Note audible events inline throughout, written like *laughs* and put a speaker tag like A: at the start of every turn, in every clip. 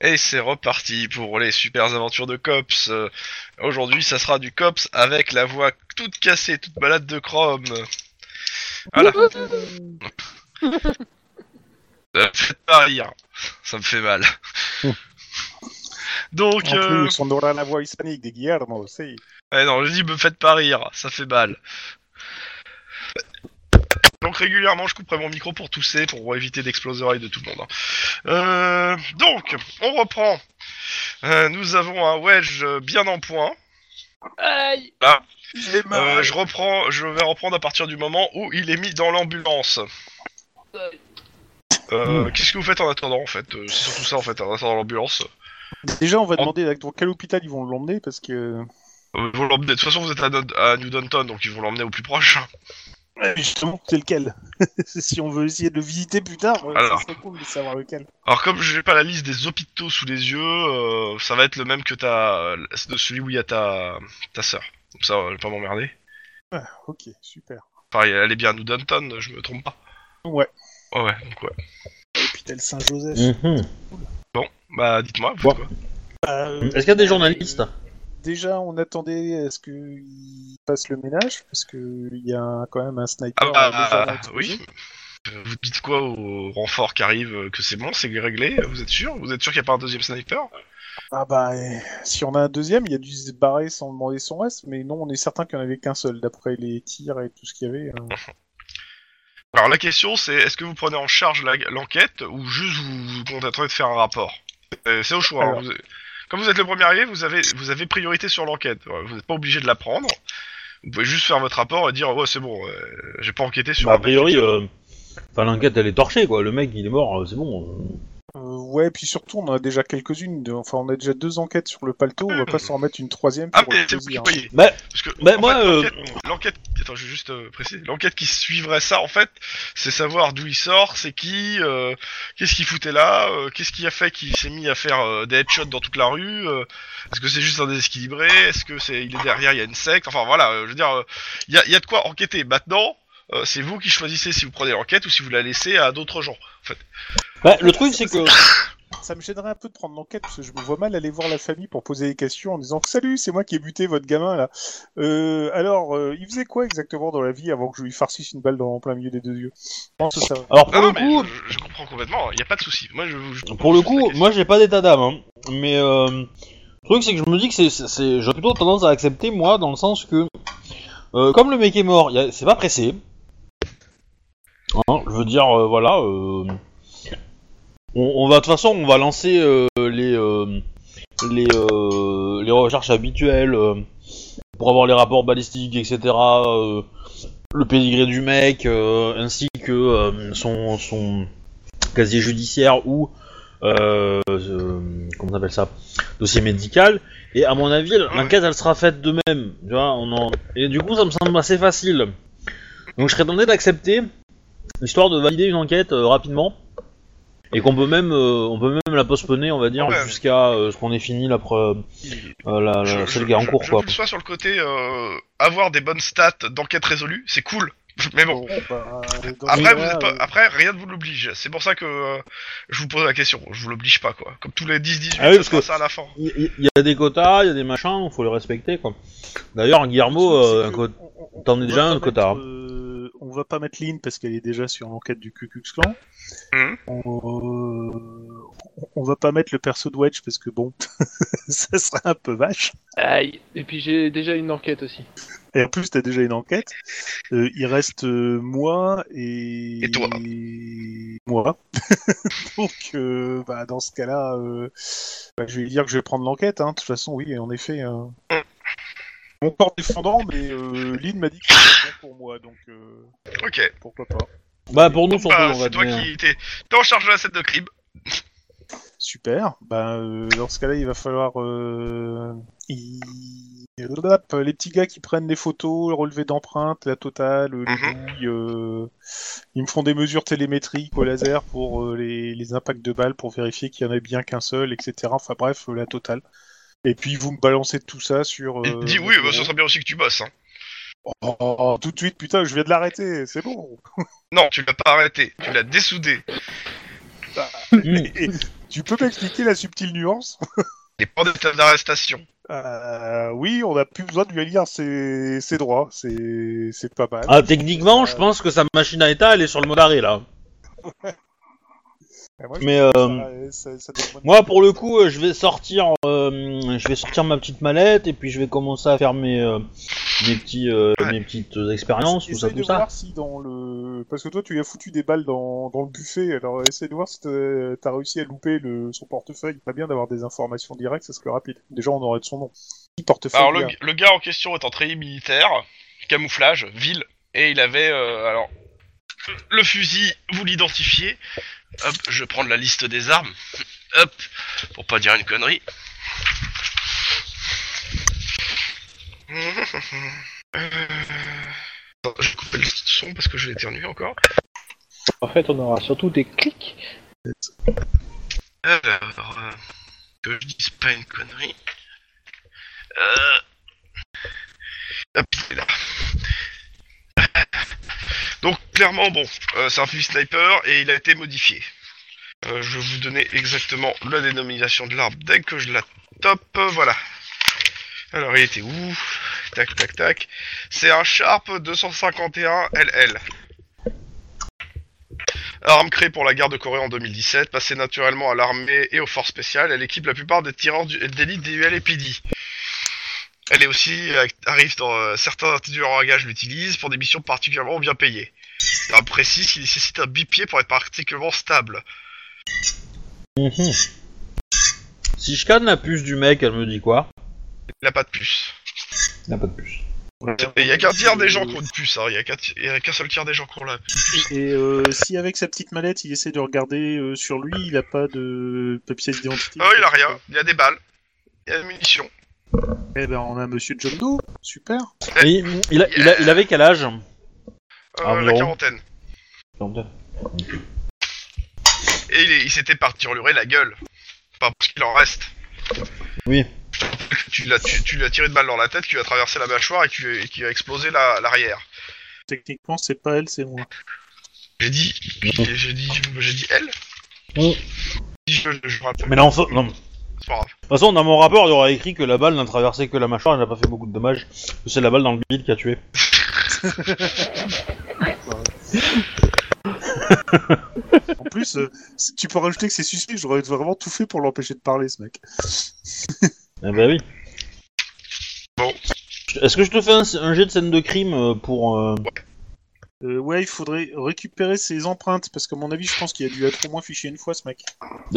A: Et c'est reparti pour les super aventures de Cops. Euh, Aujourd'hui, ça sera du Cops avec la voix toute cassée, toute malade de Chrome.
B: *laughs*
A: Voilà. Euh, Faites pas rire. Ça me fait mal. Donc,
B: En
A: euh,
B: plus, on aura la voix hispanique des Guillermo aussi.
A: Ouais, non, je dis, me faites pas rire, ça fait mal. Donc régulièrement, je couperai mon micro pour tousser, pour éviter d'exploser l'oreille de tout le monde. hein. Euh, donc, on reprend. Euh, nous avons un wedge euh, bien en point.
C: Aïe
A: Ah.
C: J'ai
A: Euh, je reprends, je vais reprendre à partir du moment où il est mis dans l'ambulance. Euh, Qu'est-ce que vous faites en attendant en fait Euh, C'est surtout ça en fait, en attendant l'ambulance.
B: Déjà, on va
A: En-
B: demander dans quel hôpital ils vont l'emmener parce que.
A: Euh, vous l'emmenez- de toute façon, vous êtes à, Dun- à New Downton, donc ils vont l'emmener au plus proche.
B: *laughs* Justement, c'est lequel *laughs* Si on veut essayer de le visiter plus tard, ouais,
A: Alors.
B: ça serait cool de savoir lequel.
A: Alors comme j'ai pas la liste des hôpitaux sous les yeux, euh, ça va être le même que ta, de celui où il y a ta ta sœur. Comme ça, euh, je vais pas m'emmerder.
B: Ok, super.
A: Pareil, elle est bien à New Downton, je me trompe pas.
B: Ouais.
A: Ouais, ouais, donc ouais.
B: Hôpital Saint-Joseph.
D: Mhm.
A: Bon, bah dites-moi. vous
D: Bon.
A: faites quoi
B: Bah, euh,
D: Est-ce qu'il y a des journalistes
B: Déjà, on attendait à ce qu'ils fassent le ménage parce qu'il y a quand même un
A: Ah
B: sniper.
A: bah
B: euh, déjà
A: ah,
B: dans l'explosion.
A: oui. Euh, Vous dites quoi au renfort qui arrive euh, que c'est bon, c'est réglé euh, Vous êtes sûr Vous êtes sûr qu'il n'y a pas un deuxième sniper
B: Ah bah, euh, si on a un deuxième, il y a dû se barrer sans demander son reste, mais non, on est certain qu'il n'y en avait qu'un seul, d'après les tirs et tout ce qu'il y avait. euh.
A: Alors la question c'est est-ce que vous prenez en charge la- l'enquête ou juste vous vous contenterez de faire un rapport Euh, C'est au choix. hein,
B: Alors.
A: vous- Comme vous êtes le premier arrivé, vous avez vous avez priorité sur l'enquête. Euh, Vous n'êtes pas obligé de la prendre. Vous pouvez juste faire votre rapport et dire ouais c'est bon, euh, j'ai pas enquêté sur.
D: Bah,
A: un
D: A
A: mec.
D: priori, euh, enfin, l'enquête elle est torchée quoi. Le mec il est mort, euh, c'est bon.
B: Euh, ouais, puis surtout, on en a déjà quelques-unes, de- enfin, on a déjà deux enquêtes sur le paleto, on va pas s'en remettre une troisième
A: Ah
B: pour
A: mais
B: le
A: c'est vous qui
B: plaisir.
A: voyez.
D: Bah,
A: Parce que
D: bah,
A: en
D: moi,
A: fait,
D: euh,
A: l'enquête- l'enquête, attends, je vais juste euh, préciser. L'enquête qui suivrait ça, en fait, c'est savoir d'où il sort, c'est qui, euh, qu'est-ce qu'il foutait là, euh, qu'est-ce qui a fait qu'il s'est mis à faire euh, des headshots dans toute la rue. euh, Est-ce que c'est juste un déséquilibré Est-ce que c'est il est derrière, il y a une secte Enfin voilà, euh, je veux dire, euh, il y, a, il y a de quoi enquêter. Maintenant, euh, c'est vous qui choisissez si vous prenez l'enquête ou si vous la laissez à d'autres gens.
D: bah, le truc c'est que
B: Ça me gênerait un peu de prendre l'enquête, parce que je me vois mal aller voir la famille pour poser des questions en disant « Salut, c'est moi qui ai buté votre gamin, là. Euh, alors, euh, il faisait quoi exactement dans la vie avant que je lui farcisse une balle dans en plein milieu des deux yeux ?» Je pense que ça va.
D: alors pour
A: Ah, Non, non,
D: le coup,
A: mais je, je comprends complètement. Il n'y a pas de souci. Moi, je, je
D: Pour le
A: je pose la
D: coup,
A: question.
D: moi j'ai pas d'état d'âme, hein. mais euh, le truc c'est que je me dis que c'est- c'est, c'est- j'aurais plutôt tendance à accepter moi dans le sens que euh, comme le mec est mort, y a- c'est pas pressé. Hein, je veux dire, euh, voilà, euh, on, on va de toute façon on va lancer euh, les euh, les euh, les recherches habituelles euh, pour avoir les rapports balistiques, etc. euh, le pédigré du mec, euh, ainsi que euh, son son casier judiciaire ou euh, euh, comment on appelle ça dossier médical et à mon avis l'enquête elle sera faite de même tu vois on en... et du coup ça me semble assez facile donc je serais tenté d'accepter histoire de valider une enquête euh, rapidement et qu'on peut même euh, on peut même la postponer on va dire
A: Ouais.
D: jusqu'à euh, ce qu'on ait fini la, pre... euh, la, la-
A: Je-
D: celle
A: je-
D: qui est en
A: je-
D: cours
A: je
D: quoi
A: veux que ce soit sur le côté euh, avoir des bonnes stats d'enquête résolue, c'est cool. *laughs* Mais bon,
B: bah, dans ce
A: après, vous
B: cas-là,
A: êtes
B: euh,
A: pas- après rien ne vous l'oblige. C'est pour ça que euh, je vous pose la question. Je vous l'oblige pas quoi. Comme tous les 10-18,
D: Ah oui,
A: ça
D: parce
A: sera
D: que-
A: ça à la fin.
D: il il- il y, a des quotas il y a des machins faut les respecter quoi d'ailleurs Guillermo
B: Le truc,
D: euh,
B: c'est
D: un
B: que
D: quota-
B: on- on-
D: t'en
B: on
D: es
B: va
D: déjà
B: pas
D: un
B: mettre,
D: quota.
B: euh, on va pas mettre Lynn parce qu'elle est déjà sur l'enquête du Ku Klux Klan.
A: Mhm.
B: On, euh, on va pas mettre le perso de Wedge parce que bon, *laughs* ça serait un peu vache.
C: Aïe Et puis j'ai déjà une enquête aussi.
B: Et en plus, t'as déjà une enquête. Euh, il reste euh, moi et...
A: Et toi.
B: Moi. *laughs* Donc, euh, bah, dans ce cas-là, euh, bah, je vais lui dire que je vais prendre l'enquête. hein. De toute façon, oui, en effet. euh, Mon corps défendant, mais euh, Lynn m'a dit que c'était bon pour moi, donc... euh,
A: Ok.
B: pourquoi pas.
D: bah pour nous surtout
A: Bah,
D: on va
A: c'est toi
D: donner-
A: qui t'es t'es en charge de la scène de crime.
B: Super. Ben, euh, dans ce cas-là, il va falloir. euh, il- Hop, Les petits gars qui prennent les photos, le relevé d'empreintes, la totale, euh, les
A: Mhm.
B: douilles, euh, ils me font des mesures télémétriques au laser pour euh, les, les impacts de balles pour vérifier qu'il y en a bien qu'un seul, etc. Enfin bref, euh, la totale. Et puis vous me balancez tout ça sur.
A: Il
B: euh,
A: dit oui,
B: le
A: bah, ça
B: bureau.
A: serait bien aussi que tu bosses. Hein.
B: Oh, oh, oh, tout de suite, putain, je viens de l'arrêter, c'est bon.
A: Non, tu l'as pas arrêté. Tu l'as dessoudé.
D: Hmm.
B: Et Tu peux m'expliquer la subtile nuance
A: Les pas d'état d'arrestation.
B: Euh, Oui, on n'a plus besoin de lui lire ses, ses droits. C'est c'est pas mal.
D: Ah, techniquement, je pense que sa machine à état, elle est sur le mot d'arrêt, là.
B: Et moi, je
D: Mais
B: trouve
D: euh,
B: ça- ça- ça donne bonne-
D: moi, pour le coup, euh, je vais sortir, euh, je vais sortir ma petite mallette et puis je vais commencer à faire mes, euh, mes petits, euh, mes petites expériences, tout ça,
B: Essaye
D: tout
B: de
D: ça.
B: voir si dans le... Parce que toi, tu lui as foutu des balles dans, dans le buffet, alors essaye de voir si t'as t'as réussi à louper le... son portefeuille. Pas bien d'avoir des informations directes, ça serait rapide. Déjà, on aurait de son nom. Petit portefeuille.
A: Alors le,
B: bien.
A: le gars en question est en treillis militaire, camouflage, ville, et il avait euh, alors le fusil, vous l'identifiez. Hop, je vais prendre la liste des armes. Hop, pour pas dire une connerie. Attends, Euh, Je vais couper le son parce que je vais éternuer encore.
C: En fait, on aura surtout des clics.
A: Alors, euh, que je dise pas une connerie. Euh... Hop, il est là. Donc, clairement, bon, euh, c'est un fusil sniper et il a été modifié. Euh, je vais vous donner exactement la dénomination de l'arme dès que je la top. euh, voilà. Alors, il était où Tac, tac, tac. C'est un Sharp 251 LL. Arme créée pour la guerre de Corée en 2017, passée naturellement à l'armée et aux forces spéciales, elle équipe la plupart des tirants du- d'élite des LAPD. Elle est aussi euh, arrive dans euh, certains tireurs à gage l'utilisent pour des missions particulièrement bien payées. C'est un précis qui nécessite un bipied pour être particulièrement stable.
D: Mhm. Si je canne la puce du mec, elle me dit quoi
A: Il n'a pas de puce.
D: Il n'a pas de puce.
B: euh,
A: Et il y a qu'un tiers des gens qui ont une puce, hein. il y a qu'un ti- il y a qu'un seul tiers des gens qui ont la puce.
E: Et euh, si avec sa petite mallette, il essaie de regarder euh, sur lui, il a pas de papier d'identité.
A: Oh, il a rien, il y a des balles, il y a des munitions.
E: Eh ben, on a Monsieur John Doe. Super.
D: Et il, a- il a- il avait quel âge
A: Euh, la
D: Environ.
A: quarantaine. Et il, est- il s'était parturluré la gueule. Enfin, parce qu'il en reste.
D: Oui.
A: Tu l'as tu, tu lui as tiré de balle dans la tête, tu lui as traversé la mâchoire et tu, et qui a explosé la- l'arrière.
E: Techniquement, c'est pas elle, c'est moi.
A: j'ai dit. J'ai j'ai dit. J'ai dit elle
D: Oui.
A: Je, je, je me rappelle.
D: Mais non, fa- non. De
A: C'est pas grave.
D: toute façon, dans mon rapport, il y aura écrit que la balle n'a traversé que la mâchoire, elle n'a pas fait beaucoup de dommages. que C'est la balle dans le bide qui a tué.
B: En plus, euh, *laughs* si tu peux rajouter que c'est suspect, j'aurais vraiment tout fait pour l'empêcher de parler, ce mec.
D: Eh ben oui.
A: Bon.
D: Est-ce que je te fais un, un jet de scène de crime euh, pour. euh,
E: Euh, ouais, il faudrait récupérer ses empreintes parce qu'à mon avis, je pense qu'il a dû être au moins fiché une fois, ce mec.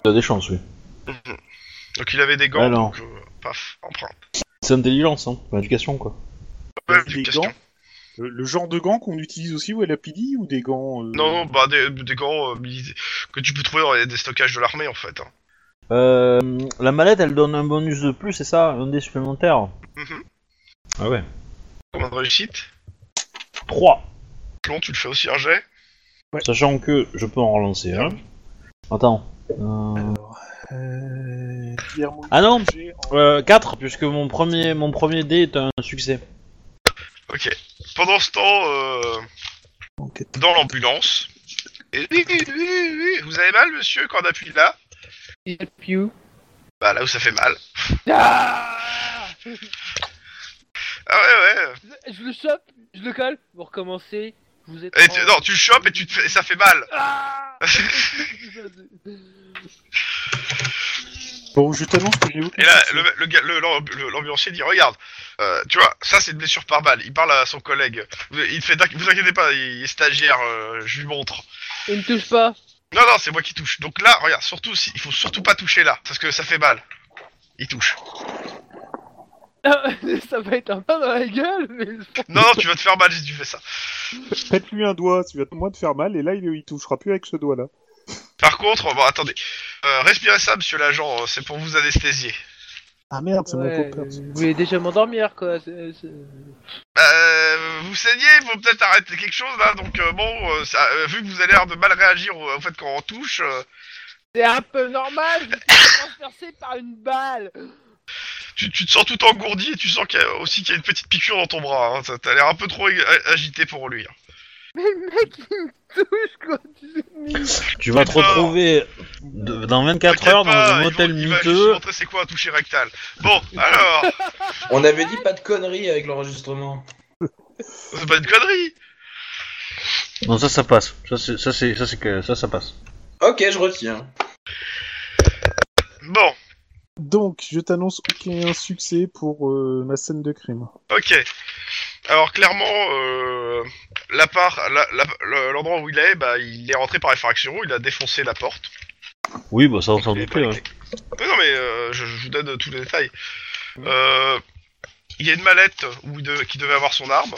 D: Il a des chances, oui.
A: Donc il avait des gants,
D: Alors.
A: donc euh, paf, empreinte.
D: C'est intelligence, hein. C'est L'éducation, quoi.
B: Euh,
A: Ouais,
E: Des gants
A: du question.
B: Le, Euh, le genre de gants qu'on utilise aussi, ou LAPD, ou des gants... euh,
A: Non, non, bah des, des gants euh, militaires que tu peux trouver dans les- des stockages de l'armée en fait. hein.
D: Euh, la mallette, elle donne un bonus de plus, c'est ça Un dé supplémentaire
A: Mhm.
D: Ah ouais.
A: Combien de réussite
D: 3.
A: Clon, tu le fais aussi un jet
D: Sachant que je peux en relancer un. Attends. Euh,
E: Euh... Guillermo
D: Ah non
E: Berger en-
D: 4, puisque mon premier, mon premier dé est un succès.
A: Ok. Pendant ce temps, euh,
E: Enquête.
A: dans l'ambulance. Et oui, oui, oui, oui, vous avez mal, monsieur, quand on appuie là
C: Help you.
A: Bah là où ça fait mal.
C: Ah
A: Ah ouais, ouais.
C: je le chope, je le colle. Vous recommencez. Vous êtes.
A: Et tu- non, tu le chopes et tu te fais- et ça fait mal.
C: Ah
B: Bon, je t'annonce que j'ai aucune
A: Et là,
B: chance.
A: le- le gars- le- l'amb- le- l'ambulancier dit Regarde, euh, tu vois, ça c'est une blessure par balle. Il parle à son collègue. Vous- Il fait T'inqui- Vous inquiétez pas, il est stagiaire, euh, je lui montre.
C: Il ne touche pas. *laughs*
A: Non, non, c'est moi qui touche. Donc là, regarde, surtout, si, il faut surtout pas toucher là, parce que ça fait mal. Il touche.
C: Ah, Ça va être un pas dans la gueule, mais.
A: Non, non, tu vas te faire mal si tu fais ça.
B: Pète-lui un doigt, tu vas moins te faire mal, et là, il, il touchera plus avec ce doigt-là.
A: Par contre, bon, attendez. Euh, respirez ça, monsieur l'agent, euh, c'est pour vous anesthésier.
B: Ah merde, c'est
C: Ouais, euh,
B: mon copain.
C: vous voulez déjà m'endormir, quoi. c'est- c'est-
A: Euh, vous saignez, il faut peut-être arrêter quelque chose là, donc euh, bon, euh, ça, euh, vu que vous avez l'air de mal réagir au, au fait quand on touche, euh,
C: C'est un peu normal, je suis transpercé par une balle.
A: tu, tu te sens tout engourdi et tu sens qu'il y a aussi qu'il y a une petite piqûre dans ton bras. hein. Ça- T'as l'air un peu trop ag- agité pour lui. hein.
C: Mais le mec, il me touche quand tu
D: Tu vas te
A: D'accord.
D: retrouver de- dans 24
A: T'inquiète
D: heures dans
A: pas,
D: un
A: il
D: hôtel
A: va- Il va juste
D: miteux.
A: montrer c'est quoi un toucher rectal.
D: *laughs*
A: Bon, alors,
F: On avait dit pas de conneries avec l'enregistrement.
A: c'est pas une connerie.
D: Non, ça, ça passe. Ça, c'est, ça, c'est, ça, c'est que, ça, ça passe.
F: Ok, je retiens.
A: Bon,
G: Donc, je t'annonce aucun succès pour euh, ma scène de crime.
A: ok. Alors clairement, euh, la part, la- la- le- l'endroit où il est, bah, il est rentré par effraction, il a défoncé la porte.
D: Oui, bah, ça, on s'en
A: Il est
D: doutait.
A: pas
D: ouais.
A: avec les- Mais non, mais euh, je, je vous donne euh, tous les détails. Euh, il y a une mallette où il de- qui devait avoir son arme.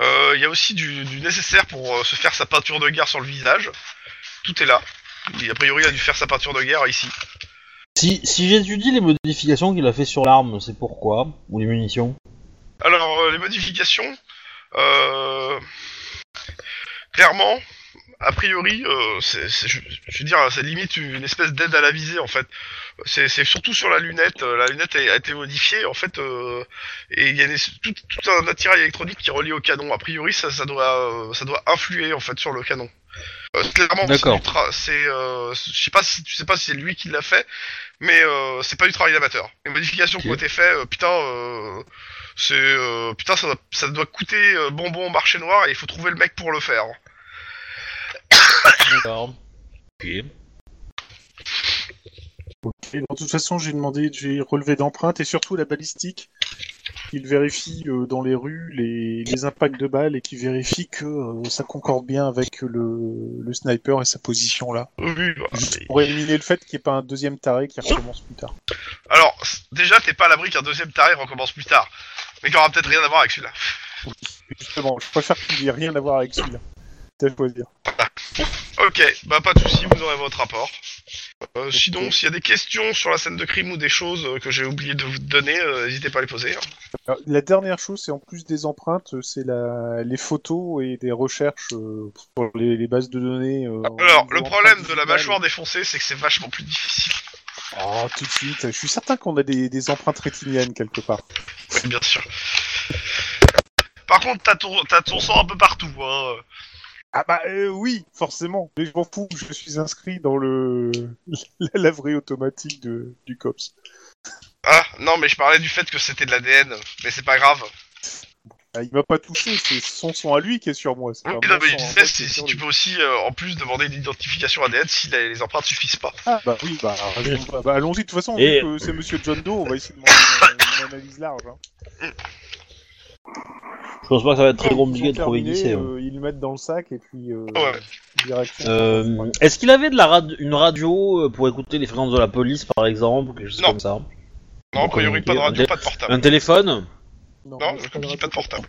A: Euh, il y a aussi du, du nécessaire pour euh, se faire sa peinture de guerre sur le visage. Tout est là. Et a priori, il a dû faire sa peinture de guerre ici.
D: Si, si j'étudie les modifications qu'il a fait sur l'arme, c'est pourquoi Ou les munitions
A: Alors, euh, les modifications, euh, clairement, a priori, euh, c'est, c'est- je, je veux dire, c'est limite une espèce d'aide à la visée, en fait. C'est, c'est surtout sur la lunette. euh, La lunette a, a été modifiée, en fait, euh, et il y a des- tout, tout un attirail électronique qui est relié au canon. A priori, ça, ça, doit, euh, ça doit influer, en fait, sur le canon. Euh, clairement, c'est
D: D'accord.
A: du tra- c'est, euh, je sais pas si tu sais pas si c'est lui qui l'a fait, mais euh, c'est pas du travail d'amateur. Les modifications qui ont
D: Ok.
A: été faites, euh, putain, euh, c'est euh, putain ça doit, ça doit coûter euh, bonbon au marché noir et il faut trouver le mec pour le faire.
D: D'accord. Ok.
B: Et de toute façon, j'ai demandé, j'ai relevé d'empreintes et surtout la balistique. Il vérifie euh, dans les rues les, les impacts de balles et qui vérifie que euh, ça concorde bien avec le, le sniper et sa position là.
A: Oui, bah,
B: Juste pour éliminer le fait qu'il n'y ait pas un deuxième taré qui recommence plus tard.
A: Alors c- déjà t'es pas à l'abri qu'un deuxième taré recommence plus tard, mais qui aura peut-être rien à voir avec celui-là.
B: Et Justement, je préfère qu'il n'y ait rien à voir avec celui-là. T'as le choix de dire.
A: Ok, bah pas de soucis, vous aurez votre rapport. Euh, sinon, s'il y a des questions sur la scène de crime ou des choses euh, que j'ai oublié de vous donner, euh, n'hésitez pas à les poser. hein.
B: Alors, la dernière chose, c'est en plus des empreintes, euh, c'est la... les photos et des recherches euh, pour les, les bases de données. euh,
A: Alors,
B: en-
A: le
B: en
A: problème
B: empreintes
A: de la
B: digitales.
A: mâchoire défoncée, c'est que c'est vachement plus difficile.
B: Oh, tout de suite. Je suis certain qu'on a des, des empreintes rétiniennes quelque part.
A: Oui, bien sûr. Par contre, t'as ton, t'as ton sang un peu partout. Hein.
B: Ah bah euh, oui, forcément. Mais je m'en fous, je suis inscrit dans le *laughs* la laverie automatique de... du COPS.
A: Ah, non, mais je parlais du fait que c'était de l'ADN, mais c'est pas grave.
B: Ah, il m'a pas touché, c'est son sang à lui qui est sur moi. c'est
A: Oui,
B: pas
A: non,
B: mon
A: mais
B: sang
A: tu
B: à
A: sais,
B: moi qui est
A: si, si
B: sur
A: tu
B: lui.
A: peux aussi, euh, en plus, demander une identification ADN si la- les empreintes suffisent pas.
B: Ah bah oui, bah, raison- bah, bah, allons-y. De toute façon, vu
D: Et-
B: que c'est Monsieur John Doe, on va essayer de demander une, une analyse large. hein.
D: Je pense pas que ça va être très compliqué
B: Ils
D: de
B: sont
D: trouver hein. qui
B: terminés,
D: c'est. ouais.
B: euh, ils le mettent dans le sac et puis euh,
A: Ouais.
B: direction.
D: Euh, Est-ce qu'il avait de la rad- une radio euh, pour écouter les fréquences de la police, par exemple, ou quelque chose
A: Non.
D: comme ça
A: Non, a priori, pas de radio,
D: Un
A: pas de portable.
D: Un téléphone
A: non, comme je dis, pas de portable.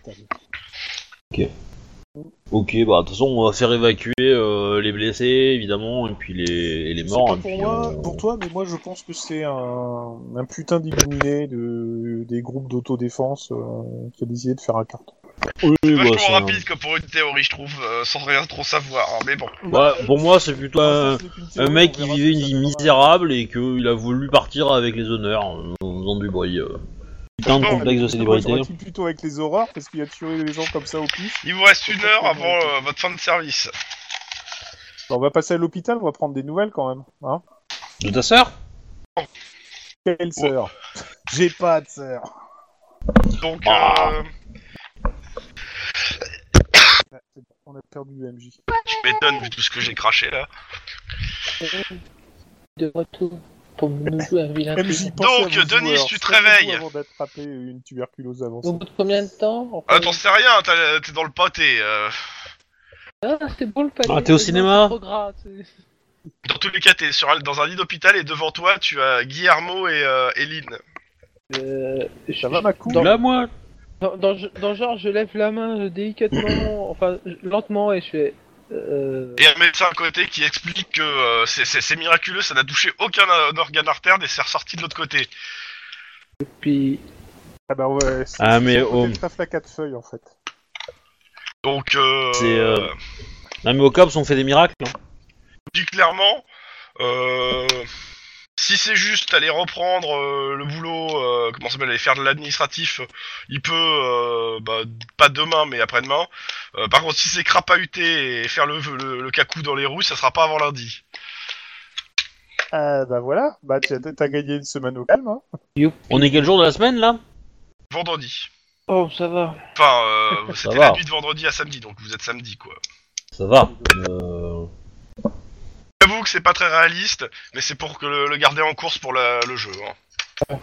D: Ok, bah de toute façon, on va faire évacuer euh, les blessés, évidemment, et puis les, et les
B: C'est
D: morts.
B: pas
D: et
B: pour,
D: puis, euh,
B: moi,
D: on-
B: pour toi, mais moi je pense que c'est un, un putain d'illuminé de, des groupes d'autodéfense euh, qui a décidé de faire un carton.
D: Oui, oui, bah,
A: Vachement
D: c'est un-
A: rapide que pour une théorie, je trouve, euh, sans rien trop savoir. hein, mais bon,
D: Ouais, pour moi, c'est plutôt un,
B: Ça, c'est qu'une
D: un
B: théorie,
D: mec
B: on
D: qui
B: verra
D: vivait
B: ce
D: une
B: que ça
D: vie
B: donnera.
D: misérable et qu'il a voulu partir avec les honneurs euh, en faisant du bruit. euh. Putain de
B: Eh,
A: Bon,
D: complexe de
B: Moi, j'aurais
D: célébrité.
B: dit plutôt avec les horreurs parce qu'il a tué les gens comme ça au pif.
A: il vous reste une heure avant euh, votre fin de service.
B: Bon, on va passer à l'hôpital, on va prendre des nouvelles quand même. Hein
D: De ta sœur
B: Quelle sœur J'ai pas de sœur.
A: Donc,
D: Ah.
A: euh,
B: Ah, c'est bon, On a perdu le MJ.
A: je m'étonne vu tout ce que j'ai craché là.
C: De retour pour nous jouer un vilain.
B: MJ,
C: tour.
B: pensez
A: Donc,
B: à vos
A: Denis,
B: joueurs,
A: tu te
B: soignez-vous
A: réveilles.
B: Avant d'attraper une tuberculose avancée.
C: Au
D: Oh.
C: bout de combien de temps on
A: Ah,
C: fait-
A: t'en sais rien, t'as- t'es dans le pâté. euh.
C: Ah, c'est bon le panier.
D: Ah, t'es au
C: c'est
D: cinéma
C: trop gras, c'est-
A: Dans tous les cas, t'es sur un- dans un lit d'hôpital et devant toi, tu as Guillermo et, euh, et Lynn.
C: Euh, je-
B: Ça va ma couille
C: Dans-
D: Là, moi
C: Dans, dans, dans genre, je lève la main euh, *clears throat* délicatement, enfin je- lentement, et je fais. Euh...
A: Et un médecin à côté qui explique que euh, c'est- c'est c'est miraculeux, ça n'a touché aucun euh, organe artère et c'est ressorti de l'autre côté.
C: Puis.
B: Ah bah ouais, c'est
D: Ah, mais, oh.
B: peut-être la quatre feuilles en fait.
A: Donc, euh,
D: C'est, euh, Non, mais au cops, on fait des miracles. hein.
A: dit clairement, euh, si c'est juste aller reprendre euh, le boulot, euh, comment ça s'appelle, aller faire de l'administratif, il peut, euh, bah, pas demain, mais après-demain. Euh, par contre, si c'est crapahuter et faire le, le, le cacou dans les roues, ça sera pas avant lundi.
B: Ah bah voilà, bah tu as, t'as gagné une semaine au calme. Hein.
D: On est quel jour de la semaine là
A: Vendredi.
C: Oh, ça va.
A: Enfin,
D: *laughs*
A: euh, c'était la
D: va.
A: nuit de vendredi à samedi, donc vous êtes samedi, quoi.
D: Ça va. Euh,
A: J'avoue que c'est pas très réaliste, mais c'est pour que le, le garder en course pour la- le jeu. Hein.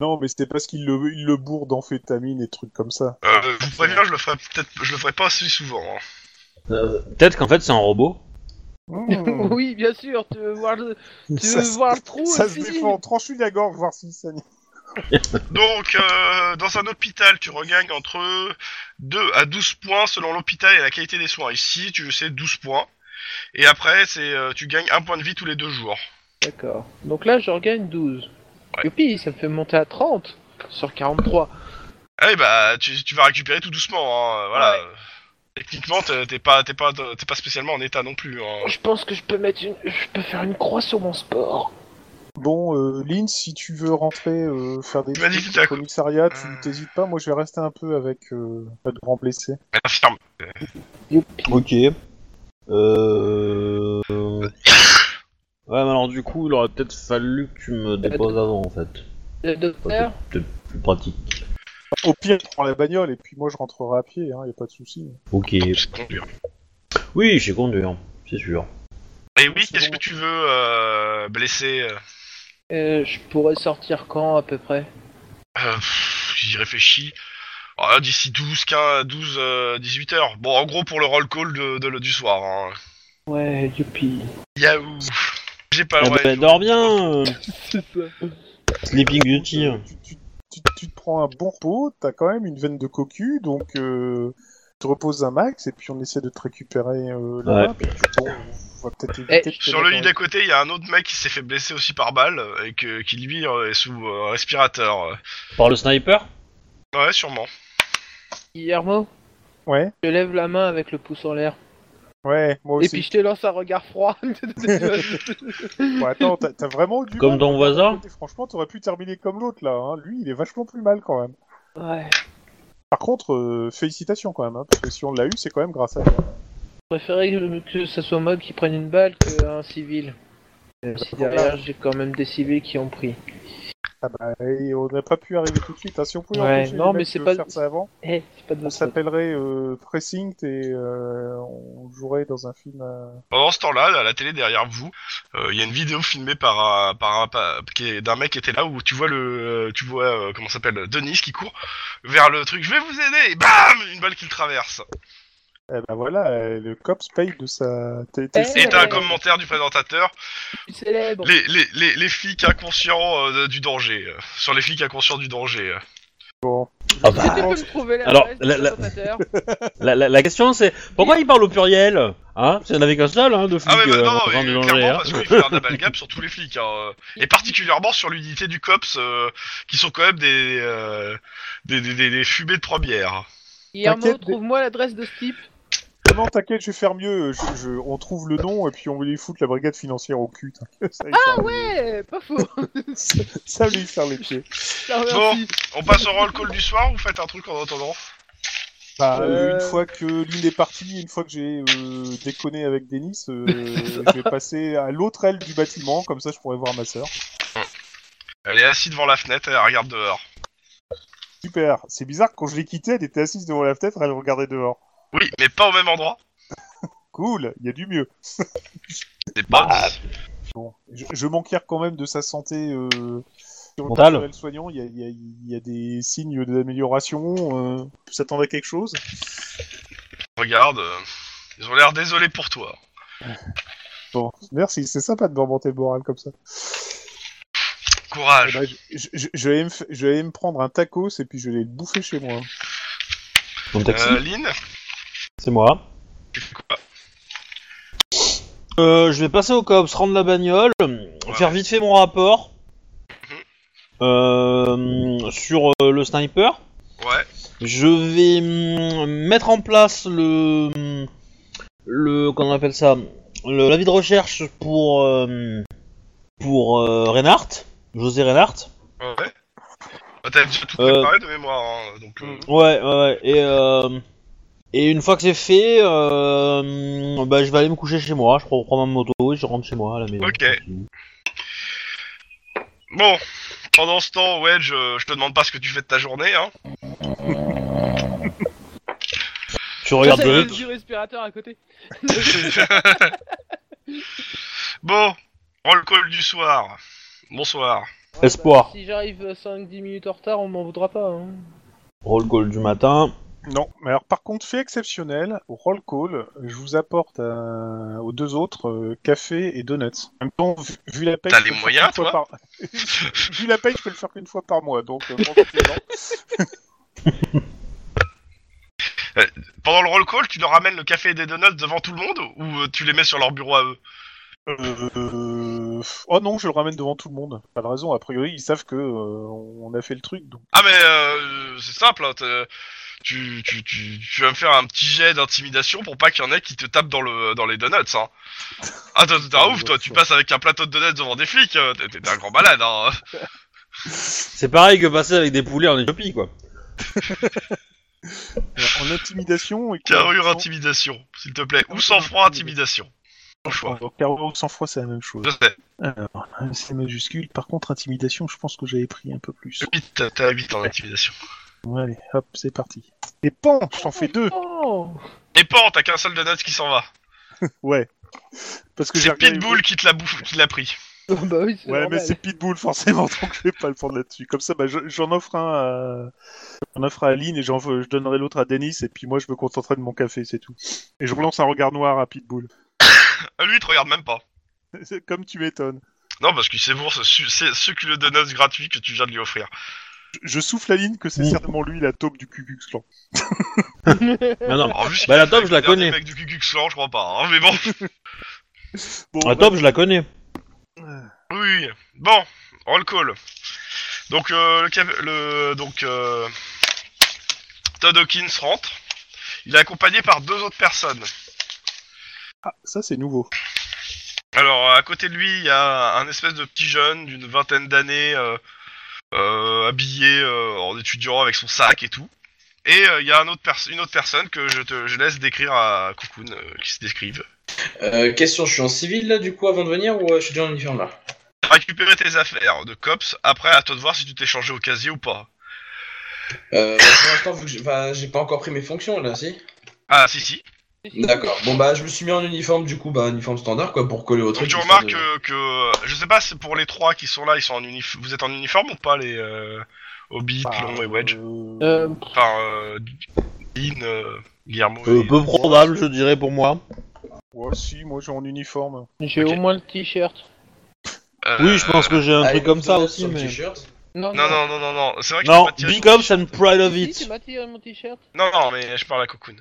B: Non, mais c'était parce qu'il le, il le bourre d'amphétamine et de trucs comme ça.
A: Euh, je vous préviens, je le ferai peut-être, je le ferai pas si souvent. hein.
D: euh, Peut-être qu'en fait c'est un robot.
B: *laughs*
C: *laughs*
B: Mmh.
C: oui, bien sûr, tu veux voir le, tu
B: ça
C: veux
B: se-
C: voir le trou
B: ça
C: le
B: se
C: fusil.
B: défend, tranche la gorge, voir si ça
A: Donc, euh, dans un hôpital, tu regagnes entre 2 à 12 points selon l'hôpital et la qualité des soins. Ici, tu sais 12 points. Et après, c'est euh, tu gagnes un point de vie tous les deux jours.
C: D'accord. Donc là, j'en gagne 12.
A: Ouais.
C: Youpi, ça me fait monter à 30 sur 43.
A: Ah oui, bah, tu, tu vas récupérer tout doucement. Hein, voilà. Techniquement, t'es t'es pas, t'es pas, t'es pas spécialement en état non plus. hein.
C: Je pense que je peux mettre une, je peux faire une croix sur mon sport.
B: Bon, euh, Lynn, si tu veux rentrer euh, faire des
A: Tu m'as dit
B: trucs
A: que t'as-
B: au commissariat, tu
A: Euh.
B: t'hésites pas. Moi, je vais rester un peu avec euh, pas de grands blessés.
A: Infirme.
C: Youpi.
D: *laughs* Ok. Euh... Ouais, mais alors du coup, il aurait peut-être fallu que tu me déposes avant en fait.
C: Le docteur
D: Plus pratique.
B: Au pire, je prends la bagnole et puis moi, je rentrerai à pied. Hein, y a pas de souci.
D: Ok.
A: C'est conduire.
D: Oui, j'ai conduire, c'est sûr.
A: Et oui,
B: C'est
A: qu'est-ce
B: bon.
A: que tu veux euh, blesser euh,
C: Euh, Je pourrais sortir quand à peu près
A: Euh, pff, J'y réfléchis. Ah, D'ici 12, 15, 12, euh, 18 heures. Bon, en gros, pour le roll call de, de- du soir. Hein.
C: Ouais, youpi.
A: Yaou J'ai
B: Ah
A: pas
D: Eh
A: le droit.
D: ben, dors bien, euh,
C: *laughs* C'est ça.
D: Sleeping
B: Donc,
D: Beauty.
B: euh, tu, tu- tu- tu te prends un bon repos. T'as quand même une veine de cocu, donc euh, tu te reposes un max et puis on essaie de te récupérer euh, là-bas.
D: Ouais.
B: Puis, bon, on va
C: Eh,
B: peut-être éviter. de te
A: Sur le lit
B: mettre
A: d'à côté, il y a un autre mec qui s'est fait blesser aussi par balle euh, et que, qui lui euh, est sous euh, respirateur.
D: Par le sniper
A: euh. Ouais, sûrement.
C: Guillermo,
B: dans- Ouais,
C: je lève la main avec le pouce en l'air.
B: ouais. Moi aussi.
C: Et puis je te lance un regard froid. *laughs*
B: Bon, attends, t'as t'as vraiment du.
D: Comme
B: mal.
D: ton voisin
B: Franchement, t'aurais pu terminer comme l'autre là. hein. Lui, il est vachement plus mal quand même.
C: ouais.
B: Par contre, euh, félicitations quand même, hein, parce que si on l'a eu, c'est quand même grâce à toi.
C: Je préférais que, que ce soit moi qui prenne une balle qu'un civil.
B: Eh
C: Même si
B: ben,
C: derrière, j'ai quand même des civils qui ont pris.
B: Ah bah, et on n'aurait pas pu arriver tout de suite. hein. Si on pouvait
C: Ouais,
B: empêcher
C: non,
B: les
C: mais
B: mecs
C: c'est
B: de
C: pas-
B: faire ça avant,
C: Eh, c'est pas de
B: on
C: votre faute.
B: s'appellerait euh, Precinct et euh, on jouerait dans un film. euh,
A: Pendant ce temps-là, à la télé derrière vous, euh, il y a une vidéo filmée par un, par un par- qui est- d'un mec qui était là où tu vois le, euh, tu vois euh, comment ça s'appelle, Denis qui court vers le truc. Je vais vous aider. Et bam, une balle qui le traverse.
B: Eh bah voilà, euh, le cops paye de sa. t'es- hein.
C: Eh,
B: t'es-
A: Et t'as un
C: Ouais.
A: commentaire du présentateur.
C: Plus célèbre.
B: Bah,
A: Les, les, les, les flics inconscients euh, de- du danger. euh, sur les flics inconscients du danger. euh.
B: bon.
D: Ah bah.
C: Tu peux me trouver
D: Alors,
C: l'adresse
D: la-
C: du
D: la-
C: présentateur
D: La, la- la question c'est pourquoi il parle au pluriel Hein S'il n'y en avait qu'un seul, hein, de flics
A: Ah mais bah,
D: euh,
A: non,
D: en train de
A: mais,
D: danger,
A: clairement
D: hein.
A: parce qu'il faut faire de la
D: *laughs*
A: balgame sur tous les flics. hein, euh, et particulièrement sur l'unité du cops euh, qui sont quand même des, euh, des, des, des- des fumées de première.
C: Guillermo,
B: T'inquiète,
C: trouve-moi l'adresse de ce type.
B: Non, t'inquiète, je vais faire mieux. Je, je- on trouve le nom et puis on lui fout la brigade financière au cul. t'inquiète, Ça, lui
C: Ah
B: faire-
C: ouais, pas faux.
B: *laughs* ça lui faire les pieds.
C: Ça,
A: Bon,
C: merci.
A: on passe au roll call du soir ou faites un truc en attendant
B: Bah,
C: Euh,
B: Une fois que l'île est partie, une fois que j'ai euh, déconné avec Denis, euh, je vais passer à l'autre aile du bâtiment, comme ça je pourrai voir ma sœur.
A: Elle est assise devant la fenêtre, elle regarde dehors.
B: Super, c'est bizarre, quand je l'ai quittée, elle était assise devant la fenêtre, elle regardait dehors.
A: Oui, mais pas au même endroit.
B: Cool, il y a du mieux.
A: C'est pas
D: Bah.
A: dit.
B: Bon, je, je m'enquière quand même de sa santé euh, sur le
D: Mentale.
B: personnel soignant, il y a, il y a- il y a des signes d'amélioration, euh, on peut s'attendre à quelque chose.
A: Regarde, euh, ils ont l'air désolés pour toi.
B: Bon, merci, c'est sympa de me remonter le moral comme ça. Eh
A: Courage.
D: Euh,
B: ben, je, je- je vais me f- je vais aller me prendre un tacos et puis je vais le bouffer chez moi.
D: Mon taxi,
A: Euh, Lynn,
D: c'est moi.
A: tu fais quoi
D: Euh, je vais passer au cops, rendre la bagnole, faire vite fait mon rapport
A: Mhm.
D: euh, sur euh, le sniper.
A: Ouais.
D: Je vais mm, mettre en place le mm, le qu'on appelle ça le- l'avis de recherche pour euh, pour euh, Reinhardt, José Reinhardt.
A: Ouais. Bah, T'as déjà tout
D: Euh.
A: préparé de mémoire, hein, donc... euh,
D: Ouais, ouais, ouais. Et, euh, et une fois que c'est fait, euh, bah, je vais aller me coucher chez moi. Je prends, prends ma moto et je rentre chez moi à la maison.
A: Ok. Bon, pendant ce temps, Wedge, euh, je te demande pas ce que tu fais de ta journée, hein.
D: Tu regardes
H: J'avais
D: le...
H: le vieux respirateur à côté.
A: *laughs* bon, roll call du soir. Bonsoir.
C: Ouais,
D: Espoir.
C: bah, si j'arrive 5-10 minutes en retard, on m'en voudra pas. Hein.
D: Roll call du matin.
B: Non, mais alors par contre, fait exceptionnel, au roll call, je vous apporte euh, aux deux autres euh, café et donuts. En même temps, vu, vu la paye,
A: T'as
B: je peux
A: les
B: le
A: moyens,
B: faire qu'une fois par- *laughs* vu la paye, je peux le faire qu'une fois par mois, donc euh, profitez-en.
A: Pendant le roll call, tu leur ramènes le café et des donuts devant tout le monde ou euh, tu les mets sur leur bureau à eux
B: Euh, Oh non, je le ramène devant tout le monde. Pas de raison. A priori, ils savent que euh, on a fait le truc. Donc...
A: Ah mais euh, c'est simple, hein, t'es- tu, tu, tu, tu vas me faire un petit jet d'intimidation pour pas qu'il y en ait qui te tapent dans, le, dans les donuts. Hein. Ah t'es t'es un ouf toi, tu passes avec un plateau de donuts devant des flics, euh, t'es t'es un grand malade. Hein.
D: C'est pareil que passer avec des poulets en Éthiopie, quoi.
B: Alors, euh, En intimidation et
A: Carrure
B: sans-
A: intimidation, s'il te plaît. Ou sans froid intimidation. Ton choix.
B: Alors, Carrure ou sans froid, c'est la même chose.
A: Je sais.
B: Alors, euh, c'est majuscule. Par contre, intimidation, je pense que j'avais pris un peu plus.
A: 8, t'as 8 en intimidation.
B: Bon, Allez, hop, c'est parti. Et pan, je t'en fais deux.
C: Oh *laughs*
A: Et pan, t'as qu'un seul donut qui s'en va.
B: Ouais. Parce que j'ai
A: C'est
B: regardé-
A: Pitbull qui te l'a bouffé, qui l'a pris.
C: Bah oui, c'est
B: Ouais,
C: normal.
B: mais c'est Pitbull forcément, *laughs* donc je vais pas le prendre là-dessus. Comme ça, bah, je- j'en offre un à... j'en offre à Aline et j'en veux- je donnerai l'autre à Denis, et puis moi je me concentrerai de mon café, c'est tout. Et je relance un regard noir à Pitbull. *laughs*
A: Euh, Lui, il te regarde même pas.
B: C'est Comme tu m'étonnes.
A: Non, parce qu'il savoure ce, su- ce succulent donuts gratuit que tu viens de lui offrir.
B: Je- Je souffle à Aline que c'est
D: Oui.
B: certainement lui la taupe du Cucux Clan.
D: Mais non.
A: Alors, vu ce qu'il
D: Bah, la
A: fait
D: taupe,
A: avec
D: je la
A: le dernier
D: connais.
A: mec du Cucux Clan, je crois pas, hein, mais bon. *laughs*
B: Bon, bah,
D: Ah, top, je la connais.
A: oui. Bon, roll call. Donc, euh, le, caf- le- donc euh, Todd Hawkins rentre. Il est accompagné par deux autres personnes.
B: bah, ça c'est nouveau.
A: Alors, à côté de lui, il y a un espèce de petit jeune d'une vingtaine d'années, euh, euh, habillé euh, en étudiant avec son sac et tout. Et euh, il y a un autre pers- une autre personne que je te je laisse décrire à Cocoon, euh, qui se décrive.
F: Euh, question, je suis en civil là du coup avant de venir ou euh, je suis déjà en uniforme là
A: T'as récupéré tes affaires de cops, après à toi de voir si tu t'es changé au casier ou pas.
F: euh, bah, Pour l'instant, vu que j'ai bah, j'ai pas encore pris mes fonctions là, si
A: Ah, si, si.
F: D'accord. Bon bah je me suis mis en uniforme du coup, bah uniforme standard quoi pour coller au
A: Donc
F: truc.
A: tu
F: histoire
A: remarques
F: de-
A: euh, que, euh, je sais pas, c'est pour les trois qui sont là, ils sont en unif vous êtes en uniforme ou pas, les euh, Hobbit, Long et Wedge
B: Bah, Euh,
C: Euh,
A: Enfin, euh, Dean, euh, Guillermo.
D: Euh,
A: et-
D: peu probable, je dirais, pour moi.
B: Ouais, si, moi j'ai en uniforme.
C: j'ai
A: Ok.
C: au moins le t-shirt.
A: Euh,
D: Oui, je pense que j'ai un
F: Ah,
D: truc
F: il
D: comme
F: me
D: ça
F: donne
D: aussi,
F: sur le
D: mais...
F: t-shirt.
C: Ah
A: Non, non, non, non, non, c'est vrai que je
D: Non,
A: peux pas te tirer
D: big ups and pride of
C: Si, tu
D: it.
C: m'as tiré mon t-shirt
A: Non, non, mais je parle à Cocoon.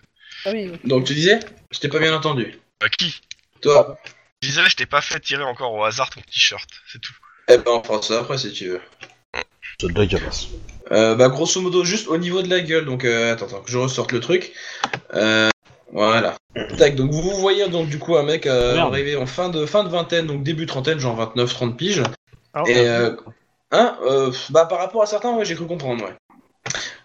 C: Ah oui, ok.
F: Donc tu disais Je t'ai pas bien entendu.
A: Euh, qui
D: Ah.
F: Toi
A: Je disais, je t'ai pas fait tirer encore au hasard ton t-shirt, c'est tout.
F: Eh ben on fera ça après si tu veux.
D: C'est dégueulasse.
F: Euh, bah grosso modo juste au niveau de la gueule donc euh, attends, attends que je ressorte le truc Euh, voilà tac donc vous voyez donc du coup un mec euh,
D: Merde.
F: arrivé en fin de fin de vingtaine donc début trentaine genre 29 30 piges
B: Ah,
F: et euh, hein euh, bah par rapport à certains ouais j'ai cru comprendre ouais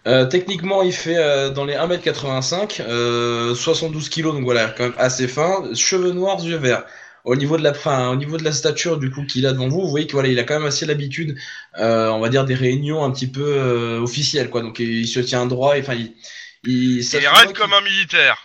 F: Euh, techniquement, il fait euh, dans les 1m85, euh, 72 kg, donc voilà, quand même assez fin. Cheveux noirs, yeux verts. Au niveau de la, enfin, au niveau de la stature du coup qu'il a devant vous, vous voyez que voilà, il a quand même assez l'habitude euh, on va dire des réunions un petit peu euh, officielles quoi donc il se tient droit et, enfin il, il, ça
A: Il
F: se voit
A: raide
F: qu'il-
A: comme un militaire.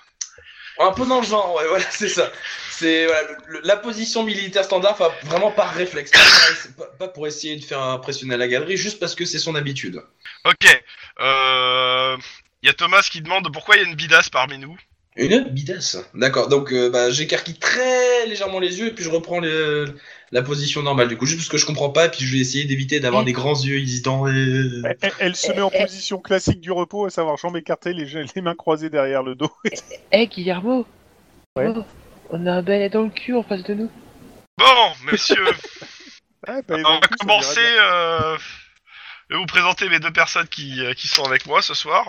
F: un peu dans le genre ouais *laughs* voilà c'est ça c'est voilà, le- le- la position militaire standard enfin, vraiment par réflexe pas, par- pas- pas pour essayer de faire impressionner la galerie juste parce que c'est son habitude
A: Ok, euh... Il y a Thomas qui demande pourquoi il y a une bidasse parmi nous.
F: une bidasse d'accord donc euh, bah, j'écarquille très légèrement les yeux et puis je reprends le- la position normale du coup juste parce que je comprends pas et puis je vais essayer d'éviter d'avoir des grands yeux hésitants et...
B: Elle, elle- elle se met en position classique du repos, à savoir jambes écartées, les, les mains croisées derrière le dos.
C: Eh Guillermo
B: Ouais.
C: Oh, On a un bel dans le cul en face de nous.
A: Bon, messieurs,
B: Ah, bah,
A: on va
B: donc, ça me dirait
A: commencer.
B: bien.
A: Euh... Je vais vous présenter les deux personnes qui, euh, qui sont avec moi ce soir.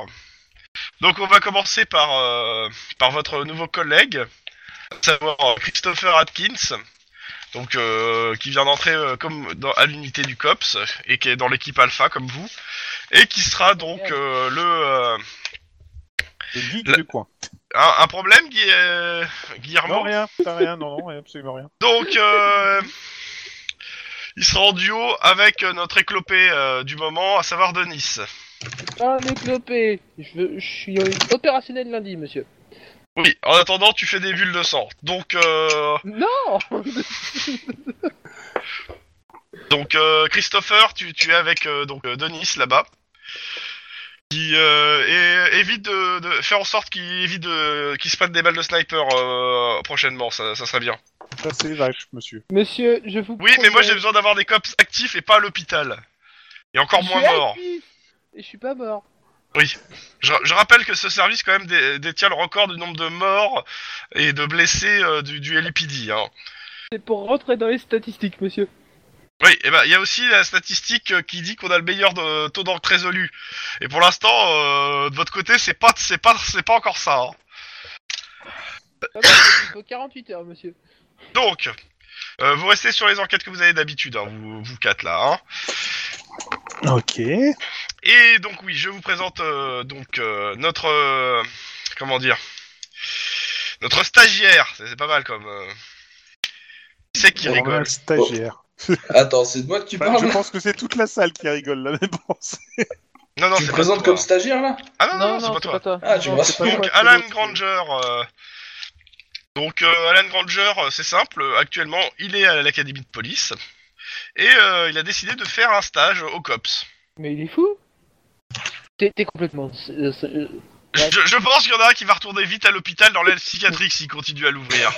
A: Donc on va commencer par, euh, par votre nouveau collègue, à savoir Christopher euh, Atkins, donc euh, qui vient d'entrer euh, comme dans, à l'unité du COPS et qui est dans l'équipe Alpha comme vous, et qui sera donc euh, le euh,
B: Le geek
A: La-
B: du coin.
A: un, un problème, Gui- euh, Guillermo.
B: Non, rien, t'as rien, non, non, rien, absolument rien.
A: Donc, euh, il sera en duo avec euh, notre éclopé euh, du moment, à savoir Denis.
C: Ah, les clopés je, veux- je suis opérationnel lundi, monsieur.
A: Oui, en attendant, tu fais des bulles de sang. Donc, euh,
C: Non
A: donc euh, Christopher, tu, tu es avec euh, donc euh, Denis là-bas. Qui euh, et, évite de, de faire en sorte qu'il évite de qu'il se prenne des balles de sniper euh, prochainement, ça, ça serait bien.
B: Ça, c'est vache, monsieur.
C: Monsieur, je vous
A: Oui, mais moi j'ai
C: promets-
A: besoin d'avoir des cops actifs et pas à l'hôpital. Et encore
C: Je
A: moins
C: suis
A: morts.
C: actif Et je suis pas mort.
A: Je, je rappelle que ce service quand même dé- détient le record du nombre de morts et de blessés euh, du, du LPD. Hein.
C: C'est pour rentrer dans les statistiques, monsieur.
A: Oui, et ben il y a aussi la statistique euh, qui dit qu'on a le meilleur de- taux d'encre résolu. Et pour l'instant, euh, de votre côté, c'est pas c'est pas c'est pas encore ça. hein. Euh.
C: Ah bah, Il faut 48 heures, monsieur.
A: Donc, euh, vous restez sur les enquêtes que vous avez d'habitude, hein, vous vous quatre là. Hein.
B: Ok.
A: Et donc oui, je vous présente euh, donc euh, notre euh, comment dire notre stagiaire. C'est c'est pas mal comme. euh, qui C'est qui
B: On a un
A: rigole.
B: stagiaire.
F: Attends, c'est de moi que tu
B: Bah,
F: parles
B: je
F: là
B: pense que c'est toute la salle qui rigole, là, mais bon, c'est-
A: Non non,
F: Tu
A: c'est
F: me
A: pas
F: présentes
A: toi.
F: comme stagiaire là
A: Ah non non, non, c'est pas toi.
F: Ah, tu
C: Non,
F: vois,
C: c'est pas
A: Donc
C: toi, c'est
A: Alan
C: l'autre.
A: Granger. euh, Donc euh, Alan Granger, euh, c'est simple. euh, Actuellement, il est à l'académie de police et euh, il a décidé de faire un stage au cops.
C: Mais il est fou T'es t'es complètement... c'est- c'est- euh, Ouais.
A: Je, je pense qu'il y en a un qui va retourner vite à l'hôpital dans l'aile psychiatrique s'il continue à l'ouvrir.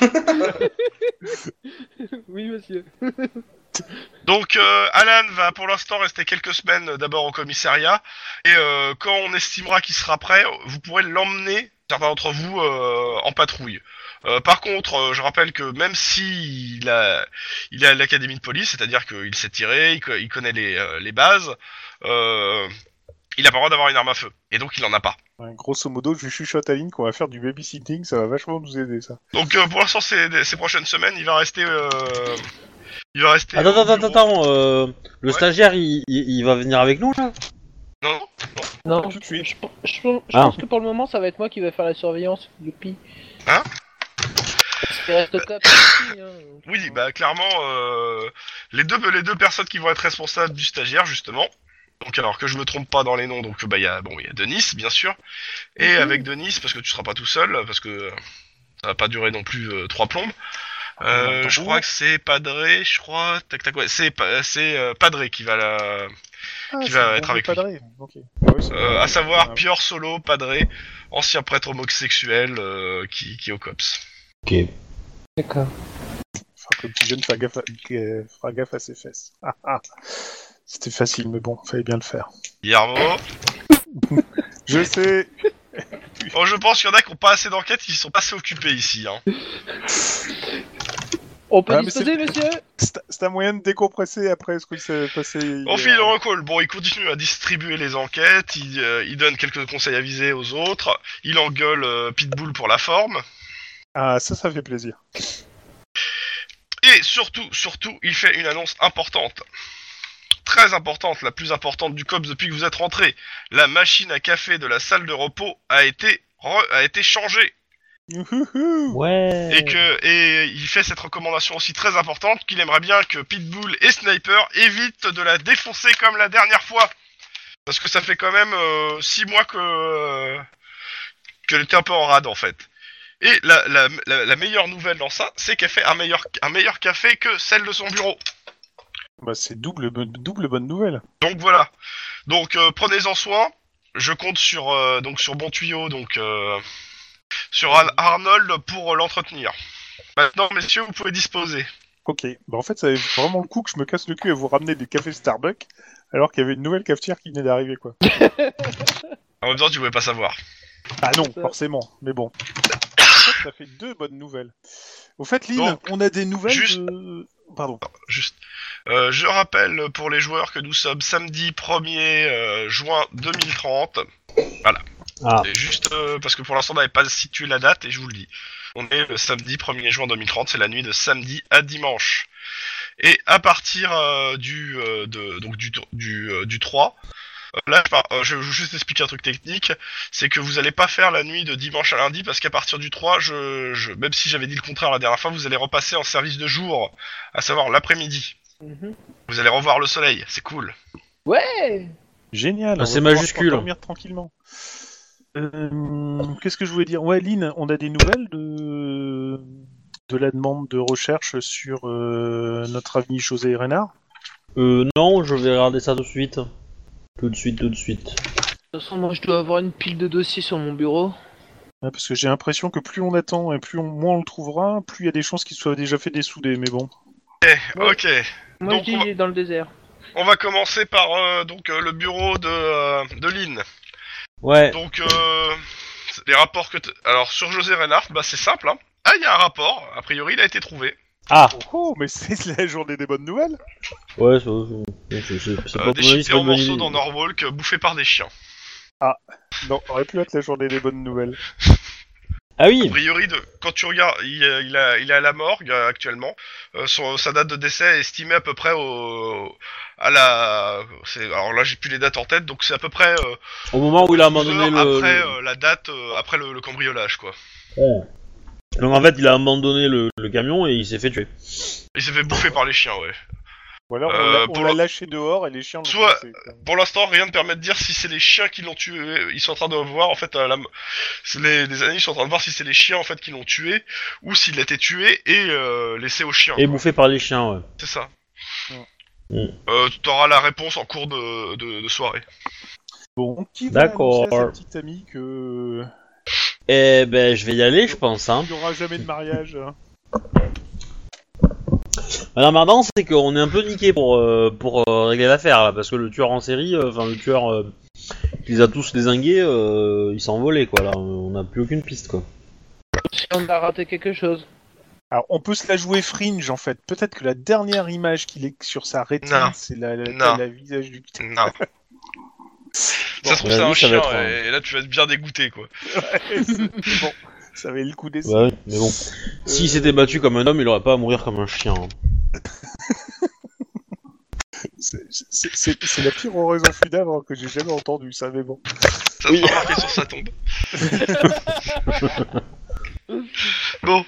C: Oui, monsieur.
A: Donc euh, Alan va pour l'instant rester quelques semaines euh, d'abord au commissariat et euh, quand on estimera qu'il sera prêt, vous pourrez l'emmener certains d'entre vous euh, en patrouille. Euh, par contre, euh, je rappelle que même si il a, il est à l'académie de police, c'est-à-dire qu'il sait tirer, il, co- il connaît les, euh, les bases, euh, il a pas le droit d'avoir une arme à feu et donc il en a pas.
B: Ouais, Grosso modo, je chuchote à Lynn qu'on va faire du babysitting, ça va vachement nous aider, ça.
A: Donc euh, pour l'instant, ces, ces prochaines semaines, il va rester, euh, il va rester. au
D: Attends, attends, attends,
A: bureau.
D: attends, euh, le
A: Ouais.
D: stagiaire il, il- il va venir avec nous là
A: Non, non.
C: Non,
B: Tout de suite.
C: je, je- je
D: Ah.
C: pense que pour le moment, ça va être moi qui va faire la surveillance, youpi.
A: Hein
C: Parce qu'il reste au top, aussi, hein, donc,
A: Oui,
C: euh,
A: bah clairement, euh, les, deux, les deux personnes qui vont être responsables du stagiaire, justement. Donc alors que je me trompe pas dans les noms, donc bah il y a bon il y a Denis bien sûr et
C: Mhm.
A: avec Denis parce que tu seras pas tout seul parce que euh, ça va pas durer non plus euh, trois plombes. Euh, je crois que c'est Padré, je crois tac tac ouais c'est pa- c'est euh, Padré qui va la
B: Ah,
A: Qui
B: c'est
A: va
B: bon,
A: être
B: le
A: avec
B: padré, ok. Ah ouais, c'est
A: euh,
B: bon.
A: à savoir
B: Ah,
A: Pior Solo Padré ancien prêtre homosexuel euh, qui qui est au cops.
D: Ok.
C: D'accord.
B: faut que le petit jeune fera gaffe à, euh, fera gaffe à ses fesses. Ah, ah. C'était facile, mais bon, fallait bien le faire.
A: Guillermo,
B: Je sais,
A: oh, je pense qu'il y en a qui ont pas assez d'enquêtes, qui sont pas assez occupés ici hein.
C: On peut
B: Ah, mais
C: disposer, monsieur
B: c'est c'est un moyen de décompresser après ce qui s'est passé. hier.
A: On file le recall. Bon, il continue à distribuer les enquêtes, il, euh, il donne quelques conseils avisés aux autres, il engueule euh, Pitbull pour la forme,
B: Ah, ça, ça fait plaisir.
A: et surtout, surtout, il fait une annonce importante. Très importante, la plus importante du COPS depuis que vous êtes rentré. La machine à café de la salle de repos a été, re- a été changée.
B: Youhouhou.
D: Ouais.
A: Et que et il fait cette recommandation aussi très importante qu'il aimerait bien que Pitbull et Sniper évitent de la défoncer comme la dernière fois. Parce que ça fait quand même 6 mois que euh, qu'elle était un peu en rade en fait. Et la, la, la, la meilleure nouvelle dans ça, c'est qu'elle fait un meilleur, un meilleur café que celle de son bureau.
B: Bah, c'est double, bo- double bonne nouvelle.
A: Donc voilà. Donc euh, prenez-en soin. Je compte sur euh, donc sur bon tuyau donc euh, sur Al- Arnold pour euh, l'entretenir. Maintenant messieurs vous pouvez disposer.
B: Ok, bah en fait, ça avait vraiment le coup que je me casse le cul à vous ramener des cafés Starbucks alors qu'il y avait une nouvelle cafetière qui venait d'arriver, quoi.
A: En même temps tu pouvais pas savoir.
B: Ah non,
C: Ça-
B: forcément, mais bon. En fait, ça fait deux bonnes nouvelles. Au fait, Lynn,
A: Donc,
B: on a des nouvelles
A: juste-
B: de... Pardon.
A: Juste. Euh, je rappelle pour les joueurs que nous sommes samedi 1er euh, juin 2030.
D: Ah.
A: C'est juste euh, parce que pour l'instant, on n'avait pas situé la date et je vous le dis. On est le samedi 1er juin 2030, c'est la nuit de samedi à dimanche. Et à partir euh, du, euh, de, donc du, du, euh, du 3, euh, là, je, par- euh, je vais juste expliquer un truc technique c'est que vous allez pas faire la nuit de dimanche à lundi parce qu'à partir du 3, je, je, même si j'avais dit le contraire la dernière fois, vous allez repasser en service de jour, à savoir l'après-midi.
C: Mhm.
A: Vous allez revoir le soleil, c'est cool.
C: Ouais
B: Génial.
D: Ah,
B: on
D: c'est
B: va pouvoir
D: majuscule.
B: s'endormir tranquillement. Euh, Qu'est-ce que je voulais dire Ouais, Lynn, on a des nouvelles de de la demande de recherche sur euh, notre avenue José Renard.
D: Euh, non, je vais regarder ça tout de suite. Tout de suite, tout de suite.
C: De toute façon, moi, je dois avoir une pile de dossiers sur mon bureau.
B: Ouais, parce que j'ai l'impression que plus on attend et plus on, moins on le trouvera, plus il y a des chances qu'il soit déjà fait dessoudé. Mais bon.
C: Ouais.
A: Ok,
C: Moi,
A: Donc,
C: je dis,
A: on va-
C: il est dans le désert.
A: on va commencer par euh, donc euh, le bureau de, euh, de Lynn.
D: Ouais.
A: Donc, euh, les rapports que... t- Alors, sur José Reinhardt, bah, c'est simple. Hein. Ah, il y a un rapport. A priori, il a été trouvé.
D: Ah
B: Oh, mais c'est la journée des bonnes nouvelles.
D: Ouais, c'est- c'est c'est- c'est- c'est
A: Euh,
D: pas bonne idée,
A: déchiqueté
D: c'est pas
A: en
D: une bonne
A: morceaux
D: idée.
A: dans Norwalk, euh, bouffé par des chiens.
B: Non, aurait pu être la journée des bonnes nouvelles.
D: Ah
A: A
D: oui
A: priori, de... quand tu regardes, il, est- il, a, il est à la morgue euh, actuellement. Euh, son- sa date de décès est estimée à peu près au... à la... c'est- Alors là, j'ai plus les dates en tête, donc c'est à peu près euh,
D: Au moment où il a abandonné
A: 12
D: le.
A: heures après
D: le-
A: euh, la date, euh, après le, le cambriolage, quoi.
D: Donc en fait, il a abandonné le, le camion et il s'est fait tuer.
A: Il s'est fait bouffer par les chiens, ouais.
B: Ou alors on
A: Euh,
B: l'a- on
A: pour
B: l'a
A: le-
B: lâché dehors et les chiens l'ont
A: Soit-
B: poussé, quoi.
A: Pour l'instant, rien ne permet de dire si c'est les chiens qui l'ont tué. Ils sont en train de voir, en fait, à la... c'est les, les analystes sont en train de voir si c'est les chiens en fait qui l'ont tué ou s'il a été tué et euh, laissé aux chiens.
D: Et bouffé par les chiens, ouais.
A: C'est ça.
D: Mm.
A: Euh, tu auras la réponse en cours de, de- de soirée.
B: Bon, qui va
D: D'accord.
B: annoncer à sa petite amie que euh,
D: Eh ben, je vais y aller, je pense, hein.
B: il n'y aura jamais de mariage hein.
D: Mais l'emmerdant, c'est qu'on est un peu niqué pour, euh, pour euh, régler l'affaire, là, parce que le tueur en série, euh, enfin, le tueur euh, qui les a tous désingués, euh, il s'est envolé, quoi, là. On n'a plus aucune piste, quoi.
C: Si on a raté quelque chose.
B: Alors, on peut se la jouer fringe en fait. Peut-être que la dernière image qu'il est sur sa
A: Non.
B: rétine, c'est la, la,
A: Non.
B: la visage du.
A: Non.
D: *laughs*
A: ça se trouve, c'est
D: bah oui,
A: un
D: ça va
A: chien
D: être un-
A: et, et là tu vas être bien dégoûté quoi. *laughs*
B: bon, ça avait le coup d'essai.
D: Ouais, mais bon. S'il s'était battu comme un homme, il aurait pas à mourir comme un chien. hein.
B: C'est- c'est- C'est c'est la pire oraison funèbre que j'ai jamais entendue, ça, mais bon.
A: Ça sera marqué sur sa
F: *laughs*
A: tombe. bon.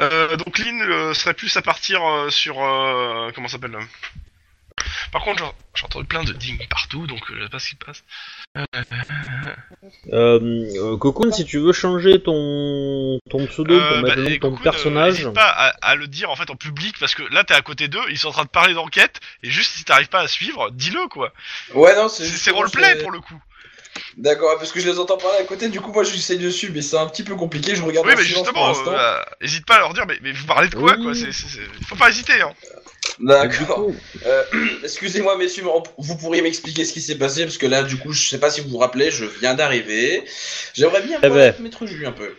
A: Euh, donc Lynn euh, serait plus à partir euh, sur... euh, comment ça s'appelle l'homme Par contre, j'en- j'ai entendu plein de ding partout, donc euh, je sais pas ce qui se passe.
D: Euh, euh, Cocoon, si tu veux changer ton, ton pseudo pour
A: Euh,
D: mettre
A: bah,
D: le nom de
A: et
D: ton
A: Cocoon, euh,
D: personnage.
A: n'hésite pas à, à le dire en fait en public parce que là t'es à côté d'eux, ils sont en train de parler d'enquête et juste si t'arrives pas à suivre, dis-le quoi.
F: Ouais, non, c'est. euh,
A: C'est c'est
F: justement,
A: roleplay
F: c'est-
A: pour le coup.
F: D'accord, parce que je les entends parler à côté, du coup, moi j'essaye dessus, mais c'est un petit peu compliqué, je regarde
A: Oui
F: en
A: mais
F: silence pour
A: justement,
F: l'instant.
A: euh, hésite pas à leur dire mais, mais vous parlez de quoi
D: Oui.
A: quoi. C'est- c'est- c'est- Faut pas hésiter hein.
D: bah, Du
F: D'accord.
D: coup,
F: Euh, Excusez-moi, messieurs, mais on- vous pourriez m'expliquer ce qui s'est passé, parce que là, du coup, je sais pas si vous vous rappelez, je viens d'arriver. J'aimerais bien
D: Eh
F: voir
D: ben.
F: Maître Jus un peu.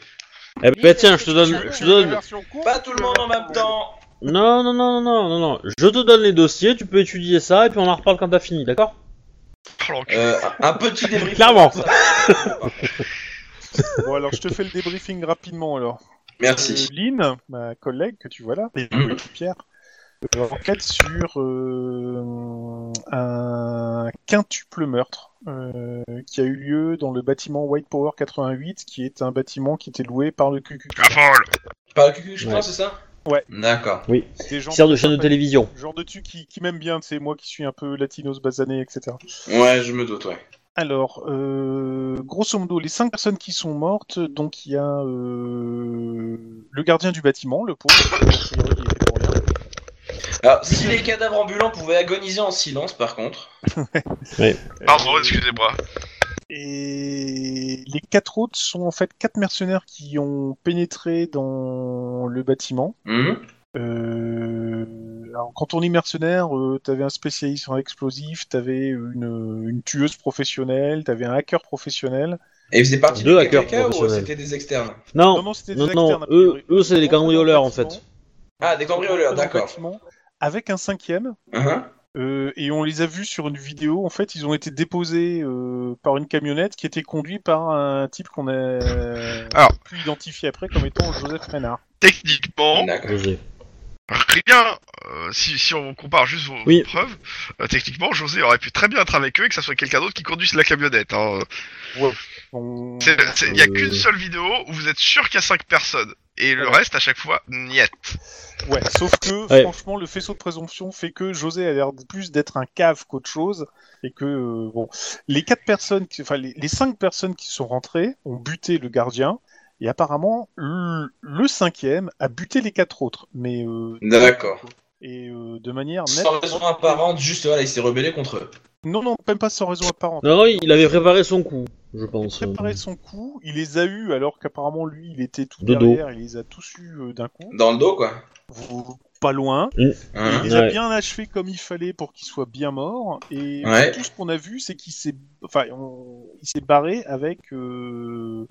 D: eh ben, tiens, je te donne, je te donne,
F: Pas tout le monde en même temps
D: non, non, non, non, non, non, non, je te donne les dossiers, tu peux étudier ça, et puis on en reparle quand t'as fini, d'accord?
A: Oh, l'enculé.
F: Euh, Un petit débrief.
D: Clairement.
B: Bon, alors, je te fais le débriefing rapidement, alors.
F: Merci.
B: Euh, Lynn, ma collègue que tu vois là, et
F: Mhm.
B: Pierre, euh, enquête sur euh, un quintuple meurtre euh, qui a eu lieu dans le bâtiment White Power 88, qui est un bâtiment qui était loué par le QQ.
A: Ah, folle.
F: Par le cul, je crois,
D: Ouais.
F: c'est ça
B: Ouais.
F: D'accord.
B: Des gens
D: Qui sert de chaîne de télévision.
B: Genre de tu qui, qui m'aime bien, c'est moi qui suis un peu latinos basané, etc.
F: Ouais, je me doute, ouais.
B: Alors, euh, grosso modo, les cinq personnes qui sont mortes, donc il y a euh, le gardien du bâtiment, le pauvre, a priori, il était pour rien.
F: Alors, si les cadavres ambulants pouvaient agoniser en silence, par contre.
D: Euh,
A: Pardon, excusez-moi.
B: Et les quatre autres sont en fait quatre mercenaires qui ont pénétré dans le bâtiment.
F: Mhm.
B: Euh, Alors, quand on est mercenaire, euh, t'avais un spécialiste en explosifs, t'avais une, une tueuse professionnelle, t'avais un hacker professionnel.
F: Et ils faisaient partie
D: Deux
F: de
D: hackers
F: quelqu'un ou
D: professionnels.
F: c'était des externes
D: Non,
B: Non, non, c'était des
D: non,
B: externes.
D: non,
B: a priori.
D: eux, eux c'est
B: Ils
D: les
B: sont rentrés dans le
D: cambrioleurs, en fait.
B: bâtiment,
F: Ah, des
B: ils sont rentrés
F: cambrioleurs,
B: dans le
F: d'accord.
B: bâtiment Avec un cinquième
F: Hein
B: Euh, et on les a vus sur une vidéo. En fait, ils ont été déposés euh, par une camionnette qui était conduite par un type qu'on a
A: Alors.
B: pu identifier après comme étant Joseph Ménard.
A: Techniquement,
F: D'accord.
D: José.
A: rien. euh, si, si on compare juste vos
D: Oui.
A: preuves, euh, techniquement, José aurait pu très bien être avec eux et que ça soit quelqu'un d'autre qui conduise la camionnette. hein.
B: On-
A: C'est- c'est- Il n'y a
D: Euh.
A: qu'une seule vidéo où vous êtes sûr qu'il y a 5 personnes. Et le reste, à chaque fois, niette.
B: Ouais, sauf que
D: Ouais.
B: franchement, le faisceau de présomption fait que José a l'air de- plus d'être un cave qu'autre chose, et que euh, bon, les quatre personnes, qui- enfin les, les cinq personnes qui sont rentrées ont buté le gardien, et apparemment le, le cinquième a buté les quatre autres, mais euh,
F: D'accord.
B: et euh, de manière nette.
F: Sans raison apparente, juste voilà, il s'est rebellé contre eux.
B: Non, non, même pas sans raison apparente.
D: Non, non, il avait préparé son coup, je pense.
B: Il a préparé son coup, il les a eus alors qu'apparemment lui, il était tout
D: Dodo.
B: derrière, il les a tous eus euh, d'un coup,
F: Dans le dos, quoi.
B: Vous- pas loin.
F: Hein
B: Il les a
D: Ouais.
B: bien achevé comme il fallait pour qu'il soit bien mort. Et
F: Ouais.
B: tout ce qu'on a vu, c'est qu'il s'est, enfin, on- il s'est barré avec euh,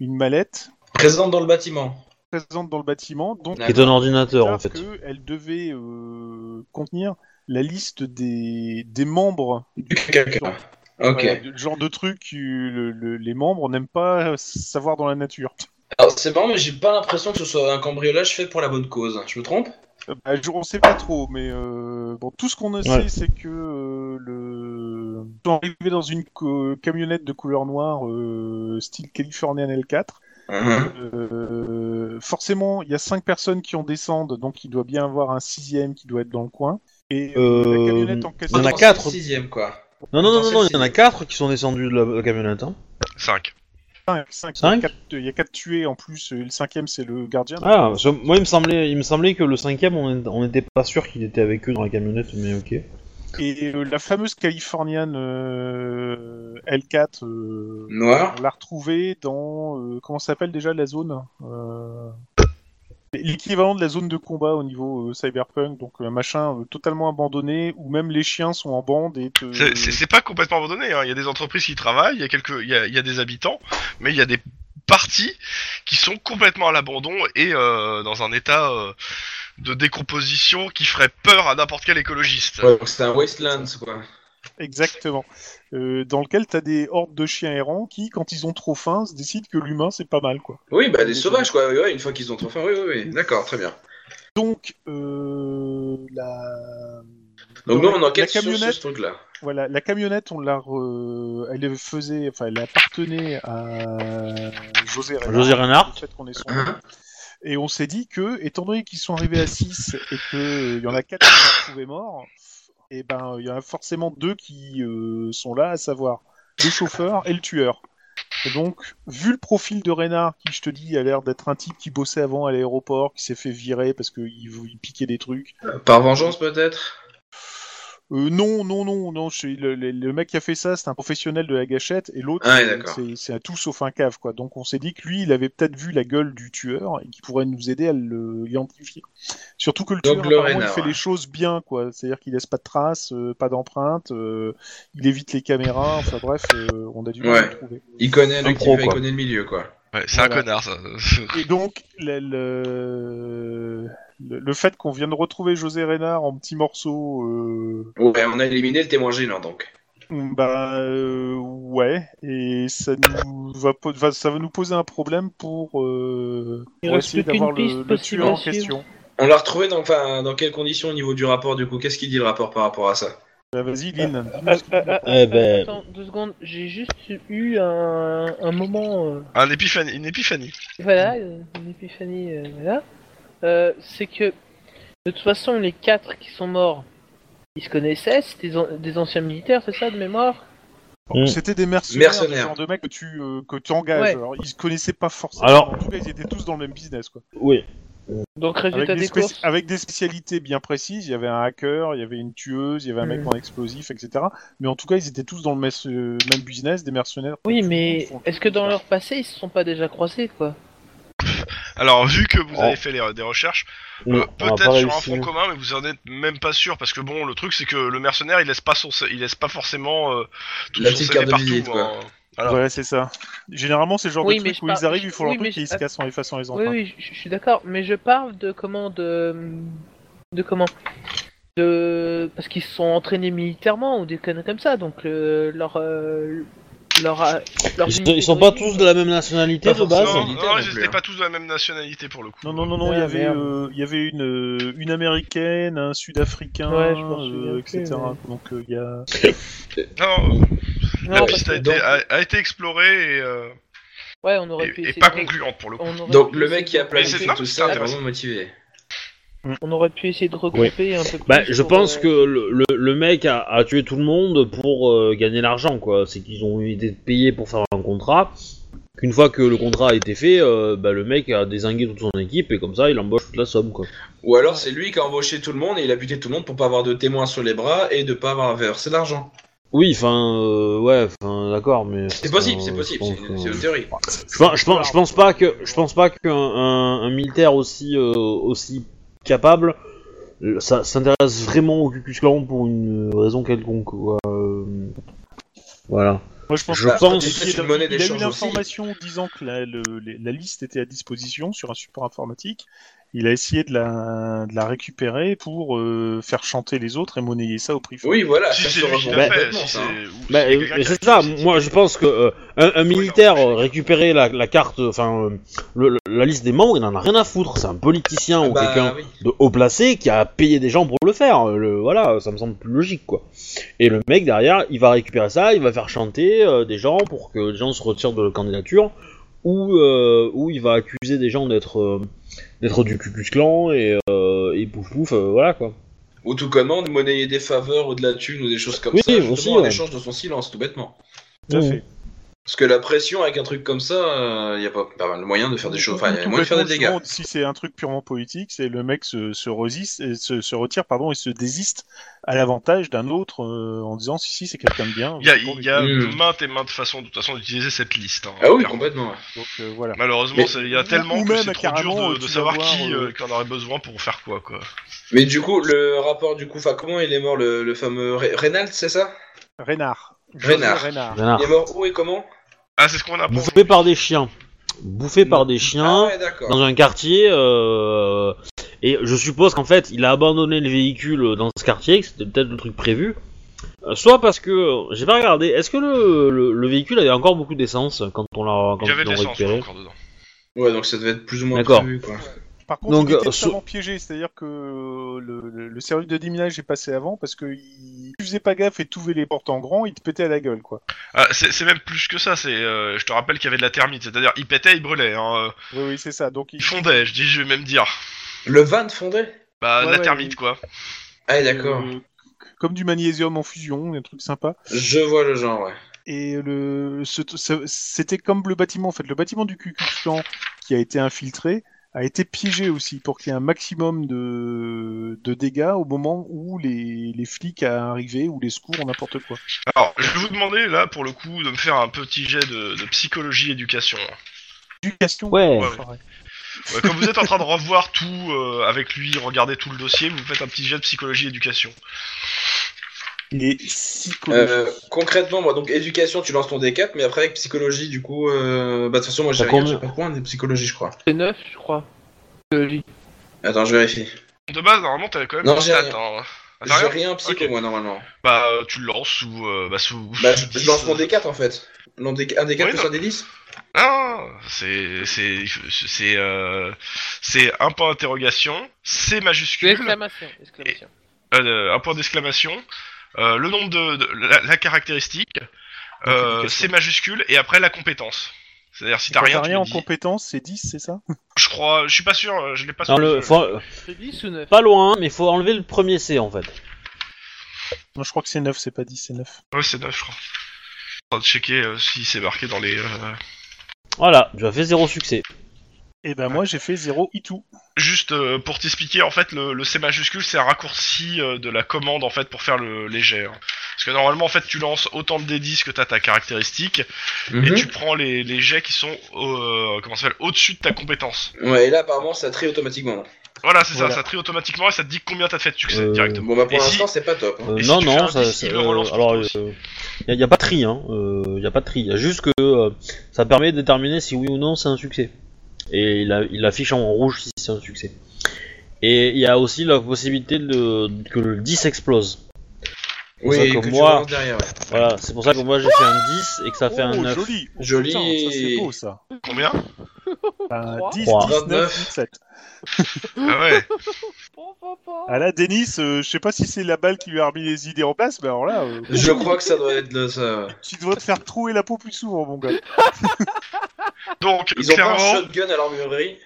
B: une mallette
F: Présente dans le bâtiment.
B: présente dans le bâtiment, donc
D: Qui est un ordinateur, en
B: c'est-à-dire
D: fait.
B: que elle devait euh, contenir la liste des, des membres.
F: Quelqu'un. Ok.
B: Voilà, le genre de truc que le- le- les membres n'aiment pas savoir dans la nature.
F: Alors c'est marrant, mais j'ai pas l'impression que ce soit un cambriolage fait pour la bonne cause. Je me trompe
B: Euh, bah, je- on sait pas trop, mais euh, bon, tout ce qu'on sait,
D: Ouais.
B: c'est que euh, le... ils sont arrivés dans une co- camionnette de couleur noire, euh, style Californian L4. Uh-huh.
F: Mhm.
B: Euh, forcément, il y a cinq personnes qui en descendent, donc il doit bien y avoir un sixième qui doit être dans le coin. Et euh,
D: Euh,
B: la camionnette en
D: Il y en a
B: question,
F: Attends,
D: quatre.
F: c'est le Sixième, quoi.
D: Non, non, non, non, non, il y en a
F: Celle-ci.
D: quatre qui sont descendus de la la camionnette. Hein.
A: 5.
B: cinq, cinq, il
D: Cinq
B: y a quatre- il y a quatre tués en plus, et le cinquième c'est le gardien.
D: Ah, parce que moi, il me semblait, il me semblait que le cinquième, on on n'était pas sûr qu'il était avec eux dans la camionnette, mais ok.
B: Et euh, la fameuse Californian euh, L4, euh,
F: Noir.
B: On l'a retrouvé dans euh, comment ça s'appelle déjà la zone Euh, L'équivalent de la zone de combat au niveau euh, cyberpunk, donc un machin euh, totalement abandonné où même les chiens sont en bande et te-
A: C'est- C'est c'est pas complètement abandonné. hein. Il y a des entreprises qui travaillent, il y a quelques, il y a, il y a des habitants, mais il y a des parties qui sont complètement à l'abandon et euh, dans un état euh, de décomposition qui ferait peur à n'importe quel écologiste.
F: Ouais, donc c'est un wasteland, quoi.
B: exactement Euh, dans lequel t'as des hordes de chiens errants qui, quand ils ont trop faim, se décident que l'humain c'est pas mal quoi.
F: Oui, bah des sauvages, quoi. Ouais, ouais, une fois qu'ils ont trop faim, oui, oui, oui. D'accord, très bien.
B: Donc euh, la
F: Donc nous,
B: Dans
F: on
B: la-
F: enquête
B: la
F: sur
B: camionnette-
F: ce truc-là.
B: Voilà, la camionnette, on l'a, re- elle faisait, enfin, elle appartenait à José Renard.
D: José Reinhardt.
B: Le fait qu'on ait son
F: Hein
B: nom. Et on s'est dit que, étant donné qu'ils sont arrivés à 6 et qu'il y en a 4 qui sont retrouvés morts, et ben, il y en a forcément deux qui euh, sont là, à savoir le chauffeur et le tueur. Et donc, vu le profil de Renard, qui, je te dis, a l'air d'être un type qui bossait avant à l'aéroport, qui s'est fait virer parce qu'il il piquait des trucs,
F: Par vengeance, peut-être
B: euh, non, non, non, non. c'est Le, le- le mec qui a fait ça, c'est un professionnel de la gâchette, et l'autre,
F: Ah ouais,
B: euh,
F: d'accord.
B: c'est- c'est un tout sauf un cave, quoi. Donc on s'est dit que lui, il avait peut-être vu la gueule du tueur et qu'il pourrait nous aider à le- l'identifier. Surtout que le
F: Donc
B: tueur,
F: le
B: apparemment, il
F: renard,
B: fait
F: ouais.
B: les choses bien, quoi. C'est-à-dire qu'il laisse pas de traces, euh, pas d'empreintes, euh, il évite les caméras. Enfin bref, euh, on a du mal à
F: Ouais.
B: le trouver.
F: Il connaît le
D: pro,
F: type, il
D: quoi.
F: connaît le milieu, quoi.
A: Ouais, c'est
B: Voilà.
A: un connard ça. *laughs*
B: Et donc, le, le- le- le fait qu'on vienne de retrouver José Reynard en petits morceaux. euh,
F: Ouais, on a éliminé le témoin gênant, donc.
B: Bah euh, ouais, et ça nous va, po- va- ça va nous poser un problème pour, euh,
C: Il
B: pour
C: reste
B: essayer
C: plus
B: d'avoir
C: qu'une
B: le,
C: piste
B: le
C: possible
B: tueur en
C: à suivre.
B: question.
F: On l'a retrouvé dans, enfin, dans quelles conditions au niveau du rapport, du coup Qu'est-ce qu'il dit le rapport par rapport à ça
B: Bah, Vas-y, Lynn.
C: Ah, ah, ah, ah,
D: Eh ben.
C: Attends, deux secondes, j'ai juste eu un, un moment. euh,
A: Un épiphanie, une épiphanie.
C: Voilà, euh, une épiphanie, euh, voilà. Euh, c'est que, de toute façon, les quatre qui sont morts, ils se connaissaient, c'était des, an- des anciens militaires, c'est ça, de mémoire
D: Mm.
B: C'était des mercenaires,
F: Mercenaires.
B: le genre de mecs que tu, euh, que tu engages.
C: Ouais.
B: Alors, ils se connaissaient pas forcément.
D: Alors-
B: En tout cas, ils étaient tous dans le même business. Quoi.
D: Oui.
C: Donc,
B: Avec,
C: résultat
B: des
C: des
B: spéci-
C: courses.
B: avec des spécialités bien précises. Il y avait un hacker, il y avait une tueuse, il y avait un mec
C: Mm.
B: en explosif, etc. Mais en tout cas, ils étaient tous dans le mes- euh, même business, des mercenaires.
C: Oui, mais est-ce que dans leur passé, ils se sont pas déjà croisés, quoi
A: Alors vu que vous
D: Oh.
A: avez fait les- des recherches,
D: Non,
A: Euh,
D: on va
A: Peut-être
D: pas
A: sur un
D: réussir.
A: front commun, mais vous en êtes même pas sûr parce que bon, le truc c'est que le mercenaire il laisse pas son, il laisse pas forcément euh, tout
F: La
A: son
F: petite
A: CV
F: carte de
A: partout.
F: visite, quoi.
A: hein. Voilà.
B: Ouais, c'est ça. Généralement, c'est le genre
C: Oui,
B: de
C: mais
B: truc
C: je
B: où
C: par-
B: ils arrivent, ils font
C: oui,
B: leur
C: mais
B: truc et ils
C: je-
B: se cassent en effaçant les empreintes.
C: Oui, oui, je je suis d'accord, mais je parle de comment de. de comment de parce qu'ils se sont entraînés militairement ou des conneries comme ça, donc euh, leur euh, leur euh, leur
D: Ils,
C: unité
D: ils sont pas
C: de-
D: tous de la même nationalité
F: Pas
D: de base.
F: forcément.
A: non,
F: militaire
A: non,
F: non
A: ils
F: plus,
A: étaient
F: hein.
A: pas tous de la même nationalité pour le coup.
B: Non, non, non, non, il y
C: Ah,
B: avait,
C: merde.
B: euh, il y avait une, euh, une américaine, un sud-africain,
C: Ouais, je m'en souviens
B: euh,
C: plus,
B: etc.
C: mais-
B: Donc euh, il y a.
A: Non,
C: Non,
A: la
C: parce
A: piste
C: que-
A: a été, a- a été explorée et, euh,
C: Ouais, on aurait
A: et-
C: pu
A: et
C: essayer
A: pas
C: de-
A: concluante pour le coup.
C: on aurait
F: Donc
C: pu
F: le
C: essayer
F: mec qui a
C: de-
A: Mais
F: planifié
A: c'est-
F: tout
A: non,
F: ça est
A: c'est
F: vraiment motivé.
C: On aurait pu essayer de regrouper un peu plus.
D: Bah, je
C: pour,
D: pense
C: euh,
D: que le, le- le mec a, a tué tout le monde pour euh, gagner l'argent, quoi. C'est qu'ils ont été payés pour faire un contrat. Qu'une fois que le contrat a été fait, euh, bah, le mec a désingué toute son équipe et comme ça, il embauche toute la somme, quoi.
F: Ou alors c'est lui qui a embauché tout le monde et il a buté tout le monde pour pas avoir de témoins sur les bras et de pas avoir versé l'argent.
D: Oui, enfin, euh, ouais, enfin, d'accord, mais.
F: C'est possible,
D: euh,
F: c'est
D: je
F: possible,
D: pense
F: c'est
D: que-
F: c'est une théorie.
D: Je pense, je pense, je pense pas que je pense pas qu'un un, un militaire aussi euh, aussi capable euh, ça s'intéresse vraiment au Cucus Clan pour une euh, raison quelconque. quoi, euh, voilà.
B: Moi, je pense
D: Je
B: que-
D: pense-
B: il,
F: C'est
B: y a-
F: une monnaie
B: il a eu
F: d'échange aussi.
B: l'information disant que la, le- les- la liste était à disposition sur un support informatique. Il a essayé de la, de la récupérer pour euh, faire chanter les autres et monnayer ça au prix fort.
F: Oui, voilà,
A: Si
F: ça
A: c'est
F: se
A: lui qui
F: rejoint
A: l'a fait,
F: complètement
A: si
F: ça. hein.
A: c'est. ou
D: Bah,
A: s'il y a
D: euh,
A: quelqu'un
D: mais
A: qui a
D: c'est
A: fait
D: ça.
A: cette
D: Moi, je
A: idée.
D: pense que euh, un, un militaire euh, récupérer la, la carte, enfin euh, le- le- la liste des membres, il en a rien à foutre. C'est un politicien ou
F: Bah,
D: quelqu'un
F: oui.
D: de haut placé qui a payé des gens pour le faire. Euh, Le, voilà, ça me semble plus logique, quoi. Et le mec derrière, il va récupérer ça, il va faire chanter euh, des gens pour que les gens se retirent de la candidature, ou euh, ou il va accuser des gens d'être euh, d'être du cucus clan et, euh, et pouf pouf, euh, voilà quoi.
F: Ou tout comment, de monnayer des faveurs ou de la thune ou des choses comme
D: Oui,
F: ça, justement,
D: aussi,
F: en
D: ouais.
F: échange de son silence, tout bêtement.
B: Tout à fait.
F: Parce que la pression avec un truc comme ça, il y a pas, pas mal de moyens de faire des choses, enfin, il y a moyen de faire des dégâts.
B: Complètement, Si c'est un truc purement politique, c'est le mec se, se, resiste, et se, se retire pardon, et se désiste à l'avantage d'un autre euh, en disant si, si, c'est quelqu'un de bien.
A: Il y a,
B: c'est pour
A: il
B: lui.
A: y a
F: Hmm.
A: maintes et maintes façons de toute façon d'utiliser cette liste. hein,
F: Ah oui,
A: clairement.
F: complètement. ouais.
B: Donc, euh, voilà.
A: Malheureusement,
F: Mais-
A: c'est- il y a
B: Ou-
A: tellement
B: ou
A: que
B: même,
A: c'est trop dur
B: carrément,
A: de,
B: tu
A: de
B: vas
A: savoir
B: voir,
A: qui
B: euh,
A: euh, qui en aurait besoin pour faire quoi quoi.
F: Mais du coup, le rapport du coup, enfin, comment il est mort, le, le fameux Re- Reynald, c'est ça
B: Reynard.
F: Reynard.
B: José Reynard.
D: Voilà.
F: Il est mort où et comment
A: Ah, c'est ce qu'on a pour
D: Bouffé par des chiens, bouffé par des
F: Ah
D: chiens
F: ouais, d'accord.
D: dans un quartier. euh, et je suppose qu'en fait, il a abandonné le véhicule dans ce quartier, que c'était peut-être le truc prévu. Euh, Soit parce que euh, j'ai pas regardé. Est-ce que le, le, le véhicule avait encore beaucoup d'essence quand on l'a quand
A: Il y avait
D: ils
A: de
D: l'ont
A: l'essence
D: récupéré
A: encore dedans.
F: Ouais, donc ça devait être plus ou moins
D: D'accord.
F: prévu, quoi.
B: Par contre,
D: Donc,
B: il était
D: euh, so-
B: totalement piégé, c'est-à-dire que euh, le, le- le service de déminage est passé avant parce que il tu faisais pas gaffe et t'ouvrais les portes en grand, il te pétait à la gueule, quoi.
A: Ah, c'est c'est même plus que ça. C'est, euh, je te rappelle qu'il y avait de la thermite, c'est-à-dire il pétait, il brûlait, hein, euh,
B: Oui, oui, c'est ça. Donc, il...
A: il fondait. Je dis, je vais même dire,
F: Le van fondé
A: bah de
B: Ouais,
A: la
B: ouais,
A: thermite
B: oui.
A: quoi.
F: Ah, d'accord.
B: euh, comme du magnésium en fusion, un truc sympa.
F: Je vois le genre, ouais.
B: Et le, ce- ce- c'était comme le bâtiment, en fait. Le bâtiment du Ku Klux Klan qui a été infiltré a été piégé aussi pour qu'il y ait un maximum de, de dégâts au moment où les, les flics arrivaient ou les secours ou n'importe quoi.
A: Alors, je vais vous demander là pour le coup de me faire un petit jet de, de psychologie éducation.
B: Éducation.
D: Ouais.
A: Ouais, Ouais, quand vous êtes en train de revoir tout euh, avec lui, regardez tout le dossier, vous faites un petit jet de psychologie éducation.
B: Il est psychologique.
F: Euh, concrètement, moi, donc éducation, tu lances ton D4, mais après, avec psychologie, du coup, euh... bah, de toute façon, moi, j'ai
D: T'as
F: rien,
D: combien
F: j'ai pas de point de psychologie, je crois.
C: C'est neuf, je crois. Euh, lui-
F: Attends, je vérifie.
A: De base, normalement, t'as quand même
F: Non,
A: une
F: j'ai
A: stat,
F: rien.
A: hein. Ah, t'as
F: J'ai
A: rien
F: rien psycho,
A: Ok.
F: moi, normalement.
A: Bah, euh, tu le lances sous. euh, bah, sous.
F: Bah, je,
A: sous
F: je
A: 10,
F: lance mon
A: euh.
F: D4, en fait. Mon D- Un D4
A: Oui,
F: plus
A: non.
F: un D10
A: Ah, c'est. C'est. C'est. euh, c'est un point d'interrogation, C majuscule,
C: Exclamation, exclamation.
A: euh, un point d'exclamation, euh, le nombre de. de- la, la caractéristique, euh,
B: Multiplication.
A: C majuscule, et après la compétence. C'est-à-dire, si t'as
B: Quand
A: rien,
B: t'as
A: tu
B: rien en
A: le dis.
B: compétence, c'est 10, c'est ça
A: Je crois. Je suis pas sûr, euh, je l'ai pas
D: Dans
A: sur
D: le,
A: jeu.
D: faut-
C: C'est 10 ou 9
D: pas loin, mais faut enlever le premier C en fait.
B: Non, je crois que c'est 9, c'est pas 10, c'est 9.
A: Ouais, c'est 9, je crois. En train de checker euh, si c'est marqué dans les. euh,
D: Voilà, tu as fait zéro succès.
B: Et ben moi, j'ai fait 0 itou.
A: Juste euh, pour t'expliquer, en fait, le, le C majuscule, c'est un raccourci euh, de la commande, en fait, pour faire le léger. hein. Parce que normalement, en fait, tu lances autant de D10 que t'as ta caractéristique,
D: Mhm.
F: Mhm.
A: et tu prends les, les jets qui sont au- euh, comment ça s'appelle, au-dessus de ta compétence.
F: Ouais, et là, apparemment, ça trie automatiquement.
A: Voilà, c'est
B: Voilà.
A: ça, ça trie automatiquement et ça te dit combien t'as fait de succès,
D: Euh,
A: directement.
F: Bon, bah, pour
A: Et si-
F: l'instant, c'est pas top. hein.
D: Euh,
A: Et si
D: non,
A: tu fais
D: non,
A: un
D: ça,
A: 10,
D: ça-
A: il le
D: euh,
A: relance pour
D: alors,
A: toi aussi.
D: il n'y a, pas de tri, hein. euh, y a pas de tri. Il y a juste que euh, ça permet de déterminer si oui ou non c'est un succès. Et il, a- il affiche en rouge si c'est un succès. Et il y a aussi la possibilité de, que le 10 explose. C'est pour ça
F: Oui,
D: que
F: que tu
D: moi-
F: relances derrière. ouais.
D: Voilà, c'est pour ça que moi j'ai fait un 10 et que ça fait un
B: Oh,
D: 9.
B: Joli. Oh,
F: Joli.
B: putain, ça, c'est beau ça.
F: *laughs*
A: Combien
B: Ben,
C: Trois.
B: 10,
D: Trois.
B: 19,
F: 29.
B: 17.
A: Ah ouais.
B: Ah là, Denis, euh, je sais pas si c'est la balle qui lui a remis les idées en place, mais alors là, euh,
F: Je crois que ça doit être le- ça.
B: tu dois te faire trouer la peau plus souvent, mon gars.
A: Donc
F: Ils ont pas un
A: clairement,
F: shotgun à l'armurerie.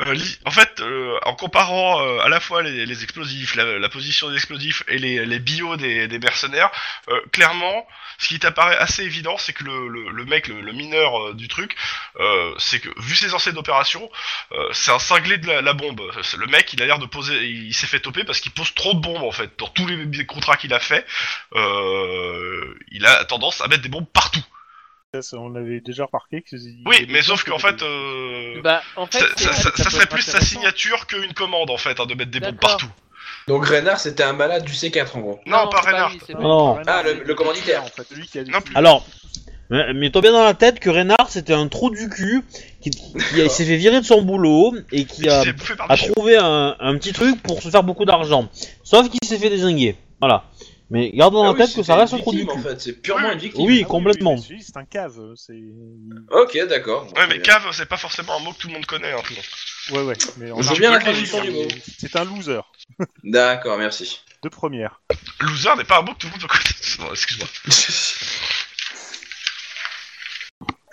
A: euh, li- en fait, euh, en comparant euh, à la fois les, les explosifs, la, la position des explosifs et les, les bio des, des mercenaires, euh, clairement, ce qui t'apparaît assez évident, c'est que le, le, le mec, le, le mineur euh, du truc, euh, c'est que vu ses anciennes opérations, euh, c'est un cinglé de la, la bombe. C'est- Le mec, il a l'air de poser, il s'est fait toper parce qu'il pose trop de bombes en fait. Dans tous les b- contrats qu'il a fait, euh, il a tendance à mettre des bombes partout.
B: Ça, ça, on avait déjà remarqué que. il y
A: Oui,
B: avait
A: mais
B: des
A: sauf
B: gens
A: qu'en
B: qui-
A: fait. Euh...
C: Bah, en fait,
A: Ça,
C: c'est
A: ça-
C: vrai
A: ça-
C: que
A: ça
C: peut
A: serait
C: être
A: plus sa
C: intéressant.
A: signature qu'une commande en fait, hein, de mettre des bombes
C: D'accord.
A: partout.
F: Donc Renard, c'était un malade du C4 en gros.
A: Non, pas
C: c'est
A: Reinhardt.
C: lui, c'est
B: Ah,
C: pas
D: Non.
B: Renard,
F: Ah, le-
B: c'est-
F: le commanditaire.
B: En fait, lui qui a
A: Non plus.
D: Alors, mais, mais t'as bien dans la tête que Reynard c'était un trou du cul qui, qui a- s'est fait virer de son boulot et qui a,
A: C'est bouffé par
D: a
A: des chiens.
D: trouvé un, un petit truc pour se faire beaucoup d'argent. Sauf qu'il s'est fait désinguer. Voilà. Mais gardons
F: Ah
D: en
F: oui,
D: tête que
F: c'était
D: ça reste
F: une
D: un trou du
F: victime,
D: cul.
F: en fait, c'est purement une victime.
D: Oui,
B: Ah
D: complètement.
B: oui, oui, c'est un cave. euh, C'est.
F: Ok, d'accord.
A: Ouais, mais cave, c'est pas forcément un mot que tout le monde connaît. Hein, tout le monde.
B: Ouais, ouais. Mais on
F: Je
B: a-
F: veux bien la
A: Arthur
F: traduction du mot.
B: C'est un loser
F: D'accord, *laughs* merci.
B: de première.
A: Loser n'est pas un mot que tout le monde peut
F: *laughs*
A: connaître. Non, Excuse-moi.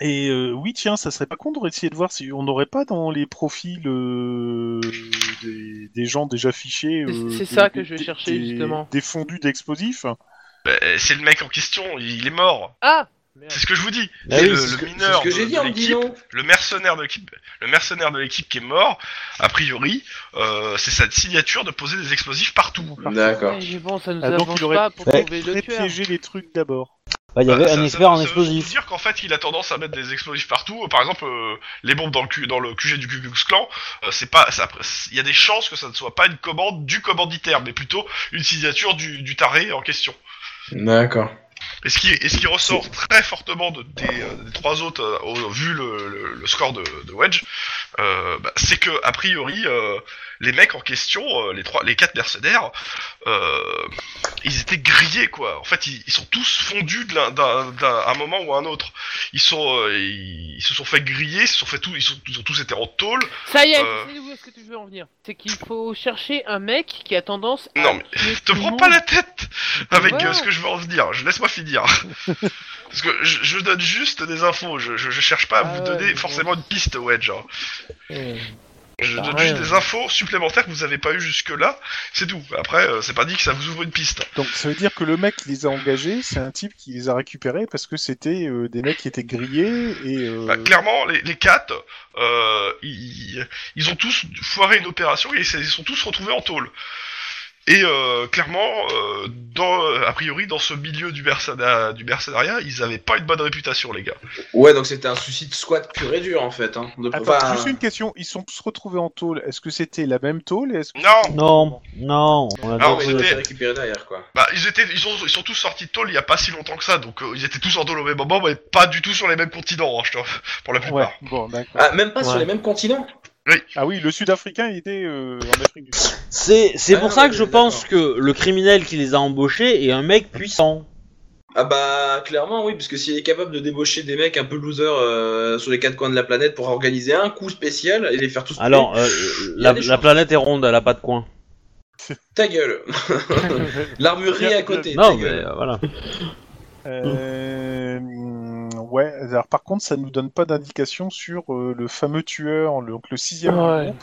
B: Et euh, oui, tiens, ça serait pas con de essayer de voir si on n'aurait pas dans les profils euh, des, des gens déjà fichés.
C: C'est-
B: euh,
C: c'est
B: des-
C: ça que
B: des-
C: je vais chercher,
B: des-
C: justement.
B: Des fondus d'explosifs.
A: Bah, c'est le mec en question, il est mort.
C: Ah Merde.
A: C'est ce que je vous dis.
D: Bah
A: c'est
D: oui,
A: le,
F: C'est ce
A: le
F: que- c'est
A: mineur
F: ce que
A: de-
F: j'ai dit
A: de
F: en me
A: l'équipe,
F: disant.
A: le mercenaire de l'équipe, le mercenaire de l'équipe qui est mort. A priori, euh, c'est sa signature de poser des explosifs partout.
F: D'accord.
C: Ouais, mais bon, ça nous
B: Ah, donc,
C: avance
B: il aurait
C: pas pour
D: Ouais.
C: trouver le
B: Très
C: tueur.
B: piéger les trucs d'abord.
D: Bah, il y
A: Bah,
D: avait
F: Ah,
A: ça-
D: un
A: ça-
D: expert en
A: ça veut
D: explosif.
A: dire qu'en fait, il a tendance à mettre des explosifs partout. Euh, Par exemple, euh, les bombes dans le, Q- dans le QG du Ku Klux Klan, euh, c'est pas, ça- il y a des chances que ça ne soit pas une commande du commanditaire, mais plutôt une signature du, du taré en question.
F: D'accord.
A: Et ce qui, et ce qui ressort très fortement de, des, euh, des trois autres, euh, au- vu le, le- le score de, de Wedge, euh, bah, c'est que a priori, euh, les mecs en question, euh, les trois, les quatre mercenaires, euh, ils étaient grillés quoi. En fait, ils, ils sont tous fondus de l'un- d'un d'un- un moment ou à un autre. Ils sont, euh, ils, ils se sont fait griller, ils se sont fait tout, ils, sont, ils ont tous été en tôle.
C: Ça y est,
A: Euh.
C: c'est où est-ce que tu veux en venir C'est qu'il faut chercher un mec qui a tendance à...
A: Non, mais
C: tuer
A: Te
C: tout le
A: prends
C: monde.
A: pas la tête avec
C: Ouais.
A: euh, ce que je veux en venir. Je laisse-moi
C: *laughs*
A: finir. Parce que je, je donne juste des infos. Je, je, je cherche pas à
C: Ah
A: vous
C: ouais,
A: donner
C: mais bon.
A: forcément une piste, Wedge. hein.
C: Euh,
A: Je
C: Bah
A: donne
C: ouais.
A: juste des infos supplémentaires que vous avez pas eu jusque-là. C'est tout. Après, euh, c'est pas dit que ça vous ouvre une piste.
B: Donc ça veut dire que le mec qui les a engagés, c'est un type qui les a récupérés parce que c'était euh, des mecs qui étaient grillés et. euh,
A: Bah, clairement, les, les quatre, euh, ils, ils ont tous foiré une opération et ils se ils se sont tous retrouvés en tôle. Et euh, clairement, euh, dans, a priori, dans ce milieu du, mercena- du mercenariat, ils avaient pas une bonne réputation, les gars.
F: Ouais, donc c'était un souci de squat pur et dur en fait. Hein. De...
B: Attends,
F: enfin,
B: juste une question. Ils sont tous retrouvés en tôle. Est-ce que c'était la même tôle et est-ce que...
A: Non,
D: Non, non, on a
A: Alors,
F: mais
D: dit-
F: il a
A: c'était-
F: été récupéré derrière quoi.
A: Bah, ils étaient, ils sont, ils sont tous sortis de tôle il y a pas si longtemps que ça, donc euh, ils étaient tous en tôle au même moment, mais pas du tout sur les mêmes continents, hein, je te- pour la plupart.
B: Ouais. Bon, d'accord.
F: Ah, même pas sur
D: Ouais.
F: les mêmes continents
B: Ah oui, le Sud-Africain il était euh, en Afrique du Sud.
D: C'est c'est
F: Ah,
D: pour
F: non,
D: ça
F: mais
D: que je
F: d'accord.
D: pense que le criminel qui les a embauchés est un mec puissant.
F: Ah bah clairement oui, parce que s'il est capable de débaucher des mecs un peu losers euh, sur les quatre coins de la planète pour organiser un coup spécial et les faire tous
D: Alors, euh,
F: y a
D: la,
F: des
D: la
F: chances.
D: planète est ronde, elle a pas de coin.
F: couper, ta *laughs* gueule *laughs* L'armurerie est à côté, ta
D: Non, mais
F: gueule
D: euh, voilà.
B: Euh, Ouais. Alors par contre, ça nous donne pas d'indication sur euh, le fameux tueur, le, donc le sixième du
C: Ouais.
B: groupe.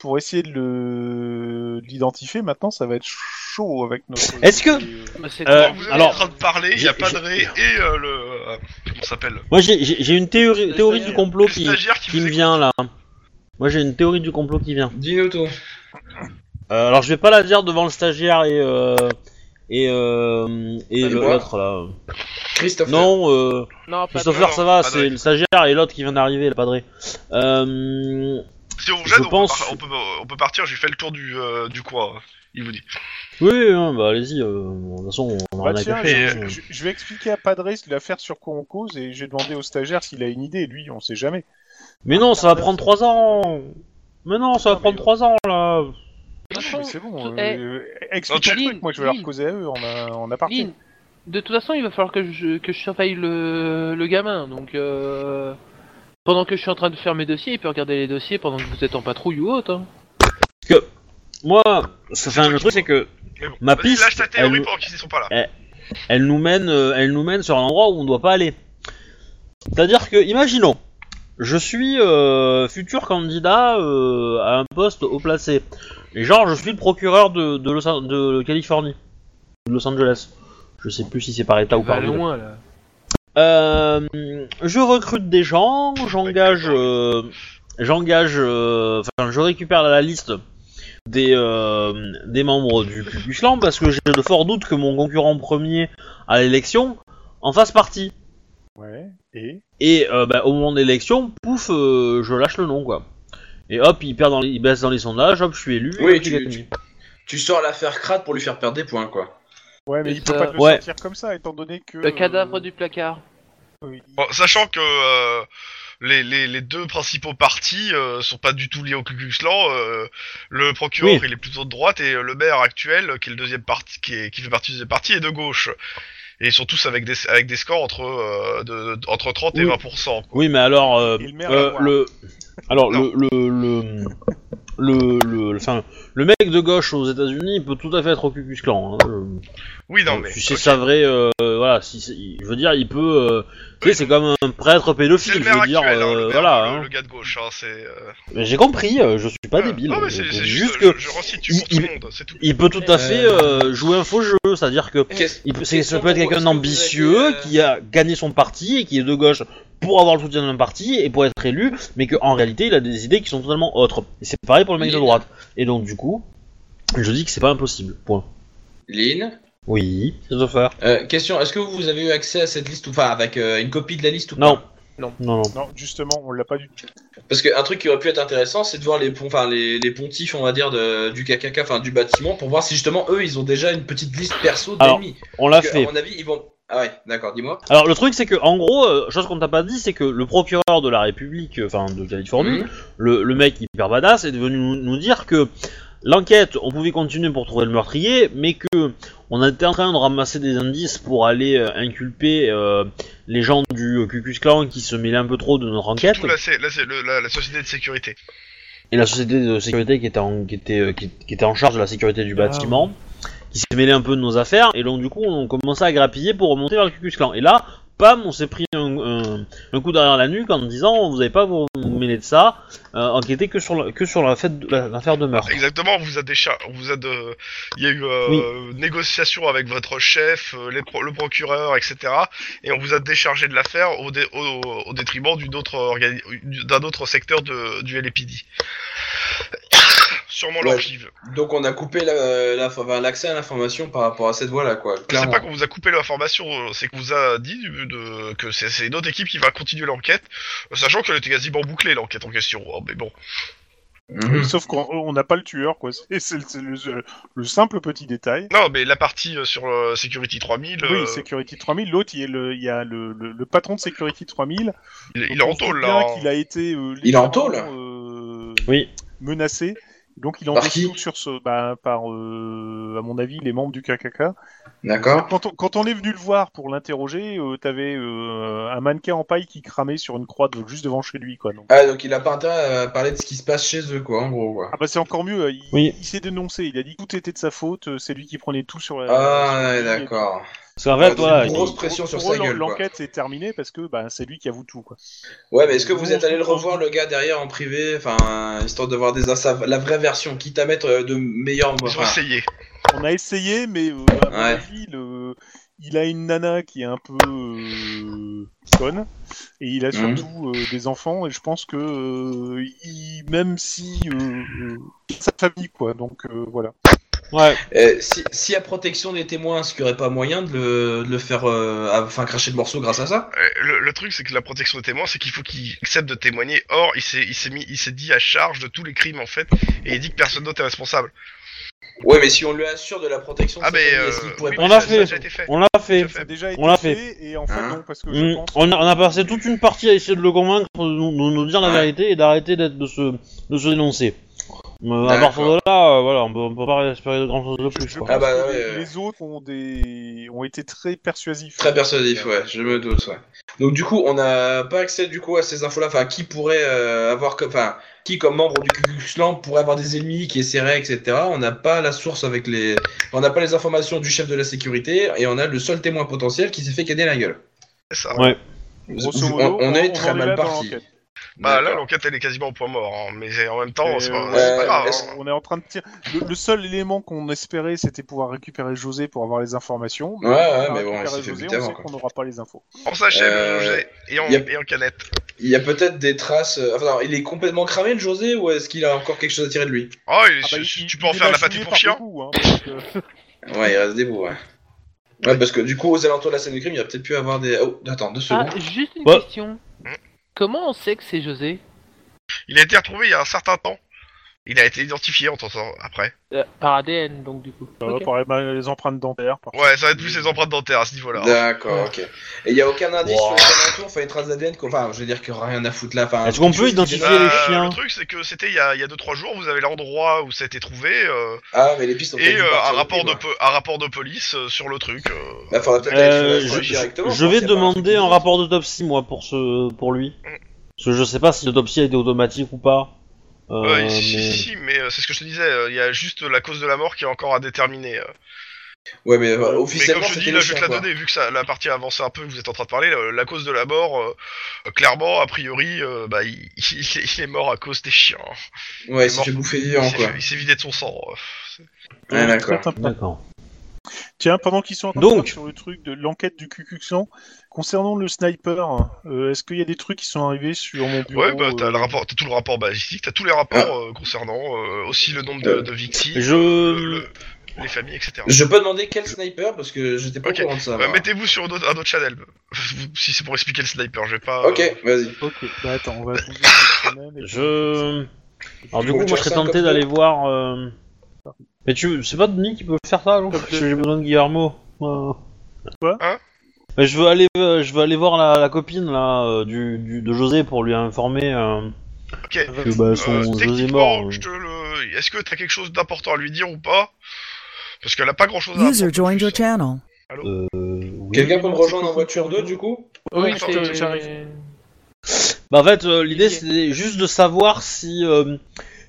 B: Pour essayer de le- de l'identifier, maintenant, ça va être chaud avec notre.
D: Est-ce que-
B: Et, euh,
C: bah, c'est-
D: Euh,
A: Alors, vous êtes
D: alors,
A: en train de parler, il y a
D: j'ai-
A: pas
D: j'ai-
A: de ré et euh, le. euh, comment ça s'appelle
D: Moi, j'ai- j'ai j'ai une théorie, théorie du complot
A: Le
D: qui,
A: stagiaire qui
D: qui me
A: faisait-
D: vient là. Moi, j'ai une théorie du complot qui vient.
F: Dis-nous tout.
D: Euh, alors je vais pas la dire devant le stagiaire et euh, et euh, et
F: Allez
D: le-
F: voir.
D: l'autre là.
F: Christophe.
D: Non, euh,
C: Non, pas de...
D: Christopher
A: non,
D: ça va,
A: pas de
D: c'est le stagiaire et l'autre qui vient d'arriver, le padré. Euh,
A: Si on vous
D: Je
A: gêne, on,
D: pense-
A: peut par- on, peut, on peut partir, j'ai fait le tour du, euh, du coin, hein, il vous dit.
D: oui, oui, hein, bah allez-y. euh, de toute façon, on
B: Bah
D: en a hein.
B: tiens,
D: quelque
A: mais,
D: chose,
B: je, je vais expliquer à Padres l'affaire sur quoi on cause et j'ai demandé au stagiaire s'il a une idée. Lui, on sait jamais.
D: Mais non, ça va prendre trois ans. Mais non, ça va
B: Non,
D: prendre
B: mais-
D: trois ans là.
C: toute
B: Mais
C: façon,
B: C'est bon.
C: tout-
B: euh, explique
A: Non,
B: ton
A: tu-
B: truc, moi je vais leur
C: Lynn.
B: causer à eux en, a- en aparté.
C: Lynn, de toute façon, il va falloir que je, que je surveille le, le gamin. Donc, euh, pendant que je suis en train de faire mes dossiers, il peut regarder les dossiers pendant que vous êtes en patrouille ou autre. hein.
D: Moi, ça fait un le truc, c'est que
A: Mais bon,
D: Ma
A: vas-y,
D: piste,
A: lâche ta théorie
D: elle-
A: pour qu'ils ne sont pas là.
D: elle nous mène, euh, elle nous mène sur un endroit où on ne doit pas aller. C'est-à-dire que, imaginons, je suis euh, futur candidat euh, à un poste haut placé. Et genre, je suis le procureur de, de, Los- de Californie, de Los Angeles. Je sais plus si c'est par état ou
C: va
D: par ville.
C: loin, là.
D: Euh, je recrute des gens, j'engage, euh, j'engage, euh, enfin, je récupère la liste des euh, des membres du Ku Klux Klan parce que j'ai de forts doutes que mon concurrent premier à l'élection en fasse partie.
B: Ouais. Et
D: Et euh, bah, au moment de l'élection, pouf, euh, je lâche le nom quoi. Et hop, il perd dans les, il baisse dans les sondages, hop, je suis élu. et
F: Oui,
D: hop, il
F: tu-
D: gagne.
F: Tu sors l'affaire crate pour lui faire perdre des points, quoi.
B: ouais, mais
C: C'est
B: il peut
C: ça.
B: pas te le
D: Ouais.
B: sortir comme ça, étant donné que. euh,
C: Le cadavre du placard.
B: Oh.
A: Bon, sachant que euh, les, les, les deux principaux partis euh, sont pas du tout liés au Ku Klux Klan, euh, le procureur
D: Oui.
A: il est plutôt de droite et euh, le maire actuel euh, qui est le deuxième parti, qui, est- qui fait partie du deuxième parti est de gauche. Et ils sont tous avec des avec des scores entre euh, de, de- entre 30 et
D: Oui.
A: 20%. quoi.
D: Oui, mais alors, euh,
B: Et le maire
D: euh,
B: à voir.
D: le, alors
A: Non.
D: le, le, le, le, le, enfin, le mec de gauche aux États-Unis il peut tout à fait être au Ku Klux Klan. Hein. Euh,
A: Oui, non mais
D: si c'est
A: ok.
D: sa vraie, euh, voilà, si c'est- il- je veux dire, il peut, euh, tu sais, c'est comme un prêtre
A: c'est le
D: pédophile, je
A: maire
D: veux dire,
A: actuel, hein, le,
D: euh,
A: maire,
D: voilà.
A: le,
D: hein.
A: le gars de gauche. Hein, c'est euh,
D: Mais J'ai compris, euh, je suis pas
A: euh,
D: débile.
A: Non mais
D: je
A: c'est
D: te
A: c'est
D: dis
A: juste,
D: que
A: je, je resitue
D: il-
A: pour tout
D: il-
A: le monde, c'est tout.
D: il peut tout à fait
F: Euh,
D: euh, jouer un faux jeu, c'est-à-dire que
F: Qu'est-ce-
D: il peut, c'est- ça
F: Question
D: peut être
F: pour- est-ce
D: quelqu'un
F: que vous avez,
D: d'ambitieux
F: euh,
D: qui a gagné son parti et qui est de gauche pour avoir le soutien d'un parti et pour être élu, mais qu'en réalité il a des idées qui sont totalement autres. Et c'est pareil pour le mec de
F: Oui. hein.
D: droite. Et donc du coup, je dis que c'est pas impossible. Point.
F: Lynn,
D: Oui, Christopher.
F: euh, question, est-ce que vous avez eu accès à cette liste ou enfin avec euh, une copie de la liste ou
D: Non.
F: pas
D: Non, non.
B: Non, justement, on l'a pas du tout.
F: Parce qu'un truc qui aurait pu être intéressant, c'est de voir les, pon- enfin, les, les pontifs, on va dire, de, du KKK, enfin du bâtiment, pour voir si justement eux, ils ont déjà une petite liste perso
D: Alors,
F: d'ennemis.
D: On l'a
F: Parce que,
D: fait.
F: À mon avis, ils vont. Ah ouais, d'accord, dis-moi.
D: Alors le truc c'est que en gros, euh, chose qu'on t'a pas dit, c'est que le procureur de la République, euh, enfin de Californie,
F: Mhm.
D: le, le mec hyper badass est venu nous, nous dire que l'enquête, on pouvait continuer pour trouver le meurtrier, mais que on était en train de ramasser des indices pour aller euh, inculper euh, les gens du euh, Ku Klux Klan qui se mêlaient un peu trop de notre enquête
A: Tout là c'est là c'est le- la, la société de sécurité.
D: et la société de sécurité qui était en, qui était, euh, qui, qui était en charge de la sécurité du bâtiment, qui s'est mêlée un peu de nos affaires, et donc du coup on commençait à grappiller pour remonter vers le Ku Klux Klan. Et là, pam, on s'est pris un, un- un coup derrière la nuque en disant vous n'avez pas à vous mêler de ça, euh, enquêtez que sur, la, que sur la fête de- la- l'affaire de meurtre.
A: Exactement, on vous a décha... on vous a de... il y a eu euh, négociation avec votre chef, euh, les pro- le procureur, etc. Et on vous a déchargé de l'affaire au, dé- au... au détriment d'une autre organi- d'un autre secteur de... du LPD. Sûrement
F: Ouais.
A: l'archive.
F: Donc on a coupé la- la- enfin, l'accès à l'information par rapport à cette voie-là, quoi.
A: C'est
F: Clairement.
A: pas qu'on vous a coupé l'information, euh, c'est qu'on vous a dit du- de... que c'est c'est une autre équipe qui va continuer l'enquête, euh, sachant qu'elle était quasiment bouclée l'enquête en question. Oh, mais bon.
F: Mhm.
B: Sauf qu'on on n'a pas le tueur, quoi. C'est c'est le, c'est le- le simple petit détail.
A: Non, mais la partie euh, sur euh, Security 3000, euh,
B: Oui, Security 3000. L'autre, il, y a le- il y a le, le- le patron de Security 3000.
A: il, il est
B: Donc,
A: en
B: on se doute
A: tôle là.
B: bien
A: hein.
B: qu'il a été. euh,
F: Il est en tôle
B: légèrement, euh,
D: Oui.
B: Menacé. Donc il en
F: Par
B: dit
F: qui
B: tout sur ce, bah, par, euh, à mon avis, les membres du KKK.
F: D'accord.
B: Quand on, quand on est venu le voir pour l'interroger, euh, t'avais euh, un mannequin en paille qui cramait sur une croix de- juste devant chez lui, quoi. donc.
F: Ah, donc il a pas intérêt à parler de ce qui se passe chez eux, quoi, en gros, quoi.
B: Ah bah c'est encore mieux. euh, Il,
D: Oui.
B: il s'est dénoncé. Il a dit que tout était de sa faute. euh, C'est lui qui prenait tout sur la. sur
F: Ah,
B: la
F: ouais,
B: fille,
F: d'accord.
D: Parce qu'en fait,
F: c'est
D: voilà,
B: et-
F: une
D: il-
F: grosse
B: pour-
F: pression sur
B: pour
F: sa
B: eux,
F: gueule, quoi.
B: L'enquête est terminée parce que bah, c'est lui qui avoue tout, quoi.
F: Ouais, mais est-ce que vous
B: Bon,
F: êtes allé
B: je
F: le
B: comprends.
F: revoir, le gars, derrière, en privé, enfin, histoire de voir des, sa- la vraie version, quitte à mettre euh, de meilleurs...
A: Ils ont
F: enfin,
A: essayé.
B: On a essayé, mais euh, à mon
F: Ouais.
B: avis, le- il a une nana qui est un peu euh, conne, et il a
F: Mhm.
B: surtout euh, des enfants, et je pense que euh, il- même si euh, euh, sa famille, quoi. Donc euh, voilà.
D: ouais.
F: euh, si, si à protection des témoins, est-ce qu'il n'y aurait pas moyen de le, de le faire... euh, à- Enfin, cracher le morceau grâce à ça
A: Euh, le, le truc, c'est que la protection des témoins, c'est qu'il faut qu'il accepte de témoigner. Or, il s'est, il s'est mis, il s'est dit à charge de tous les crimes en fait, et il dit que personne d'autre est responsable.
F: Ouais, mais si on lui assure de la protection,
A: Ah
F: c'est
A: mais
F: pas-
A: euh,
F: est-ce qu'il pourrait
A: oui,
F: pas-
D: on
A: mais
D: l'a
A: ça-
D: fait.
A: ça a déjà été fait.
D: on l'a fait.
A: Ça
B: Ça a déjà été
D: On l'a
B: fait,
D: fait.
B: et en fait
F: Hein
B: non, parce que je
D: Mm,
B: pense.
D: On a, on a passé toute une partie à essayer de le convaincre de nous, de nous dire la
F: Ouais.
D: vérité et d'arrêter d'être de se, de se dénoncer. Mais à partir de là, euh, voilà, on peut, on peut pas espérer de grand chose de
B: Je-
D: plus.
B: je
D: Quoi.
B: pense
F: Ah bah,
B: que
F: ouais,
B: les-
F: ouais.
B: les autres ont des ont été très persuasifs.
F: Très persuasif, ouais, je me doute, ouais. Donc du coup, on n'a pas accès du coup à ces infos-là. Enfin, qui pourrait euh, avoir, comme- enfin, qui comme membre du Ku Klux Klan pourrait avoir des ennemis qui essaieraient, etc. On n'a pas la source avec les, on n'a pas les informations du chef de la sécurité et on a le seul témoin potentiel qui s'est fait canner la gueule.
A: Ça.
D: Ouais.
B: Grosso
F: On-
B: modo,
F: on, est
B: on
F: très
B: en est
F: mal
B: là dans
F: parti.
B: l'enquête.
A: Bah là,
F: D'accord.
A: l'enquête elle est quasiment au point mort, hein, mais en même temps,
B: Et,
A: c'est pas,
B: euh,
A: c'est pas
F: ouais,
A: grave.
F: est-ce-
A: hein.
B: On est en train de tirer. Le, le seul élément qu'on espérait, c'était pouvoir récupérer José pour avoir les informations.
F: Ouais, ouais,
B: on a
F: mais bon,
B: récupéré
F: il s'est fait
B: José,
F: buter
B: on
F: avant,
B: sait
F: quoi.
B: qu'on n'aura pas les infos.
A: En sachet,
F: Euh,
A: le jet, et en,
F: y a-
A: et en canette.
F: Il y a peut-être des traces. euh, Enfin, non, il est complètement cramé, le José, ou est-ce qu'il a encore quelque chose à tirer de lui
A: Oh, il est-
B: Ah bah,
A: tu
B: il-
A: tu
B: il
A: peux en
B: est
A: faire de la pâté
B: mâchouillé
A: pour
B: par
A: chien
B: beaucoup, hein, parce que-
F: Ouais, il reste des bouts, ouais. Ouais, parce que du coup, aux alentours de la scène du crime, il y a peut-être pu avoir des. Oh, attends, deux secondes.
C: Ah, juste une
D: Ouais.
C: question. Comment on sait que c'est José
A: Il a été retrouvé il y a un certain temps. Il a été identifié en temps après.
C: Euh, Par ADN, donc du coup.
B: Ça
C: Ok.
B: va par les- bah, les empreintes dentaires. par-
A: Ouais, ça va être plus les empreintes dentaires à ce niveau-là.
B: Bah,
A: hein.
F: D'accord, ok. Et il n'y a aucun indice sur les alentours, enfin une trace d'ADN, quoi. Enfin, je veux dire qu'il n'y aura rien à foutre là. Enfin,
D: Est-ce qu'on
F: quelque
D: peut
F: chose qui
D: identifier-
F: démarre-
D: les
A: Bah,
D: chiens.
A: Le truc, c'est que c'était il y a 2-3 jours, vous avez l'endroit où ça a été trouvé, euh,
F: Ah, mais les pistes ont
A: et euh,
F: dû partir
A: un,
F: depuis,
A: rapport de
F: quoi.
A: po- un rapport de police euh, sur le truc. euh.
F: Bah, faudra peut-être aller
D: Euh, je,
F: sur la rue
D: je
F: directement. pense,
D: vais
F: y a pas un truc
D: demander
F: qui-
D: un rapport d'autopsie, moi, pour ce, pour lui.
A: Mm.
D: Parce que je sais pas si l'autopsie a été automatique ou pas. Euh,
A: Ouais, si, si,
D: mais-
A: si, si, mais euh, c'est ce que je te disais, euh, il y a juste la cause de la mort qui est encore à déterminer. euh.
F: Ouais, mais euh,
A: Mais comme
F: officiellement,
A: je te
F: c'était
A: dis,
F: le
A: là, je vais
F: chien,
A: te la
F: quoi.
A: donner, vu que ça, la partie avance un peu, que vous êtes en train de parler, euh, la cause de la mort, euh, euh, clairement, a priori, euh, bah, il, *laughs* il est- il est mort à cause des chiens.
F: Ouais, il
A: mort.
F: s'est fait bouffer
A: Il
F: vivant,
A: s'est
F: quoi.
A: fait- il s'est vidé de son sang. euh.
F: Ouais, d'accord.
B: Très important.
D: D'accord.
B: Tiens, pendant qu'ils sont en train
D: Donc.
B: de faire sur le truc de l'enquête du Cucuxan, concernant le sniper, euh, est-ce qu'il y a des trucs qui sont arrivés sur mon bureau
A: Ouais, bah, t'as
B: euh,
A: le rapport, t'as tout le rapport balistique, t'as tous les rapports
F: Ah.
A: euh, concernant euh, aussi le nombre de, de victimes, euh,
D: Je,
A: le- les familles, etc.
F: Je peux demander quel sniper, parce que j'étais pas
A: Ok.
F: au courant de ça.
A: Euh,
F: moi.
A: Mettez-vous sur un autre, un autre channel, *laughs* si c'est pour expliquer le sniper, je vais pas.
F: Ok,
A: euh,
F: vas-y.
B: Ok, bah attends, on va attendre
F: *laughs*
B: une semaine et puis-
D: je, alors du coup,
F: Donc, tu
D: moi, je serais
F: ressens
D: tenté
F: comme
D: d'aller
F: ça
D: voir, euh... mais tu, c'est pas Denis qui peut faire ça, non?
C: Comme
D: Parce que J'ai besoin de Guillermo. Euh,
B: Quoi
A: Hein
D: Mais je veux aller, euh, je veux aller voir la, la copine, là, euh, du, du, de José pour lui informer, euh,
A: Ok.
D: que, bah, son
A: Euh,
D: José est
A: techniquement,
D: mort. euh.
A: je te le- Est-ce que t'as quelque chose d'important à lui dire ou pas Parce qu'elle a pas grand chose à
H: User
A: apporter,
H: joined your
A: tu sais.
H: channel.
D: Euh, oui.
F: Quelqu'un peut me rejoindre en voiture 2, du coup
C: Oui,
A: attends,
C: c'est-
B: j'arrive.
D: Bah en fait, euh, l'idée
C: Ok.
D: c'était juste de savoir si, euh,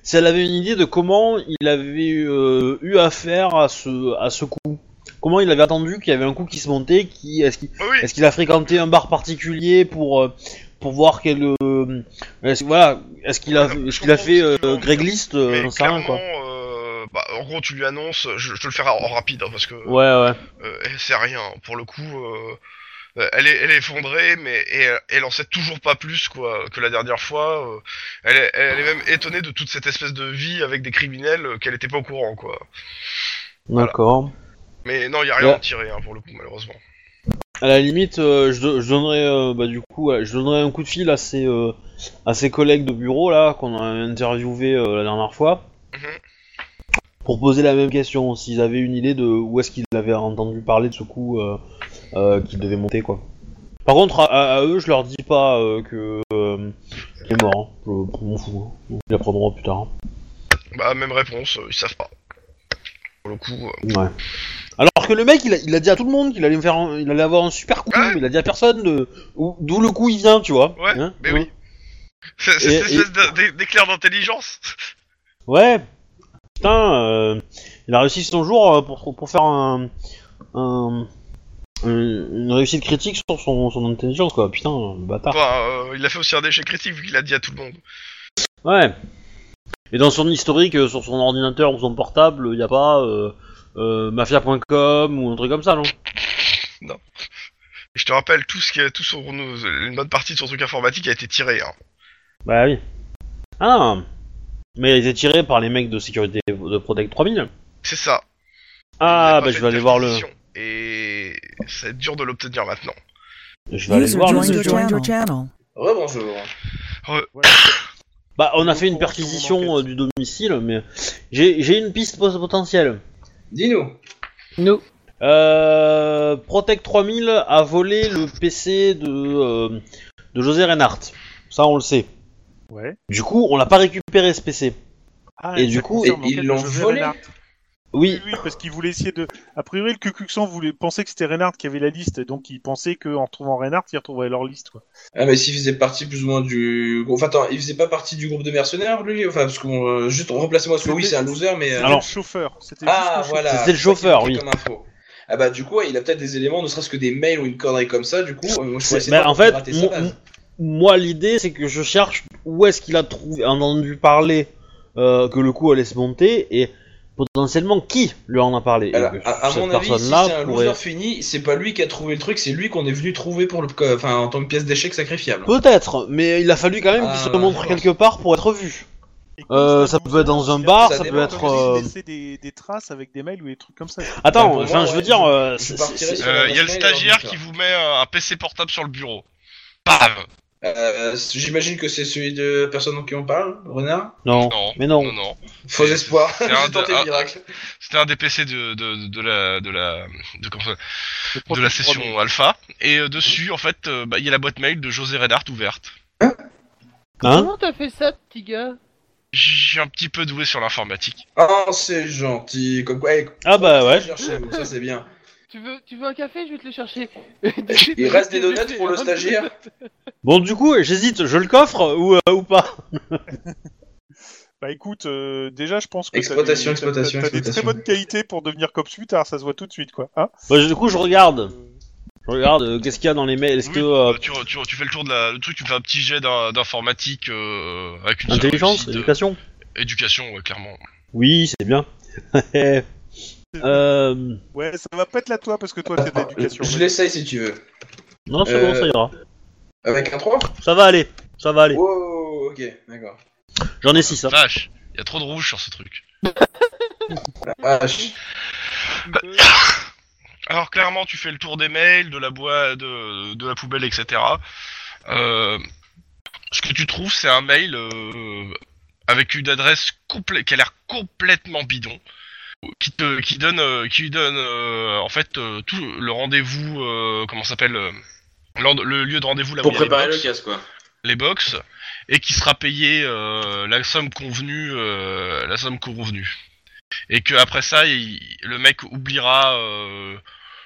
D: si elle avait une idée de comment il avait euh, eu affaire à ce, à ce coup. Comment il avait attendu qu'il y avait un coup qui se montait, qui est-ce qu'il
A: Ah oui,
D: est-ce qu'il a fréquenté un bar particulier pour euh, pour voir quel euh, est-ce, voilà est-ce qu'il a
A: Ouais, non,
D: est-ce
A: je
D: qu'il a
A: comprends
D: fait
A: ce
D: euh,
A: que tu veux en
D: Greg
A: dire.
D: List euh,
A: mais
D: j'en sais rien,
A: clairement,
D: quoi.
A: euh, bah, en gros, tu lui annonces, je, je te le ferai en, en rapide, hein, parce que
D: Ouais ouais.
A: euh, elle sait rien. Pour le coup, euh, euh, elle, est, elle est effondrée, mais et elle, elle en sait toujours pas plus quoi que la dernière fois. euh, elle, est, elle est même étonnée de toute cette espèce de vie avec des criminels euh, qu'elle était pas au courant, quoi.
D: D'accord.
A: Mais non, y a rien
D: Ouais.
A: à en tirer, hein, pour le coup, malheureusement.
D: À la limite, euh, je, do- je donnerais euh, bah, du coup, ouais, je donnerais un coup de fil à ses, euh, à ses collègues de bureau là qu'on a interviewé euh, la dernière fois
A: Mhm.
D: pour poser la même question, s'ils avaient une idée de où est-ce qu'ils avaient entendu parler de ce coup euh, euh, qu'ils devaient monter quoi. Par contre, à, à- à eux, je leur dis pas euh, que euh, qu'il est mort. hein. Je, je m'en fous. hein. Ils apprendront plus tard. hein.
A: Bah, même réponse, euh, ils savent pas. Pour le coup, euh,
D: Ouais. Alors que le mec, il a, il a dit à tout le monde qu'il allait me faire, un- il allait avoir un super coup,
A: Ouais.
D: mais il a dit à personne de où- d'où le coup il vient, tu vois.
A: Ouais,
D: Hein
A: mais oui. c'est c'est
D: Et-
A: cette espèce d'é- d'é- d'éclair d'intelligence.
D: Ouais. Putain, euh, il a réussi son jour euh, pour, pour faire un, un- un- une réussite critique sur son, son intelligence, quoi. Putain, le bâtard.
A: Enfin, euh, il a fait aussi un déchet critique, vu qu'il a dit à tout le monde.
D: Ouais. Et dans son historique, euh, sur son ordinateur ou son portable, il n'y a pas euh, euh, mafia.com ou un truc comme ça, non
A: Et je te rappelle, tout ce qui est, tout son, une bonne partie de son truc informatique a été tiré. Hein.
D: Bah oui. Ah Mais il a été tiré par les mecs de sécurité de Protect 3000.
A: C'est ça. Il a
D: Ah,
A: pas fait
D: bah je
A: de
D: vais aller voir le.
A: perquisition. Et c'est dur de l'obtenir maintenant.
D: Je vais aller
H: User
D: voir le.
H: joined your channel.
F: Rebonjour.
D: Bah, on a
B: Donc,
D: fait une
B: on va sur mon
D: perquisition euh,
B: enquête.
D: du domicile, mais j'ai j'ai une piste pot- potentielle.
F: Dis-nous.
C: Nous.
D: Euh, Protect 3000 a volé le PC de, euh, de José Reinhardt. Ça, on le sait.
B: Ouais.
D: Du coup, on l'a pas récupéré ce PC.
B: Ah,
D: Et du
B: ça
D: coup,
B: concerne
F: et
B: l'enquête
F: ils
B: de
F: l'ont
B: José
F: volé.
B: Reinhardt. Oui,
D: Oui,
B: oui, parce qu'il voulait essayer de. A priori, le Cucuxon voulait penser que c'était Reinhardt qui avait la liste, donc il pensait qu'en retrouvant Reinhardt, ils retrouveraient leur liste. Quoi.
F: Ah, mais s'il faisait partie plus ou moins du. Enfin, attends, il faisait pas partie du groupe de mercenaires, lui Enfin, parce qu'on. euh, Juste, remplacez-moi parce que oui, c'est un loser, mais.
D: Ah,
F: euh,
B: Alors, le chauffeur, c'était
F: Ah,
B: juste le
F: voilà.
D: C'était le
F: c'est ça qui
D: chauffeur,
F: me
D: oui.
F: fait Comme info. Ah, bah, du coup, il a peut-être des éléments, ne serait-ce que des mails ou une connerie comme ça, du coup. euh, Moi, je
D: C'est-
F: pourrais essayer
D: mais
F: de
D: en fait,
F: gratter sa
D: mon-
F: base.
D: moi l'idée c'est que je cherche où est-ce qu'il a trouvé, entendu parler euh, que le coup allait se monter et potentiellement qui lui en a parlé. Et
F: Alors,
D: que
F: à, à
D: euh, cette
F: mon avis, si c'est
D: personne-là
F: un
D: pourrait-
F: loser fini, c'est pas lui qui a trouvé le truc, c'est lui qu'on est venu trouver pour le. Enfin, en tant que pièce d'échec sacrifiable.
D: Peut-être, mais il a fallu quand même qu'il
F: Ah,
D: se montre
F: d'accord.
D: quelque part pour être vu.
B: chauffeur.
D: Euh, ça peut être dans un bar,
F: ça peut être,
D: euh,
B: laisser des, des traces avec des mails ou des trucs comme ça.
D: Attends,
F: Bah, pour
D: enfin,
F: moi,
D: je veux
F: ouais,
D: dire,
F: je-
D: euh,
F: je
D: c'est-
F: partirais
D: c'est-
A: Il y a le
F: Mail,
A: stagiaire
F: ordinateur.
A: qui vous met euh, un PC portable sur le bureau. Paf
F: Euh, J'imagine que c'est celui de personne dont qui on parle, Renard
D: non,
A: Non.
D: mais non.
A: Non, non.
F: Faux
A: C'est-
F: espoir,
A: c'est un
F: *laughs* j'ai tenté
A: de-
F: le
A: un-
F: miracle.
A: C'était un des PC de, de, de la de la de, comment ça-
B: Le
A: de
B: premier-
A: la session alpha et euh, dessus en fait euh, bah, il y a la boîte mail de José Reinhardt ouverte.
D: Hein
C: Comment t'as fait ça, petit gars
A: J'ai un petit peu doué sur l'informatique.
F: Ah, c'est gentil, comme quoi. eh,
D: ah bah ouais.
F: stagiaire chez vous,
D: *laughs*
F: ça c'est bien.
C: tu veux, tu veux un café Je vais te le chercher.
F: Il reste des
C: *laughs*
F: donuts pour le stagiaire
D: Bon du coup, j'hésite, je le coffre ou, euh, ou pas
B: Bah écoute, euh, déjà je pense que t'as
F: Exploitation,
B: des- t'as-
F: exploitation,
B: t'as des
F: exploitation.
B: très bonnes qualités pour devenir cop suite, alors ça se voit tout de suite quoi. Hein
D: bah, je- Du coup, je regarde. Je regarde euh, qu'est-ce qu'il y a dans les mails. Est-ce
A: Oui,
D: que euh,
A: bah, tu, tu, tu fais le tour de la, le truc, tu me fais un petit jet d'in- d'informatique euh, avec une seule
D: intelligence,
A: réussite. euh,
D: éducation
A: éducation ouais, clairement.
D: Oui, c'est
F: *laughs*
D: bien. euh...
B: Ouais, ça va pas être la toi parce que toi t'as de l'éducation.
F: Je l'essaye si tu veux.
D: Non, c'est bon,
F: Euh,
D: ça ira.
F: Avec un 3
D: Ça va aller, ça va aller.
F: Wow, ok, d'accord.
D: J'en ai hein. 6.
A: Vache, il y a trop de rouge sur ce truc.
F: Ah, je-
A: Alors clairement tu fais le tour des mails, de la boîte, de, de la poubelle, etc. Euh, ce que tu trouves c'est un mail euh, avec une adresse complè- qui a l'air complètement bidon, qui te qui donne euh, qui lui donne euh, en fait euh, tout le rendez-vous euh, comment ça s'appelle euh, l'end- le lieu de rendez-vous là où
F: Pour
A: il y a les
F: préparer le
A: box,
F: casse, quoi.
A: les box et qui sera payé euh, la somme convenue euh, la somme convenue et que après ça il- le mec oubliera euh,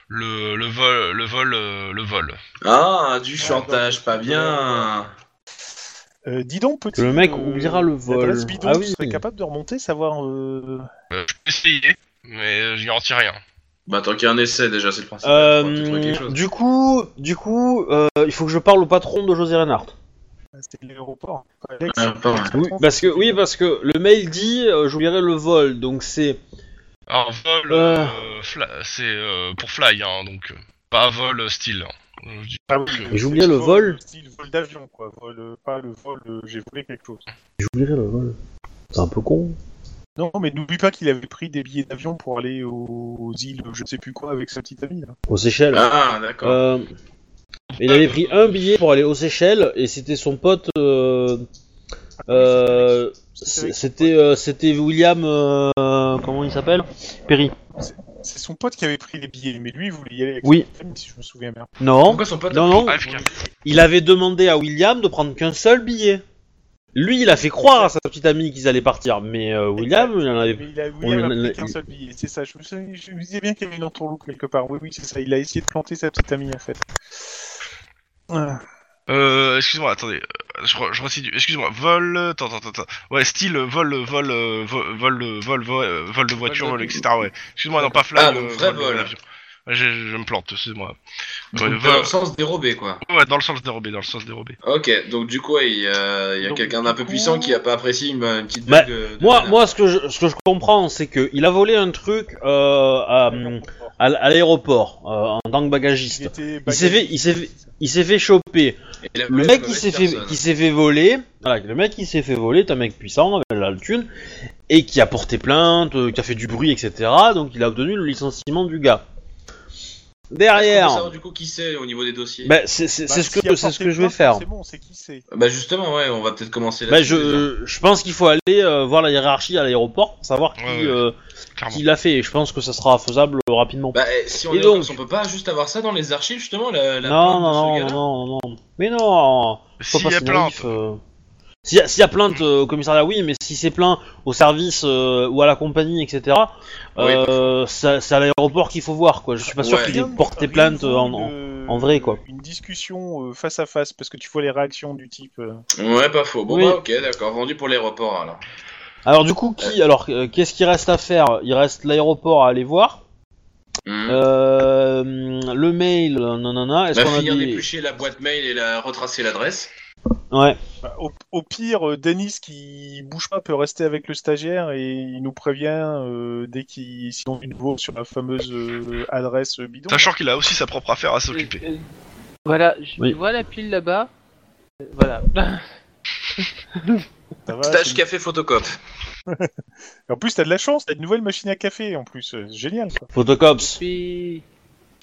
A: le, le vol le vol euh, le vol
F: Ah, du chantage, pas bien.
B: Euh, dis donc petit.
D: Le mec oubliera le vol.
B: l'adresse Bidon,
D: Ah
B: tu
D: oui.
B: serais capable de remonter, savoir. euh,
A: Euh, je peux essayer mais je garantis rien
F: Bah, tant qu'il y a un essai déjà, c'est le principe. Faut peut-être trouver quelque
D: Euh,
F: chose.
D: du coup, du coup, euh, il faut que je parle au patron de José Reinhardt.
B: C'est ah, l'aéroport. Alex,
F: Ah, pas mal.
D: Oui, parce que oui, parce que le mail dit euh, j'oublierai le vol, donc c'est
A: alors vol
D: Euh.
A: euh, fla- c'est euh, pour fly hein, donc euh, pas vol euh, style Euh, je dis-
B: Ah oui,
A: Mais
B: c'est
D: j'oubliais le vol.
B: Style vol d'avion, quoi. Vol, euh, pas le vol, euh, j'ai volé quelque chose.
D: j'oublierai le vol. C'est un peu con.
B: Non, mais n'oublie pas qu'il avait pris des billets d'avion pour aller aux, aux îles, je ne sais plus quoi, avec sa petite amie. Là.
D: Aux Seychelles.
F: Ah, d'accord.
D: Euh, il avait pris un billet pour aller aux Seychelles et c'était son pote. euh, euh,
B: c'était Alex.
D: c'était euh, c'était William. euh, comment il s'appelle Perry.
B: C'est son pote qui avait pris les billets, mais lui, il voulait y aller avec
D: Oui.
B: sa petite amie, si je me souviens bien.
D: Non,
F: Pourquoi son pote
D: non, non.
A: AFK.
D: Il avait demandé à William de prendre qu'un seul billet. Lui, il a fait croire à sa petite amie qu'ils allaient partir, mais euh, William, il en avait.
B: Mais il a,
D: On
B: William a
D: lui-
B: pris qu'un seul billet, c'est ça. Je me, souviens- je me disais bien qu'il y avait une entourloupe quelque part. Oui, oui, c'est ça. Il a essayé de planter sa petite amie, en fait. Ah.
A: Euh, excuse-moi, attendez, euh, je, re- je restitue, excuse-moi, vol, euh, attends, attends, attends, ouais, style, euh, vol, euh, vol, euh, vo- vol, euh, vol, vo- euh, vol de voiture,
F: Vol
A: vol,
F: de-
A: etc., ouais, excuse-moi, non, pas fly,
F: Ah, donc
A: euh,
F: vrai
A: de-
F: vol.
A: d'avion. Ouais, Je, je me plante, excuse-moi. Ouais,
F: Donc,
A: vol-
F: Dans le sens dérobé, quoi.
A: ouais, dans le sens dérobé, dans le sens dérobé.
F: Ok, donc du coup, ouais, il y a, il y a
B: Donc,
F: quelqu'un
B: du
F: d'un peu
B: coup-
F: puissant qui a pas apprécié une, une petite
D: Bah,
F: blague. euh, de- de
D: Moi,
F: renard.
D: moi, ce que je, ce que je comprends, c'est que il a volé un truc euh, à, à l- à l'aéroport euh, en tant que
B: Il
D: bagagiste.
B: était Bah,
D: Il s'est fait, il s'est fait,
B: bagagiste.
D: il s'est fait choper.
F: Et il a
D: Le
F: volé
D: mec
F: la
D: qui
F: mauvaise
D: s'est fait,
F: personne.
D: qui s'est fait voler. Voilà, le mec qui s'est fait voler, est un mec puissant avec la thune et qui a porté plainte, euh, qui a fait du bruit, etc. Donc il a obtenu le licenciement du gars.
F: Est-ce qu'on peut
D: Derrière,
F: savoir, du coup qui Bah, c'est au niveau des dossiers.
D: bah, c'est c'est-
B: Bah,
D: c'est ce
B: s'il a
D: que c'est ce
B: porté
D: que je vais
B: plainte,
D: faire.
B: C'est bon, c'est qui c'est
F: Bah justement, ouais, on va peut-être commencer là.
D: Bah, je, je pense qu'il faut aller euh, voir la hiérarchie à l'aéroport pour savoir qui,
A: Ouais, ouais.
D: euh,
A: Clairement.
D: qui l'a fait. Et je pense que ça sera faisable euh, rapidement.
F: Bah, eh, si on,
D: Et
F: est
D: donc-
F: donc... on peut pas juste avoir ça dans les archives, justement, la, la
D: non,
F: plainte de ce
D: non, non,
F: gars-là
D: non, non, non. Mais non faut
A: S'il y
D: pas
A: a
D: se
A: plainte,
D: naïf, euh. S'il y, a- s'il y a plainte euh, au commissariat, oui, mais si c'est plaint au service euh, ou à la compagnie, etc., euh, ça- c'est à l'aéroport qu'il faut voir, quoi. Je suis pas sûr
F: Ouais.
D: qu'ils portent des plaintes euh, en, en- en vrai, quoi.
B: Une discussion euh, face à face, parce que tu vois les réactions du type. euh,
F: Ouais, pas faux. Bon,
D: Oui.
F: bah, ok, d'accord. Vendu pour l'aéroport alors.
D: Alors, du coup, qui, alors, euh, qu'est-ce qu'il reste à faire Il reste l'aéroport à aller voir,
F: Mhm.
D: euh, le mail, euh, nanana, est-ce
F: La
D: qu'on a
F: fille en
D: dit...
F: épluché la boîte mail et la retracer l'adresse.
D: Ouais,
B: bah, au, au pire, euh, Denis qui bouge pas peut rester avec le stagiaire et il nous prévient euh, dès qu'ils ont une bourre sur la fameuse euh, adresse bidon.
A: Sachant qu'il a aussi sa propre affaire à s'occuper.
C: Euh, euh, Voilà, je
D: Oui.
C: vois la pile là-bas. Euh, Voilà.
B: Ça va,
F: Stage
B: c'est-
F: café photocop.
B: En plus, t'as de la chance, t'as une nouvelle machine à café en plus, euh, c'est génial. Quoi.
D: Photocops.
C: Puis...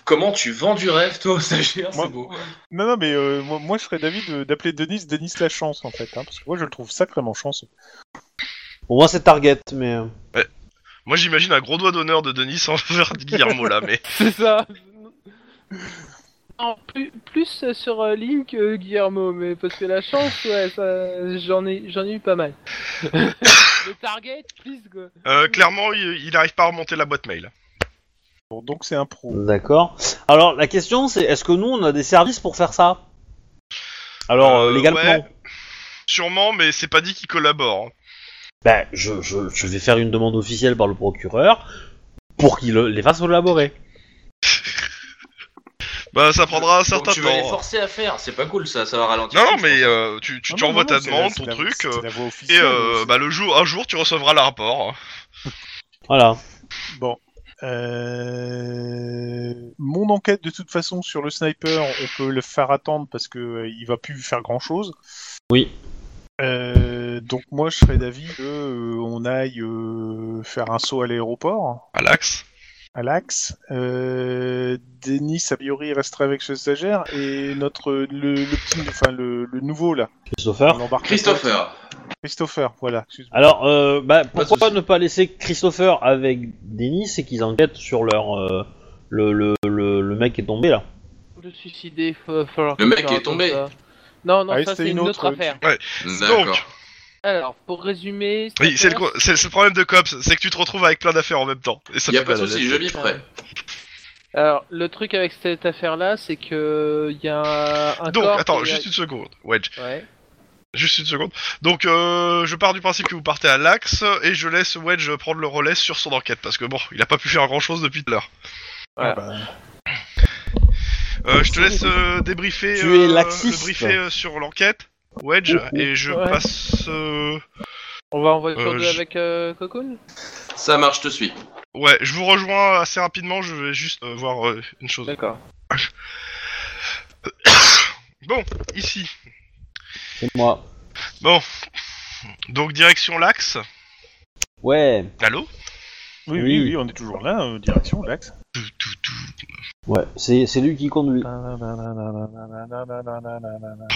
F: Comment tu vends du rêve, toi, au stagiaire
B: Moi-
F: C'est beau.
B: Non, non, mais euh, moi, moi, je serais d'avis de- d'appeler Denis Denis la chance en fait, hein, parce que moi je le trouve sacrément chanceux.
D: Pour moi, c'est Target, mais... euh,
A: Moi j'imagine un gros doigt d'honneur de Denis *laughs* envers Guillermo là, mais
C: *laughs* C'est ça. Non, plus, plus sur euh, Link, euh, Guillermo, mais parce que la chance, ouais, ça, j'en ai, j'en ai eu pas *laughs* mal. le target, please, quoi.
A: euh, clairement il il arrive pas à remonter la boîte mail.
B: Bon, donc c'est un pro.
D: D'accord. Alors, la question, c'est est-ce que nous, on a des services pour faire ça Alors,
A: Euh,
D: euh, légalement
A: ouais. Sûrement, mais c'est pas dit qu'il collabore. hein.
D: Ben, je, je, je vais faire une demande officielle par le procureur pour qu'il le- les fasse collaborer.
A: Bah ça prendra un certain
F: Donc, tu vas les
A: temps. hein.
F: forcer à faire, c'est pas cool ça, ça va ralentir.
A: Non non mais euh, tu tu
B: Ah,
A: tu
B: non,
A: envoies
B: non,
A: ta
B: c'est la-
A: demande,
B: c'est
A: ton
B: la-
A: truc,
B: c'est
A: euh,
B: la voie
A: et
B: officielle,
A: euh,
B: c'est-
A: bah le jour un jour tu recevras le rapport. hein,
D: Voilà.
B: Bon. Euh, Mon enquête, de toute façon, sur le sniper, on peut le faire attendre parce que euh, il va plus faire grand chose.
D: Oui.
B: Euh, donc moi, je serais d'avis que euh, on aille euh, faire un saut à l'aéroport,
A: À l'axe.
B: à l'axe. Euh, Denis, a priori, restera avec ce stagiaire et notre le, le petit, enfin le, le nouveau là.
D: Christopher
B: on l'embarque-
F: Christopher,
B: Christopher, voilà. excuse-moi.
D: Alors, euh, bah,
F: de
D: pourquoi
F: souci.
D: ne pas laisser Christopher avec Denis et qu'ils enquêtent sur leur... euh, le, le, le, le mec qui est tombé, là
C: Le suicider, faut, falloir
F: Le
C: que
F: mec
C: je
F: qui est
C: raconte
F: tombé.
C: ça. Non, non,
B: Ah oui,
C: ça
B: c'était
C: c'est une
B: une
C: autre,
B: autre,
C: affaire.
F: d'accord.
C: Alors, pour résumer.
A: Oui, c'est le,
C: Sniper,
A: co- c'est c'est le problème de Cops, c'est que tu te retrouves avec plein d'affaires en même temps. Et ça
F: Y a
A: fait
F: pas de
A: mal à la
F: soucis,
A: tête.
F: je m'y prête.
C: Alors, le truc avec cette affaire-là, c'est que il y a un
A: Donc,
C: corps
A: attends,
C: qui a-
A: juste une seconde. Wedge,
C: Ouais.
A: juste une seconde. Donc, euh, je pars du principe que vous partez à l'axe et je laisse Wedge prendre le relais sur son enquête parce que bon, il a pas pu faire grand chose depuis tout à l'heure.
B: Ah,
C: Voilà.
B: bah,
A: Euh, je te laisse euh, débriefer.
D: Tu
A: euh,
D: es laxiste. Oh,
A: le briefer euh, sur l'enquête, Wedge, et je
C: Ouais.
A: passe. euh,
C: On va en voiture
A: Euh,
C: deux
A: je-
C: avec euh, Cocoon
F: Ça marche, je te suis.
A: Ouais, je vous rejoins assez rapidement, je vais juste euh, voir euh, une chose.
C: D'accord.
A: Bon, ici.
D: C'est moi.
A: Donc, direction l'axe.
D: Ouais.
A: Allô
B: Oui, oui,
D: Oui, oui.
B: oui, on est toujours là, euh, direction l'axe.
A: Tout, tout, tout.
D: Ouais, c'est c'est lui qui conduit.
B: Ah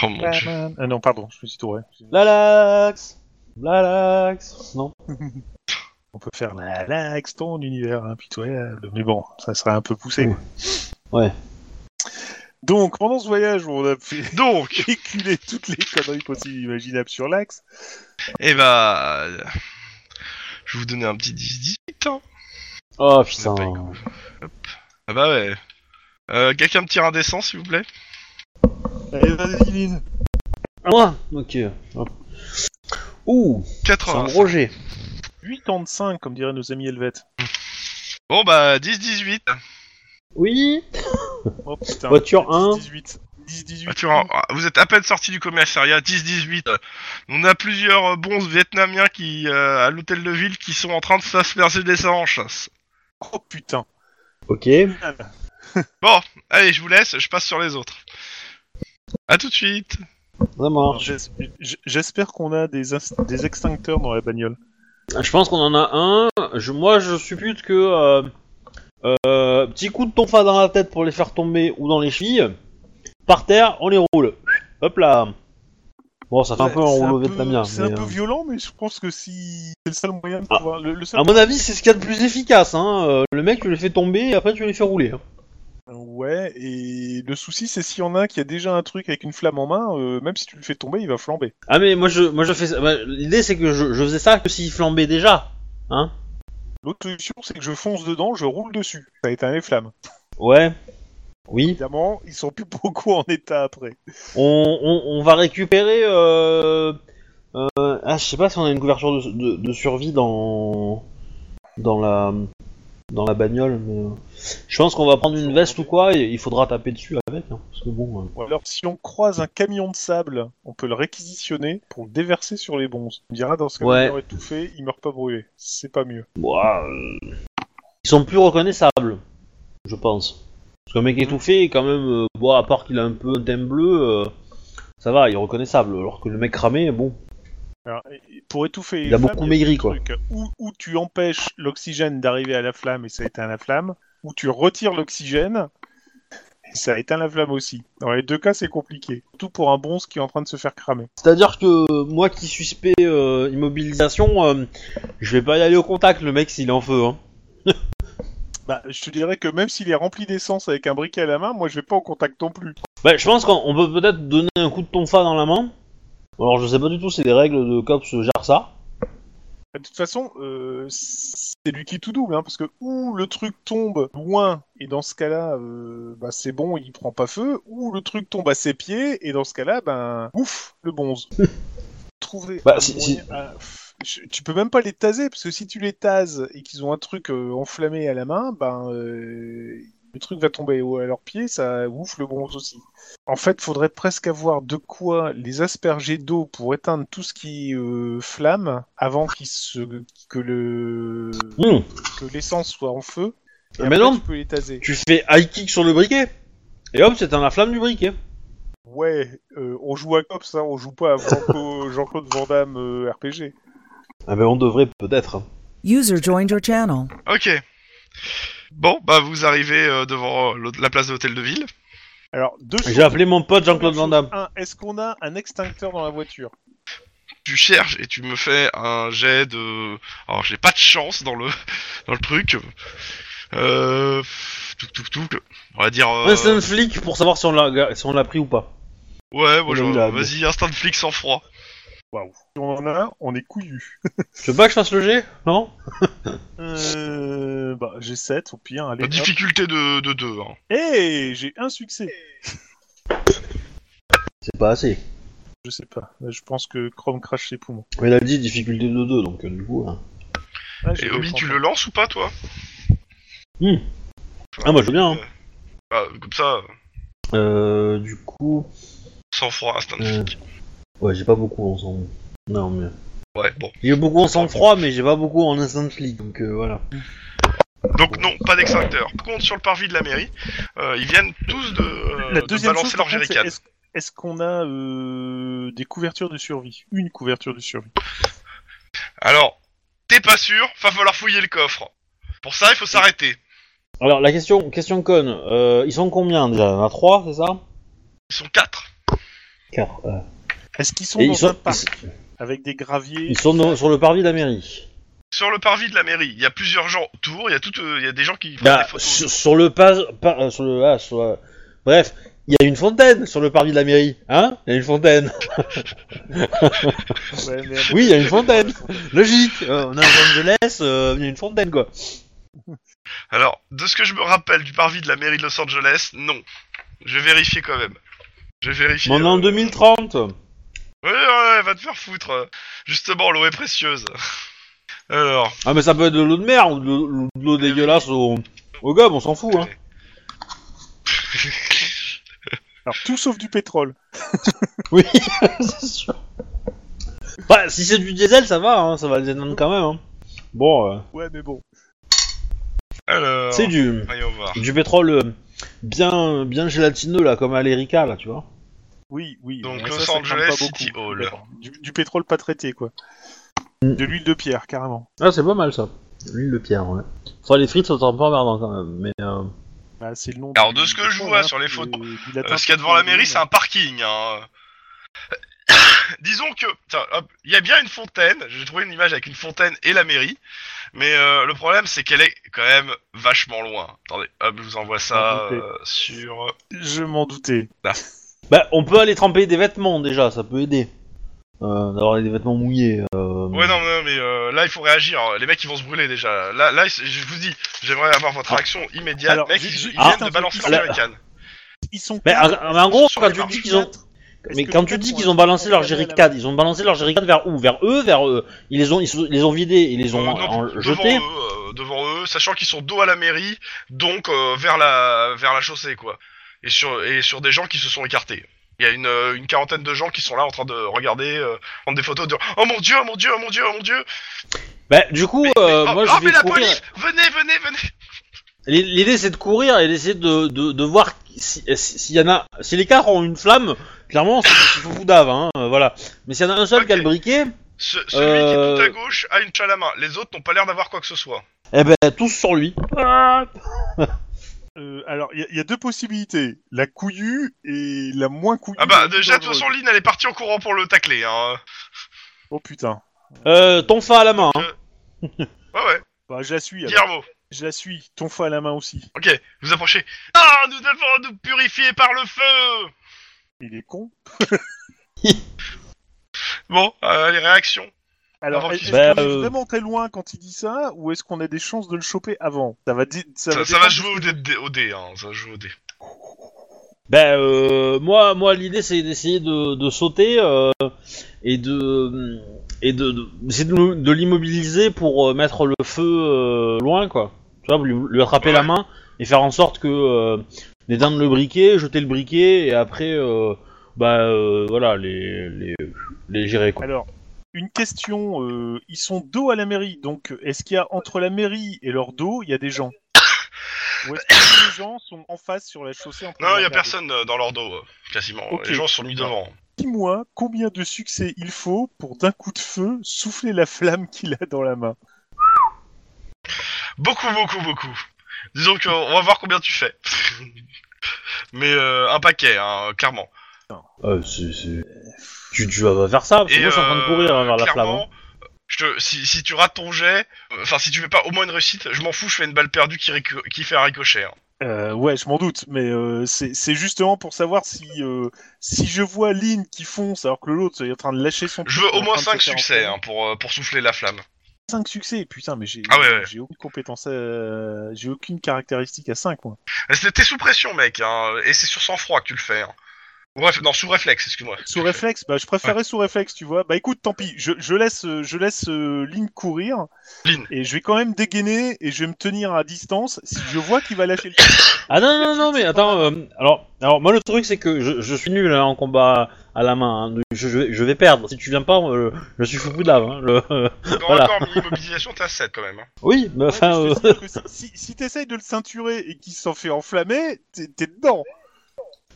A: Oh mon dieu.
B: non, pardon, je me suis tourné.
D: Lalax Lalax Non.
B: On peut faire la lax, ton univers impitoyable, mais bon, ça serait un peu poussé.
D: Ouais.
B: Donc, pendant ce voyage où on a *laughs* fait
A: Donc,
B: éculer toutes les conneries possibles et imaginables sur l'axe,
A: eh bah. euh, Je vais vous donner un petit 10-10. hein.
D: Oh putain.
A: Vous êtes pas Ah bah ouais. Euh, Quelqu'un me tire un dessin, s'il vous plaît
B: allez, vas-y, Lynn.
D: Moi Ok. Hop. Ouh, c'est un
A: 80.
D: gros jet.
B: 85, comme diraient nos amis helvètes.
A: Bon bah, 10-18.
D: Oui
B: Oh putain.
D: Voiture 1.
B: 18. 10, 18.
A: Ah, tu
D: Mm-hmm.
A: vois, ah, vous êtes à peine sorti du commissariat, 10-18. euh, On a plusieurs euh, bons vietnamiens qui, euh, à l'hôtel de ville qui sont en train de s'asperger des sangs en chasse.
B: Oh putain.
D: Ok.
A: Allez, je vous laisse, je passe sur les autres. À tout de suite.
D: Ça marche.
B: J'es- J'espère qu'on a des, ins- des extincteurs dans la bagnole.
D: Je pense qu'on en a un. Je, moi, je suppute que euh, euh, petit coup de tonfa dans la tête pour les faire tomber ou dans les chevilles. Par terre, on les roule. Hop là. Bon, ça fait un peu un
B: Ouais, c'est
D: rouleau
B: un peu-
D: vietnamien.
B: C'est
D: mais,
B: un peu
D: euh,
B: violent, mais je pense que si c'est le seul moyen de
D: Ah.
B: pouvoir. Le, le seul...
D: À mon avis, c'est ce qu'il y a de hein. plus efficace. Hein. Euh, Le mec, tu le fais tomber et après tu les fais rouler.
B: Ouais, et Le souci, c'est s'il y en a un qui a déjà un truc avec une flamme en main, euh, même si tu le fais tomber, il va flamber.
D: Ah mais moi je, moi je fais ça. bah, L'idée c'est que je, je faisais ça que s'il flambait déjà, hein.
B: L'autre solution, c'est que je fonce dedans, je roule dessus. Ça éteint les flammes.
D: Ouais. Oui.
B: Évidemment, ils sont plus *laughs* beaucoup en état après.
D: On, on, on va récupérer. Euh, euh, ah je sais pas si on a une couverture de, de- de survie dans dans la dans la bagnole, mais euh, je pense qu'on va prendre une veste ou quoi. Et il faudra taper dessus avec, hein, parce que bon. euh,
B: Ou alors, si on croise un camion de sable, on peut le réquisitionner pour le déverser sur les bronzes. On dira dans ce cas,
D: Ouais.
B: il meurt étouffé, il meurt pas brûlé. C'est pas mieux.
D: Ouah, euh, ils sont plus reconnaissables, je pense. Parce qu'un mec étouffé, quand même, euh, bon, à part qu'il a un peu un thème bleu, euh, ça va, il est reconnaissable. Alors que le mec cramé, bon,
B: Alors, et- et pour étouffer,
D: il
B: les
D: a
B: flammes,
D: beaucoup
B: il y
D: maigri,
B: deux
D: quoi.
B: trucs. Ou, ou tu empêches l'oxygène d'arriver à la flamme et ça éteint la flamme, ou tu retires l'oxygène et ça éteint la flamme aussi. Dans les deux cas, c'est compliqué. Tout pour un bronze qui est en train de se faire cramer.
D: C'est-à-dire que euh, moi qui suspect euh, immobilisation, euh, je vais pas y aller au contact, le mec, s'il est en feu. Hein.
B: Bah, je te dirais que même s'il est rempli d'essence avec un briquet à la main, moi je vais pas au contact non plus.
D: Bah, je pense qu'on on peut peut-être donner un coup de tonfa dans la main. Alors, je sais pas du tout si les règles de COPS gèrent ça.
B: Bah, De toute façon, euh, c'est lui qui tout double, hein, parce que ou le truc tombe loin, et dans ce cas-là, euh, bah, c'est bon, il prend pas feu, ou le truc tombe à ses pieds, et dans ce cas-là, ben, ouf, le
D: *laughs*
B: bonze. Trouver.
D: Bah,
B: un
D: si-
B: moyen- ah, pff, je- tu peux même pas les taser, parce que si tu les tases et qu'ils ont un truc euh, enflammé à la main, ben, euh, le truc va tomber au- à leurs pieds, ça ouf le bronze aussi. En fait, faudrait presque avoir de quoi les asperger d'eau pour éteindre tout ce qui euh, flamme avant qu'il se... que le
D: Hmm.
B: que l'essence soit en feu. Et
D: Mais
B: après,
D: non.
B: tu peux les taser.
D: Tu fais high kick sur le briquet. Et hop, c'est un la flamme du briquet.
B: Ouais, euh, on joue à cops, hein, on joue pas à
D: *laughs*
B: Franco- Jean-Claude Van Damme euh, RPG.
D: Ah ben, on devrait peut-être. hein.
H: User joined your channel.
A: Ok. Bon, bah vous arrivez euh, devant euh, l'hôte- la place de l'hôtel de ville.
B: Alors deux
D: J'ai appelé mon pote Jean-Claude Van Damme.
B: Un, est-ce qu'on a un extincteur dans la voiture
A: Tu cherches et tu me fais un jet de. Alors j'ai pas de chance dans le *laughs* dans le truc. Euh... Tout, tout, tout. On va dire. euh,
D: Instant flic pour savoir si on l'a si on l'a pris ou pas.
A: Ouais, moi, je-
D: Formidable.
A: vas-y, instant de flic sans froid.
B: Si on en a un, on est couillu.
D: Tu veux pas que je fasse le jet Non
B: Euh, bah, j'ai 7 au pire,
D: Bah,
B: allez.
A: La
B: hop.
A: difficulté de 2. De hein.
B: Hey, j'ai un succès.
D: C'est pas assez.
B: Je sais pas. Là, Je pense que Chrome crache ses poumons.
D: Mais il a dit difficulté de 2, donc euh, du coup. hein.
B: Ah, j'ai
A: Et
B: fait
A: Obi, tu
B: prendre.
A: le lances ou pas, toi
D: Hmm. Ah, moi, je veux bien, hein.
A: Euh, bah, comme ça,
D: Euh, du coup.
A: sans froid, instant de
D: Euh.
A: flic.
D: Ouais, j'ai pas beaucoup en sang. Non, mais.
A: Ouais, bon.
D: J'ai beaucoup en sang-froid, mais j'ai pas beaucoup en instant flic, donc euh, voilà.
A: Donc, non, pas d'extincteur. Par contre, sur le parvis de la mairie, euh, ils viennent tous de, euh,
B: La
A: de
B: deuxième
A: balancer
B: chose, par
A: leur
B: contre, c'est
A: jerrycan.
B: est-ce, est-ce qu'on a euh, des couvertures de survie Une couverture de survie.
A: Alors, t'es pas sûr, va falloir fouiller le coffre. Pour ça, il faut s'arrêter.
D: Alors, la question, question conne. Euh, ils sont combien déjà Il y en a 3, c'est ça
A: Ils sont quatre.
D: 4.
B: Est-ce qu'ils sont
D: Et
B: dans
D: ils sont,
B: un parc
D: ils,
B: avec des graviers
D: ils sont dans- sur le parvis de la mairie.
A: Sur le parvis de la mairie, il y a plusieurs gens autour, il y a tout, euh, il y a des gens qui font
D: Bah,
A: des photos.
D: sur, sur le pas, par- euh, sur le, ah, sur, euh, bref, il y a une fontaine sur le parvis de la mairie, hein Il y a une fontaine.
B: Ouais, mais à mon
D: Oui, il y a une
B: avis,
D: fontaine.
B: euh,
D: *laughs* Logique. euh, on est à Los Angeles, euh, il y a une fontaine quoi.
A: Alors, de ce que je me rappelle du parvis de la mairie de Los Angeles, non. Je vais vérifier quand même. Je vais vérifier.
D: Mais on est en
A: euh,
D: 2030.
A: Ouais, ouais, va te faire foutre. euh. Justement, l'eau est précieuse. *laughs* Alors,
D: Ah mais ça peut être de l'eau de mer ou de l'eau- de l'eau dégueulasse au, au gobe, on s'en fout hein.
B: Alors, tout sauf du pétrole.
D: Oui, *laughs* c'est sûr. Bah, si c'est du diesel, ça va, hein, ça va les éteindre quand même. hein. Bon, euh,
B: Ouais, mais bon.
A: alors.
D: c'est du
A: Voyons voir.
D: du pétrole euh, bien bien gélatineux là, comme à l'Erika là, tu vois.
B: Oui, oui.
A: Donc,
B: mais ça,
A: Los
B: ça compte
A: Angeles
B: pas beaucoup.
A: City Hall.
B: D'accord. Du, du pétrole pas traité, quoi.
D: Mm.
B: De l'huile de pierre, carrément.
D: Ah, c'est pas mal ça. L'huile de pierre, ouais. Enfin, les frites sont un peu emmerdantes quand même, mais. euh,
B: Bah, c'est le nom. hein,
A: Alors, de ce que je vois sur les photos, Euh, ce qu'il y a devant la mairie, c'est un parking. Hein. *coughs* Disons que, tiens, hop, il y a bien une fontaine. J'ai trouvé une image avec une fontaine et la mairie. Mais euh, le problème, c'est qu'elle est quand même vachement loin. Attendez, hop, je vous envoie ça
B: Ok.
A: euh, sur.
B: Je m'en doutais.
D: Bah, on peut aller tremper des vêtements déjà, ça peut aider. Euh, D'avoir des vêtements mouillés. euh.
A: Ouais, non, non, mais euh, là, il faut réagir. Les mecs, ils vont se brûler déjà. Là, là je vous dis, j'aimerais avoir votre réaction immédiate.
B: Ah. Alors,
A: Mec,
B: ju-
A: ils,
B: ju-
A: ils
B: ah,
A: viennent de balancer leur
D: la-
A: jerrycan.
B: Ils sont
D: Mais en,
B: quatre.
D: en- en gros,
A: Sur
D: quand
A: les
D: tu
A: marches.
D: dis qu'ils ont,
B: Est-ce
D: mais
B: que
D: quand tu
B: quatre
D: dis
B: ont
D: qu'ils ont
B: un-
D: balancé leur
B: un-
D: jerrycan, ils ont balancé leur jerrycan vers où Vers eux, vers eux. Ils les ont, ils, se- ils les ont vidés, ils les ont
A: Euh, non,
D: en-
A: devant
D: jetés.
A: eux, euh, devant eux, sachant qu'ils sont dos à la mairie, donc euh, vers la vers la chaussée quoi. Et sur et sur des gens qui se sont écartés. Il y a une, euh, une quarantaine de gens qui sont là en train de regarder, euh, prendre des photos, dire oh mon dieu, oh mon dieu, oh mon dieu, oh mon dieu.
D: Bah, du coup, euh,
A: oh,
D: moi
A: oh,
D: je
A: mais
D: vais
A: la
D: courir.
A: police, venez, venez, venez.
D: L'i- L'idée c'est de courir et d'essayer de, de, de voir si, si- s'il y en a. Si les cars ont une flamme, clairement, c'est c'est fou dave, hein, euh, voilà. Mais s'il y en a un seul
A: Ok.
D: qui a le briquet,
A: Ce- celui
D: Euh.
A: qui est tout à gauche a une chaîne à la main. Les autres n'ont pas l'air d'avoir quoi que ce soit.
D: eh ben tous sur lui.
B: Euh, alors, il y a- il y, a deux possibilités. La couillue et la moins couillue.
A: Ah bah
B: la plus
A: déjà de toute
B: dangereuse.
A: façon, Lynn elle est partie en courant pour le tacler. Hein.
B: Oh putain.
D: Euh, ton fa à la main. hein.
A: Ouais ouais.
B: Bah, je la suis. alors.
A: Guillermo.
B: Je la suis. Ton feu à la main aussi.
A: Ok, vous approchez. Ah, nous devons nous purifier par le feu.
B: Il est con.
A: Bon, euh, les réactions.
B: Alors,
A: Avant
B: est-ce
A: qu'il-
B: qu'on
D: Bah,
B: est
D: euh,
B: vraiment très loin quand il dit ça, ou est-ce qu'on a des chances de le choper avant Ça va, di- ça
A: Ça,
B: va
A: ça va
B: dépendre
A: jouer au dé, au dé, hein, ça va jouer au dé.
D: Ben euh, moi, moi l'idée c'est d'essayer de, de sauter euh, et de et de, de c'est de, le- de l'immobiliser pour euh, mettre le feu euh, loin quoi. Tu vois, lui, lui attraper la main et faire en sorte que euh, d'éteindre le briquet, jeter le briquet et après euh, bah euh, voilà les les les gérer quoi.
B: Alors, une question. euh, ils sont dos à la mairie, donc est-ce qu'il y a entre la mairie et leur dos, il y a des gens Ou est-ce que les gens sont en face sur la chaussée en train
A: Non,
B: de
A: il y a
B: regarder
A: personne euh, dans leur dos, euh, quasiment.
B: Ok.
A: Les gens sont mis devant.
B: Dis-moi combien de succès il faut pour d'un coup de feu souffler la flamme qu'il a dans la main.
A: Beaucoup, beaucoup, beaucoup. Disons qu'on on va voir combien tu
B: *laughs*
A: fais. Mais euh, un paquet, hein, clairement.
D: Euh, c'est- c'est- Tu, tu vas pas faire ça parce que moi je suis en train de
A: euh,
D: courir hein, vers la flamme. hein.
A: clairement, je te- si, si tu rates ton jet, euh, enfin si tu fais pas au moins une réussite, je m'en fous, je fais une balle perdue qui, récu- qui fait un ricochet. hein.
B: Euh, ouais, je m'en doute, mais euh, c'est c'est justement pour savoir si euh, si je vois Lynn qui fonce alors que l'autre est en train de lâcher son.
A: Je veux au moins 5 succès hein, pour, euh, pour souffler la flamme.
B: 5 succès, putain, mais j'ai
A: Ah ouais, ouais.
B: j'ai aucune compétence, à- j'ai aucune caractéristique à 5 moi.
A: C'était- T'es sous pression, mec, hein, et c'est sur sang-froid que tu le fais. hein. Bref, non, sous réflexe, excuse-moi.
B: Sous réflexe, bah je préférais sous réflexe, tu vois. Bah écoute, tant pis, je, je laisse, euh, je laisse euh, Lynn courir.
A: Lynn.
B: Et je vais quand même dégainer et je vais me tenir à distance. Si je vois qu'il va lâcher le.
D: Ah non, non, non, mais attends, euh, alors, alors moi le truc c'est que je, je suis nul hein, en combat à la main, hein, donc je, je vais- je vais perdre, si tu viens pas, euh, je suis fou de lave, hein, le- *laughs*
A: Encore,
D: Voilà.
A: encore, mais immobilisation, t'as 7 quand même. hein.
D: oui, mais enfin,
B: Ouais, mais
D: euh,
B: je te signale que si si t'essayes de le ceinturer et qu'il s'en fait enflammer, t'es t'es dedans.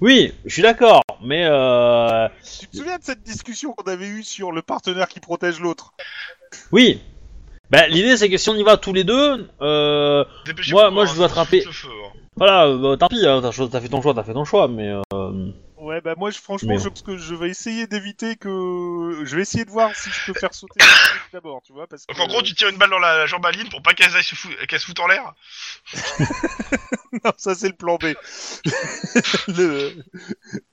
D: oui, je suis d'accord, mais euh,
B: Tu te souviens de cette discussion qu'on avait eue sur le partenaire qui protège l'autre
D: oui, bah l'idée c'est que si on y va tous les deux, euh,
A: Dépêchez-vous,
D: Moi- moi,
A: hein,
D: je veux attraper-
A: ce feu, hein.
D: voilà, euh, bah, tant pis, hein, t'as, cho- t'as fait ton choix, t'as fait ton choix, mais euh,
B: Ouais, bah moi, je, franchement,
D: Mais
B: je pense que je vais essayer d'éviter que. Je vais essayer de voir si je peux faire sauter le truc d'abord, tu vois. Parce que...
A: Donc en gros, tu tires une balle dans la, la jambe à Lynn pour pas qu'elle aille se fou- qu'elle se foute en l'air
B: *laughs* Non, ça c'est le plan B. *laughs* le...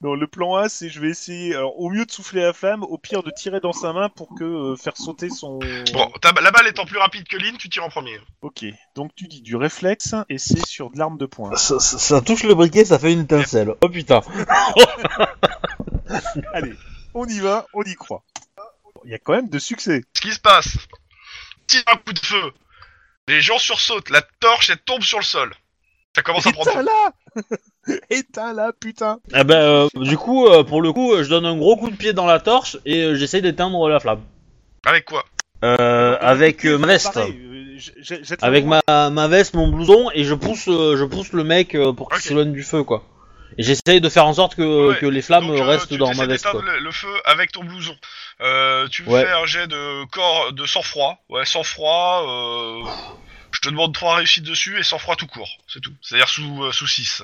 B: Non, le plan A, c'est je vais essayer, alors au mieux de souffler la flamme, au pire de tirer dans sa main pour que euh, faire sauter son.
A: Bon, ta- la balle étant plus rapide que Lynn, tu tires en premier.
B: Ok, donc tu dis du réflexe et c'est sur de l'arme de poing.
D: ça, ça- ça touche le briquet, ça fait une étincelle, oh putain,
B: Allez, on y va, on y croit. Il y a quand même de succès.
A: Ce qui se passe, tire un coup de feu, les gens sursautent, la torche elle tombe sur le sol. Ça commence à prendre
B: Éteins
A: feu.
B: *laughs* là Éteins là, putain
D: ah bah, euh, du coup, euh, pour le coup, euh, je donne un gros coup de pied dans la torche et euh, j'essaye d'éteindre la flamme,
A: Avec quoi
D: euh, avec euh, ma veste.
B: Pareil, euh, j- j- jette la
D: avec
B: main.
D: ma, ma veste, mon blouson, et je pousse, euh, je pousse le mec euh, pour qu'il
A: Ok.
D: s'éloigne du feu, quoi. Et j'essaye de faire en sorte que,
A: Ouais,
D: que les flammes
A: Donc, euh,
D: restent
A: tu
D: dans
A: essaies
D: ma veste,
A: d'éteindre
D: quoi.
A: Le, le feu avec ton blouson. Euh, tu me
D: Ouais.
A: fais un jet de corps de sang-froid. Ouais, sang-froid. euh, je te demande trois réussites dessus et sang-froid tout court. C'est tout. C'est-à-dire sous, euh, sous 6.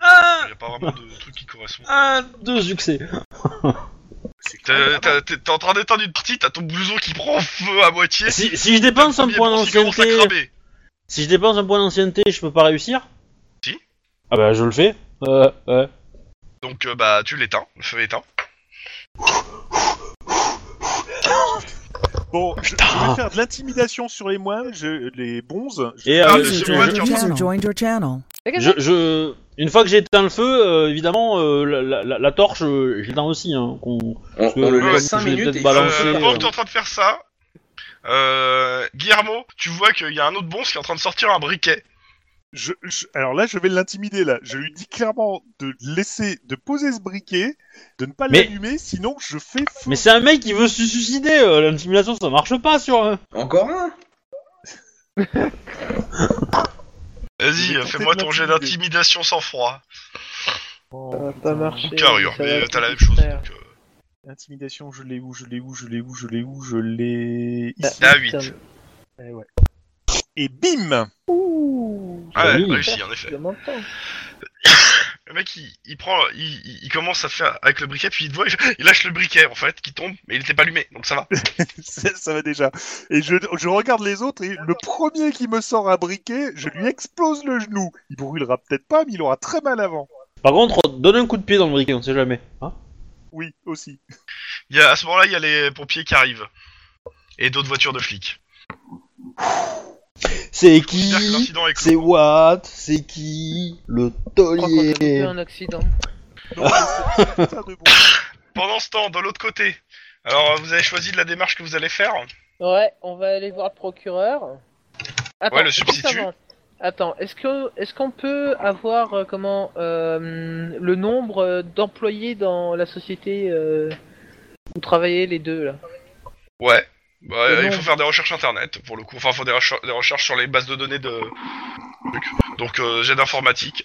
D: Un,
A: Il n'y a pas vraiment de truc qui correspond.
D: un, deux succès.
E: c'est
A: T'es
C: Ah,
A: t'as- t'es- t'es en train d'éteindre une partie, t'as ton blouson qui prend feu à moitié.
D: Si, si je dépense un
A: Premier
D: point
A: bouton qui commence à
D: d'ancienneté,
A: cramer.
D: si je dépense un point d'ancienneté, je peux pas réussir
A: Si.
D: Ah bah je le fais. Euh, ouais.
A: Donc euh, bah tu l'éteins, le feu est éteint.
B: Bon, je, je vais faire de l'intimidation sur les moines, je, les bonzes. Je-
D: Et
A: Ah,
D: euh,
A: mais
H: User
A: c'est
D: je,
A: moi
H: joined your
A: qui-
H: channel. Joined your channel.
D: je- je- une fois que j'ai éteint le feu, euh, évidemment euh, la, la- la- la torche, euh, je l'éteins aussi. Hein, qu'on-
F: On,
D: Parce que
F: on le
A: ouais,
F: laisse
D: je
F: 5
D: vais
F: minutes
D: peut-être
F: et
D: balancer.
A: Euh,
D: euh,
A: pendant que t'es en train de faire ça, euh, Guillermo, tu vois qu'il y a un autre bonze qui est en train de sortir un briquet.
B: je- je- alors là, je vais l'intimider là. Je lui dis clairement de laisser, de poser ce briquet, de ne pas
D: Mais-
B: l'allumer, sinon je fais feu.
D: Mais c'est un mec qui veut se suicider. euh, L'intimidation, ça marche pas sur. un.
F: Encore un
A: Vas-y,
B: Je vais
A: euh,
B: tenter
A: fais-moi
B: de
A: ton jet
B: l'intimider.
A: d'intimidation sans froid.
B: Oh,
C: Ça va
B: putain.
C: pas marcher.
A: Ou carrure,
C: ça
A: mais
C: va
A: euh, t'as
C: te
A: la même chose.
C: distraire.
A: donc, euh,
B: Intimidation, je l'ai où, je l'ai où, je l'ai où, je l'ai où, je l'ai.
C: Ah,
B: ici.
D: Euh,
A: T'as
C: putain.
A: 8.
B: Eh ouais. Et bim
C: Ouh
A: Ah ouais,
D: Oui.
A: réussi en effet.
C: Je m'entends.
A: Le mec il, il prend, il, il- il commence à faire avec le briquet, puis il te voit, *laughs* il, fait- il lâche le briquet en fait, qui tombe, mais il était pas allumé, donc ça va.
B: *laughs* ça, ça va déjà. Et je, je regarde les autres et le premier qui me sort un briquet, je lui explose le genou. Il brûlera peut-être pas, mais il aura très mal avant.
D: Par contre, donne un coup de pied dans le briquet, on sait jamais. hein.
B: Oui, aussi.
A: Il y a, à ce moment-là, il y a les pompiers qui arrivent. Et d'autres voitures de flics.
D: c'est
A: Je
D: qui
A: considère que L'incident est
D: C'est
A: clos.
D: Watt C'est qui Le
C: Je crois qu'on a loupé
D: taulier
C: un accident.
B: Non, mais c'est- putain de
A: *laughs*
B: bon.
A: Pendant ce temps, de l'autre côté, alors euh, vous avez choisi de la démarche que vous allez faire.
C: Ouais, on va aller voir le procureur. Attends,
A: Ouais, le
C: juste
A: substitut.
C: avant. Attends, est-ce que est-ce qu'on peut avoir euh, comment euh, le nombre euh, d'employés dans la société euh, où travaillaient les deux là
A: Ouais. Bah,
C: Et
A: euh, il
C: non.
A: faut faire des recherches internet pour le coup. Enfin, faut des, recher- des recherches sur les bases de données de. trucs. Donc, euh, j'ai d'informatique.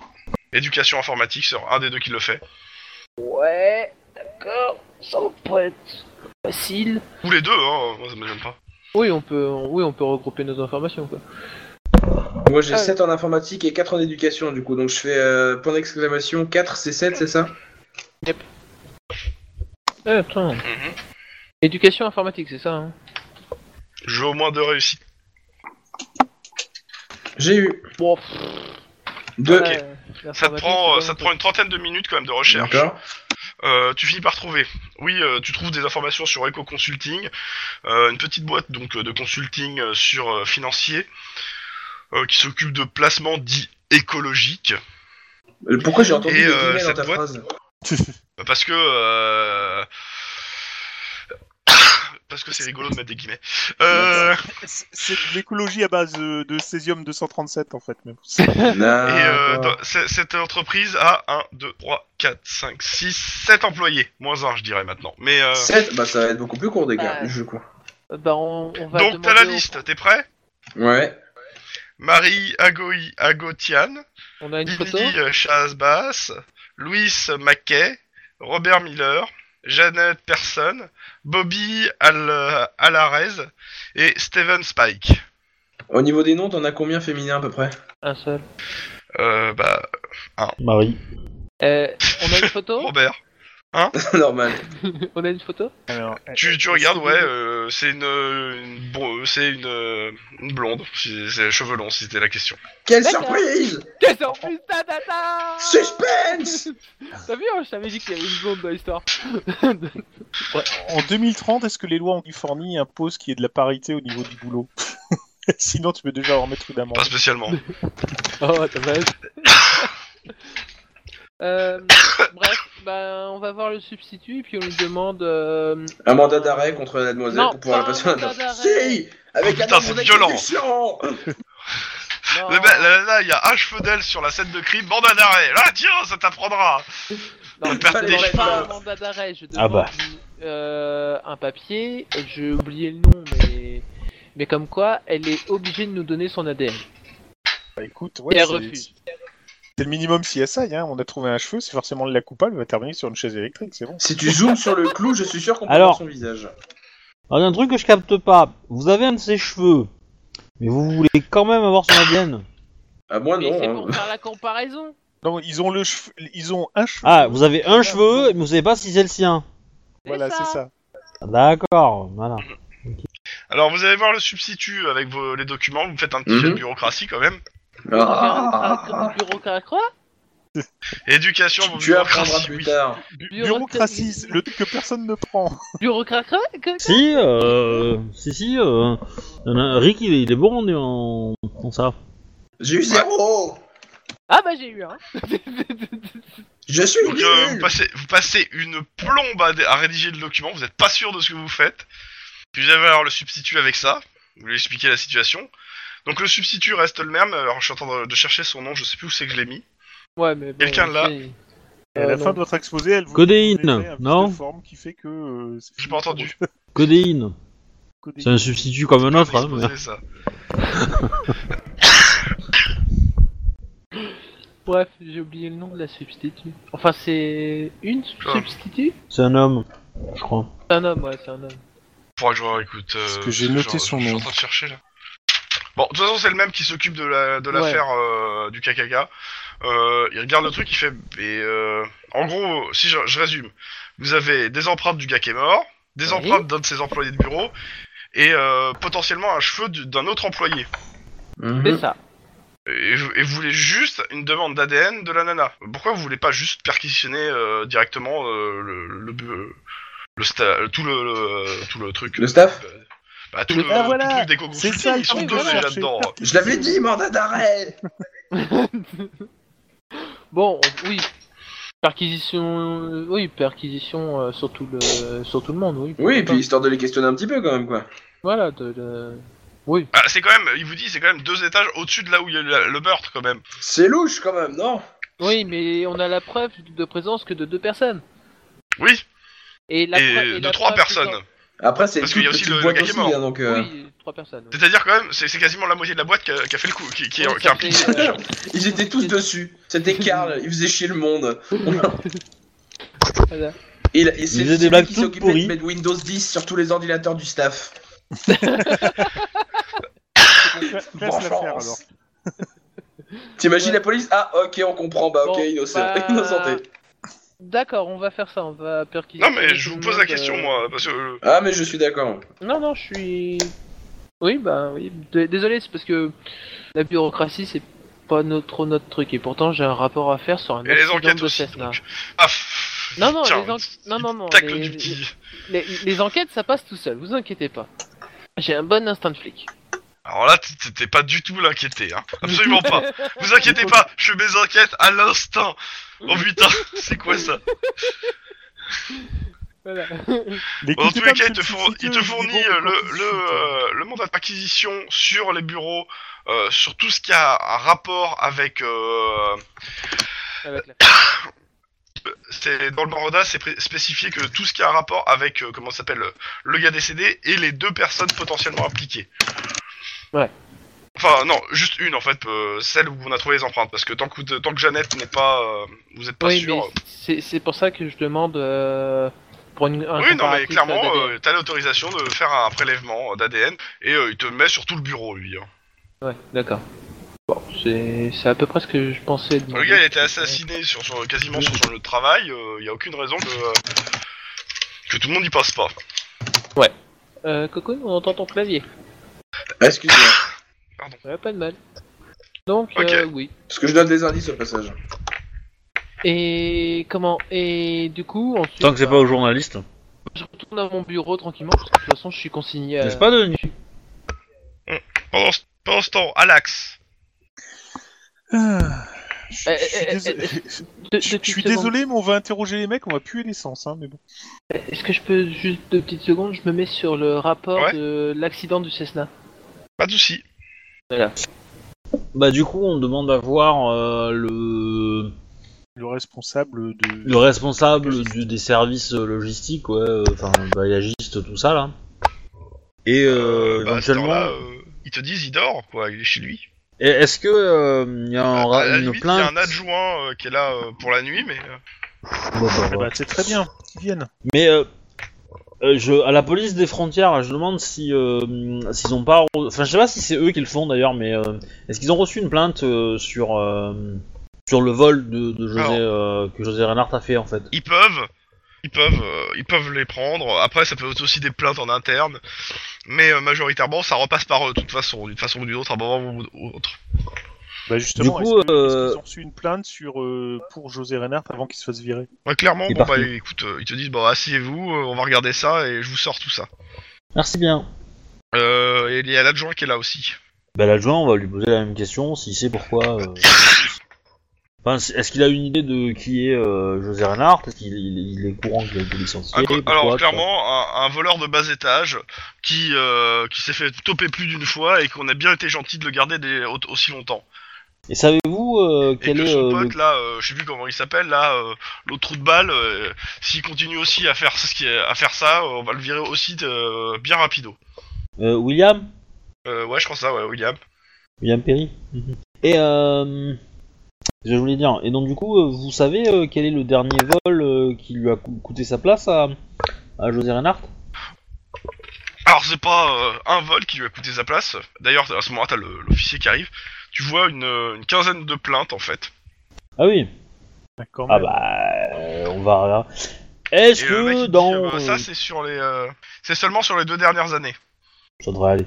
A: Éducation informatique, c'est un des deux qui le fait.
C: Ouais, d'accord, sans prête. Facile.
A: Ou les deux, hein, moi ça me gêne pas.
C: Oui, on peut oui, on peut regrouper nos informations quoi.
F: Moi j'ai
C: Ah.
F: 7 en informatique et 4 en éducation du coup, donc je fais euh, point d'exclamation 4, c'est 7, c'est ça
C: Eh, attends.
A: Mhm.
C: Éducation informatique, c'est ça hein
A: Je veux au moins deux réussites.
F: J'ai eu
C: Bon, pff,
F: 2.
C: voilà,
A: Ça te,
C: l'informatique,
A: prend, euh,
C: c'est
A: ça te
C: bon,
A: prend une trentaine de minutes quand même de recherche. Euh, tu finis par trouver. Oui, euh, tu trouves des informations sur Eco Consulting, euh, une petite boîte donc euh, de consulting euh, sur euh, financier euh, qui s'occupe de placements dits écologiques.
F: Pourquoi j'ai entendu
A: Et,
F: des
A: euh,
F: guillemets dans
A: cette
F: ta
A: boîte-
F: phrase
A: Bah, Parce que. euh, *coughs* Parce que c'est rigolo de mettre des guillemets. Euh,
B: C'est c'est de l'écologie à base euh, de césium 237 en fait. Même.
A: et euh,
F: Non,
A: dans- c'est- cette entreprise a 1, 2, 3, 4, 5, 6, 7 employés. Moins 1, je dirais maintenant. Mais. euh,
F: 7, bah ça va être beaucoup plus court des gars,
C: Ah.
F: je crois.
C: euh, Bah on, on va
A: Donc t'as la
C: demander au-
A: liste, t'es prêt
F: Ouais.
A: Marie Agoy Agotian,
C: On a une photo.
A: Billy euh, Chazbas, Louis Mackay, Robert Miller, Jeannette Person, Bobby Al Alarez et Steven Spike.
F: Au niveau des noms, t'en as combien féminin à peu près *coughs*
C: Un seul.
A: Euh, bah,
D: Marie.
C: Euh, on a
A: *laughs*
C: une photo
A: Robert.
F: Normal.
C: On a une photo
B: Alors, eh,
A: Tu, tu regardes, ouais, euh, c'est une, une, bon, euh, c'est une, euh, une blonde, si- c'est cheveux longs, si c'était la question.
F: Quelle
C: D'accord.
F: surprise
C: Qu'est-ce en plus ta ta ta *laughs*
F: Suspense
C: T'as vu, hein, je t'avais dit qu'il y avait une blonde dans l'histoire.
B: en 2030, est-ce que les lois en Californie imposent qu'il y ait de la parité au niveau du boulot *laughs* Sinon, tu peux déjà en mettre une amende.
A: Pas spécialement.
C: oh, t'as mal. *laughs* euh, bref, bah, on va voir le substitut et puis on lui demande. euh,
F: Un mandat d'arrêt contre la demoiselle
C: Non,
F: pour pouvoir
C: pas
F: la passer
C: un
F: à la
C: mandat
F: dame.
C: d'arrêt.
F: Si Avec
A: Oh, putain,
F: la demande
A: c'est violent.
F: d'exécution
C: non,
A: Le mec- bah, là, là, là, il y a un cheveu d'elle sur la scène de crime, bande à d'arrêt. Là, tiens, ça t'apprendra.
C: non,
A: perd
C: je
A: des
C: demande
F: cheveux.
C: pas un mandat d'arrêt, je demande
D: Ah bah.
C: une- euh, un papier. J'ai oublié le nom, mais. Mais comme quoi, elle est obligée de nous donner son ADN.
B: Bah, écoute, ouais,
C: et elle
B: c'est-
C: refuse.
B: C'est le minimum CSI. Hein. On a trouvé un cheveu, c'est forcément la coupable. Elle va terminer sur une chaise électrique, c'est bon.
F: Si tu zoomes sur le clou, je suis sûr qu'on peut
D: Alors.
F: voir son visage.
D: Alors, il y a un truc que je capte pas. Vous avez un de ses cheveux, mais vous voulez quand même avoir son ADN.
F: Ah, moi
C: Mais c'est
F: non.
C: pour
F: hein.
C: faire la comparaison.
B: Non, ils ont le cheveu- ils ont un cheveu.
D: Ah, vous avez un cheveu, mais vous savez pas si c'est le sien.
B: Voilà,
I: ça.
B: c'est ça.
D: D'accord, voilà.
A: Alors vous allez voir le substitut avec vos, les documents, vous faites un petit
F: Mhm.
A: jet de bureaucratie quand même.
C: Ah.
F: *laughs* Ah.
C: Bureaucratie, quoi
A: Éducation,
F: Tu-
A: vos
F: Tu apprendras
A: bureaucratie,
F: plus
A: oui.
F: tard.
B: Bureaucratie, c'est le truc que personne ne prend.
C: Bureaucratie, quoi
D: Si, euh, si, si, euh, y en a- Rick, il est, il est bon en, en ça.
F: J'ai eu zéro
C: Ah bah j'ai eu un.
F: Je suis
A: Donc euh, vous,
F: nul
A: passez, vous passez une plombe à, dé- à rédiger le document, vous n'êtes pas sûr de ce que vous faites. Puis vous allez avoir le substitut avec ça, vous lui expliquez la situation. Donc le substitut reste le même, alors je suis en train de, de chercher son nom, je sais plus où c'est que je l'ai mis.
C: *laughs* ouais, mais bon,
A: Quelqu'un l'a
C: c'est-
B: Et à la
C: Euh, non.
B: fin de votre exposé, elle vous
D: Codéine,
B: vous mettez un vice
D: non
B: de forme qui fait que. euh, c'est
A: J'ai pas entendu.
D: Codéine.
B: Codéine.
D: C'est un substitut comme un autre, hein,
A: Exposé, ça.
C: Bref, j'ai oublié le nom de la substitut. Enfin, c'est une
A: Ah.
C: substitut
D: mais c'est un homme, je crois.
C: C'est un homme, ouais, c'est un homme.
A: Faudra que je réécoute. euh,
E: Parce que j'ai
A: je-
E: noté
A: je-
E: son
A: Je suis
E: nom.
A: en train de chercher là. Bon, de toute façon, c'est le même qui s'occupe de la de
C: Ouais.
A: l'affaire euh, du KKK. Euh, il regarde le truc, il fait. Et, euh, en gros, si je, je résume, vous avez des empreintes du gars qui est mort, des
C: Oui.
A: empreintes d'un de ses employés de bureau, et euh, potentiellement un cheveu du- d'un autre employé.
C: C'est
F: Mhm.
C: ça.
A: Et, vous- et vous voulez juste une demande d'ADN de la nana. Pourquoi vous voulez pas juste perquisitionner euh, directement euh, le le, le, le sta- tout le, le- tout le truc
F: Le staff
A: euh, bah, tout, le,
B: Ah,
A: tout
B: voilà,
A: le truc des cocos
B: c'est ça,
A: ils sont
C: il faut
A: deux
C: chercher.
A: là-dedans.
F: Je l'avais dit, mandat d'arrêt
C: Bon, on- oui. Perquisition, euh, oui, perquisition euh, sur, tout le, sur tout le monde, oui. pourquoi
F: Oui, et
C: pas.
F: puis histoire de les questionner un petit peu quand même, quoi.
C: Voilà, de, de- oui.
A: Ah, c'est quand même, il vous dit, c'est quand même deux étages au-dessus de là où il y a eu la- le meurtre quand même.
F: C'est louche quand même, non
C: Oui, mais on a la preuve de présence que de deux personnes.
A: Oui,
C: Et, la
A: et
C: preuve-
A: de
C: la
A: trois
C: preuve que
A: personnes.
C: dans-
F: Après, c'est une
A: Parce qu'il y a
F: toute
A: aussi
F: petite
A: le- le
F: boîte
A: gars qui est
F: aussi,
A: mort.
F: hein, donc... euh,
C: Oui, trois personnes. oui.
A: C'est-à-dire quand même, c'est c'est quasiment la moitié de la boîte qui a, qui a fait le coup, qui, qui, est-
C: Oui,
A: qui a
C: ça
A: impliqué.
C: fait, euh,
F: *laughs* Ils étaient tous dessus.
C: *laughs*
F: C'était Karl, il faisait chier le monde.
C: Voilà.
F: Et, il- et
D: faisait
F: c'est
D: des
F: c'est lui
D: blagues
F: qui
D: toutes
F: s'occupait de
D: pourries.
F: mettre Windows 10 sur tous les ordinateurs du staff.
B: Classe
F: Bonne
B: l'affaire,
F: chance.
B: alors.
F: *laughs* T'imagines
C: Ouais.
F: la police Ah ok on comprend, bah ok
C: Bon,
F: innocent,
C: bah,
F: innocenté.
C: D'accord, on va faire ça, on va perquisitionner.
A: Non mais je
C: tout
A: vous
C: le
A: pose la
C: monde,
A: question
C: euh,
A: moi, parce que euh,
F: Ah mais je suis d'accord.
C: Non, non, je suis. Oui, bah oui. D- Désolé, c'est parce que la bureaucratie, c'est pas no- trop notre truc. Et pourtant, j'ai un rapport à faire sur un
A: et les
C: accident
A: enquêtes
C: de
A: aussi.
C: Cessna.
A: donc. Ah, pff,
C: Non, non,
A: tiens,
C: les en-
A: il
C: non, non, non,
A: tacle
C: les-
A: du petit.
C: Les, les enquêtes, ça passe tout seul, vous inquiétez pas. J'ai un bon instinct de flic.
A: Alors là, t- t'es pas du tout l'inquiété,
C: *laughs*
A: hein. Absolument pas. Vous inquiétez pas, je fais mes enquêtes à l'instant. Oh putain, *laughs* c'est quoi ça
C: Voilà.
A: Bon, Dans
B: N'écoutez
A: tous
B: pas
A: les cas,
B: le
A: ils te, fourn-
B: substitut,
A: ils te
B: il dit
A: fournissent
B: bon,
A: euh,
B: quand
A: le,
B: il
A: le,
C: hein.
A: euh,
B: chute.
A: le mandat de perquisition sur les bureaux, euh, sur tout ce qui a un rapport avec... euh,
C: Avec la-
A: c'est Dans le mandat, c'est pré- spécifié que tout ce qui a un rapport avec, euh, comment ça s'appelle, euh, le gars décédé et les deux personnes potentiellement impliquées.
C: Ouais.
A: Enfin, non, juste une en fait, euh, celle où on a trouvé les empreintes, parce que tant que, vous- tant que Jeannette n'est pas... euh, vous n'êtes pas
C: Oui,
A: sûr...
C: mais c'est c'est pour ça que je demande euh, pour une. un
A: Oui, non, mais
C: comparatif,
A: clairement,
C: euh, d'ADN.
A: euh, t'as l'autorisation de faire un prélèvement d'ADN et euh, il te met sur tout le bureau, lui. hein.
C: Ouais, d'accord. Bon, c'est c'est à peu près ce que je pensais.
A: Le gars, il a été assassiné sur, sur- quasiment sur son lieu de travail, il n'y a aucune raison que, euh, que tout le monde y passe pas.
C: Euh, Cocoon, on entend ton clavier.
F: Excusez-moi.
C: Ouais, pas de mal. Donc,
A: Ok.
C: euh, oui.
F: Parce que je donne des indices au passage.
C: Et comment Et du coup, ensuite,
D: Tant que c'est
C: bah,
D: pas aux journalistes.
C: je retourne à mon bureau tranquillement parce que de toute façon, je suis consigné. euh, À...
D: N'est-ce pas, Denis
A: Pendant, ce- pendant ce temps, à l'axe. euh,
B: Ah, Je
C: Eh,
B: je suis
C: eh,
B: désolé-
C: Deux-
B: je-
C: deux
B: je suis
C: petites secondes.
B: désolé, mais on va interroger les mecs, on va puer l'essence, hein, mais bon.
C: Est-ce que je peux juste deux petites secondes Je me mets sur le rapport
A: Ouais.
C: de l'accident du Cessna.
A: Pas de soucis.
D: Bah, du coup, on demande à voir euh, le,
B: Le responsable de.
D: le responsable du- des services euh, logistiques, ouais, euh, enfin, bagagiste, tout ça, là. Et euh,
A: Bah, à ce
D: éventuellement,
A: temps-là, euh, ils te disent, il dort, quoi, il est chez lui.
D: et est-ce que euh, y a un ra-
A: à la
D: une
A: limite, il y
D: plainte
A: a un adjoint euh, qui est là euh, pour la nuit, mais... euh,
D: Bon, bah,
B: Ah
D: voilà.
B: bah, c'est très bien, qu'ils viennent.
D: Mais euh, euh, je, à la police des frontières, je demande si euh, s'ils ont pas, re- enfin je sais pas si c'est eux qui le font d'ailleurs, mais euh, est-ce qu'ils ont reçu une plainte euh, sur euh, sur le vol de, de José euh, que José Renard a fait en fait
A: ils peuvent... ils peuvent, euh, ils peuvent les prendre. Après, ça peut être aussi des plaintes en interne, mais euh, majoritairement, ça repasse par eux de toute façon, d'une façon ou d'une autre, à un moment ou ou autre.
B: Bah justement,
D: Du coup,
B: est-ce que-
D: euh,
B: est-ce qu'ils ont reçu une plainte sur, euh, pour José Reinhardt avant qu'il se fasse virer
A: Ouais, clairement,
D: Et
A: bon, bah
D: partout.
A: écoute, euh, ils te disent, bon, asseyez-vous, euh, on va regarder ça et je vous sors tout ça.
D: Merci bien.
A: Euh, et il y a l'adjoint qui est là aussi.
D: Bah, l'adjoint, on va lui poser la même question, s'il sait pourquoi. euh, Enfin, c- est-ce qu'il a une idée de qui est euh, José Renard Est-ce qu'il il- il est courant qu'il a été licencié
A: Un co-
D: Pourquoi,
A: alors
D: tu vois
A: clairement, un, un voleur de bas étage qui, euh, qui s'est fait toper plus d'une fois et qu'on a bien été gentil de le garder des, au- aussi longtemps.
D: Et savez-vous euh,
A: Et
D: quel
A: que
D: est
A: son
D: euh, le
A: pote là, euh, je sais plus comment il s'appelle là, euh, l'autre trou de balle, euh, s'il continue aussi à faire ce qui est- à faire ça, euh, on va le virer aussi de- bien rapido.
D: Euh, William
A: Euh, ouais, je crois ça, ouais, William.
D: William Perry *laughs* Et euh, je voulais dire, et donc du coup, euh, vous savez euh, quel est le dernier vol euh, qui lui a cou- coûté sa place à, à José Reinhardt
A: Alors c'est pas euh, un vol qui lui a coûté sa place. D'ailleurs, à ce moment-là, t'as le- l'officier qui arrive. Tu vois une, euh, une quinzaine de plaintes en fait.
D: Ah oui
B: D'accord.
D: Ah bah, euh, on va... Est-ce
A: Et le mec, il
D: que
A: dit,
D: dans...
A: euh,
D: euh,
A: ça c'est sur les, euh, c'est seulement sur les deux dernières années.
D: Ça devrait aller.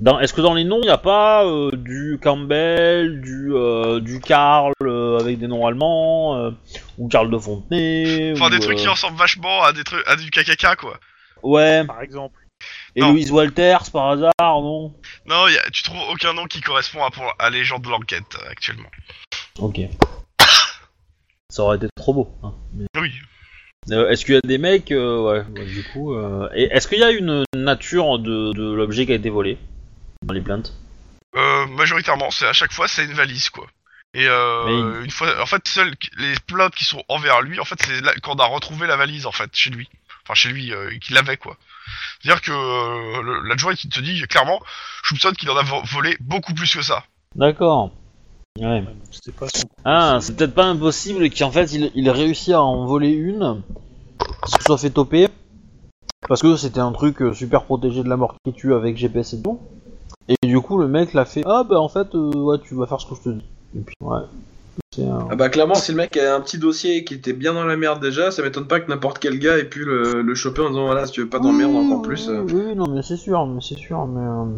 D: Dans- Est-ce que dans les noms, il n'y a pas euh, du Campbell, du, euh, du Karl euh, avec des noms allemands, euh, ou Karl de Fontenay
A: Enfin,
D: ou,
A: des trucs qui
D: euh,
A: ressemblent vachement à des trucs à du KKK quoi.
D: Ouais,
B: Par exemple.
D: et
A: Non.
D: Louise Walters par hasard, non
A: Non, y a- tu trouves aucun nom qui correspond à, pour- à les gens de l'enquête euh, actuellement. *coughs*
D: Ok. Ça aurait été trop beau. hein, mais-
A: Oui.
D: Euh, est-ce qu'il y a des mecs euh, ouais, ouais, du coup. euh, Et est-ce qu'il y a une nature de, de l'objet qui a été volé dans les plaintes
A: Euh, majoritairement, c'est à chaque fois c'est une valise quoi. Et euh, une fois, en fait, seuls les plaintes qui sont envers lui, en fait, c'est là qu'on a retrouvé la valise en fait chez lui. Enfin, chez lui, euh, qu'il l'avait quoi. C'est-à-dire que euh, le- l'adjoint qui te dit clairement, je soupçonne qu'il en a vo- volé beaucoup plus que ça.
D: D'accord. Ouais.
B: C'était pas son
D: Ah, c'est peut-être pas impossible qu'en fait il, il réussit à en voler une, qu'il se soit fait toper, parce que c'était un truc euh, super protégé de la mort qui tue avec GPS et tout. Et du coup, le mec l'a fait Ah, bah en fait, euh, ouais, tu vas faire ce que je te dis. Et puis, ouais. C'est un-
F: Ah bah clairement, si le mec a un petit dossier et qu'il était bien dans la merde déjà, ça m'étonne pas que n'importe quel gars ait pu le, le choper en disant voilà, si tu veux pas t'emmerder
D: Oui,
F: encore plus.
D: Oui,
F: euh.
D: Mmh, oui, oui, non, mais c'est sûr, mais c'est sûr, mais. euh,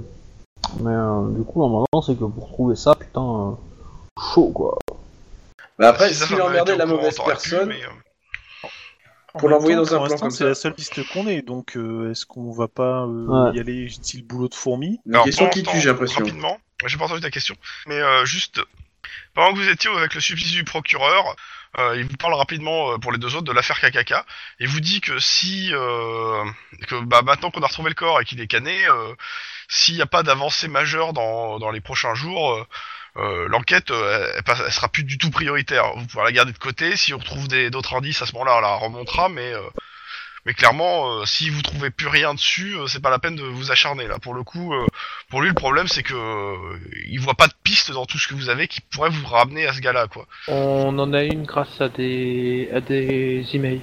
D: Mais euh, du coup, normalement, c'est que pour trouver ça, putain, euh, chaud quoi.
F: Bah après,
A: Si ça,
F: s'il
A: ça
F: a
A: aurait
F: emmerdé
A: été
F: la
A: au courant,
F: mauvaise
A: t'aurais pu,
F: personne,
A: mais, euh,
F: Pour l'envoyer dans un plan
B: plan
F: comme
B: C'est
F: ça.
B: la seule piste qu'on ait, donc euh, est-ce qu'on va pas euh,
D: Ouais.
B: y aller style boulot de fourmi
F: une
A: Alors,
F: question
A: pendant
F: qui
A: ce
F: tue,
A: temps,
F: j'ai l'impression.
A: Rapidement, j'ai pas entendu ta question, mais euh, juste, pendant que vous étiez avec le substitut du procureur, euh, il vous parle rapidement euh, pour les deux autres de l'affaire Kakaka, et vous dit que si, euh, que bah, maintenant qu'on a retrouvé le corps et qu'il est cané, euh, s'il n'y a pas d'avancée majeure dans, dans les prochains jours, euh, euh, l'enquête, euh, elle, passe- elle sera plus du tout prioritaire. Vous pourrez la garder de côté, si on retrouve des- d'autres indices, à ce moment-là, on la remontera, mais... euh, mais clairement, euh, si vous trouvez plus rien dessus, euh, c'est pas la peine de vous acharner là. Pour le coup, euh, pour lui, le problème, c'est que euh, il voit pas de piste dans tout ce que vous avez qui pourrait vous ramener à ce gars-là, quoi.
C: On en a une grâce à des, à des emails.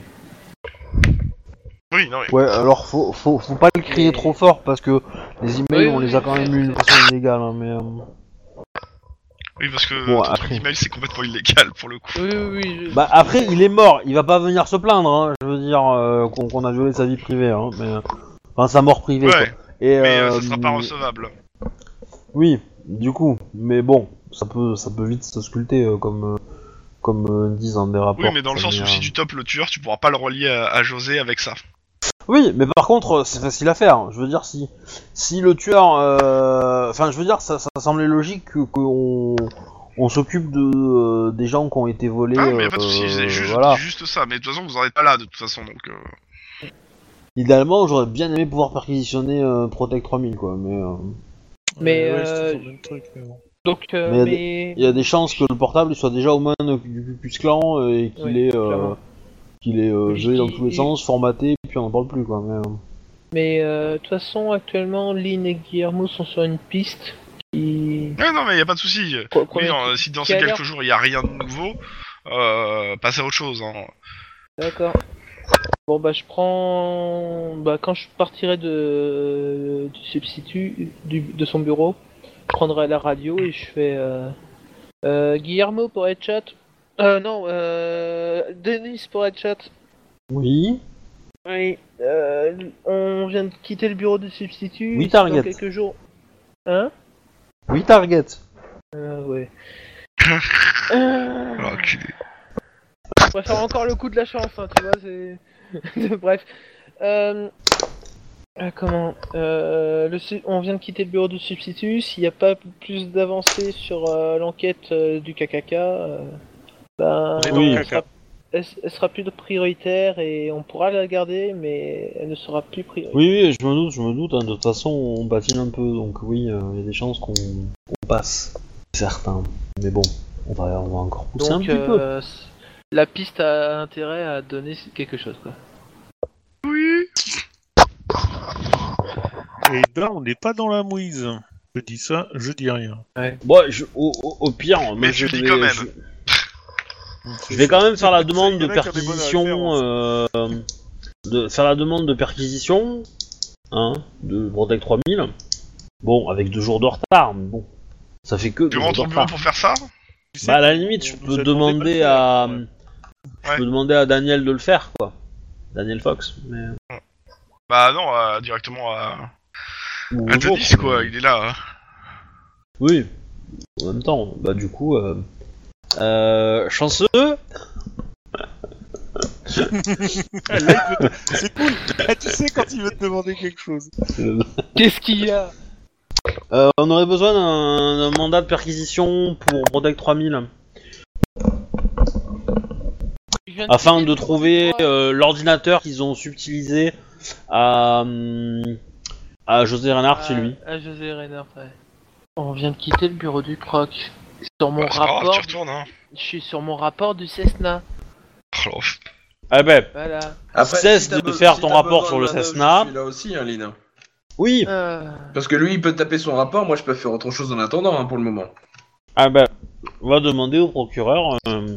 A: Oui, non, mais...
D: Ouais, alors faut, faut, faut pas le crier trop fort parce que les
C: Oui,
D: emails on
C: oui,
D: les a
C: oui,
D: quand
C: je
D: même
C: sais,
D: eu
C: je
D: de
C: sais.
D: façon illégale, hein, mais. euh,
A: oui, parce que
D: Bon,
A: ton truc
D: après.
A: email, c'est complètement illégal pour le coup.
C: Oui, oui, oui. je-
D: Bah après il est mort, il va pas venir se plaindre, hein, je veux dire euh, qu'on qu'on a violé sa vie privée, hein, mais. euh, Enfin sa mort privée quoi.
A: Ouais,
D: Et,
A: mais
D: euh,
A: euh, ça sera pas recevable.
D: Oui, du coup, mais bon, ça peut, ça peut vite se sculpter euh, comme, euh, comme euh, disent hein, des rapports.
A: Oui, mais dans le
D: Ça
A: sens où
D: vient-
A: si tu topes le tueur, tu pourras pas le relier à, à José avec ça.
D: Oui, mais par contre, euh, c'est facile à faire. Je veux dire, si, si le tueur. euh, Enfin, je veux dire, ça, ça semblait logique que- qu'on on, s'occupe de, euh, des gens qui ont été volés.
A: Ah, mais y a pas de soucis,
D: euh,
A: c'est juste,
D: voilà.
A: juste ça. Mais de toute façon, vous en êtes pas là, de toute façon, donc... euh,
D: Idéalement, j'aurais bien aimé pouvoir perquisitionner euh, Protect 3000, quoi. Mais euh,
C: Mais,
B: Ouais, c'est
C: euh,
B: toujours le même truc, mais bon.
C: Donc, euh,
D: Mais y a des-
C: mais...
D: il y a des chances que le portable il soit déjà aux mains de- du Cucus Clan euh, et qu'il
C: Oui,
D: est. euh,
C: clairement.
D: qu'il est euh,
C: Oui,
D: gelé dans
C: il-
D: tous les
C: il-
D: sens, formaté, puis on en parle plus, quoi. Mais, euh,
C: Mais euh, de toute façon, actuellement, Lynn et Guillermo sont sur une piste qui.
A: Ouais, non, mais y a pas de soucis.
C: Quoi- quoi-
A: Oui, non, si dans ces
C: galère.
A: quelques jours, il y a rien de nouveau, euh, passez à autre chose, hein.
C: D'accord. Bon, bah, je prends. Bah, quand je partirai de... du substitut, du... de son bureau, je prendrai la radio et je fais. Euh... euh, Guillermo pour Headshot. Euh, non, euh... Denis pour Headshot.
D: Oui.
C: Oui, euh, on vient de quitter le bureau du substitut.
D: Oui,
C: et
D: Target.
C: Dans quelques jours. Hein
D: Oui, Target.
C: Euh, ouais. Euh,
A: Alors, enculé.
C: on va faire encore le coup de la chance, hein, tu vois, c'est... *laughs* Bref. Euh... euh, comment euh, le su- On vient de quitter le bureau du substitut, s'il n'y a pas plus d'avancée sur euh, l'enquête euh, du KKK, euh, ben,
A: On est
D: dans le
C: elle,
A: caca.
C: sera... elle- elle sera plus prioritaire et on pourra la garder, mais elle ne sera plus prioritaire.
D: Oui, oui, je me doute, je me doute. hein, De toute façon, on patine un peu, donc oui, euh, il y a des chances qu'on qu'on passe. Certain. Mais bon, on va, on va encore pousser un
C: Donc
D: petit peu.
C: euh, c- la piste a intérêt à donner quelque chose, quoi.
B: Et là, on n'est pas dans la mouise. Je dis ça, je dis rien.
D: Bon, je- au, au- au pire, moi,
A: Mais
D: je
A: tu le
D: vais,
A: dis quand même.
D: Je, je vais quand même faire la demande
B: Il y
D: de
B: en a qui ont des bonnes hein,
D: perquisition,
B: références.
D: euh, de faire la demande de perquisition, hein, de Protect 3000. Bon, avec deux jours de retard, mais bon, ça fait que
A: Tu
D: deux jours
A: rentres
D: de
A: au bureau
D: retard.
A: pour faire ça
B: Tu sais,
D: Bah, à la limite, je
B: on nous
D: peux
B: a demandé de le
D: demander
B: faire,
D: à, euh,
B: ouais.
A: Ouais.
D: je peux demander à Daniel de le faire, quoi. Daniel Fox. Mais...
A: Bah non, euh, directement à,
D: Ou
A: à
D: aux
A: Denis,
D: autres,
A: quoi,
D: mais-
A: il est là. hein.
D: Oui. En même temps, bah du coup, euh... euh, chanceux.
B: Ah, là, il veut te- *laughs* C'est cool. Ah, tu sais quand il veut te demander quelque chose.
C: Qu'est-ce qu'il y a
D: Euh, on aurait besoin d'un d'un mandat de perquisition pour Protect 3000 afin de trouver euh, l'ordinateur qu'ils ont subtilisé à, hum, à José Renard chez lui.
C: Euh, À José Reynard, ouais. On vient de quitter le bureau du proc. Sur mon
A: Bah, c'est pas grave,
C: rapport,
A: tu retournes, hein.
C: je suis sur mon rapport du Cessna.
A: Oh, la vache.
D: Ah ben, *laughs*
C: Voilà.
D: Cesse
F: t'as
D: de
F: be-
D: faire ton
F: t'as
D: rapport
F: besoin
D: sur
F: de
D: le
F: manœuvre,
D: Cessna.
F: Je suis là aussi, hein, Lina.
D: oui.
C: Euh,
F: Parce que lui, il peut taper son rapport, moi, je peux faire autre chose en attendant, hein, pour le moment. *laughs*
D: Ah ben, on va demander au procureur euh,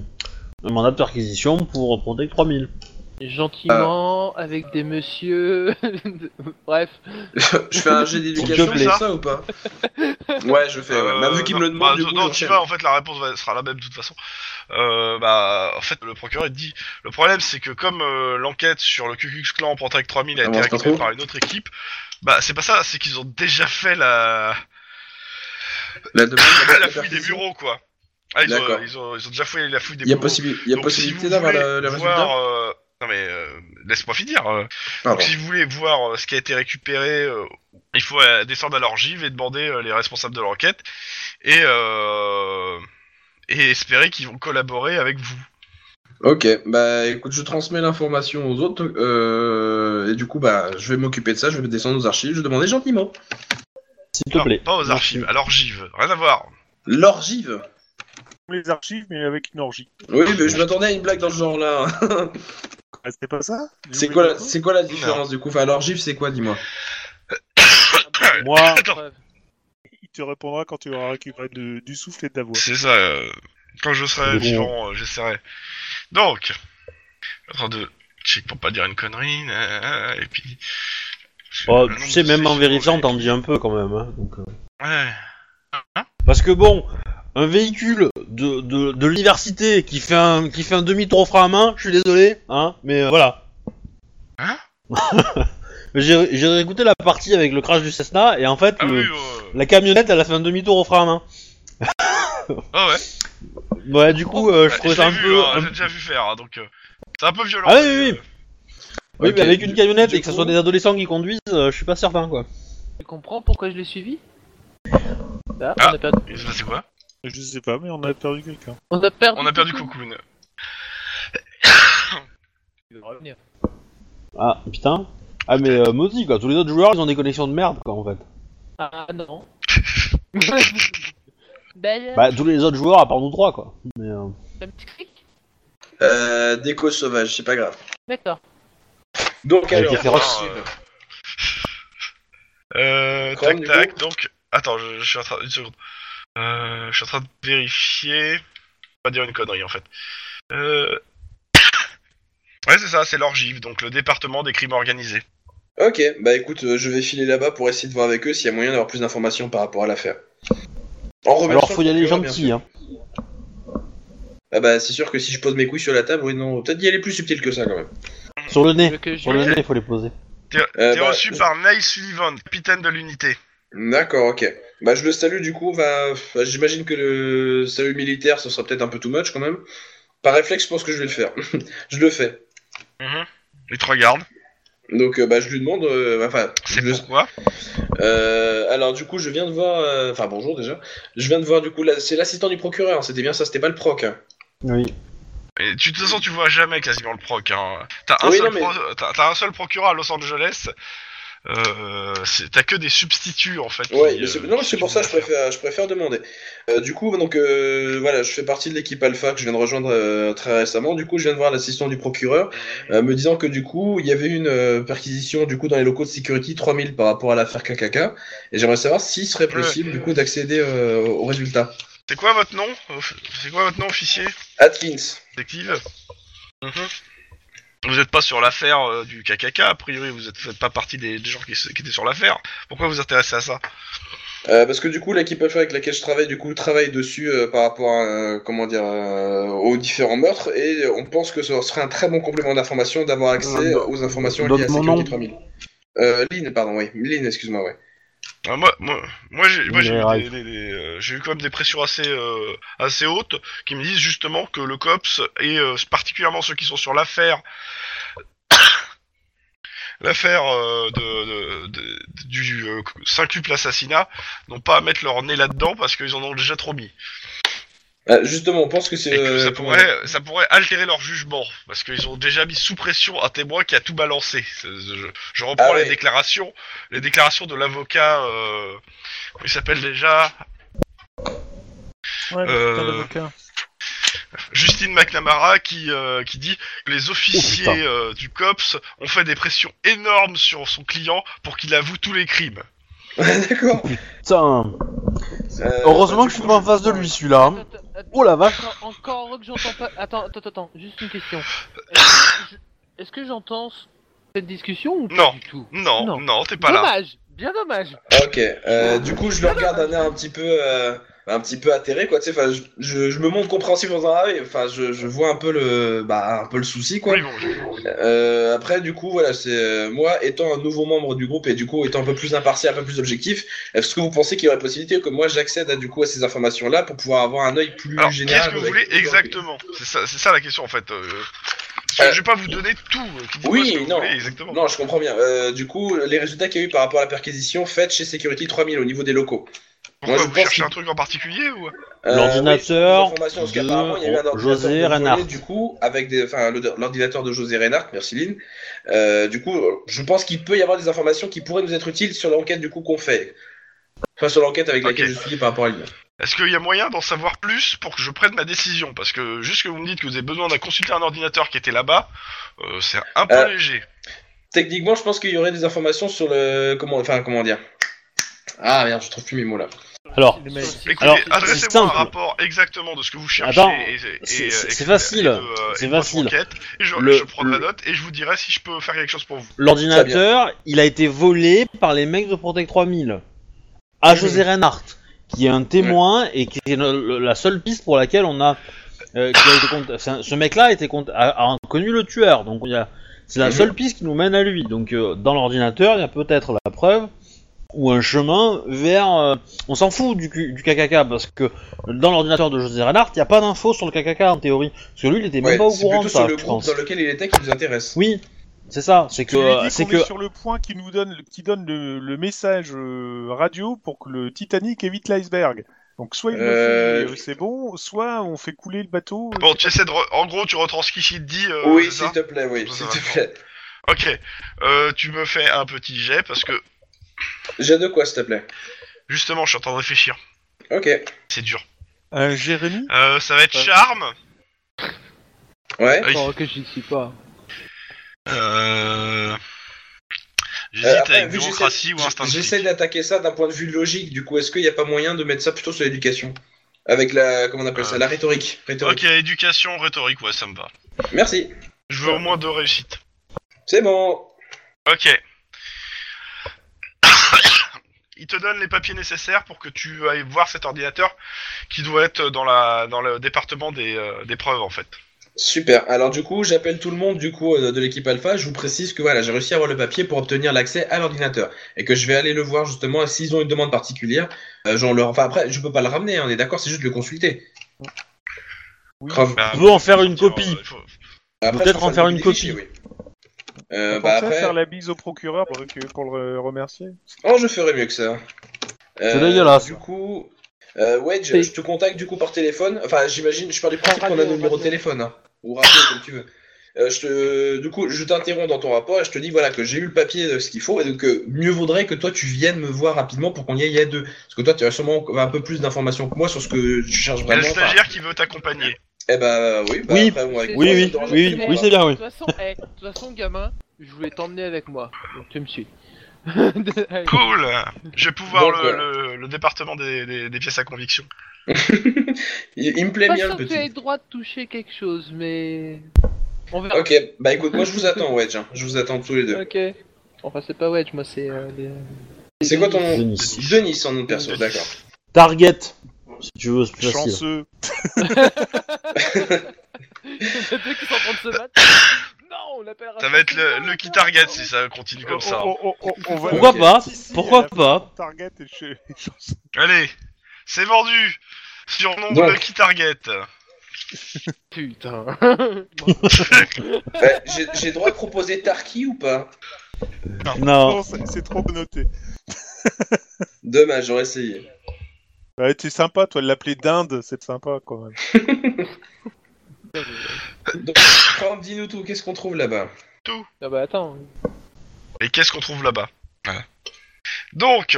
D: un mandat de perquisition pour Protect 3000.
C: gentiment, avec des messieurs. *laughs* Bref.
F: je fais un jet d'éducation,
D: S'il te
F: c'est
D: plaît.
F: ça
A: *laughs*
F: ou pas Ouais, je fais, ouais.
A: Euh,
F: bah, vu qu'il me le
A: non,
F: demande,
A: bah,
F: du
A: non,
F: coup,
A: non, tu
F: j'enchaîne.
A: vas, en fait, la réponse va- sera la même de toute façon. Euh, bah, en fait, le procureur il te dit le problème, c'est que comme euh, l'enquête sur le QQX Clan en Protect 3000 a
F: Ah,
A: été
F: bon, c'est
A: récupérée
F: trop.
A: par une autre équipe, bah, c'est pas ça, c'est qu'ils ont déjà fait la,
F: *laughs* La
A: *laughs*
F: demande
A: la,
F: de
A: fouille des
F: perquisition.
A: bureaux, quoi. Ah, ils, ont,
F: D'accord.
A: ils, ont, ils ont déjà fouillé la fouille des
F: Il y a,
A: bureaux.
F: possibi- il y a
A: Donc,
F: possibilité
A: si vous
F: d'avoir
A: voulez
F: le, le
A: voir,
F: résultat
A: euh, Non, mais euh, laisse-moi finir. euh.
F: Pardon.
A: Donc, si vous voulez voir euh, ce qui a été récupéré, euh, il faut euh, descendre à l'orgive et demander euh, les responsables de l'enquête et, euh, et espérer qu'ils vont collaborer avec vous.
F: Ok, bah écoute, je transmets l'information aux autres, euh, et du coup, bah, je vais m'occuper de ça, je vais descendre aux archives, je vais demander gentiment.
D: S'il te
A: Non,
D: plaît.
A: Pas aux archives, à l'orgive. Rien à voir.
F: L'orgive
B: Comme Les archives, mais avec une orgie.
F: Oui, mais je m'attendais à une blague dans
A: *laughs*
F: ce genre-là. hein.
B: Ah, c'était pas ça
F: c'est quoi, la- c'est quoi la différence du coup Enfin, l'orgive, c'est quoi, dis-moi
D: Moi,
A: Attends.
C: Bref.
B: Il te répondra quand tu auras récupéré de- du souffle et de la
A: *laughs*
B: voix.
A: C'est ça. euh, quand je serai
D: Bon.
A: vivant, euh, j'essaierai. Donc, en train de check pour pas dire une connerie. na- na- na, et puis.
D: oh,
A: Le
D: tu
A: nombre
D: sais,
A: de
D: même en
A: sessions,
D: vérifiant,
A: j'ai-
D: t'en dis un peu quand même. hein, donc, euh.
A: Ouais. Ah
D: Parce que bon, un véhicule de, de, de l'université qui fait un qui fait un demi tour frein à main, je suis désolé, hein, mais euh, voilà.
A: Hein
D: *laughs* J'ai j'ai réécouté la partie avec le crash du Cessna et en fait
A: Ah
D: le-
A: oui, euh,
D: la camionnette elle a fait un demi tour au frein à main.
A: ah ouais.
D: Ouais, du coup euh, je
A: Ouais,
D: trouvais
A: je
D: ça
A: l'ai
D: un
A: vu,
D: peu.
A: hein,
D: un-
A: J'ai déjà vu faire, hein, donc euh, c'est un peu violent. euh,
D: Ah oui, oui, oui. Oui,
F: Ok,
D: mais avec une
F: du-
D: camionnette
F: du
D: et que ce
F: coup-
D: soit des adolescents qui conduisent, euh, je suis pas certain quoi.
C: Tu comprends pourquoi je l'ai suivi Là,
A: Ah.
C: on, a perdu...
A: Il se passait quoi
B: Je sais pas, mais on a perdu quelqu'un.
C: on a perdu.
A: On a perdu Cocoon.
D: Ah putain. Ah mais euh, maudit quoi, tous les autres joueurs ils ont des connexions de merde quoi en fait.
C: Ah non.
A: *laughs*
C: Belle.
D: Bah tous les autres joueurs à part nous trois quoi. Mais, euh,
C: Un petit clic
F: Euh, déco sauvage, c'est pas grave.
C: D'accord.
F: Donc,
D: Avec
F: alors,
D: les féroces.
F: l'orgive.
A: Euh, *laughs*
F: Grand
A: tac,
F: niveau.
A: tac. Donc, attends, je, je suis en train une seconde. Euh, je suis en train de vérifier. Pas dire une connerie en fait. Euh... *coughs* Ouais, c'est ça, c'est l'orgive, donc le département des crimes organisés.
F: Ok, bah écoute, euh, je vais filer là-bas pour essayer de voir avec eux s'il y a moyen d'avoir plus d'informations par rapport à l'affaire. En remerciant
D: Alors faut y
F: le
D: aller
F: procureur, bien
D: gentil
F: sûr.
D: hein.
F: Ah bah c'est sûr que si je pose mes couilles sur la table, oui non, peut-être y aller plus subtil que ça quand même.
D: Sur le
C: Tu veux
D: nez,
C: que
D: sur
C: je-
D: Eh, le nez, il faut les poser.
A: T'es
F: Euh,
A: t'es
F: bah,
A: reçu
F: je-
A: par Neil Sullivan, capitaine de l'unité.
F: D'accord, ok. Bah, je le salue du coup. Bah, bah, J'imagine que le salut militaire, ce sera peut-être un peu too much quand même. Par réflexe, je pense que je vais le faire. *laughs* je le fais.
A: Il te regarde.
F: Donc, euh, bah, je lui demande. euh, enfin,
A: C'est
F: je le-
A: pourquoi
F: Euh, alors, du coup, je viens de voir. euh, Enfin, bonjour déjà. Je viens de voir du coup. la- C'est l'assistant du procureur. C'était bien ça. C'était pas le proc. hein.
D: Oui.
A: Et tu, de toute façon, tu vois jamais quasiment le proc. Hein. T'as un,
F: Oui,
A: seul
F: non, mais-
A: pro- t'as- t'as un seul procureur à Los Angeles. Euh, c'est- T'as que des substituts en fait.
F: Ouais,
A: qui,
F: mais c'est-
A: euh,
F: non, mais
A: qui
F: c'est pour
A: font
F: ça que je
A: l'affaire.
F: préfère, je préfère demander. Euh, du coup, donc euh, voilà, je fais partie de l'équipe Alpha que je viens de rejoindre euh, très récemment. Du coup, je viens de voir l'assistant du procureur euh, me disant que du coup, il y avait une euh, perquisition du coup dans les locaux de sécurité 3000 par rapport à l'affaire KKK. Et j'aimerais savoir s'il serait possible du coup d'accéder euh, au résultat.
A: C'est quoi votre nom Off- C'est quoi votre nom, officier
F: Atkins.
A: Détective Mhm. Vous n'êtes pas sur l'affaire euh, du KKK, a priori, vous êtes, vous faites pas partie des, des gens qui, se- qui étaient sur l'affaire. Pourquoi vous vous intéressez à ça
F: Euh, parce que du coup, l'équipe Alpha avec laquelle je travaille, du coup, travaille dessus euh, par rapport à, euh, comment dire, euh, aux différents meurtres. Et on pense que ce serait un très bon complément d'information d'avoir accès
B: Euh,
F: aux informations
B: donne
F: liées à
B: mon
F: Sécurité
B: nom.
F: 3000. Euh, Lynn, pardon, oui. Lynn, excuse-moi, ouais.
A: Ah, Moi, moi, moi j'ai moi, j'ai
D: Ouais,
A: eu,
D: right.
A: des- des- des, euh, j'ai eu quand même des pressions assez, euh, assez hautes qui me disent justement que le COPS, et euh, particulièrement ceux qui sont sur l'affaire, *coughs* l'affaire euh, de, de- de- du euh, quintuple assassinat, n'ont pas à mettre leur nez là-dedans parce qu'ils en ont déjà trop mis.
F: Ah, justement, on pense que c'est.
A: Et que
F: euh,
A: ça,
F: comment *laughs*
A: pourrait, ça pourrait altérer leur jugement, parce qu'ils ont déjà mis sous pression un témoin qui a tout balancé. C'est- Je, je reprends
F: Ah ouais.
A: les déclarations, les déclarations de l'avocat, euh, comment il s'appelle déjà
B: Ouais,
A: Euh,
B: putain d'avocat.
A: Justine McNamara, qui, euh, qui dit que les officiers
D: Oh, putain.
A: euh, du COPS ont fait des pressions énormes sur son client pour qu'il avoue tous les crimes.
F: dire D'accord.
D: Putain.
F: Euh,
D: Heureusement
F: bah,
D: que je
F: du
D: suis
F: coup,
D: pas en face de lui, celui-là.
C: Attends, attends,
D: Oh la vache.
C: Encore, encore heureux que j'entends pas. Attends, attends, attends, juste une question. Est-ce que je- Est-ce que j'entends cette discussion ou pas
A: Non.
C: du tout
A: Non, non,
C: Non.
A: t'es pas là.
C: Dommage, bien dommage.
F: Ah, Ok. Euh, du coup, je le regarde d'un air un petit peu, euh, un petit peu atterré, quoi. Tu sais, enfin, je, je, je me montre compréhensif dans un œil. Enfin, je, je vois un peu le, bah, un peu le souci, quoi.
A: Oui, bon, je-
F: Euh, après, du coup, voilà, c'est euh, moi étant un nouveau membre du groupe et du coup étant un peu plus impartial, un peu plus objectif. Est-ce que vous pensez qu'il y aurait possibilité que moi j'accède à du coup à ces informations-là pour pouvoir avoir un œil plus
A: Alors,
F: général
A: qu'est-ce que vous
F: avec-
A: voulez exactement C'est ça, c'est ça la question en fait. euh, parce que
F: Euh,
A: je vais pas vous donner tout. euh, qui dit
F: oui,
A: pas ce que vous
F: non.
A: voulez exactement.
F: Non, je comprends bien. Euh, du coup, les résultats qu'il y a eu par rapport à la perquisition faite chez Security 3000 au niveau des locaux.
A: Pourquoi
F: Moi,
A: vous
F: je pense
A: cherchez
F: qu'il-
A: un truc en particulier ou
F: Euh,
D: L'ordinateur
F: oui, des informations, parce
D: de
F: qu'apparemment, il y a eu un ordinateur
D: José
F: de données,
D: Reinhardt.
F: Du coup, avec des, enfin, le- l'ordinateur de José Reinhardt, merci Lynn. Euh, du coup, je pense qu'il peut y avoir des informations qui pourraient nous être utiles sur l'enquête du coup qu'on fait. Enfin, sur l'enquête avec laquelle
A: Ok.
F: je suis par rapport à Lynn.
A: Est-ce qu'il y a moyen d'en savoir plus pour que je prenne ma décision Parce que juste que vous me dites que vous avez besoin d'un consulter un ordinateur qui était là-bas, euh, c'est un peu
F: Euh,
A: léger.
F: Techniquement, je pense qu'il y aurait des informations sur le, comment, enfin, comment dire. Ah merde, je trouve plus mes mots là.
D: Alors,
C: Le mec.
A: Écoutez, ah,
D: alors, c'est
A: adressez-moi un
D: simple.
A: rapport exactement de ce que vous cherchez.
D: Attends,
A: et- et-
D: c'est-
A: et,
D: c'est-
A: euh,
D: c'est
A: et-
D: facile,
A: et de, euh,
D: c'est
A: et de votre
D: facile.
A: enquête, Et je,
D: Le-
A: je prends ma
D: le-
A: note et je vous dirai si je peux faire quelque chose pour vous.
D: l'ordinateur, il a été volé par les mecs de Protect 3000 à José Reinhardt, qui est un témoin et qui est le- le- la seule piste pour laquelle on a. euh, qui a été cont- c'est un- ce mec-là a, été cont- a, a connu le tueur, donc il y a- c'est la
F: Mhm.
D: seule piste qui nous mène à lui. Donc euh, dans l'ordinateur, il y a peut-être la preuve ou un chemin vers. euh, on s'en fout du, cu- du KKK parce que dans l'ordinateur de José Reinhardt, il n'y a pas d'infos sur le KKK en théorie. Parce que lui, il était même
F: Ouais,
D: pas au
F: c'est
D: courant de
F: plutôt
D: ça,
F: sur le
D: je
F: groupe
D: pense.
F: dans lequel il était qui nous intéresse.
D: Oui, c'est ça. C'est
B: Tu lui
D: que, euh,
B: dis
D: c'est
B: qu'on
D: que
B: est sur le point qui nous donne, qui donne le, le message euh, radio pour que le Titanic évite l'iceberg. Donc soit il le
F: Euh,
B: fait, euh, c'est bon, soit on fait couler le bateau. euh,
A: Bon, tu essaies de. re- En gros, tu retranscris ce qu'il te dit. euh,
F: oui,
A: c'est ça
F: s'il te plaît, oui,
A: Ça, ça
F: s'il
A: va.
F: te plaît.
A: Ok. Euh, tu me fais un petit jet parce que
F: J'ai de quoi, s'il te plaît.
A: justement, je suis en train de réfléchir.
F: Ok.
A: C'est dur.
B: Un Jérémy
A: Euh, ça va être
C: Ouais.
A: charme.
F: Ouais.
A: Oui.
C: Encore heureux que je ne suis pas.
A: Euh...
F: Euh,
A: J'hésite
F: après,
A: avec
F: vu que
A: bureaucratie
F: j'essaie-
A: ou instinct de
F: J'essaie
A: flic.
F: d'attaquer ça d'un point de vue logique. Du coup, est-ce qu'il n'y a pas moyen de mettre ça plutôt sur l'éducation Avec la. Comment on appelle
A: Euh.
F: ça La rhétorique.
A: Ok,
F: rhétorique.
A: éducation, rhétorique, ouais, ça me va.
F: Merci.
A: Je
F: Euh,
A: veux au moins deux réussites.
F: C'est bon.
A: Ok. *coughs* Il te donne les papiers nécessaires pour que tu ailles voir cet ordinateur qui doit être dans, la, dans le département des, euh, des preuves en fait.
F: Super. Alors du coup, j'appelle tout le monde du coup euh, de l'équipe Alpha. Je vous précise que voilà, j'ai réussi à avoir le papier pour obtenir l'accès à l'ordinateur et que je vais aller le voir justement et s'ils ont une demande particulière. euh, genre leur... Enfin après, je peux pas le ramener. hein, on est d'accord, c'est juste le consulter.
B: Oui.
F: Grave.
A: Bah,
D: On peut en faire une
A: dire,
D: copie.
A: euh, faut-
F: Après,
D: peut-être
F: je
D: en
F: préfère
D: faire
F: le
D: une
F: modifier,
D: copie.
F: oui. Euh,
B: On
F: bah,
B: pensait
F: après...
B: faire la bise au procureur pour, que- pour le remercier.
F: Oh, je ferais mieux que ça. Euh,
D: C'est dégueulasse.
F: Du coup, euh, ouais, je, je te contacte du coup par téléphone. Enfin, j'imagine, je pars du principe qu'on a
C: radio,
F: nos numéros de
C: radio.
F: téléphone. hein. Ou rappel, comme tu veux. Euh, je te, du coup, je t'interromps dans ton rapport et je te dis voilà que j'ai eu le papier de ce qu'il faut et donc euh, mieux vaudrait que toi tu viennes me voir rapidement pour qu'on y aille à deux. Parce que toi tu as sûrement un peu plus d'informations que moi sur ce que tu cherches
A: Il y a le
F: vraiment. Enfin,
A: stagiaire qui veut
D: *laughs*
A: t'accompagner.
F: eh ben oui, bah,
D: Oui.
F: après, on va-
C: Oui,
F: on va
D: Oui, oui,
F: s'interroger
D: oui,
F: rapidement,
D: oui,
F: hein.
D: c'est bien,
C: De
D: oui.
C: toute façon, eh, de toute façon, gamin, je voulais t'emmener avec moi. Donc tu me suis. *laughs* Allez.
A: Cool Je vais pouvoir
F: Donc, euh,
A: le,
F: voilà.
A: le- le département des, des- des pièces à conviction.
F: Il, il me plaît
C: Pas
F: bien
C: sûr
F: le
C: que tu aies
F: petit.
C: le droit de toucher quelque chose, mais. On verra.
F: Ok, bah écoute, moi je vous attends, Wedge. hein. Je vous attends tous les deux.
C: Ok. Enfin, c'est pas Wedge, moi, c'est. euh, des-
F: C'est quoi ton nom
D: Denis.
F: Denis en nom de perso, d'accord.
D: Target, si tu veux, c'est plus facile.
B: Chanceux.
C: Les deux qui sont en train de se battre. *coughs* Non, on l'appellera.
A: Ça va être le,
C: Non,
A: le qui
C: non,
A: target
C: non.
A: si ça continue
D: Oh,
A: comme ça.
B: On- on- on- oh, on va-
D: Pourquoi
F: Ok.
D: pas
B: Si, si,
D: Pourquoi
B: elle a-
D: pas
B: Target et chez- *laughs*
A: Allez, c'est vendu Surnom
F: Donc.
A: le qui
D: *laughs*
A: target.
C: Putain.
F: *laughs* Euh, j'ai- J'ai droit de proposer Tarki ou pas
D: Non. Ah.
B: Non, c'est c'est trop noté.
F: Dommage, j'aurais essayé.
B: Ouais, Bah, t'es sympa, toi, de l'appeler dinde, c'est sympa quand même.
F: Donc, Chrome, dis-nous tout, qu'est-ce qu'on trouve là-bas
C: Ah bah attends.
A: Et qu'est-ce qu'on trouve là-bas Voilà. Donc,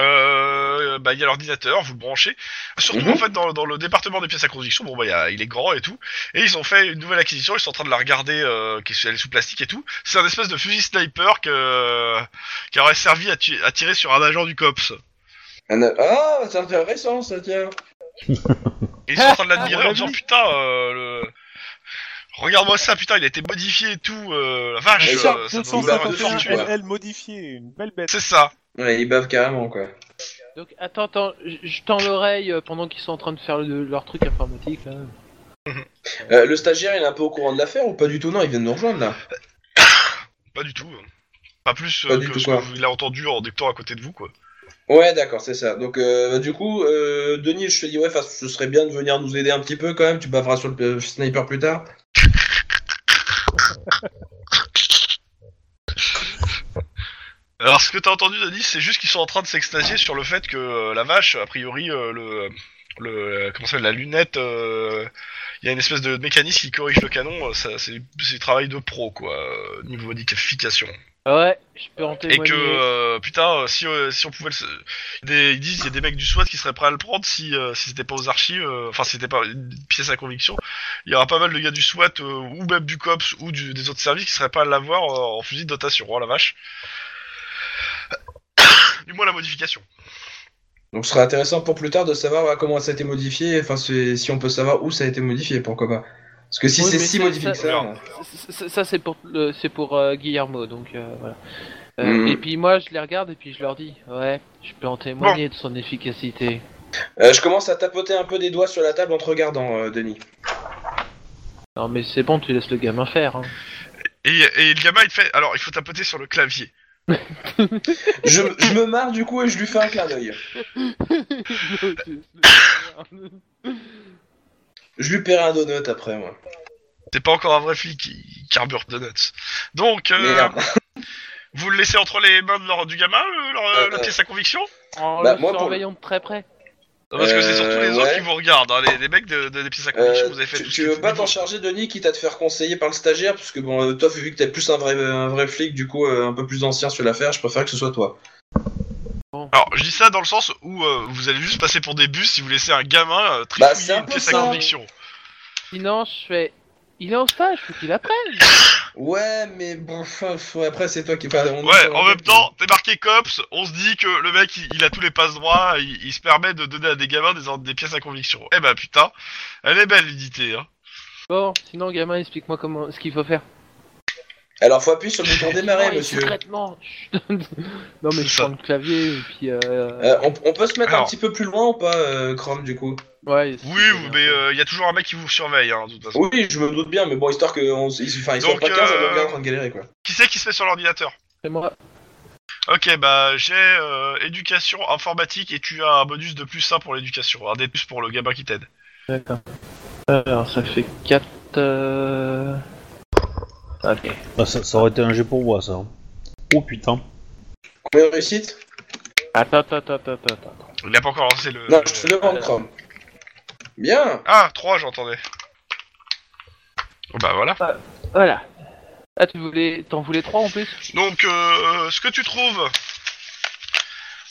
A: euh, bah, il y a l'ordinateur, vous le branchez. Surtout
F: Mhm.
A: en fait dans, dans le département des pièces à conviction, bon bah il y a- il est grand et tout. Et ils ont fait une nouvelle acquisition, ils sont en train de la regarder, euh, qui est elle est sous plastique et tout. C'est un espèce de fusil sniper que, qui aurait servi à, tu- à tirer sur un agent du COPS.
F: Un a- Ah, c'est intéressant ça, tiens
A: Et ils sont en train de l'admirer
C: *laughs* Ah,
A: en disant
C: oui.
A: putain, euh, le... regarde-moi ça, putain, il a été modifié et tout, euh, la vache,
F: Mais
A: euh,
F: ça,
A: ça, doit valoir une
B: 251
A: fortune.
B: LL modifié, une belle bête.
A: C'est ça.
F: Ouais, ils bavent carrément, quoi.
C: Donc attends, attends, je- je tends l'oreille euh, pendant qu'ils sont en train de faire le- leur truc informatique là.
F: Euh, le stagiaire, il est un peu au courant de l'affaire ou pas du tout Non, il vient de nous rejoindre, là.
A: Pas du tout. Pas plus
F: Pas
A: euh,
F: du
A: que
F: tout,
A: ce
F: quoi.
A: qu'il a entendu en débutant à côté de vous, quoi.
F: Ouais, d'accord, c'est ça. Donc, euh, du coup, euh, Denis, je te dis, ouais, enfin, ce serait bien de venir nous aider un petit peu, quand même. Tu baveras sur le euh, sniper plus tard.
A: Alors, ce que t'as entendu, Denis, c'est juste qu'ils sont en train de s'extasier sur le fait que euh, la vache, a priori, euh, le. le euh, comment ça s'appelle La lunette. euh, Il y a une espèce de mécanisme qui corrige le canon. euh, ça- C'est c'est du travail de pro, quoi, euh, niveau modification.
C: Ah Ouais, je peux en
A: Et
C: témoigner.
A: que, euh, putain, euh, si, euh, si on pouvait le. se- des- ils disent qu'il y a des mecs du SWAT qui seraient prêts à le prendre si, euh, si c'était pas aux archives, euh, enfin, si c'était pas une pièce à conviction. Il y aura pas mal de gars du SWAT, euh, ou même du COPS, ou du- des autres services qui seraient pas à l'avoir euh, en fusil de dotation. Oh la vache. *coughs* du moins la modification.
F: Donc, ce serait intéressant pour plus tard de savoir ouais, comment ça a été modifié. Enfin, c'est- si on peut savoir où ça a été modifié, pourquoi pas. Parce que si
C: Oui,
F: c'est
C: mais
F: si
C: c'est-
F: modifié que
C: ça-
F: ça...
A: Alors,
F: euh,
C: Ça, ça- ça, c'est pour le- c'est pour euh, Guillermo donc euh, voilà. Euh,
F: Mhm.
C: Et puis moi je les regarde et puis je leur dis ouais, je peux en témoigner de son efficacité.
F: Euh, je commence à tapoter un peu des doigts sur la table en te regardant, euh, Denis.
C: Non mais c'est bon, tu laisses le gamin faire. *laughs* Hein.
A: Et, et le gamin, il te fait. Alors, il faut tapoter sur le clavier.
F: Je, je me marre du coup et je lui fais un clin d'œil. Je lui paierai un donut après, moi.
A: C'est pas encore un vrai flic qui carbure de nuts. Donc, euh,
F: Merde.
A: vous le laissez entre les mains de leur- du gamin, euh, leur-
F: Euh,
A: la
F: euh.
A: pièce à conviction
C: en
F: Bah,
C: le
F: moi, pour
C: surveillant de très près.
A: Non, parce que c'est surtout les
F: Euh,
A: autres
F: ouais.
A: qui vous regardent, hein, les, les mecs de, de- des pièces à conviction,
F: Euh,
A: vous avez fait
F: tu,
A: tout
F: tu
A: ce que
F: veux
A: vous
F: pas
A: voulez.
F: t'en charger, Denis, quitte à te faire conseiller par le stagiaire, parce que bon, euh, toi, vu que t'es plus un vrai, un vrai flic, du coup, euh, un peu plus ancien sur l'affaire, je préfère que ce soit toi.
A: Alors, je dis ça dans le sens où euh, vous allez juste passer pour des bus si vous laissez un gamin euh,
F: Bah,
A: trifouiller
F: c'est un
A: une
F: peu
A: pièce
F: ça.
A: à conviction.
C: Sinon je fais il est en stage, faut qu'il apprenne.
F: Ouais, mais bon, *laughs* enfin, faut- après, c'est toi qui. enfin, on-
A: Ouais,
F: on-
A: en même temps, t'es marqué cops, on se dit que le mec, il, il a tous les passes droits, il, il se permet de donner à des gamins des, ordres- des pièces à conviction. Eh bah putain, elle est belle l'unité, hein.
C: Bon, sinon gamin, explique-moi comment ce qu'il faut faire.
F: Alors faut appuyer sur le *laughs* bouton démarrer,
C: Non, et
F: monsieur.
C: Secrètement. Chut. *laughs* non mais
A: C'est
C: je
A: ça.
C: prends le clavier et puis. Euh...
F: Euh, on, on peut se mettre un
A: Alors.
F: petit peu plus loin ou pas, euh, Chrome, du coup
C: ouais, c'est
A: Oui, euh,
C: bien.
A: mais il y a toujours un mec qui vous surveille, hein, de toute façon.
F: Oui, je me doute bien, mais bon, histoire qu'ils on... s- ils- enfin, ils soient
A: Donc,
F: pas 15 à
A: euh,
F: notre gars en train de galérer, quoi.
A: Qui c'est qui se fait sur l'ordinateur
C: C'est moi.
A: Ok, bah j'ai euh, éducation informatique et tu as un bonus de plus 1 pour l'éducation, un des plus pour le gamin qui t'aide.
C: D'accord. Alors ça fait 4. Euh... Ok.
D: Bah, ça, ça aurait été un jet pour moi, ça. Oh putain.
F: Combien de réussite
C: Attends, attends, attends, attends, attends.
A: Il a pas encore lancé le.
F: Non, je te demande,
C: euh,
F: Chrome. Bien
A: Ah, 3 j'entendais. Oh, Bah voilà.
C: Voilà. Ah, tu voulais, t'en voulais trois en plus
A: Donc, euh, ce que tu trouves.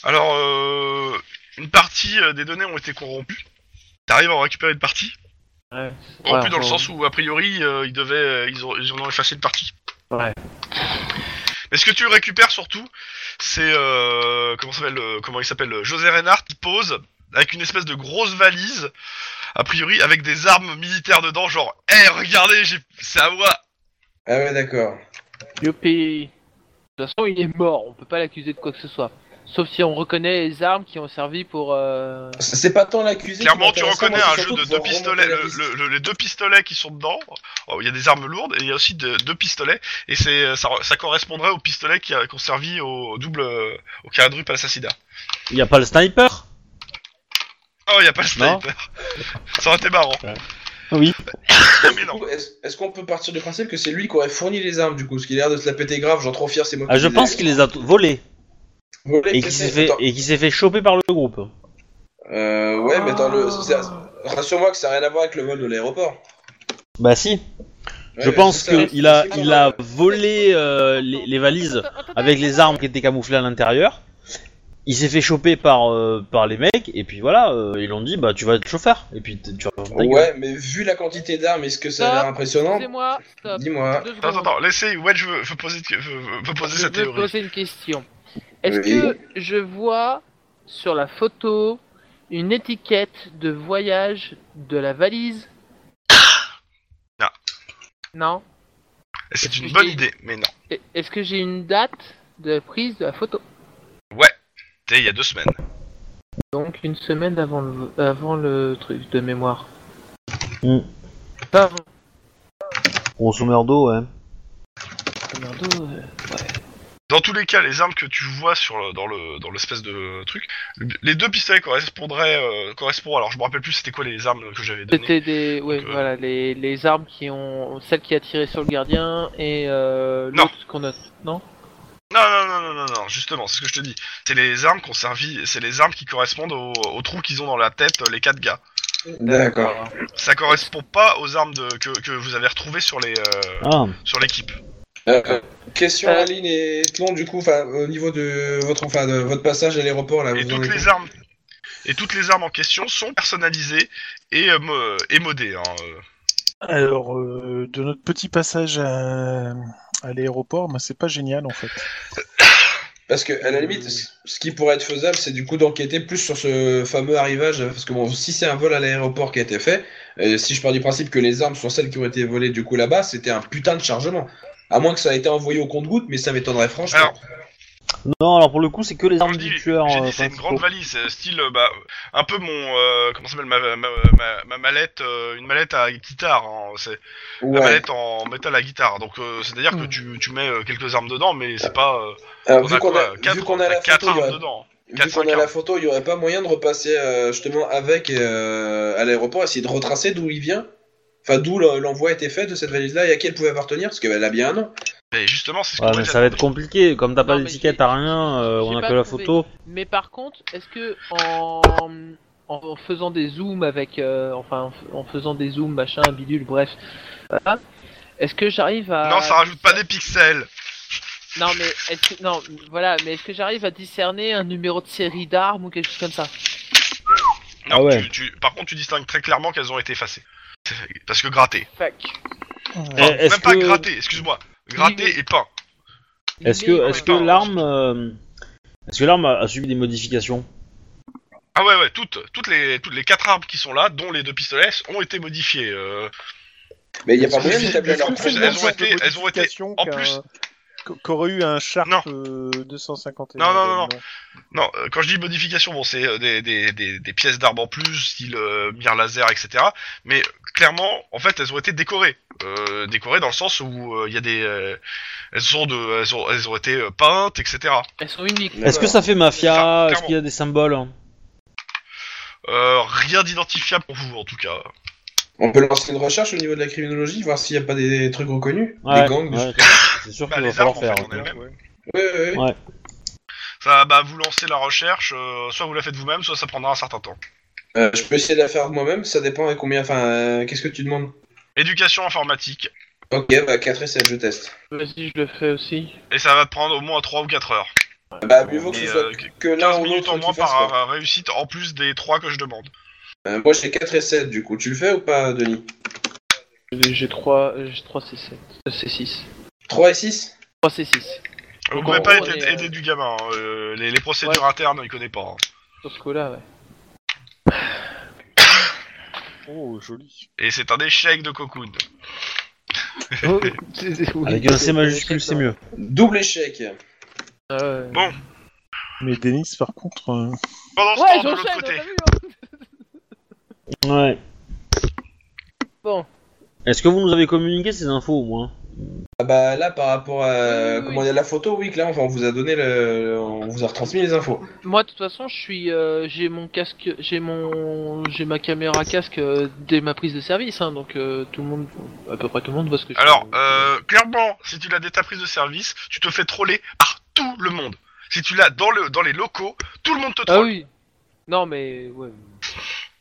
A: Alors, euh, une partie euh, des données ont été corrompues. T'arrives à en récupérer une partie.
C: Ouais.
A: Corrompue
C: Ouais,
A: dans le
C: on-
A: sens où, a priori, euh, ils, devaient, euh, ils, ont, ils en ont effacé une partie.
C: Ouais.
A: Mais ce que tu récupères surtout, c'est. Euh, comment, s'appelle, euh, comment il s'appelle euh, José Reinhardt qui pose avec une espèce de grosse valise, a priori, avec des armes militaires dedans, genre, hé, regardez, j'ai- c'est à moi
F: Ah ouais, d'accord.
C: Youpi De toute façon, il est mort, on peut pas l'accuser de quoi que ce soit. Sauf si on reconnaît les armes qui ont servi pour. Euh...
F: C'est c'est pas tant l'accusé. qui
A: Clairement, tu
F: m'intéresse,
A: reconnais
F: moi,
A: un
F: c'est
A: jeu
F: surtout
A: de deux
F: pouvoir
A: pistolets,
F: remonter la
A: le-
F: liste.
A: le- le- les deux pistolets qui sont dedans. Oh, Il y a des armes lourdes et il y a aussi de- deux pistolets et c'est euh, ça, ça correspondrait aux pistolets qui, a- qui ont servi au double euh, au quadruple assassinat.
D: Y a pas le sniper
A: Oh, il y a pas le
D: Non.
A: sniper. ça aurait été marrant.
D: Oui.
A: *coughs* Mais
F: Du
A: non.
F: coup, Est-ce est-ce qu'on peut partir du principe que c'est lui qui aurait fourni les armes, du coup Ce qui a l'air de se la péter grave, genre trop fier, c'est moi
D: Ah, je pense qu'il les a t- volés et qu'il s'est fait,
F: Attends.
D: et qu'il s'est fait choper par le groupe.
F: Euh, ouais, mais attends, le... c'est- rassure-moi que ça n'a rien à voir avec le vol de l'aéroport.
D: Bah si.
F: Ouais,
D: je
F: ouais,
D: pense
F: c'est ça.
D: qu'il a,
F: C'est ça.
D: il a volé euh, les, les valises avec les armes qui étaient camouflées à l'intérieur. Il s'est fait choper par, euh, par les mecs et puis voilà, euh, ils l'ont dit bah tu vas être chauffeur et puis t- tu vas fermer ta gueule.
F: Ouais, mais vu la quantité d'armes et ce que ça a l'air
C: Stop.
F: impressionnant,
C: Excusez-moi, stop.
F: dis-moi.
C: Deux
A: Attends,
C: secondes.
A: attends, laissez Wedge veut, veut poser, veut- veut poser
C: Je
A: sa
C: vais
A: théorie.
C: poser une question. Est-ce
F: Oui.
C: que je vois sur la photo une étiquette de voyage de la valise
A: *coughs* Non.
C: Non
A: Et C'est une
C: Expliquer.
A: bonne idée, mais non.
C: Et- Est-ce que j'ai une date de prise de la photo
A: C'était il y a deux semaines.
C: Donc une semaine avant le, avant le truc de mémoire.
D: Hmm.
C: Pas avant.
D: Grosso merdo, ouais.
C: Commando, euh,
A: Dans tous les cas, les armes que tu vois sur le- dans le dans l'espèce de truc, les deux pistolets correspondraient euh, correspondent. Alors, je me rappelle plus c'était quoi les armes que j'avais données.
C: C'était des, ouais,
A: Donc, euh,
C: voilà, les, les armes qui ont, celle qui a tiré sur le gardien et euh,
A: Non.
C: l'autre qu'on a, non
A: Non, non, non, non, non, non, justement, c'est ce que je te dis. C'est les armes qu'on servi, c'est les armes qui correspondent aux, aux trous qu'ils ont dans la tête, euh, les quatre gars.
F: D'accord.
A: Ça correspond pas aux armes de, que, que vous avez retrouvées sur les euh,
D: Ah.
A: sur l'équipe.
F: Euh, question
C: Euh.
F: Aline et Tlon, du coup, enfin, au niveau de votre, enfin, de votre passage à l'aéroport, là,
A: Et
F: Ah, vous en
A: toutes
F: êtes-
A: les armes et toutes les armes en question sont personnalisées et, euh, mo- et modées. hein, euh.
B: Alors, euh, de notre petit passage à, à l'aéroport, bah, c'est pas génial en fait.
F: Parce que, à la limite, ce- ce qui pourrait être faisable, c'est du coup d'enquêter plus sur ce fameux arrivage. Parce que, bon, si c'est un vol à l'aéroport qui a été fait, euh, si je pars du principe que les armes sont celles qui ont été volées, du coup, là-bas, c'était un putain de chargement. À moins que ça ait été envoyé au compte-goutte, mais ça m'étonnerait franchement.
A: Alors,
D: Non, alors pour le coup, c'est que les
A: Quand
D: armes
A: je dis-
D: du tueur.
A: j'ai
D: euh,
A: dit, c'est une
D: principaux.
A: grande valise, euh, style euh, bah, un peu mon euh, comment ça s'appelle ma, ma, ma- ma mallette, euh, une mallette à guitare. hein, c'est la
F: Ouais.
A: mallette en métal à guitare. Donc euh, c'est-à-dire que tu, tu mets euh, quelques armes dedans, mais c'est pas euh,
F: Alors,
A: On
F: Bah, vu
A: a
F: qu'on
A: quoi,
F: a,
A: quatre-
F: vu qu'on a
A: t'as
F: la
A: quatre
F: photo, il y
A: armes
F: aurait-
A: dedans.
F: vu
A: Quatre,
F: qu'on
A: cinq
F: a la
A: armes.
F: photo, il y aurait pas moyen de repasser euh, justement avec euh, à l'aéroport, essayer de retracer d'où il vient. Enfin, d'où le- l'envoi a été fait de cette valise-là et à qui elle pouvait appartenir, parce qu'elle a bien un nom.
A: Et justement, c'est ce
D: Ouais,
A: qu'on
D: mais
A: dit à-
D: ça va être compliqué. Comme t'as
C: Non,
D: pas
C: mais
D: d'étiquette,
C: j'ai-
D: t'as rien, euh,
C: j'ai
D: on a
C: pas
D: que la
C: trouvé.
D: photo.
C: Mais par contre, est-ce que en, en faisant des zooms avec, euh, enfin, en faisant des zooms, machin, bidule, bref, voilà, est-ce que j'arrive à
A: Non, ça rajoute pas des pixels.
C: Non, mais est-ce que non, voilà, mais est-ce que j'arrive à discerner un numéro de série d'armes ou quelque chose comme ça
A: Non,
D: Ah ouais.
A: tu- tu- par contre, tu distingues très clairement qu'elles ont été effacées. Parce que grattées.
C: Fuck.
D: Eh,
A: Enfin,
D: est-ce
A: même pas
D: que-
A: grattées, excuse-moi. Grattées et peint.
D: Est-ce
C: Mais,
D: que, est-ce que
A: Attends.
D: l'arme, euh, est-ce que l'arme a, a subi des modifications
A: Ah ouais, ouais, toutes, toutes, les, toutes les quatre armes qui sont là, dont les deux pistolets, ont été modifiées. euh.
F: Mais il n'y a pas
B: Parce que
F: moyen
B: je-
F: d'établir
B: je-
F: leur
B: je-
A: projet.
B: le même
A: Elles ont
B: genre
A: été-
B: de
A: elles ont été-
B: modification
A: en
B: qu'un-
A: plus-
B: qu'- Qu'aurait eu un Sharp
A: Non.
B: euh, 251.
A: Non, non, non, non.
B: euh,
A: Non, euh, quand je dis modification, bon, c'est euh, des, des, des, des pièces d'armes en plus, style euh, mire laser, etc. Mais euh, clairement, en fait, elles ont été décorées. Euh, décorées dans le sens où euh, il y a des, euh, elles sont de, elles ont, elles ont été euh, peintes, etc.
C: Elles sont uniques.
D: Est-ce que ça fait
A: Ah, Clairement.
D: mafia Est-ce qu'il y a des symboles
A: Euh, rien d'identifiable pour vous, en tout cas.
F: On peut lancer une recherche au niveau de la criminologie, voir s'il n'y a pas des, des trucs reconnus,
D: Ouais,
F: des gangs. des-
D: ouais, C'est sûr
A: Bah,
D: qu'il va
A: les armes,
D: falloir
A: en
D: faire.
A: fait, on est-
B: ouais.
F: Ouais, ouais, ouais.
D: Ouais.
A: Ça, bah, vous lancez la recherche, euh, soit vous la faites vous-même, soit ça prendra un certain temps.
F: Euh, je peux essayer de la faire moi-même, ça dépend à combien. Enfin, euh, qu'est-ce que tu demandes
A: Éducation informatique.
F: Ok, bah 4 et 7, je teste.
C: Vas-y, je le fais aussi.
A: Et ça va te prendre au moins 3 ou 4 heures.
F: Bah, mieux vaut que
A: Mais,
F: ce soit
A: euh,
F: que l'un
A: 15
F: ou
A: minutes
F: l'autre.
A: en
F: qui
A: moins
F: fasse,
A: par
F: quoi.
A: euh, réussite, en plus des 3 que je demande.
F: Euh, moi j'ai 4 et 7, du coup, tu le fais ou pas, Denis
C: J'ai 3, j'ai 3 C7. C6.
F: 3 et 6
C: 3 C6.
A: Vous
C: Donc,
A: pouvez
C: en
A: pas
C: gros,
A: aider,
C: on est, euh,
A: aider du gamin, hein, euh, les, les procédures internes, il connaît pas. hein.
C: Sur ce coup-là, ouais.
B: Oh, joli.
A: Et c'est un échec de cocoon.
D: *laughs* Avec un C majuscule, c'est mieux.
F: Double échec.
C: Ah ouais.
A: Bon.
B: Mais Denis, par contre. euh,
A: Pendant ce
C: Ouais,
A: temps, de l'autre
C: j'enchaîne,
A: côté,
C: t'as vu, hein
D: Ouais.
C: Bon.
D: hein. Est-ce que vous nous avez communiqué ces infos au moins
F: Ah bah là, par rapport
C: Oui,
F: à
C: oui, oui.
F: comment il y a la photo, oui, là, enfin, on vous a donné le... On vous a retransmis les infos.
C: Moi, de toute façon, je suis, euh, j'ai mon casque, j'ai mon, j'ai ma caméra casque euh, dès ma prise de service, hein, donc euh, tout le monde, à peu près tout le monde voit ce que je.
A: alors, euh, clairement, si tu l'as dès ta prise de service, tu te fais troller par tout le monde. Si tu l'as dans, le, dans les locaux, tout le monde te
C: Ah
A: troll.
C: oui. Non mais ouais.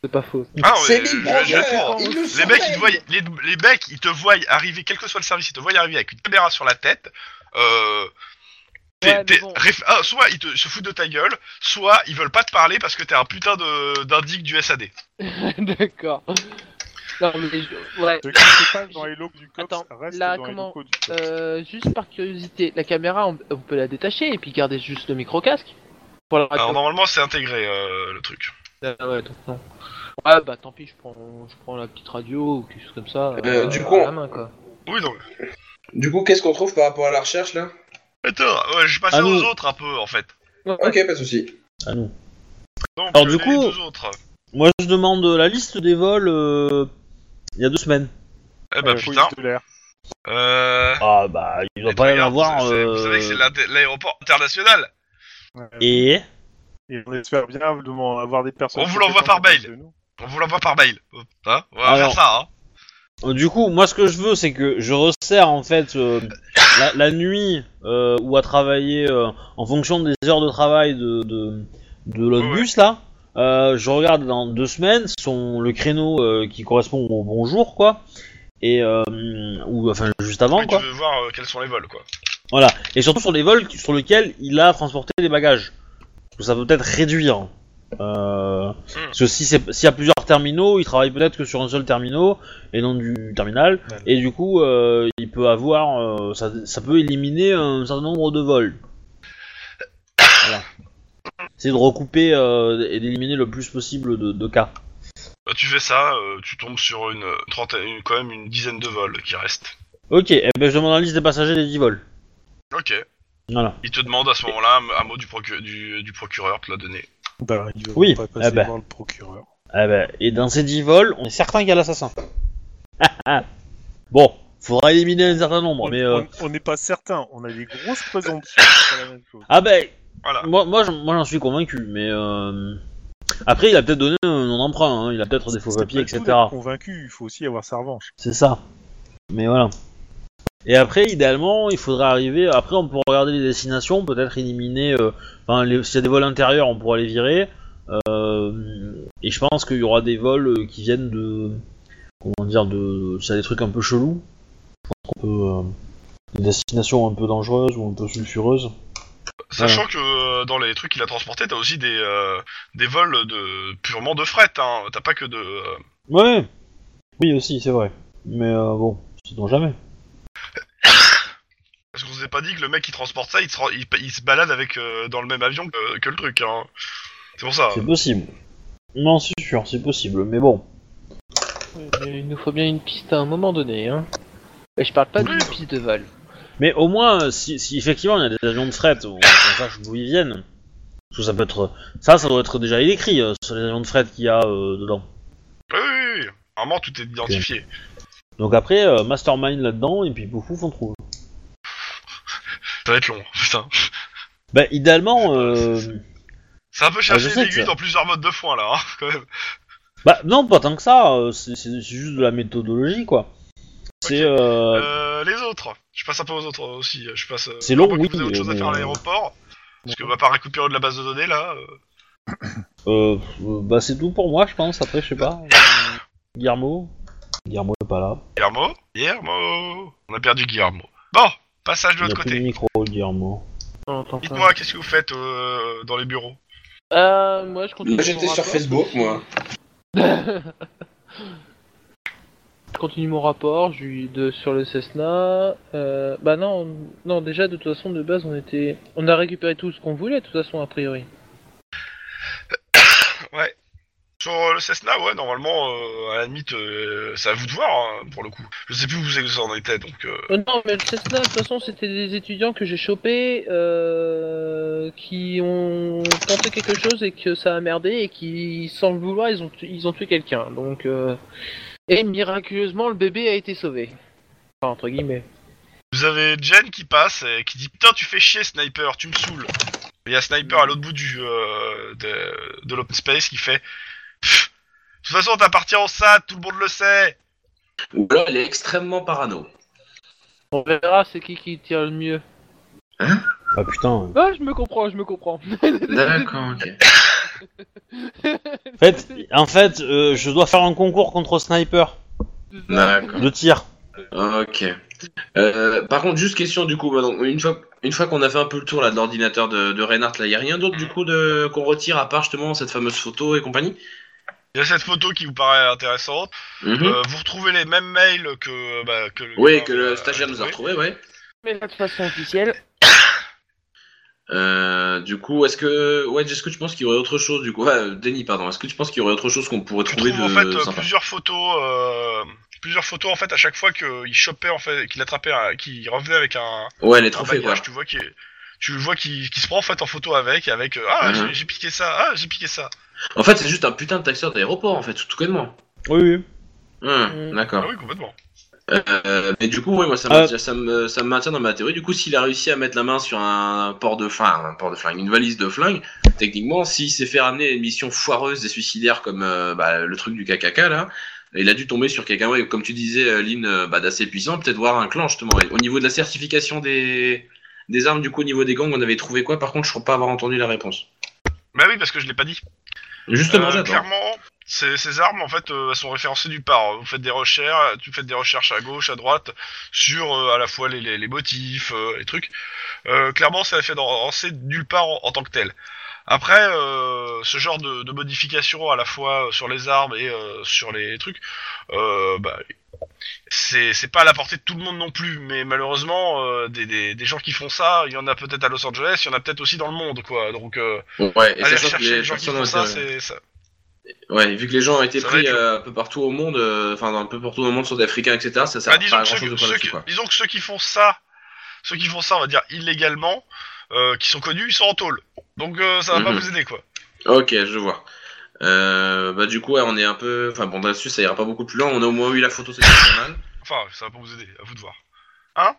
C: C'est pas faux.
A: Ah non,
F: C'est
A: mais,
F: les
A: je-
F: braqueurs,
A: je te prends.
F: ils le
A: Les mecs, ils
F: savent.
A: te voient, les, les mecs, ils te voient arriver, quel que soit le service, ils te voient arriver avec une caméra sur la tête. Euh, t'es-
C: Ouais, mais
A: t'es
C: bon.
A: réf- ah, soit ils te, se foutent de ta gueule, soit ils veulent pas te parler parce que t'es un putain de- d'indique du SAD.
C: *laughs* D'accord. Non mais je- ouais.
B: Ceux qui ne sont pas dans les locaux du COPS
C: Attends,
B: restent
C: là,
B: dans
C: comment-
B: les locaux du COPS.
C: Euh, juste par curiosité, la caméra, on, on peut la détacher et puis garder juste le micro casque pour la radio.
A: Alors normalement, c'est intégré euh, le truc.
C: Ah ouais, donc non. Ouais, bah tant pis, je prends, je prends la petite radio ou quelque chose comme ça.
F: Euh, du
C: à
F: coup,
C: la main, quoi.
A: Oui, non.
F: Du coup, qu'est-ce qu'on trouve par rapport à la recherche là
A: Attends, ouais, je passais
D: Ah,
A: aux
D: non.
A: autres un peu en fait.
F: Ok, pas de souci.
D: Ah non.
A: Donc,
D: Alors, du
A: les
D: coup-
A: deux autres.
D: Moi je demande la liste des vols euh, il y a deux semaines.
A: Eh bah
B: Euh,
A: putain.
B: police de l'air.
A: Euh...
D: Ah bah il doit pas y en
A: ben, regarde,
D: avoir. euh,
A: c'est- c'est- Vous savez que c'est l'inter- l'aéroport international.
B: Ouais. Et...
D: Et
B: on espère bien demain, avoir des personnes.
A: On vous l'envoie par
B: compétentes
A: mail.
B: de nous.
A: On vous l'envoie par mail. Hein On va
D: Alors.
A: faire ça, hein.
D: Euh, Du coup, moi, ce que je veux, c'est que je resserre en fait euh, la, la nuit euh, où a travaillé euh, en fonction des heures de travail de, de, de l'autre
A: Ouais, ouais.
D: bus là. Euh, je regarde dans deux semaines son le créneau euh, qui correspond au bonjour quoi et euh, ou enfin juste avant
A: Oui,
D: quoi.
A: tu veux voir euh, quels sont les vols, quoi.
D: Voilà et surtout sur les vols sur lesquels il a transporté les bagages. Parce que ça peut peut-être réduire. hein. Euh, parce que si c'est- s'il y a plusieurs terminaux, il travaille peut-être que sur un seul terminal et non du terminal. Et du coup, euh, il peut avoir, euh, ça, ça peut éliminer un certain nombre de vols. Voilà. C'est de recouper euh, et d'éliminer le plus possible de, de cas.
A: Bah, tu fais ça, euh, tu tombes sur une euh, trentaine, une- quand même une dizaine de vols qui restent.
D: Ok, eh ben, je demande la liste des passagers des 10 vols.
A: Ok.
D: Voilà.
A: Il te demande à ce moment-là un, un mot du, procu- du, du procureur te l'a donné.
B: Bah, il va
D: Oui,
B: pas
D: eh
B: passer
D: ben.
B: voir le procureur.
D: Eh ben, et dans ces 10 vols, on est certain qu'il y a l'assassin. *laughs* bon, faudra éliminer un certain nombre,
B: On-
D: mais... euh,
B: on- On n'est pas certain, on a des grosses présomptions. c'est pas la même chose.
D: Ah ben,
A: Voilà.
D: Moi, moi, j'en- moi, j'en suis convaincu, mais euh, après, il a peut-être donné un nom d'emprunt, hein, il a peut-être des faux
B: C'est
D: papiers,
B: pas le
D: etc.
B: tout d'être Convaincu, il faut aussi avoir sa revanche.
D: C'est ça. Mais voilà. Et après, idéalement, il faudrait arriver. Après, on peut regarder les destinations, peut-être éliminer. euh, Enfin, les- s'il y a des vols intérieurs, on pourra les virer. Euh, Et je pense qu'il y aura des vols euh, qui viennent de. Comment dire de... S'il y a des trucs un peu chelous, je pense qu'on peut. euh, Des destinations un peu dangereuses ou un peu sulfureuses.
A: Sachant que euh, dans les trucs qu'il a transportés, t'as aussi des, euh, des vols de purement de fret. Hein. T'as pas que de. euh,
D: Ouais. Oui aussi, c'est vrai. Mais euh, bon, c'est donc jamais.
A: Parce qu'on s'est pas dit que le mec qui transporte ça, il se, rend- il, il se balade avec euh, dans le même avion que, que le truc. Hein. C'est pour ça.
D: C'est possible. Non, c'est sûr, c'est possible. Mais bon,
C: Il nous faut bien une piste à un moment donné. Hein. Et je parle pas d'une piste de Val.
D: Mais au moins, euh, si, si effectivement il y a des avions de fret, on, on sache d'où ils viennent. Parce que ça peut être. Ça, ça doit être déjà écrit euh, sur les avions de fret qu'il y a euh, dedans.
A: Oui, oui, oui. Normalement, tout est identifié.
D: Donc après, euh, mastermind là-dedans, et puis pouf pouf, on trouve.
A: Ça va être long, *laughs* putain.
D: Bah, idéalement. Euh...
A: C'est un peu chercher
D: je sais que
A: l'aiguille
D: ça-
A: dans plusieurs modes de foin, là, hein, *laughs* quand même.
D: Bah, non, pas tant que ça, euh, c'est c'est juste de la méthodologie, quoi. C'est. euh,
A: Euh, les autres. Je passe un peu aux autres euh, aussi. Je passe. euh,
D: C'est long,
A: à moins que
D: oui,
A: Vous avez autre chose à
D: mais- euh,
A: faire à l'aéroport. Parce que, bah, par récupérer de la base de données, là. euh,
D: Euh, euh, bah c'est tout pour moi je pense, après je sais pas. Euh, Guillermo Guillermo est pas là.
A: Guillermo Guillermo On a perdu Guillermo. Bon, passage de
D: Il a
A: l'autre
D: plus de
A: côté.
D: micro Guillermo.
C: On l'entend pas.
A: Dites-moi, qu'est-ce que vous faites euh, dans les bureaux
C: Euh, moi je continue.
F: Moi,
C: mon
F: J'étais sur
C: rapport.
F: Facebook, moi.
C: Je continue mon rapport, je lui de sur le Cessna. Euh, bah non, non déjà de toute façon de base on était, on a récupéré tout ce qu'on voulait de toute façon a priori.
A: Sur euh, le Cessna, ouais, normalement, euh, à la limite, euh, c'est à vous de voir, hein, pour le coup. Je sais plus où vous êtes- vous en était, donc... euh,
C: Euh, non mais le Cessna de toute façon c'était des étudiants que j'ai chopés euh, qui ont tenté quelque chose et que ça a merdé et qui sans le vouloir ils ont tu- ils ont tué quelqu'un donc euh, et miraculeusement le bébé a été sauvé. Enfin entre guillemets.
A: Vous avez Jen qui passe et qui dit « Putain, tu fais chier, Sniper, tu me saoules !» Il y a Sniper à l'autre bout du, euh, de, de l'open space qui fait « Pff, De toute façon, t'appartiens au SAD, tout le monde le sait
F: Ou alors, il est extrêmement parano.
C: On verra c'est qui qui tire le mieux.
D: Ah putain.
C: Ah je me comprends, je me comprends.
F: D'accord, ok.
D: En fait, en fait euh, je dois faire un concours contre Sniper
F: D'accord.
D: de tir.
F: Ok. Euh, par contre, juste question du coup, bah, donc, une fois, une fois qu'on a fait un peu le tour là de l'ordinateur de, de Reinhardt, là, y a rien d'autre du coup de qu'on retire à part justement cette fameuse photo et compagnie. ?»
A: Il y a cette photo qui vous paraît intéressante.
F: Mhm.
A: Euh, vous retrouvez les mêmes mails que... Bah, que le,
F: oui, que le
A: euh,
F: stagiaire nous a
A: oui.
F: retrouvé, ouais.
C: Mais là, de façon officielle.
F: Euh, du coup, est-ce que, ouais, est-ce que tu penses qu'il y aurait autre chose du coup, ouais, euh, Denis, pardon, est-ce que tu penses qu'il y aurait autre chose qu'on pourrait
A: Tu
F: trouver
A: trouves
F: de
A: en fait euh,
F: sympa
A: plusieurs photos, euh, plusieurs photos en fait à chaque fois qu'il chopait en fait, qu'il attrapait, un- qu'il revenait avec un,
F: Ouais, les
A: un
F: trophées quoi.
A: bagage, tu vois qui, tu vois qu'il qu'il se prend en fait en photo avec, et avec euh, ah
F: Mhm.
A: j'ai- j'ai piqué ça, ah j'ai piqué ça.
F: En fait, c'est juste un putain de taxeur d'aéroport en fait, tout connement.
D: Oui oui.
F: Hum,
C: Mm.
F: D'accord.
A: Ah oui complètement.
F: Euh, mais du coup, oui, moi, ça,
D: Euh.
F: me, ça, me, ça me maintient dans ma théorie. Du coup, s'il a réussi à mettre la main sur un port de flingue, un port de flingue, une valise de flingue, techniquement, s'il s'est fait ramener à une mission foireuse et suicidaire comme euh, bah, le truc du KKK, là, il a dû tomber sur quelqu'un, ouais, comme tu disais, euh, Lynn, euh, bah, d'assez puissant, peut-être voir un clan, justement. Et au niveau de la certification des, des armes, du coup, au niveau des gangs, on avait trouvé quoi Par contre, je crois pas avoir entendu la réponse.
A: Bah oui parce que je l'ai pas dit.
F: Justement,
A: Euh,
F: j'attends.
A: clairement, ces, ces armes en fait euh, elles sont référencées du part. Vous faites des recherches, euh, tu fais des recherches à gauche, à droite sur euh, à la fois les, les, les motifs, euh, les trucs. Euh, clairement, ça a fait référencer nulle part en, en tant que tel. Après, euh, ce genre de, de modification à la fois sur les armes et euh, sur les trucs, euh, bah, c'est c'est pas à la portée de tout le monde non plus. Mais malheureusement, euh, des, des, des gens qui font ça, il y en a peut-être à Los Angeles, il y en a peut-être aussi dans le monde, quoi. Donc, euh,
F: Ouais, et
A: aller
F: sachant que
A: rechercher
F: les
A: les gens qui
F: personnes
A: font ça,
F: intéressées-
A: c'est ça.
F: Ouais, vu que les gens ont été
A: Ça va
F: pris
A: être
F: euh, un peu partout au monde, euh, enfin un peu partout au monde, sont africains, etc. Ça sert
A: Bah,
F: pas
A: disons,
F: à
A: que
F: grand
A: ceux,
F: chose de
A: ceux
F: quoi
A: qui-
F: dessus, quoi.
A: disons que ceux qui font ça, ceux qui font ça, on va dire illégalement, euh, qui sont connus, ils sont en tôle. Donc euh, ça va pas
F: Mhm.
A: vous aider quoi.
F: Ok, je vois. Euh, bah du coup, ouais, on est un peu, enfin bon, là-dessus, ça ira pas beaucoup plus loin. On a au moins eu la photo, c'est pas mal.
A: Enfin, ça va pas vous aider, à vous de voir.
F: Hein,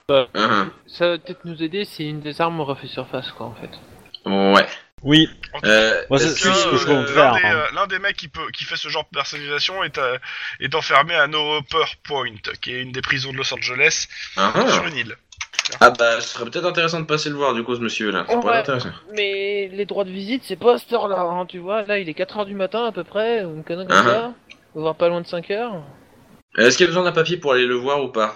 C: Ça va peut-être nous aider si une des armes refait surface, quoi, en fait.
F: hein. Ouais.
D: Oui.
F: Euh,
D: Moi,
F: est-ce
D: c'est-
F: que-
D: c'est ce que je
A: euh,
D: compte faire,
A: L'un des,
D: hein.
A: euh, l'un des mecs qui, peut, qui fait ce genre de personnalisation est, euh, est enfermé à No Upper Point, qui est une des prisons de Los Angeles,
F: Hein, hein.
A: sur une île.
F: Ah bah, ce serait peut-être intéressant de passer le voir du coup, ce monsieur-là. Ça
C: Ouais.
F: pourrait être intéressant.
C: Mais les droits de visite, c'est pas à cette heure-là, hein, tu vois. Là, il est 4h du matin à peu près, ou une connerie comme
I: Uh-huh.
F: Ah.
C: ça. On va pas loin de 5h.
F: Euh, Est-ce qu'il y a besoin d'un papier pour aller le voir ou pas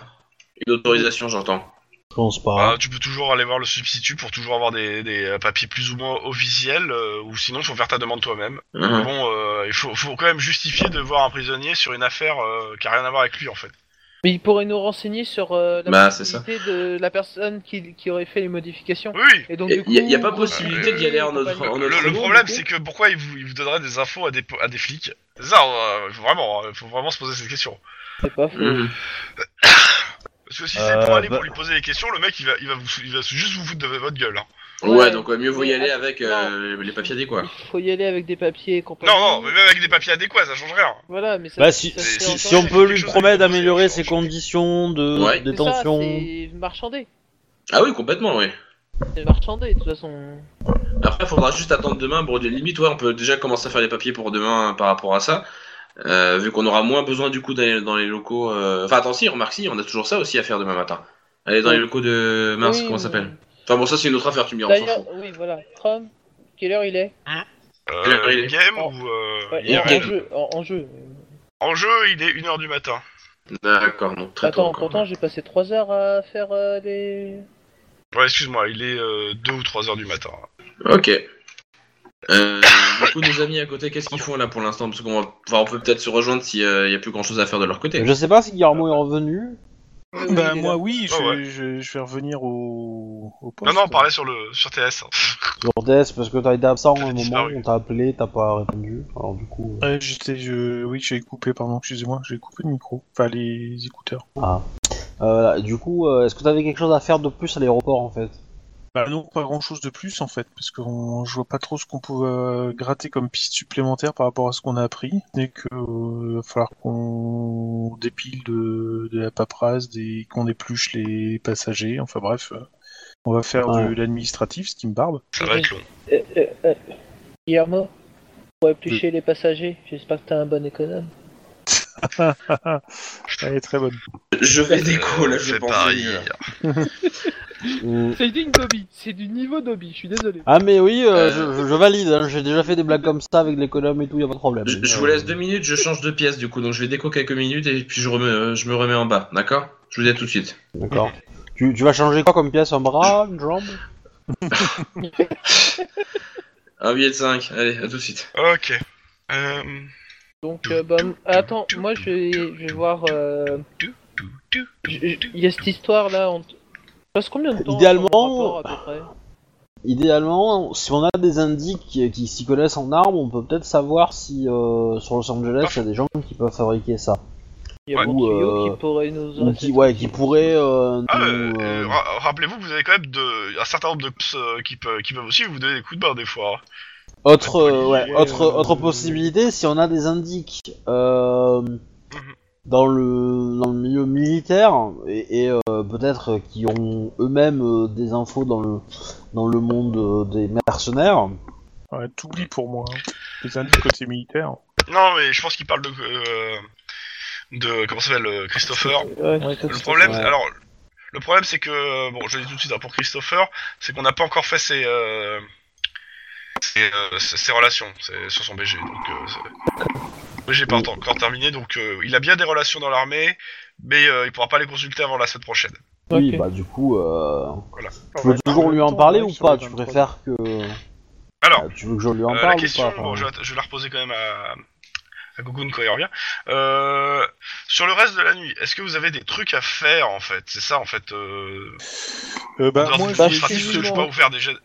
F: Une autorisation, j'entends.
D: Je pense
A: Ah,
D: pas.
A: tu peux toujours aller voir le substitut pour toujours avoir des, des euh, papiers plus ou moins officiels, euh, ou sinon faut faire ta demande toi-même.
F: Hein,
A: Mais
F: hein.
A: bon, euh, il faut, faut quand même justifier de voir un prisonnier sur une affaire euh, qui a rien à voir avec lui en fait.
C: Mais il pourrait nous renseigner sur euh, la
I: Bah, c'est
C: possibilité de la personne qui, qui aurait fait les modifications.
A: Oui,
C: Et donc,
I: Il
C: du coup,
I: n'y a, pas
C: on-
I: possibilité d'y aller en notre,
C: compagnie.
I: en
A: le,
I: notre
A: le
I: nom,
A: problème,
I: du coup
A: c'est que pourquoi il vous, il vous donnerait des infos à des, po- à des flics C'est ça, euh, faut vraiment, euh, faut vraiment se poser cette question.
C: C'est pas faux.
A: Mm.
I: Mhm.
A: Parce que si c'est pour
D: Euh,
A: aller
D: bah-
A: pour lui poser des questions, le mec il va, il va, vous, il va juste vous foutre de votre gueule. hein.
I: Ouais,
C: Ouais.
I: donc ouais, mieux vaut y
C: Mais
I: aller
C: attends,
I: avec euh, les papiers adéquats.
C: Faut y aller avec des papiers et compagnie.
A: Non, non, mais même avec des papiers adéquats, ça change rien.
C: Voilà, mais ça.
D: Bah, si,
C: ça
A: si-
C: fait
D: si,
A: encore
D: si on
A: quelque
D: peut lui
A: chose à
D: promettre
A: lui proposer,
D: d'améliorer ses
A: change.
D: conditions de
I: Ouais.
C: C'est ça,
D: détention.
C: C'est marchandé.
I: Ah oui, complètement, oui.
C: C'est marchandé, de toute façon.
I: Après, faudra juste attendre demain. Bon, des limites, ouais, on peut déjà commencer à faire les papiers pour demain hein, par rapport à ça. Euh, vu qu'on aura moins besoin du coup d'aller dans les locaux. euh, Enfin, attends, si, remarque, si, on a toujours ça aussi à faire demain matin. Aller dans les locaux de. Mince,
C: Oui,
I: comment ça
C: mais-
I: s'appelle Enfin, bon, ça c'est une autre affaire, tu me diras, on s'en
C: D'ailleurs,
I: fout.
C: oui, voilà. Trump, quelle heure il est
A: Euh,
I: Ouais, ouais.
A: game
C: Oh.
A: ou euh,
C: Ouais,
A: IRL.
C: en, jeu, en, en jeu.
A: En jeu, il est 1h du matin.
I: D'accord, non, très tôt.
C: Attends,
I: encore.
C: pourtant j'ai passé 3 heures à faire euh, des.
A: Ouais, excuse-moi, il est 2 ou 3 heures du matin.
I: Ok. Euh, du coup, nos amis à côté, qu'est-ce qu'ils font là pour l'instant Parce qu'on va... enfin, on peut peut-être se rejoindre s'il n'y a plus grand chose à faire de leur côté.
D: Je sais pas si Guillermo est revenu.
B: Bah, moi, oui, je,
A: Ah
B: vais- je- je vais revenir au, au poste.
A: Non, non, on parlait sur, le, sur TS. hein.
D: Lourdes, parce que t'as été absent à un moment,
A: disparu.
D: on t'a appelé, t'as pas répondu. Alors du coup. euh,
B: Ouais, j'étais, je... Oui, j'ai coupé, pardon, excusez-moi, j'ai coupé le micro. Enfin, les écouteurs.
D: Ah. Euh, du coup, euh, est-ce que t'avais quelque chose à faire de plus à l'aéroport en fait
B: Bah, non, pas grand-chose de plus, en fait, parce que je vois pas trop ce qu'on peut euh, gratter comme piste supplémentaire par rapport à ce qu'on a appris. Et que euh, va falloir qu'on dépile de, de la paperasse, des... qu'on épluche les passagers, enfin bref... euh, On va faire de
D: Ouais.
B: l'administratif, ce qui me barbe.
A: Ça va être long.
C: Euh, euh, euh, Guillermo, pour éplucher
I: Mm.
C: les passagers, j'espère que t'as un bon économe.
B: Elle est très bonne.
I: Je vais déco là,
A: Euh,
I: je
A: C'est
I: pense.
A: pareil.
D: Mm.
C: C'est digne d'Obi, c'est du niveau d'Obi, je suis désolé.
D: Ah mais oui, euh,
I: Euh,
D: Je, je- je valide, hein, j'ai déjà fait des blagues comme ça avec l'économe et tout, y a pas euh, de problème.
I: Je, je vous laisse deux minutes, je change de pièce du coup, donc je vais déco quelques minutes et puis je, remets- euh, je me remets en bas, d'accord Je vous dis à tout de suite.
D: D'accord. Tu, tu vas changer quoi comme pièce Un bras Une jambe
I: Un billet de 5, allez, à tout de suite.
A: Ok. Euh...
C: Donc, euh, bah, m- attends, moi je vais, je vais voir. euh,
A: tu, tu, tu,
C: je-
A: tu,
C: je- Il y a cette histoire là. On... t- Passe combien de temps
D: Idéalement-
C: dans le rapport, à peu près
D: Idéalement, si on a des indices qui, qui s'y connaissent en armes, on peut peut-être savoir si euh, sur Los Angeles il y a des gens qui peuvent fabriquer ça.
C: Il y a
I: bah,
A: Ouais.
C: mon tuyau
D: Ou, euh,
C: qui pourrait nous.
D: Ou qui, ouais, qui pourraient euh,
A: Ah, euh,
D: nous,
A: euh,
D: euh,
A: ra- rappelez-vous que vous avez quand même de, un certain nombre de cops euh, qui, peuvent, qui peuvent aussi vous donner des coups de barre des fois. hein.
D: Autre, euh,
A: police,
D: ouais, autre, autre possibilité, si on a des indices euh, dans, le, dans le milieu militaire et, et, euh, peut-être qui ont eux-mêmes euh, des infos dans le, dans le monde euh, des mercenaires.
B: Ouais, t'oublies pour moi. hein. Les indices côté militaire.
A: Non, mais je pense qu'il parle de. euh, de. Comment ça s'appelle euh, Christopher. Le problème,
D: ouais.
A: alors, le problème, c'est que euh, bon, je le dis tout de suite hein, pour Christopher, c'est qu'on n'a pas encore fait ses, euh, ses, euh, ses- ses relations c'est sur son BG. Donc, euh, c'est- BG pas encore terminé, donc euh, il a bien des relations dans l'armée, mais euh, il pourra pas les consulter avant la semaine prochaine.
D: Oui, bah du coup, euh,
A: Voilà.
D: tu veux
B: Ouais,
D: toujours lui en
B: temps,
D: parler
B: ouais,
D: ou
B: sur
D: pas
B: les
D: Tu
B: 23.
D: préfères que...
A: Alors,
D: Euh, tu veux que je lui en
A: Euh,
D: parle
A: la question,
D: ou pas
A: bon,
D: enfin,
A: je, vais, je vais la reposer quand même à, à Gogun quand il revient. Euh, sur le reste de la nuit, est-ce que vous avez des trucs à faire en fait C'est ça en fait. Euh,
B: Euh, bah,
A: dans
B: moi,
A: une
B: je voulais,
A: administrative,
B: juste,
A: je peux pas vous faire des jets-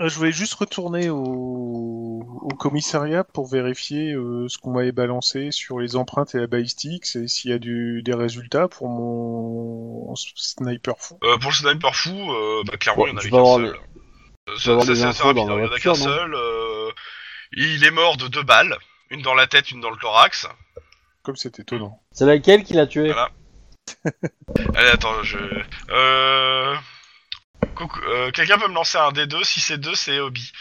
B: euh, je voulais juste retourner au, au commissariat pour vérifier euh, ce qu'on m'avait balancé sur les empreintes et la balistique, et s'il y a du... des résultats pour mon sniper fou.
A: Euh, pour le sniper fou, euh, bah, clairement,
D: Ouais,
A: il y en
D: tu
A: avait qu'un
D: vas avoir
A: seul. Euh,
D: vas
A: ça-
D: avoir
A: ça,
D: des
A: C'est assez
D: infos dans
A: rapide,
D: la
A: hein, il y en a qu'un
D: voiture, non
A: seul. euh, il est mort de deux balles, une dans la tête, une dans le thorax.
B: Comme c'est étonnant.
D: C'est laquelle qui l'a tué
A: Voilà. Allez, attends, je... Euh... coucou- euh, Quelqu'un peut me lancer un D2 Si c'est 2, c'est Obi.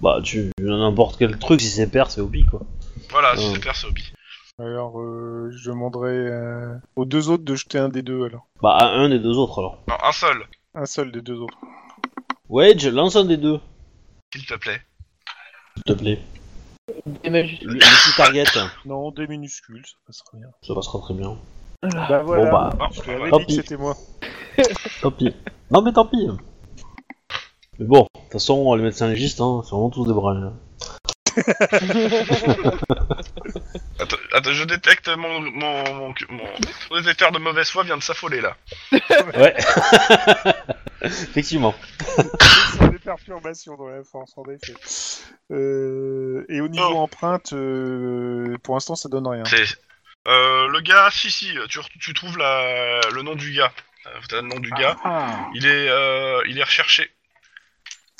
D: Bah tu n'importe quel truc, si c'est père, c'est hobby quoi.
A: Voilà, si
D: Oh.
A: c'est père, c'est Obi.
B: Alors, euh, je demanderai euh, aux deux autres de jeter un des deux, alors.
D: Bah à un des deux autres alors.
A: Non, un seul,
B: Un seul des deux autres.
D: Wage, lance un des deux,
A: s'il te plaît.
D: s'il te plaît.
C: Et même Eh, juste-
D: Le, le petit target, ça
B: Non, des minuscules, ça passera bien.
D: passera très bien.
B: Bah voilà,
D: Bon bah,
A: Bon,
B: je te
A: bah, voilà.
B: l'avais
D: Tant
B: dit que
D: pis.
B: c'était moi.
D: tant pis. Non mais tant pis. Mais bon, de toute façon, les médecins hein. légistes, hein, c'est vraiment tous des bras.
A: Attends, Attends, je détecte mon, mon, mon, mon- mon détecteur de mauvaise foi vient de s'affoler là.
D: Ouais. Effectivement.
B: sont *laughs* des perturbations dans la force, en effet. Euh, et au niveau empreinte, euh, pour l'instant, ça donne rien.
A: Oh. C'est euh, le gars, si si, tu, re- tu trouves la, le nom du gars. Euh, T'as le nom du gars.
B: Ah,
A: Il est euh, il est recherché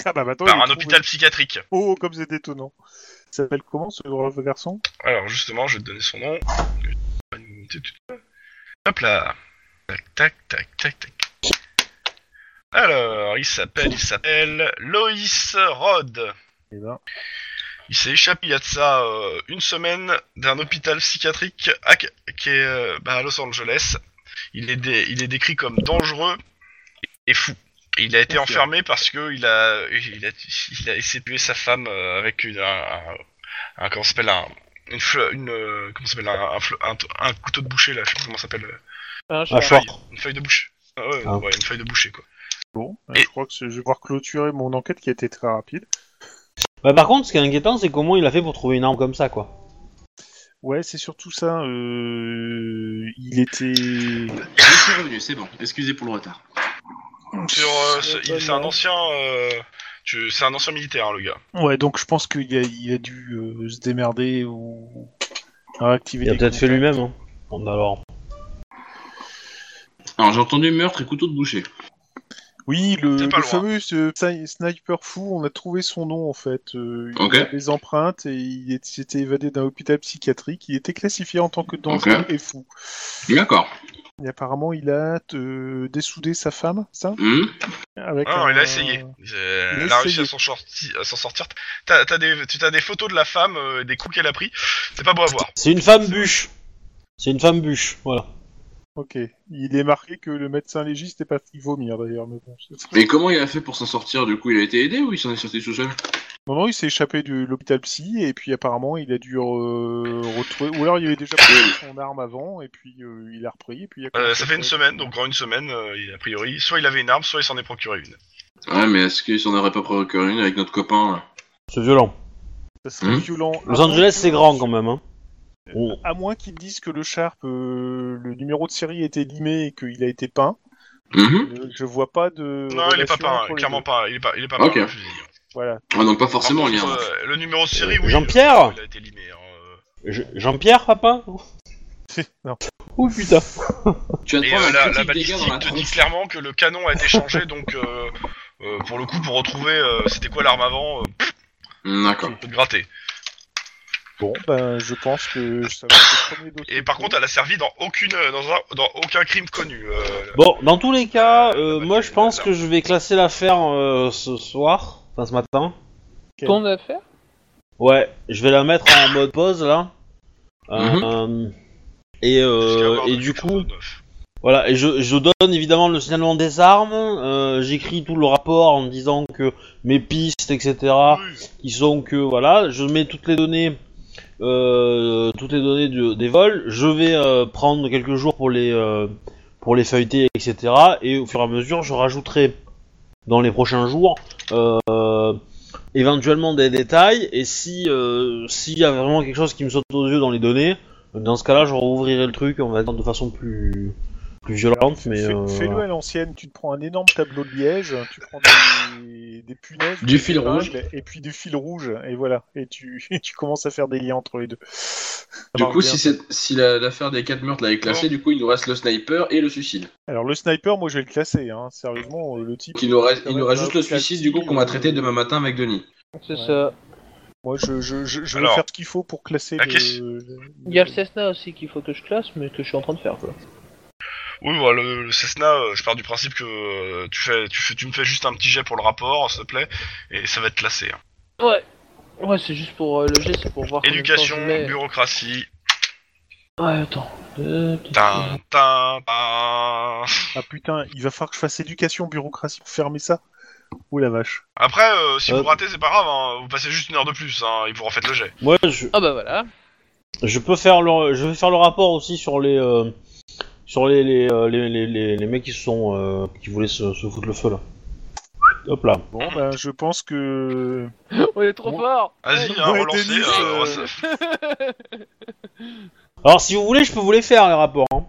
B: Ah bah maintenant,
A: par
B: il est
A: un
B: trouvé.
A: hôpital psychiatrique.
B: Oh, comme c'est étonnant. Il s'appelle comment ce brave garçon
A: Alors justement, je vais te donner son nom. Hop là. Tac tac tac tac tac. Alors, il s'appelle, il s'appelle Loïs Rod.
B: Eh ben,
A: Il s'est échappé il y a de ça euh, une semaine d'un hôpital psychiatrique à, qui est euh, bah, à Los Angeles. Il est, dé- il est décrit comme dangereux et fou. Et il a été enfermé parce que il a, il a, il a essayé de tuer sa femme euh, avec une, un, un- un- comment ça s'appelle un, une, fle- une euh, comment ça s'appelle un, un fle- un t- un couteau de boucher là, je sais pas comment ça s'appelle, euh,
C: Un
D: Un
C: chat.
D: short.
A: une feuille de bouche. Ah ouais,
D: Ah.
A: ouais, une feuille de boucher quoi.
B: bon,
A: Et-
B: je crois que je vais pouvoir clôturer mon enquête qui a été très rapide.
D: Bah, par contre, ce qui est inquiétant, c'est comment il a fait pour trouver une arme comme ça, quoi.
B: Ouais, c'est surtout ça. euh, Il était.
I: Je suis revenu, c'est bon. Excusez pour le retard.
A: Sur, euh, ce-
C: Ouais,
A: il- c'est un ancien, euh, tu- c'est un ancien militaire hein, le gars.
B: Ouais, donc je pense qu'il a, il a dû euh, se démerder ou réactiver.
D: Il a
B: des
D: peut-être fait
B: contacts.
D: lui-même. Hein. Bon, alors.
I: Alors j'ai entendu meurtre et couteau de boucher.
B: Oui, le,
A: C'est pas
B: le
A: loin.
B: fameux ce sni- sniper fou, on a trouvé son nom en fait. Euh, il
I: Ok.
B: avait des empreintes et il est- s'était évadé d'un hôpital psychiatrique. Il était classifié en tant que dangereux et fou.
I: D'accord.
B: Et apparemment, il a euh, dessoudé sa femme, ça
I: Hmm.
B: Avec
A: Ah, non,
B: un-
A: il a essayé. Euh,
B: il a
A: Elle a réussi
B: essayé.
A: à s'en sorti- à s'en sortir. T'as t'as des, tu as des photos de la femme, euh, des coups qu'elle a pris. C'est pas beau à voir.
D: C'est une femme bûche. C'est une femme bûche, voilà.
B: Ok. Il est marqué que le médecin légiste est parti vomir d'ailleurs. Mais bon, c'est-
I: Mais comment il a fait pour s'en sortir Du coup, il a été aidé ou il s'en est sorti tout seul
B: non, non, il s'est échappé de l'hôpital psy et puis apparemment, il a dû euh, retrouver. Ou alors, il avait déjà pris son arme avant et puis euh, il a repris. Et puis il a
A: Euh,
B: commencé
A: ça
B: à
A: fait une
B: faire-
A: semaine, donc en une semaine, euh, il- a priori, soit il avait une arme, soit il s'en est procuré une.
B: Euh,
I: Ouais, mais est-ce qu'il s'en aurait pas procuré une avec notre copain là
D: C'est violent.
B: Ça serait
I: Hmm.
B: violent.
D: Los Angeles, c'est grand quand même. Hein.
A: Eh ben.
D: Oh.
B: Euh, À moins qu'ils disent que le Sharp, euh, le numéro de série a été limé et qu'il a été peint,
I: Mhm.
B: euh, je vois pas
A: Non,
B: de.
A: il est pas
B: relation
A: peint,
B: entre les
A: clairement
B: deux.
A: pas. Il est pas, il est pas
I: Ok.
A: peint, le fusil.
B: Voilà. *laughs*
I: Ah, donc pas forcément
A: Par
I: lien.
A: contre, euh, le numéro de série,
D: Euh,
A: oui.
D: Jean-Pierre
A: euh, Il a été limé. hein, euh.
D: Je- Jean-Pierre, papa
B: Non.
D: Oh putain.
I: Tu vas te
A: Et
I: prendre
A: euh,
I: un
A: la,
I: petit
A: la
I: dégât dans la
A: balistique te dit
I: tronche.
A: clairement que le canon a été
I: *laughs*
A: changé, donc euh, euh, pour le coup, pour retrouver euh, c'était quoi l'arme avant, euh, pff,
I: Hmm, D'accord.
A: faut te gratter.
B: Bon, ben, je pense que ça va être le premier dossier.
A: Et par contre, elle a servi dans aucune, euh, dans, un- dans aucun crime connu. euh,
D: Bon, dans tous les cas,
A: Euh,
D: euh,
A: bah,
D: moi
A: tu-
D: je pense
A: là.
D: que je vais classer l'affaire euh, ce soir, enfin ce matin.
C: Ton affaire
D: Ouais, je vais la mettre en mode pause là. Euh,
A: Mhm.
D: et euh, et du coup, Voilà, et je, je donne évidemment le signalement des armes, euh, j'écris tout le rapport en disant que mes pistes, etc., qui sont que, voilà, je mets toutes les données, euh, toutes les données du- des vols, je vais euh, prendre quelques jours pour les, euh, pour les feuilleter, etc., et au fur et à mesure, je rajouterai dans les prochains jours euh, éventuellement des détails, et si euh, s'il y a vraiment quelque chose qui me saute aux yeux dans les données, dans ce cas-là, je rouvrirai le truc, on va dire, de façon plus plus violente, mais...
B: Fais-
D: euh,
B: Fais-le à l'ancienne, tu te prends un énorme tableau de liège, tu prends des, des punaises,
I: Du
B: des
I: fil rouge.
B: épingles, et puis du fil rouge, et voilà, et tu, *laughs* et tu commences à faire des liens entre les deux.
I: Du coup, si,
B: c'est
I: c'est- si la- l'affaire des quatre meurtres là, est classée, du coup, il nous reste le sniper et le suicide.
B: Alors le sniper, moi je vais le classer, hein. sérieusement, euh, le type.
I: Donc, il nous reste, il
B: Ouais,
I: nous reste
B: bah,
I: juste le
B: classique,
I: suicide du coup qu'on va traiter
B: euh,
I: demain matin avec Denis.
C: C'est
B: Ouais.
C: ça.
B: Moi je, je, je, je vais
A: Alors,
B: faire ce qu'il faut pour classer
A: la
B: le-
A: question-
B: le-
C: Il y a le Cessna aussi qu'il faut que je classe, mais que je suis en train de faire quoi.
A: Oui, voilà, le, le Cessna, euh, je pars du principe que euh, tu, fais, tu, fais, tu me fais juste un petit jet pour le rapport, s'il te plaît, et ça va être classé. hein.
C: Ouais. Ouais, c'est juste pour euh, le G, c'est pour voir. combien de temps
A: Éducation,
C: je mets.
A: bureaucratie,
C: Ouais, attends. Deux, deux,
A: tin, tin, tin.
B: Ah putain, il va falloir que je fasse éducation, bureaucratie pour fermer ça. Oh la vache.
A: Après, euh, si
D: Euh.
A: vous ratez, c'est pas grave, hein, vous passez juste une heure de plus, hein, et vous refaites le jet.
D: Moi, je,
C: Ah bah voilà.
D: Je peux faire le, je vais faire le rapport aussi sur les, euh, sur les les, euh, les, les, les- les mecs qui se sont, euh, qui voulaient se, se foutre le feu là. Hop là.
B: Bon, bah, je pense que.
C: On est trop
B: Bon.
C: fort
A: Vas-y, hein,
B: Ouais,
A: relancez,
B: Denis,
A: euh,
B: euh,
A: relancez.
D: Alors, si vous voulez, je peux vous les faire, les rapports. Hein,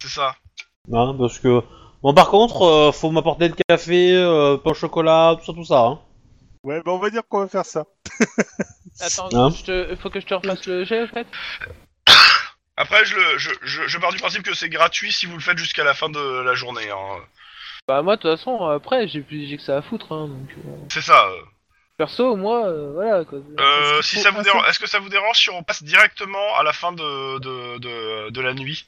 A: c'est ça.
D: Hein, parce que. Bon, par contre, euh, faut m'apporter le café, euh, pain au chocolat, tout ça, tout ça. Hein.
B: Ouais, bah, on va dire qu'on va faire ça.
C: Attends,
D: Hein
C: je te- faut que je te refasse le jet, en fait
A: Après, je, le, je, je, je pars du principe que c'est gratuit si vous le faites jusqu'à la fin de la journée. Hein.
C: Bah moi, de toute façon, après, j'ai plus j'ai que ça à foutre, hein, donc... euh,
A: C'est ça. euh.
C: Perso, moi, euh, voilà, quoi.
A: Euh,
B: Est-ce
A: si
B: qu'il faut
A: ça vous
B: un
A: dérange, est-ce que ça vous dérange si on passe directement à la fin de, de, de, de la nuit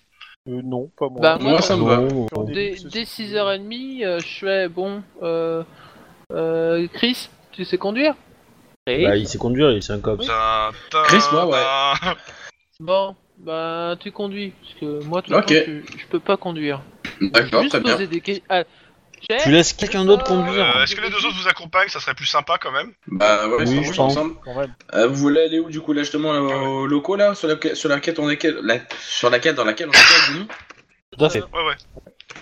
B: Euh, non, pas moi.
C: Bah,
F: Moi, ça me va.
B: Sur des-
C: Dès,
B: ce-
C: dès 6h30, euh, je fais, bon, euh, euh, Chris, tu sais conduire Chris
D: Bah, il sait conduire, il sait un cop.
A: Tin, tin,
F: Chris, moi, ouais.
A: tin.
C: Bon, bah tu conduis, parce que moi, tout le
F: Ok.
C: temps, je, je peux pas conduire.
F: D'accord,
C: Juste
F: très bien.
C: poser des questions... Ah, chef,
D: Tu laisses quelqu'un d'autre conduire.
A: Euh, Est-ce que les deux autres vous accompagnent Ça serait plus sympa quand même.
F: Bah ouais,
D: Oui,
F: ça
D: je
F: roule
D: pense.
F: ensemble.
B: Quand même.
F: Euh, vous voulez aller où du coup là justement là, aux locaux là sur laquelle sur laquelle on est quel- la- sur laquelle dans laquelle on est Denis
D: Tout à fait.
A: Ouais, ouais.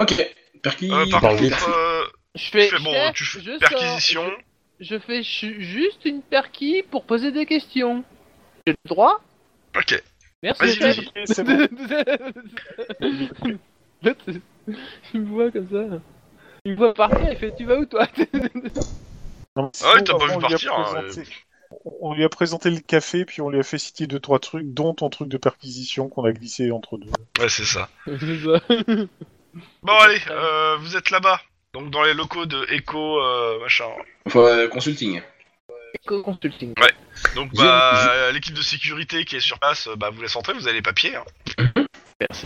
F: Ok. Perky.
A: Euh, par
D: parle
A: contre, euh,
C: je
A: tu
C: fais,
A: fais, bon,
C: chef,
A: tu
C: je
A: fais
C: sors-
A: perquisition.
C: Je fais ju- juste une perquis pour poser des questions. J'ai le droit
A: Ok.
C: Merci.
A: Vas-y,
C: chef.
A: vas-y.
B: C'est bon.
C: *laughs* L'autre, c'est- il me voit comme ça. Il me voit partir, il fait Tu vas où toi *laughs*
B: Non,
A: Ah ouais, t'as
B: sinon,
A: pas vu
B: on lui a
A: partir, hein,
B: présenté- On lui a présenté le café, puis on lui a fait citer deux trois trucs, dont ton truc de perquisition qu'on a glissé entre deux.
A: Ouais, c'est ça.
C: Je
A: Bon, allez, euh, vous êtes là-bas. Donc dans les locaux de Echo, euh, machin.
F: Enfin, euh, consulting.
C: consulting.
A: Donc
D: Je-
A: bah, l'équipe de sécurité qui est sur place, euh, bah, vous laisse entrer, vous avez les papiers. hein.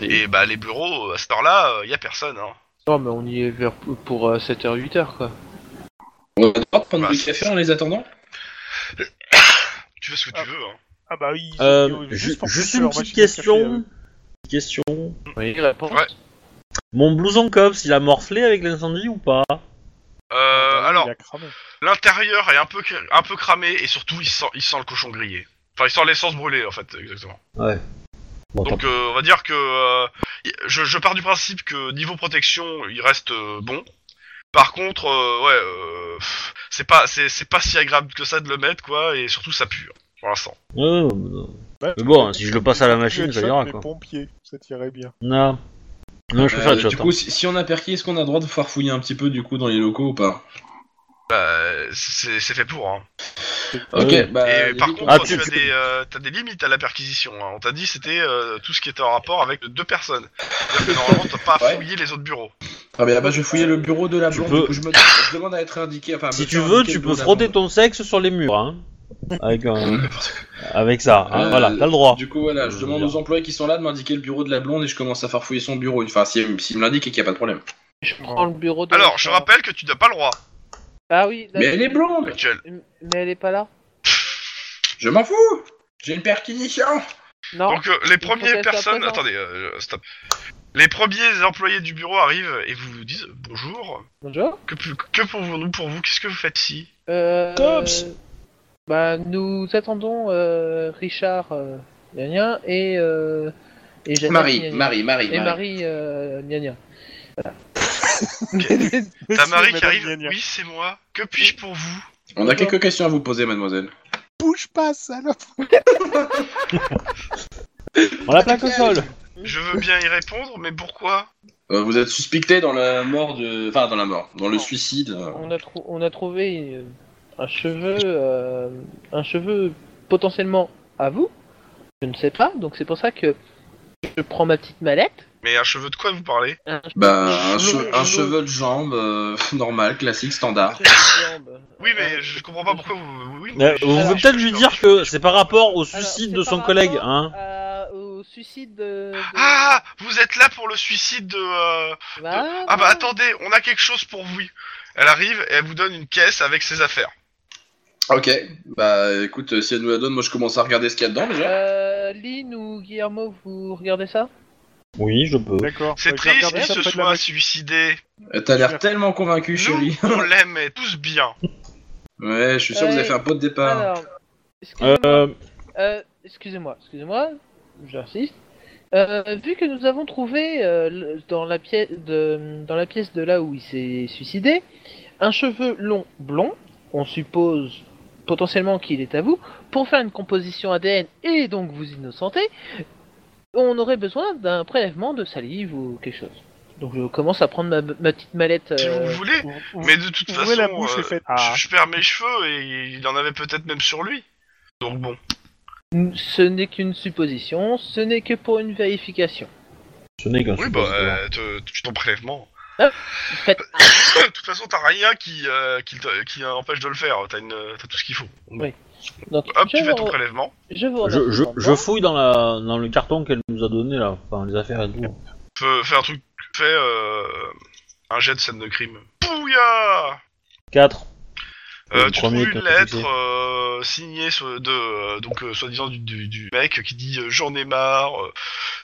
A: Et bah les bureaux, euh, à cette heure-là, il y a personne. Hein.
C: Non, mais on y est vers pour 7h, 8h quoi.
F: On va devoir prendre
A: Bah,
F: du
A: c'est-
F: café en les attendant.
A: Tu fais ce que
B: Ah.
A: tu veux. Hein.
B: Ah bah oui.
D: Euh, ju- juste une petite
B: euh.
D: question. Petite question.
C: Oui, réponse.
A: Ouais.
D: Mon blouson cops, il a morflé avec l'incendie ou pas
C: Ah, bah
A: Euh, alors, l'intérieur est un peu, cr- un peu cramé et surtout il sent, il sent le cochon grillé. Enfin, il sent l'essence brûlée en fait, exactement.
D: Bon, tant
A: Donc euh, on va dire que euh, y- je, je pars du principe que niveau protection, il reste euh, bon. Par contre, euh, ouais, euh, pff, c'est pas c'est c'est pas si agréable que ça de le mettre quoi, et surtout ça pue hein, pour l'instant.
D: Ouais, ouais, bah, ouais.
B: Bah,
D: Mais bon, si je le passe à la machine, ça ira, quoi.
B: pompiers, ça tirait bien.
D: Non. Non, je fais
F: Euh,
D: ça, tu
F: du
D: attends.
F: coup, si, si on a Perky, est-ce qu'on a le droit de farfouiller un petit peu du coup dans les locaux ou pas
A: Euh, c'est c'est fait pour. Hein.
F: Ok.
D: Ouais.
F: Bah,
A: et
F: les
A: par
F: locaux-
A: contre,
D: Ah,
A: tu
D: tu-
A: as
D: tu-
A: des euh, t'as des limites à la perquisition. hein. On t'a dit c'était euh, tout ce qui était en rapport avec deux personnes. C'est-à-dire que normalement t'as pas à
F: Ouais.
A: fouiller les autres bureaux.
F: Ah, mais là-bas, je vais fouiller le bureau de la
D: Tu
F: blonde.
D: peux-
F: Du coup, je, me... je demande à être indiqué. Enfin,
D: Si
F: me
D: tu
F: faire
D: veux,
F: indiquer
D: tu
F: le
D: peux Mm.
F: bureau de la
D: frotter
F: blonde.
D: ton sexe sur les murs, hein. Avec, un- avec ça, hein,
F: Euh,
D: voilà, t'as le droit.
F: Du coup, voilà, je demande aux employés qui sont là de m'indiquer le bureau de la blonde et je commence à farfouiller son bureau. Enfin, s'il si me l'indique et qu'il n'y a pas de problème.
C: Je prends le bureau de.
A: Alors, je rappelle que tu n'as pas le droit.
C: Ah oui,
F: Mais elle est blonde
A: Actuel.
C: Mais elle est pas là
F: Je m'en fous J'ai une perquisition
C: Non.
A: Donc euh, les
C: faut qu'elle
A: premières
C: soit
A: personnes,
C: présente.
A: attendez, euh, stop. Les premiers employés du bureau arrivent et vous disent bonjour.
C: Bonjour.
A: Que, pu- que pour vous, nous pour vous, qu'est-ce que vous faites
B: *laughs*
A: ici
C: Euh,
F: Cops.
C: Bah, nous attendons euh, Richard euh, gna gna, et euh, et Jeannette, gna
F: Marie,
C: gna.
F: Marie, Marie,
C: et
F: Marie.
C: Marie euh, gna gna.
A: T'as Marie qui arrive. Oui, c'est moi. Que puis-je pour vous
F: On a quelques questions à vous poser, mademoiselle.
B: Bouge pas, salope.
D: On l'a pas que sol
A: Je veux bien y répondre, mais pourquoi
F: Euh, vous êtes suspecté dans la mort de. Enfin, dans la mort, dans le suicide.
A: Ah.
F: euh.
C: On a trou- on a trouvé euh, un cheveu euh, un cheveu potentiellement à vous. Je ne sais pas, donc c'est pour ça que je prends ma petite mallette.
A: Mais un cheveu de quoi vous parlez
C: Un
F: Bah, un,
C: cheveu-
F: che- un cheveu de jambe, euh, *laughs* normal, classique, standard.
A: Oui,
C: Euh,
A: mais je comprends pas pourquoi vous. Oui, mais-
B: Euh,
D: Vous pouvez
A: je-
D: peut-être
A: je-
D: lui dire que c'est par rapport au
C: Alors,
D: suicide
C: c'est
D: de
C: par
D: son
C: rapport
D: collègue, hein.
C: à- euh, au suicide de. de-
A: Ah, vous êtes là pour le suicide de. euh,
C: Bah,
A: Ah bah
C: ouais.
A: attendez, on a quelque chose pour vous. Elle arrive et elle vous donne une caisse avec ses affaires.
F: Ok, bah écoute, si elle nous la donne, moi je commence à regarder ce qu'il y a dedans déjà.
C: Euh, Lynn ou Guillermo, vous regardez ça
D: Oui, je peux.
B: D'accord.
A: C'est
B: Ouais, je vais
A: triste
B: regarder
A: qu'il
B: ça
A: se
B: près de la
A: soit
B: machine.
A: suicidé.
F: Euh, T'as l'air tellement convaincu,
A: Nous,
F: chérie.
A: on l'aime et tous bien.
F: Ouais, je suis sûr que vous avez fait un pot de départ.
C: Euh, Alors, excusez-moi,
D: Euh,
C: bah, euh, excusez-moi, excusez-moi, j'insiste. Euh, vu que nous avons trouvé euh, le- dans, la pièce de, dans la pièce de là où il s'est suicidé un cheveu long blond, on suppose potentiellement qu'il est à vous, pour faire une composition ADN et donc vous innocenter, on aurait besoin d'un prélèvement de salive ou quelque chose. Donc je commence à prendre ma, ma petite mallette.
A: Si
C: euh,
A: vous voulez,
B: Ou-
A: mais de toute
B: ouvrez
A: façon,
B: la bouche et
A: euh,
B: faites. ah.
A: je, je perds mes cheveux et il en avait peut-être même sur lui. Donc bon.
C: Ce n'est qu'une supposition, ce n'est que pour une vérification.
D: Ce n'est qu'un hein.
A: Oui, bah, euh, te- te- ton prélèvement. *coughs*
C: Faites
A: de toute façon, t'as rien qui, euh, qui, te- qui empêche de le faire. T'as une, t'as tout ce qu'il faut.
C: Donc,
A: Hop,
C: je,
A: tu fais
C: vous,
A: ton prélèvement.
C: je vous remercie.
D: Je, je,
C: Sandra.
D: je fouille dans, la, dans le carton qu'elle nous a donné là, enfin les affaires et tout.
A: Fais, fais un truc, fais euh, un jet de scène de crime. Pouya
D: 4.
A: Euh, tu trouves une lettre euh, signée so- de euh, donc euh, soi-disant du, du- du mec qui dit euh, j'en ai marre, euh,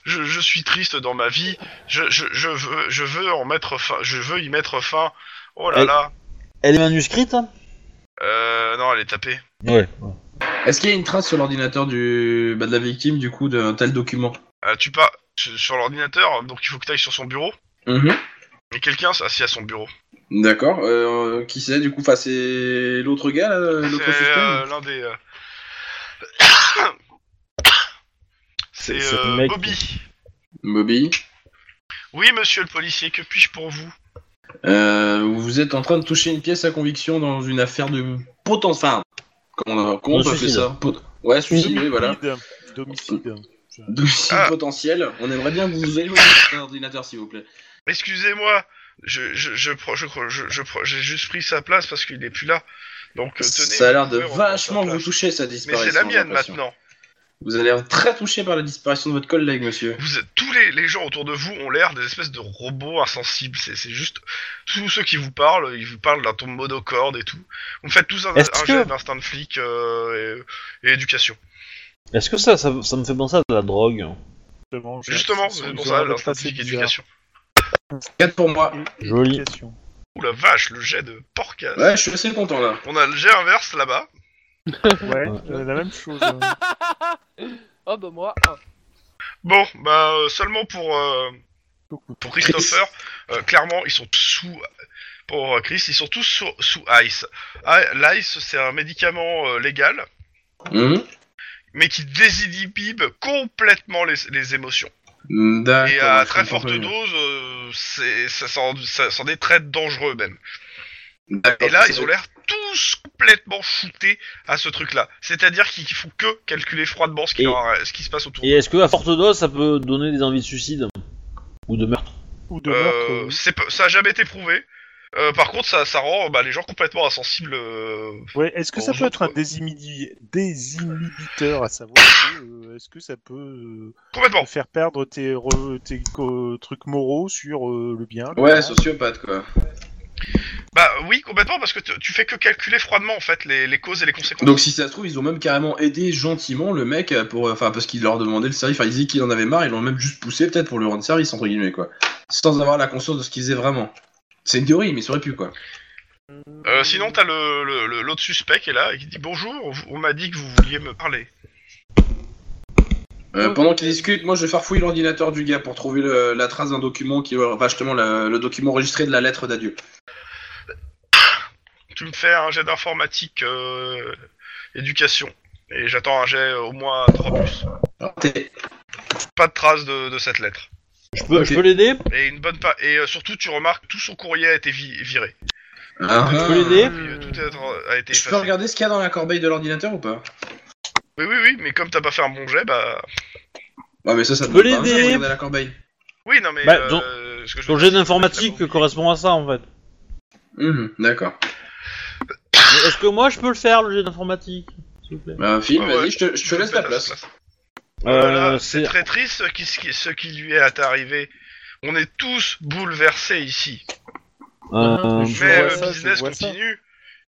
A: je, je suis triste dans ma vie, je, je, je veux je veux en mettre fin, je veux y mettre fin. Oh là
D: Elle-
A: là,
D: Elle est manuscrite hein
A: euh, non elle est tapée.
D: Ouais.
F: Est-ce qu'il y a une trace sur l'ordinateur du... bah, de la victime, du coup, d'un tel document
A: Euh, tu pas sur sur l'ordinateur donc il faut que tu ailles sur son bureau. Mhm. Et quelqu'un s'est assis à son bureau.
F: D'accord. euh, qui c'est, du coup Enfin, c'est l'autre gars, là, l'autre
A: C'est
F: suspect
A: euh, l'un des. euh, C'est
D: C'est
A: euh,
D: le mec.
A: Bobby.
F: Bobby
A: Oui monsieur le policier, que puis-je pour vous
F: Euh, vous êtes en train de toucher une pièce à conviction dans une affaire de potent... Enfin, comment on, comment on
D: Un
F: peut appeler
D: suicide.
F: ça Pot- Ouais, suicide, oui, voilà.
B: D'homicide.
F: Domicile
A: Ah.
F: potentiel. On aimerait bien que vous ayez votre ordinateur, s'il vous plaît.
A: Excusez-moi, je, je, je, pro- je, cro- je, je pro- j'ai juste pris sa place parce qu'il n'est plus là. Donc euh, tenez.
F: ça a l'air de
A: vous pouvez reprendre
F: vachement
A: sa
F: vous
A: place.
F: toucher, sa
A: Mais
F: disparition.
A: c'est la
F: j'ai
A: mienne
F: l'impression.
A: maintenant.
F: Vous avez l'air très touché par la disparition de votre collègue, monsieur.
A: Vous êtes- tous les, les gens autour de vous ont l'air des espèces de robots insensibles. C'est, c'est juste. Tous ceux qui vous parlent, ils vous parlent d'un ton monocorde et tout. Vous me faites tous un,
D: Est-ce
A: un
D: que-
A: jet d'instinct de flic euh, et, et éducation.
D: Est-ce que ça, ça, ça me fait penser à de la drogue hein.
B: Justement, j'ai-
A: Justement,
B: ils
A: c'est
B: ont
A: pour
B: l'air
A: ça
B: d'être
A: l'instinct de
B: assez
A: flic et
B: bizarres.
A: éducation.
F: 4 pour moi.
D: Joli.
B: Éducation.
A: Ouh la vache, le jet de porcasse.
F: Ouais, je suis assez content là.
A: On a le jet inverse là-bas.
B: Ouais, euh, la
A: *laughs*
B: même chose. euh.
C: Oh bah moi, ah.
A: Bon, bah euh, seulement pour. euh,
B: Beaucoup.
A: Pour Christopher, euh, clairement, ils sont sous. Pour euh, Chris, ils sont tous sous, sous ICE. Ah, L'ICE, c'est un médicament euh, légal,
F: Mhm.
A: mais qui désinhibe complètement les, les émotions.
F: Mm, D'accord.
A: Et à
F: je
A: très
F: comprends
A: forte
F: mieux.
A: dose, euh, c'est- ça s'en ça s'en est très dangereux même.
F: D'accord,
A: Et là,
F: Ah, c'est-
A: ils ont l'air tous complètement shootés à ce truc-là. C'est-à-dire qu'ils font que calculer froidement ce qui,
D: Et-
A: leur- ce qui se passe autour.
D: Et est-ce que à forte dose ça peut donner des envies de suicide Ou de meurtre
B: Ou de meurtre,
A: Euh,
B: euh,
A: c'est pas- ça a jamais été prouvé. Euh, par contre, ça, ça rend bah, les gens complètement insensibles euh,
B: Ouais, est-ce que ça
A: Bonjour,
B: peut être un
A: toi.
B: désinhibi- désinhibiteur, à savoir que, euh, est-ce que ça peut euh,
A: Complètement.
B: te faire perdre tes, re- tes co- trucs moraux sur euh, le bien le
F: Ouais,
B: mal
F: sociopathe quoi.
A: Bah oui, complètement, parce que tu tu fais que calculer froidement en fait les, les causes et les conséquences.
F: Donc si ça se trouve, ils ont même carrément aidé gentiment le mec euh, pour, euh, enfin parce qu'il leur demandait le service. Enfin, ils disaient qu'il en avait marre, ils l'ont même juste poussé peut-être pour lui rendre service entre guillemets quoi, sans avoir la conscience de ce qu'ils faisaient vraiment. C'est une théorie, mais ça aurait pu quoi.
A: Euh, sinon, t'as le le- le- l'autre suspect qui est là et qui dit bonjour. vous- On m'a dit que vous vouliez me parler.
F: Euh,
C: Ouais.
F: pendant qu'ils discutent, moi je vais farfouiller l'ordinateur du gars pour trouver le- la trace d'un document qui, enfin justement le, le document enregistré de la lettre d'adieu.
A: Tu me fais un jet d'informatique, euh, éducation, et j'attends un jet euh, au moins 3 plus.
F: T'es-
A: Pas de trace de, de cette lettre.
D: Je peux,
F: Ok.
D: je peux l'aider
A: Et une bonne pa- et euh, surtout, tu remarques tout son courrier a été vi- viré.
F: Ah,
D: Je
F: ah.
D: peux l'aider
A: Puis, euh, tout a, a été
F: Je peux
A: effacé.
F: regarder ce qu'il y a dans la corbeille de l'ordinateur ou pas
A: Oui, oui, oui, mais comme t'as pas fait un bon jet, bah
F: Ah mais ça, ça
D: Je
F: demande
D: peux
F: pas un jeu,
D: l'aider.
F: regarder la corbeille.
A: oui, non mais.
D: Bah,
A: euh,
D: donc-
A: ce que je veux
D: Ton
A: dire,
D: jet
A: c'est que-
D: d'informatique correspond à ça en fait.
F: Mhm, D'accord.
D: Mais est-ce que moi je peux le faire le jet d'informatique S'il vous plaît.
F: Bah, Phil,
A: Ah ouais.
F: vas-y, je te, je te laisse la place.
A: Voilà,
D: Euh,
A: c'est
D: c'est
A: très triste ce qui, ce qui- ce qui lui est arrivé. On est tous bouleversés ici.
D: euh,
B: Je
A: Mais
B: vois
A: le
B: ça, je
A: business
B: vois ça.
A: continue.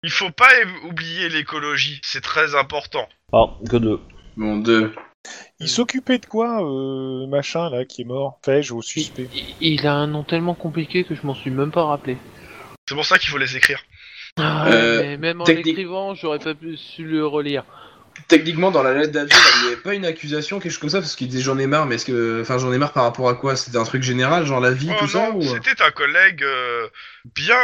A: Il faut pas é- oublier l'écologie, c'est très important.
D: pardon, ah, que deux.
F: Bon, deux.
B: Il s'occupait de quoi, euh, machin, là, qui est mort Fais-je au suspect
C: Il- Il a un nom tellement compliqué que je m'en suis même pas rappelé.
A: C'est pour ça qu'il faut les écrire.
C: Ah,
F: Euh,
C: mais même en
F: technique-
C: l'écrivant, j'aurais pas pu su le relire.
F: Techniquement, dans la lettre d'avion, là, il n'y avait pas une accusation, quelque chose comme ça, parce qu'il disait j'en ai marre, mais est-ce que. Enfin, j'en ai marre par rapport à quoi C'était un truc général, genre la vie,
A: Oh
F: tout ça euh,
A: non,
F: ou...
A: c'était un collègue euh, bien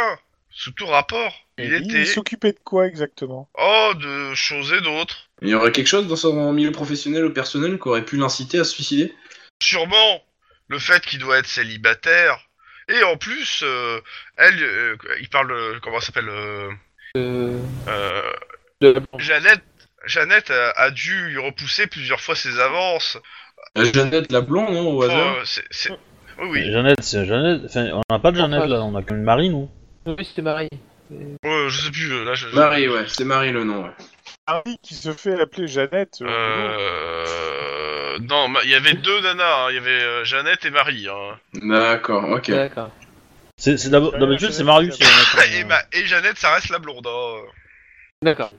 A: Sous tout rapport, il
B: Il
A: était
B: s'occupait de quoi exactement
A: oh de choses et d'autres.
F: Il y aurait quelque chose dans son milieu professionnel ou personnel qui aurait pu l'inciter à se suicider
A: Sûrement le fait qu'il doit être célibataire. Et en plus, euh, elle, euh, il parle euh, comment elle s'appelle euh,
C: Euh,
A: euh,
C: de la blanche.
A: Jeannette, Jeannette a, a dû lui repousser plusieurs fois ses avances.
F: Euh, Jeannette la blonde, non, au hasard
A: Enfin, euh, c'est- c'est- Oui, oui.
D: Jeannette, c'est Jeannette. Enfin, on n'a pas de Jeannette là, on a qu'une Marie, nous.
C: Oui, c'était Marie.
A: Euh, je sais plus, euh, là, je...
F: Marie, Ah, ouais, c'est Marie le nom, ouais.
B: Harry qui se fait appeler Jeannette. euh,
A: Euh... Non, ma- il y avait deux nanas, hein. il y avait euh, Jeannette et Marie. hein.
F: D'accord, ok.
C: D'accord.
D: C'est c'est d'abord- d'habitude, c'est Marius. qui en a qu'une,
A: Et,
D: euh,
A: ma- et Jeannette, ça reste la blonde. hein.
C: D'accord.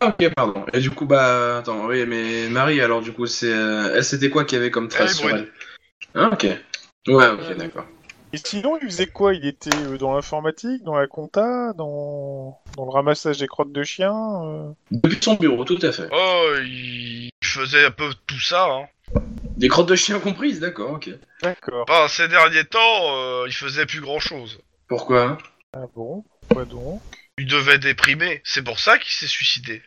F: Ah, ok, pardon. Et du coup, bah, attends, oui, mais Marie, alors, du coup, c'est. euh, Elle, c'était quoi qu'il y avait comme trace
A: Elle est
F: sur elle Ah, ok. Ouais, ok,
C: Euh,
F: d'accord.
B: Et sinon, il faisait quoi Il était euh, dans l'informatique, dans la compta, dans, dans le ramassage des crottes de chiens euh,
F: Depuis son bureau, tout à fait.
A: Oh, il il faisait un peu tout ça. Hein.
F: Des crottes de chien comprises, d'accord, ok.
B: D'accord.
A: Enfin, ces derniers temps, euh, il faisait plus grand-chose.
F: Pourquoi hein
B: Ah bon Quoi donc
A: Il devait déprimer. C'est pour ça qu'il s'est suicidé.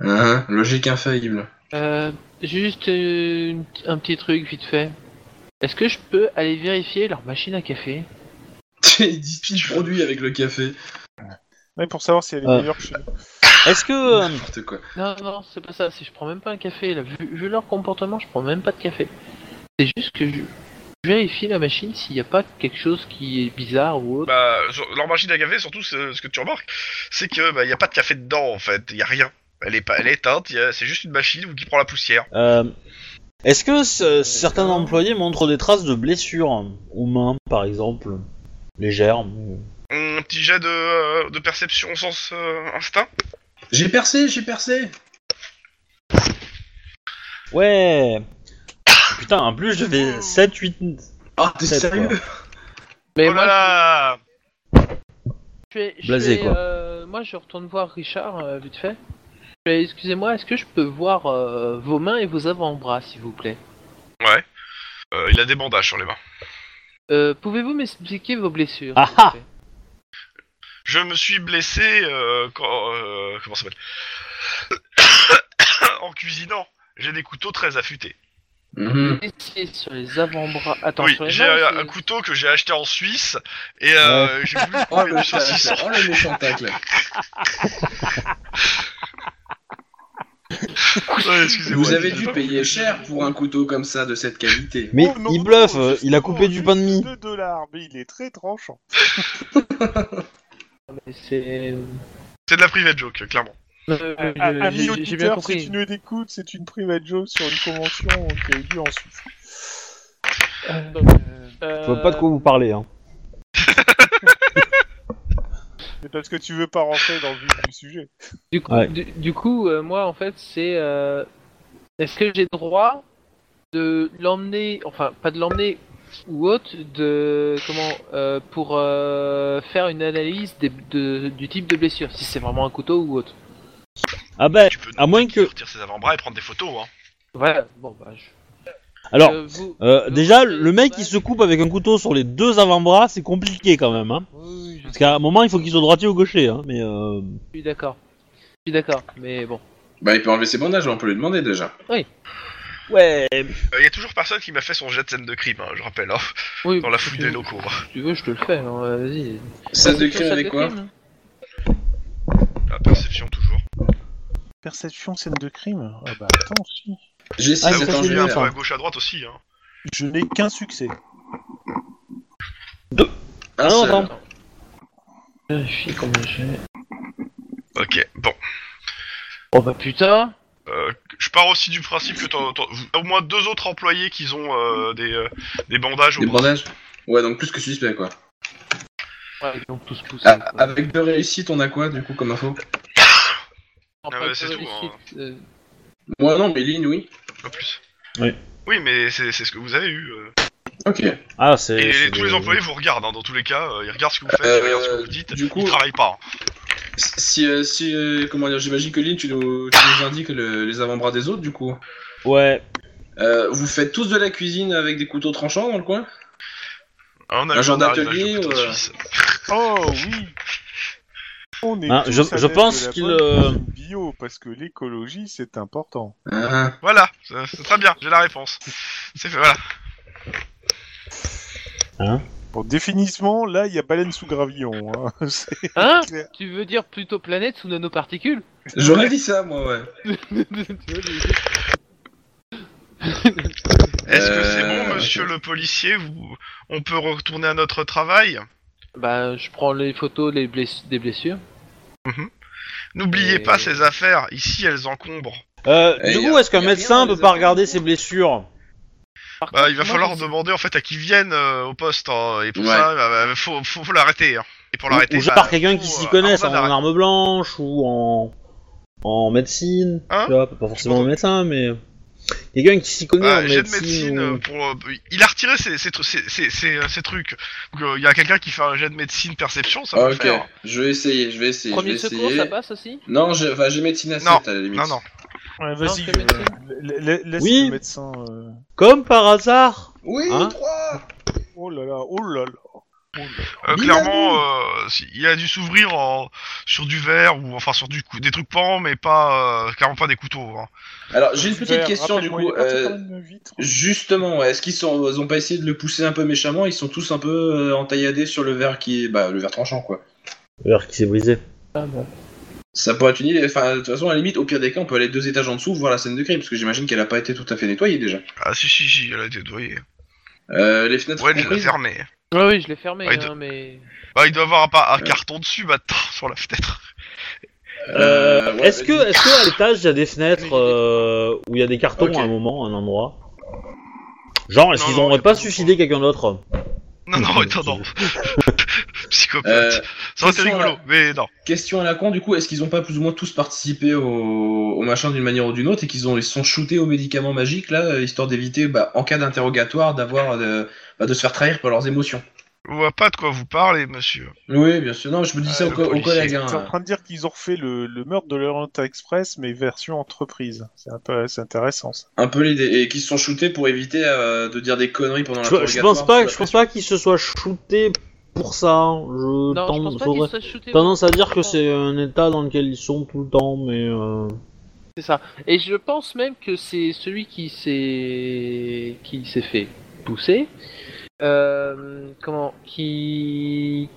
F: Hein, hein, Logique *laughs* infaillible.
C: Euh, juste euh, une- un petit truc vite fait. Est-ce que je peux aller vérifier leur machine à café
F: Ils dispensent produit avec le café.
B: Même pour savoir si elle est
D: Euh.
B: meilleure que chez nous.
D: Est-ce que. euh,
F: N'importe quoi.
C: Non, non, c'est pas ça. C'est je prends même pas un café. Là. Vu, vu leur comportement, je prends même pas de café. C'est juste que je je vérifie la machine s'il n'y a pas quelque chose qui est bizarre ou autre.
A: Bah, sur- leur machine à café, surtout, ce ce que tu remarques, c'est que bah, il y a pas de café dedans, en fait. Il y a rien. Elle est, pas, elle est éteinte, il y a- c'est juste une machine où qui prend la poussière.
D: euh, Est-ce que ce- certains employés montrent des traces de blessures hein, aux mains, par exemple Légères mais-
A: Un petit jet de, euh, de perception au sens euh, instinct
F: J'ai percé, j'ai percé
D: Ouais Putain, en plus, je vais 7, 8.
F: Ah, t'es
D: Sept,
F: sérieux
D: quoi.
C: Mais
A: Oh là
C: moi,
A: là
C: je vais- je
D: Blasé,
C: vais,
D: quoi.
C: euh, moi, je retourne voir Richard euh, vite fait. Je vais- Excusez-moi, est-ce que je peux voir euh, vos mains et vos avant-bras, s'il vous plaît
A: Euh, Il a des bandages sur les mains.
C: Euh, Pouvez-vous m'expliquer vos blessures
D: Ah
C: s'il vous
D: ah
C: plaît
A: Je me suis blessé euh, quand. euh, comment ça s'appelle *coughs* En cuisinant. J'ai des couteaux très affûtés.
F: Mhm.
C: blessé sur les avant-bras. Attends,
A: oui,
C: sur les
A: j'ai
C: mains,
A: un,
C: c'est-
A: un couteau que j'ai acheté en Suisse et euh, j'ai voulu
F: Oh
A: couper
F: le,
A: du
F: tacle.
A: saucisson.
F: oh le méchant *laughs* tacle.
A: Ouais, excusez-moi,
F: Vous avez
A: j'ai
F: dû
A: pas-
F: payer cher pour un couteau comme ça de cette qualité.
D: Mais
B: Oh non,
D: il
B: non,
D: bluffe,
B: non,
D: euh, il a coupé du pain de mie.
B: 2 dollars, mais il est très tranchant.
C: mais c'est-
A: C'est de la private joke, euh, clairement.
C: Euh,
B: Un- Ah, un- un
C: J'ai j'ai bien
B: auditeur, si
C: compris.
B: tu nous écoutes, c'est une private joke sur une convention euh, qui a eu lieu en Suisse.
C: Euh,
D: Je vois pas de quoi vous parlez, hein.
B: C'est parce que tu veux pas rentrer dans le vif du sujet.
C: Du coup,
D: Ouais.
C: du, du coup euh, moi, en fait, c'est... euh, Est-ce que j'ai droit de l'emmener... Enfin, pas de l'emmener ou autre, de... Comment euh, Pour euh, faire une analyse des- de- du type de blessure, si c'est vraiment un couteau ou autre.
D: Ah ben,
A: Tu peux
D: à moins que.
A: sortir ses avant-bras et prendre des photos. Hein.
C: Voilà, bon, bah... Je...
D: Alors,
C: Euh, vous-
D: Euh,
C: vous-
D: déjà,
C: vous-
D: le mec qui se coupe avec un couteau sur les deux avant-bras, c'est compliqué quand même. Hein
C: Oui, oui, je
D: Parce qu'à un moment, il faut qu'il soit droitier ou gaucher. Hein mais euh...
C: suis d'accord. Je suis d'accord, mais bon.
F: Bah il peut enlever ses bandages, on peut lui demander déjà.
D: ouais.
A: Euh, Il y a toujours personne qui m'a fait son jet de scène de crime, hein, je rappelle, hein,
C: Oui,
A: dans la fouille
C: si
A: des
C: tu-
A: locaux.
C: Si tu veux, je te le fais, hein, vas-y. hein.
F: Ça
C: Vas-y,
F: de
C: ton
F: crime
C: sac
F: avec
C: de
F: quoi
C: crime.
A: La perception, toujours.
B: Perception, scène de crime Ah bah attends, si.
A: Ah,
D: Ah,
F: J'ai six
D: ça,
A: vous
F: c'est
D: c'est
F: un
A: pouvez
F: jeu
A: un
D: bien,
F: à
A: peu
F: faire.
A: à gauche, à droite aussi. Hein.
B: Je n'ai qu'un succès.
F: Un
D: non,
F: seul.
D: attends.
C: Vérifie combien j'ai.
A: Ok, bon.
C: Oh bah putain
A: Euh, je pars aussi du principe que t'en- t'en- vous- au moins deux autres employés qui ont euh, des, euh, des bandages au
F: Des
A: bras.
F: bandages Ouais, donc plus que suspect quoi.
C: Ouais, ils ont tous poussé.
F: Ah,
C: quoi.
F: avec deux réussites, on a quoi du coup comme info
A: Ah
C: Enfin,
A: bah, c'est
C: pas
A: tout,
C: réussi, euh,
F: Moi non, mais Lynn, oui.
A: Pas plus.
D: Oui.
A: Oui, mais c'est c'est ce que vous avez eu. euh.
F: Ok.
D: Ah, c'est.
A: Et,
D: c'est
A: tous
D: des-
A: les employés vous regardent, hein, dans tous les cas. euh, ils regardent ce que vous faites,
F: Euh,
A: ils regardent ce que vous dites.
F: du coup-
A: Ils travaillent pas. hein.
F: Si, euh, si euh, comment dire, j'imagine que Lynn, tu nous, tu nous indiques le- les avant-bras des autres du coup.
D: Ouais.
F: Euh, vous faites tous de la cuisine avec des couteaux tranchants dans le coin
A: On a
F: Un
A: eu
F: genre
A: un arrêtage
F: d'atelier
A: de couteau
F: ou, euh,
A: suisse.
B: Oh oui On est
D: Ben,
B: tous
D: je-
B: adeptes
D: je pense
B: de la
D: qu'il,
B: bonne
D: euh,
B: cuisine bio parce que l'écologie c'est important.
F: Ah.
A: Voilà, c'est c'est très bien, j'ai la réponse. C'est fait, voilà.
B: Bon, définissement, là il y a baleine sous gravillon. hein. *laughs* C'est-
A: *laughs*
C: Hein
B: clair.
C: Tu veux dire plutôt planète sous nanoparticules *laughs*
F: J'aurais dit ça, moi, ouais.
C: Tu vois, les-
A: Est-ce que c'est
F: Euh,
A: bon, monsieur le policier vous... On peut retourner à notre travail
C: Bah, je prends les photos les bless- des blessures.
A: N'oubliez
C: Et-
A: pas ces affaires, ici elles encombrent.
D: Euh,
F: Eh,
D: du
F: y a-
D: coup, est-ce qu'un
F: y a rien
D: médecin
F: dans
D: peut
F: les
D: pas
F: affaires.
D: regarder ses blessures
C: Par
A: Bah,
C: contre,
A: il va
C: moi,
A: falloir
C: je-
A: demander en fait à qui viennent euh, au poste, hein, et pour
F: Ouais.
A: ça, bah, bah, faut, faut, faut l'arrêter. hein. Et pour
D: Ou,
A: l'arrêter,
D: ou
A: bah,
D: par quelqu'un
A: faut,
D: qui
A: euh,
D: s'y connaisse
A: un
D: en
A: bon arrêt.
D: arme blanche ou en, en médecine
A: Hein
D: tu vois, Pas forcément un médecin, mais quelqu'un qui s'y connaît
A: Ah,
D: en
A: jet
D: médecine.
A: de médecine
D: ou-
A: euh, pour. euh, il a retiré ses, ses, tru- ses- ses- ses- ses trucs. Donc, euh, Il y a quelqu'un qui fait un jet de médecine perception, ça peut le
F: Ok,
A: faire.
F: je vais essayer, je vais essayer, je
C: Premier
F: vais
C: secours,
F: essayer.
C: ça passe aussi
F: Non, j'ai enfin, j'ai médecine à
A: Non,
F: 7 à la limite.
A: Non, non.
B: Ouais,
C: Non,
B: Vas-y,
C: c'est
B: euh,
C: médecine.
B: la- la- laisse
D: Oui.
B: le médecin. euh,
D: Comme par hasard
F: Oui,
D: Hein
F: 3
B: Oh là là, oh là là. oh là là.
A: Euh,
F: Mille
A: clairement, euh, si- il a dû s'ouvrir en- sur du verre ou enfin sur du cou- des trucs pans, mais pas euh, clairement pas des couteaux. hein.
F: Alors, j'ai une petite
B: Super,
F: question du
B: rappelle-moi, il
F: coup.
B: est parti
F: euh,
B: par une vitre.
F: Justement, ouais, est-ce qu'ils sont, ils ont pas essayé de le pousser un peu méchamment Ils sont tous un peu euh, entailladés sur le verre qui est, bah, le verre tranchant quoi.
D: Alors qui s'est brisé.
C: Ah, bah.
F: Ça pourrait être une idée. Enfin, de toute façon, à la limite, au pire des cas, on peut aller deux étages en dessous voir la scène de crime, parce que j'imagine qu'elle a pas été tout à fait nettoyée déjà.
A: Ah si si si, elle a été nettoyée.
F: Euh, les fenêtres
A: Ouais, elle l'a
F: comprises.
A: fermée.
C: Ouais, oui, je l'ai fermé,
A: Ouais, de-
C: hein, mais.
A: Bah, il doit avoir un, pa- un
F: Ouais.
A: carton dessus maintenant *laughs* sur la fenêtre.
F: Euh, ouais,
D: est-ce que, est-ce que à l'étage il y a des fenêtres euh, où il y a des cartons
F: Ok.
D: à un moment, à un endroit Genre, est-ce
A: Non,
D: qu'ils
A: non, y
D: n'auraient
A: a
D: pas
A: pas de
D: suicidé quelqu'un d'autre
A: Non,
D: *laughs*
A: non, attends, non. Psychopathe.
F: Euh,
A: ça aurait été
F: question,
A: rigolo,
F: là.
A: mais non.
F: Question à la con, du coup, est-ce qu'ils ont pas plus ou moins tous participé au, au machin d'une manière ou d'une autre et qu'ils ont ils se sont shootés aux médicaments magiques là, euh, histoire d'éviter, bah, en cas d'interrogatoire, d'avoir euh, bah, de se faire trahir par leurs émotions.
A: On voit pas de quoi vous parlez, monsieur.
F: Oui, bien sûr. Non, mais je me dis
A: Ah,
F: Euh, ça aux,
A: le
F: co- aux
A: policier,
F: collègues.
B: T'es en
F: hein.
B: train de dire qu'ils ont refait le, le meurtre de l'Orient Express, mais version entreprise. C'est un peu c'est intéressant. Ça.
F: Un peu l'idée et qui se sont shootés pour éviter euh, de dire des conneries pendant
D: je,
F: l'interrogatoire.
D: je pense pas,
F: sous
D: je
F: la
D: pense pas qu'ils se soient shootés pour ça. hein. Je
C: Non, je
D: tend-
C: pense pas
D: faudrait-
C: qu'il soit shooté. hein.
D: tendance à dire que c'est un état dans lequel ils sont tout le temps, mais. euh,
C: C'est ça. Et je pense même que c'est celui qui s'est qui s'est fait pousser, euh, comment, qui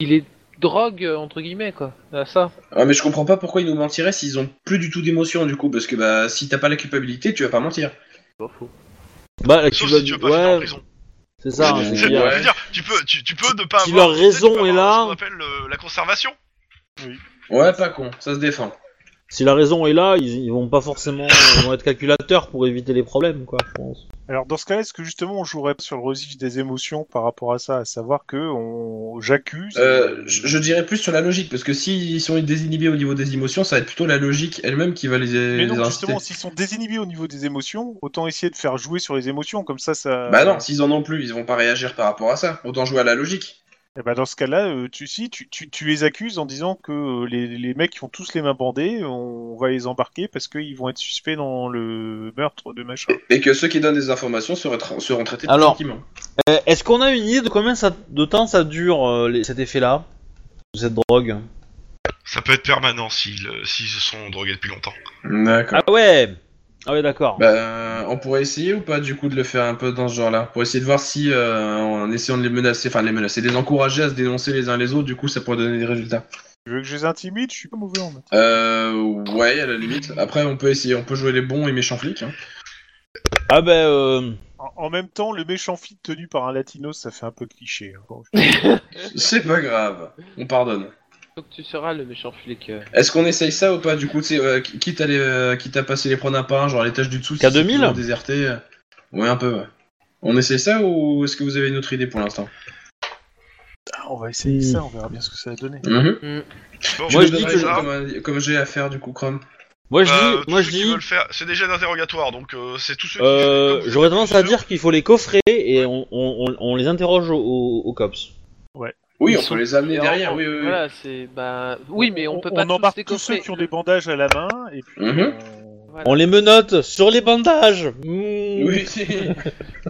C: il est drogue entre guillemets quoi. Ah, ça.
F: Ouais, mais je comprends pas pourquoi ils nous mentiraient s'ils ont plus du tout d'émotion du coup, parce que bah si t'as pas la culpabilité, tu vas pas mentir.
C: Pas faux.
D: Bah, la
A: Sauf si tu veux pas finir en
D: ouais,
A: prison.
D: c'est ça.
F: Ouais,
D: je
A: *laughs*
D: veux
A: C'est-
D: dire.
A: je veux dire, tu peux, tu, tu peux ne pas
D: Si
A: avoir.
D: leur
A: tu sais, tu
D: raison
A: peux
D: est
A: avoir
D: là-
A: Ce qu'on appelle le- la conservation.
F: Ouais, pas con, ça se défend.
D: Si la raison est là, ils, ils vont pas forcément ils vont être calculateurs pour éviter les problèmes, quoi. Je pense.
B: Alors dans ce cas-là, est-ce que justement on jouerait sur le registre des émotions par rapport à ça, à savoir que on j'accuse.
F: Euh, je, je dirais plus sur la logique, parce que s'ils sont désinhibés au niveau des émotions, ça va être plutôt la logique elle-même qui va les,
B: Mais
F: les
B: donc
F: inciter.
B: justement, s'ils sont désinhibés au niveau des émotions, autant essayer de faire jouer sur les émotions, comme ça, ça.
F: Bah non, s'ils en ont plus, ils vont pas réagir par rapport à ça. Autant jouer à la logique.
B: Eh ben, dans ce cas-là, euh, tu, si, tu, tu, tu les accuses en disant que euh, les, les mecs qui ont tous les mains bandées, on va les embarquer parce qu'ils vont être suspects dans le meurtre de machin.
F: Et, et que ceux qui donnent des informations seraient tra- seront traités
D: Alors,
F: plus gentiment.
D: Euh, Est-ce qu'on a une idée de combien ça, de temps ça dure euh, les- cet effet-là, de cette drogue
A: Ça peut être permanent s'ils euh, s'ils se sont drogués depuis longtemps.
F: D'accord.
D: Ah ouais. Ah ouais, d'accord.
F: Bah, on pourrait essayer ou pas du coup de le faire un peu dans ce genre-là Pour essayer de voir si, euh, en essayant de les menacer, enfin de les menacer, de les encourager à se dénoncer les uns les autres, du coup ça pourrait donner des résultats.
B: Tu veux que je les intimide Je suis pas mauvais en maths.
F: Euh, ouais, à la limite. Après, on peut essayer, on peut jouer les bons et méchants
D: *laughs*
F: flics. hein.
D: Ah bah. Euh...
B: En, en même temps, le méchant flic tenu par un latino, ça fait un peu cliché. hein. Bon, je-
F: C'est pas grave, on pardonne.
C: Donc tu seras le méchant flic. euh.
F: Est-ce qu'on essaye ça ou pas Du coup, tu sais, euh, qui- quitte à les, euh, quitte à passer les prendre un par un, genre les tâches du dessous, si
D: K2000?
F: c'est toujours déserté. euh, Ouais, un peu. Ouais. On essaye ça ou est-ce que vous avez une autre idée pour l'instant
B: Ah, on va essayer ça, on verra bien ce que ça va donner.
F: Mhm.
A: Bon,
F: Tu
D: Moi,
F: me
D: je dis
F: donnerais
D: que-
F: ça
A: ça.
F: comme, comme j'ai à faire du coup, Chrome.
D: Moi je
A: Euh,
D: dis,
A: tous
D: moi
A: ceux
D: je
A: qui
D: dis,
A: veulent faire- C'est déjà d'interrogatoire, donc euh, c'est tous ceux qui.
D: euh,
A: comme vous
D: j'aurais
A: avez
D: tendance à
A: plusieurs.
D: dire qu'il faut les coffrer et on, on, on- on les interroge au, au- au cops.
F: Oui,
C: Ils
F: on
C: sont-
F: peut les amener
C: Et en-
F: derrière. Oui, oui, oui.
C: Voilà, c'est bah oui, mais on, peut pas
B: On embarque
C: tous les
B: tous ceux
C: coffrer.
B: qui ont des bandages à la main, et puis. euh,
F: Mhm.
B: on-
C: Voilà.
D: On les menote sur les bandages. Mmh.
F: Oui.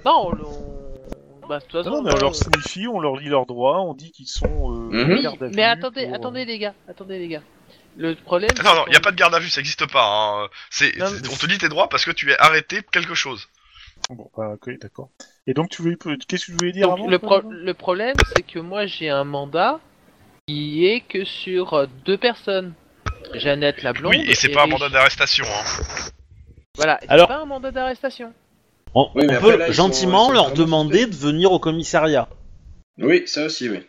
C: Non, on, on- Bah, de toute façon,
B: Non, mais
C: euh,
B: on leur signifie, on leur lit leurs droits, on dit qu'ils sont. euh,
F: Mhm.
B: en
C: Oui,
B: garde à vue
C: mais attendez,
B: pour, euh,
C: attendez les gars, attendez les gars. Le problème.
A: Non, non,
C: c'est
A: il n'y a
C: qu'on-
A: pas de garde à vue, ça existe pas. Hein. C'est,
C: Euh, Non,
A: c'est-
C: mais-
A: on te dit tes droits parce que tu es arrêté pour quelque chose.
B: Bon, bah, ok, d'accord. Et donc, tu voulais... qu'est-ce que tu voulais dire
C: Donc,
B: avant
C: le,
B: toi
C: pro- le problème, c'est que moi j'ai un mandat qui est que sur euh, deux personnes. Jeannette la blonde.
A: oui, et c'est pas un
C: Régis-
A: mandat d'arrestation. Hein.
C: Voilà, et
D: Alors-
C: c'est pas un mandat d'arrestation.
D: On,
F: Oui,
D: on
F: mais
D: peut
F: après, là, ils sont-
D: gentiment
F: ils sont
D: leur
F: vraiment
D: demander de venir au commissariat.
F: *laughs* Oui, ça aussi, oui.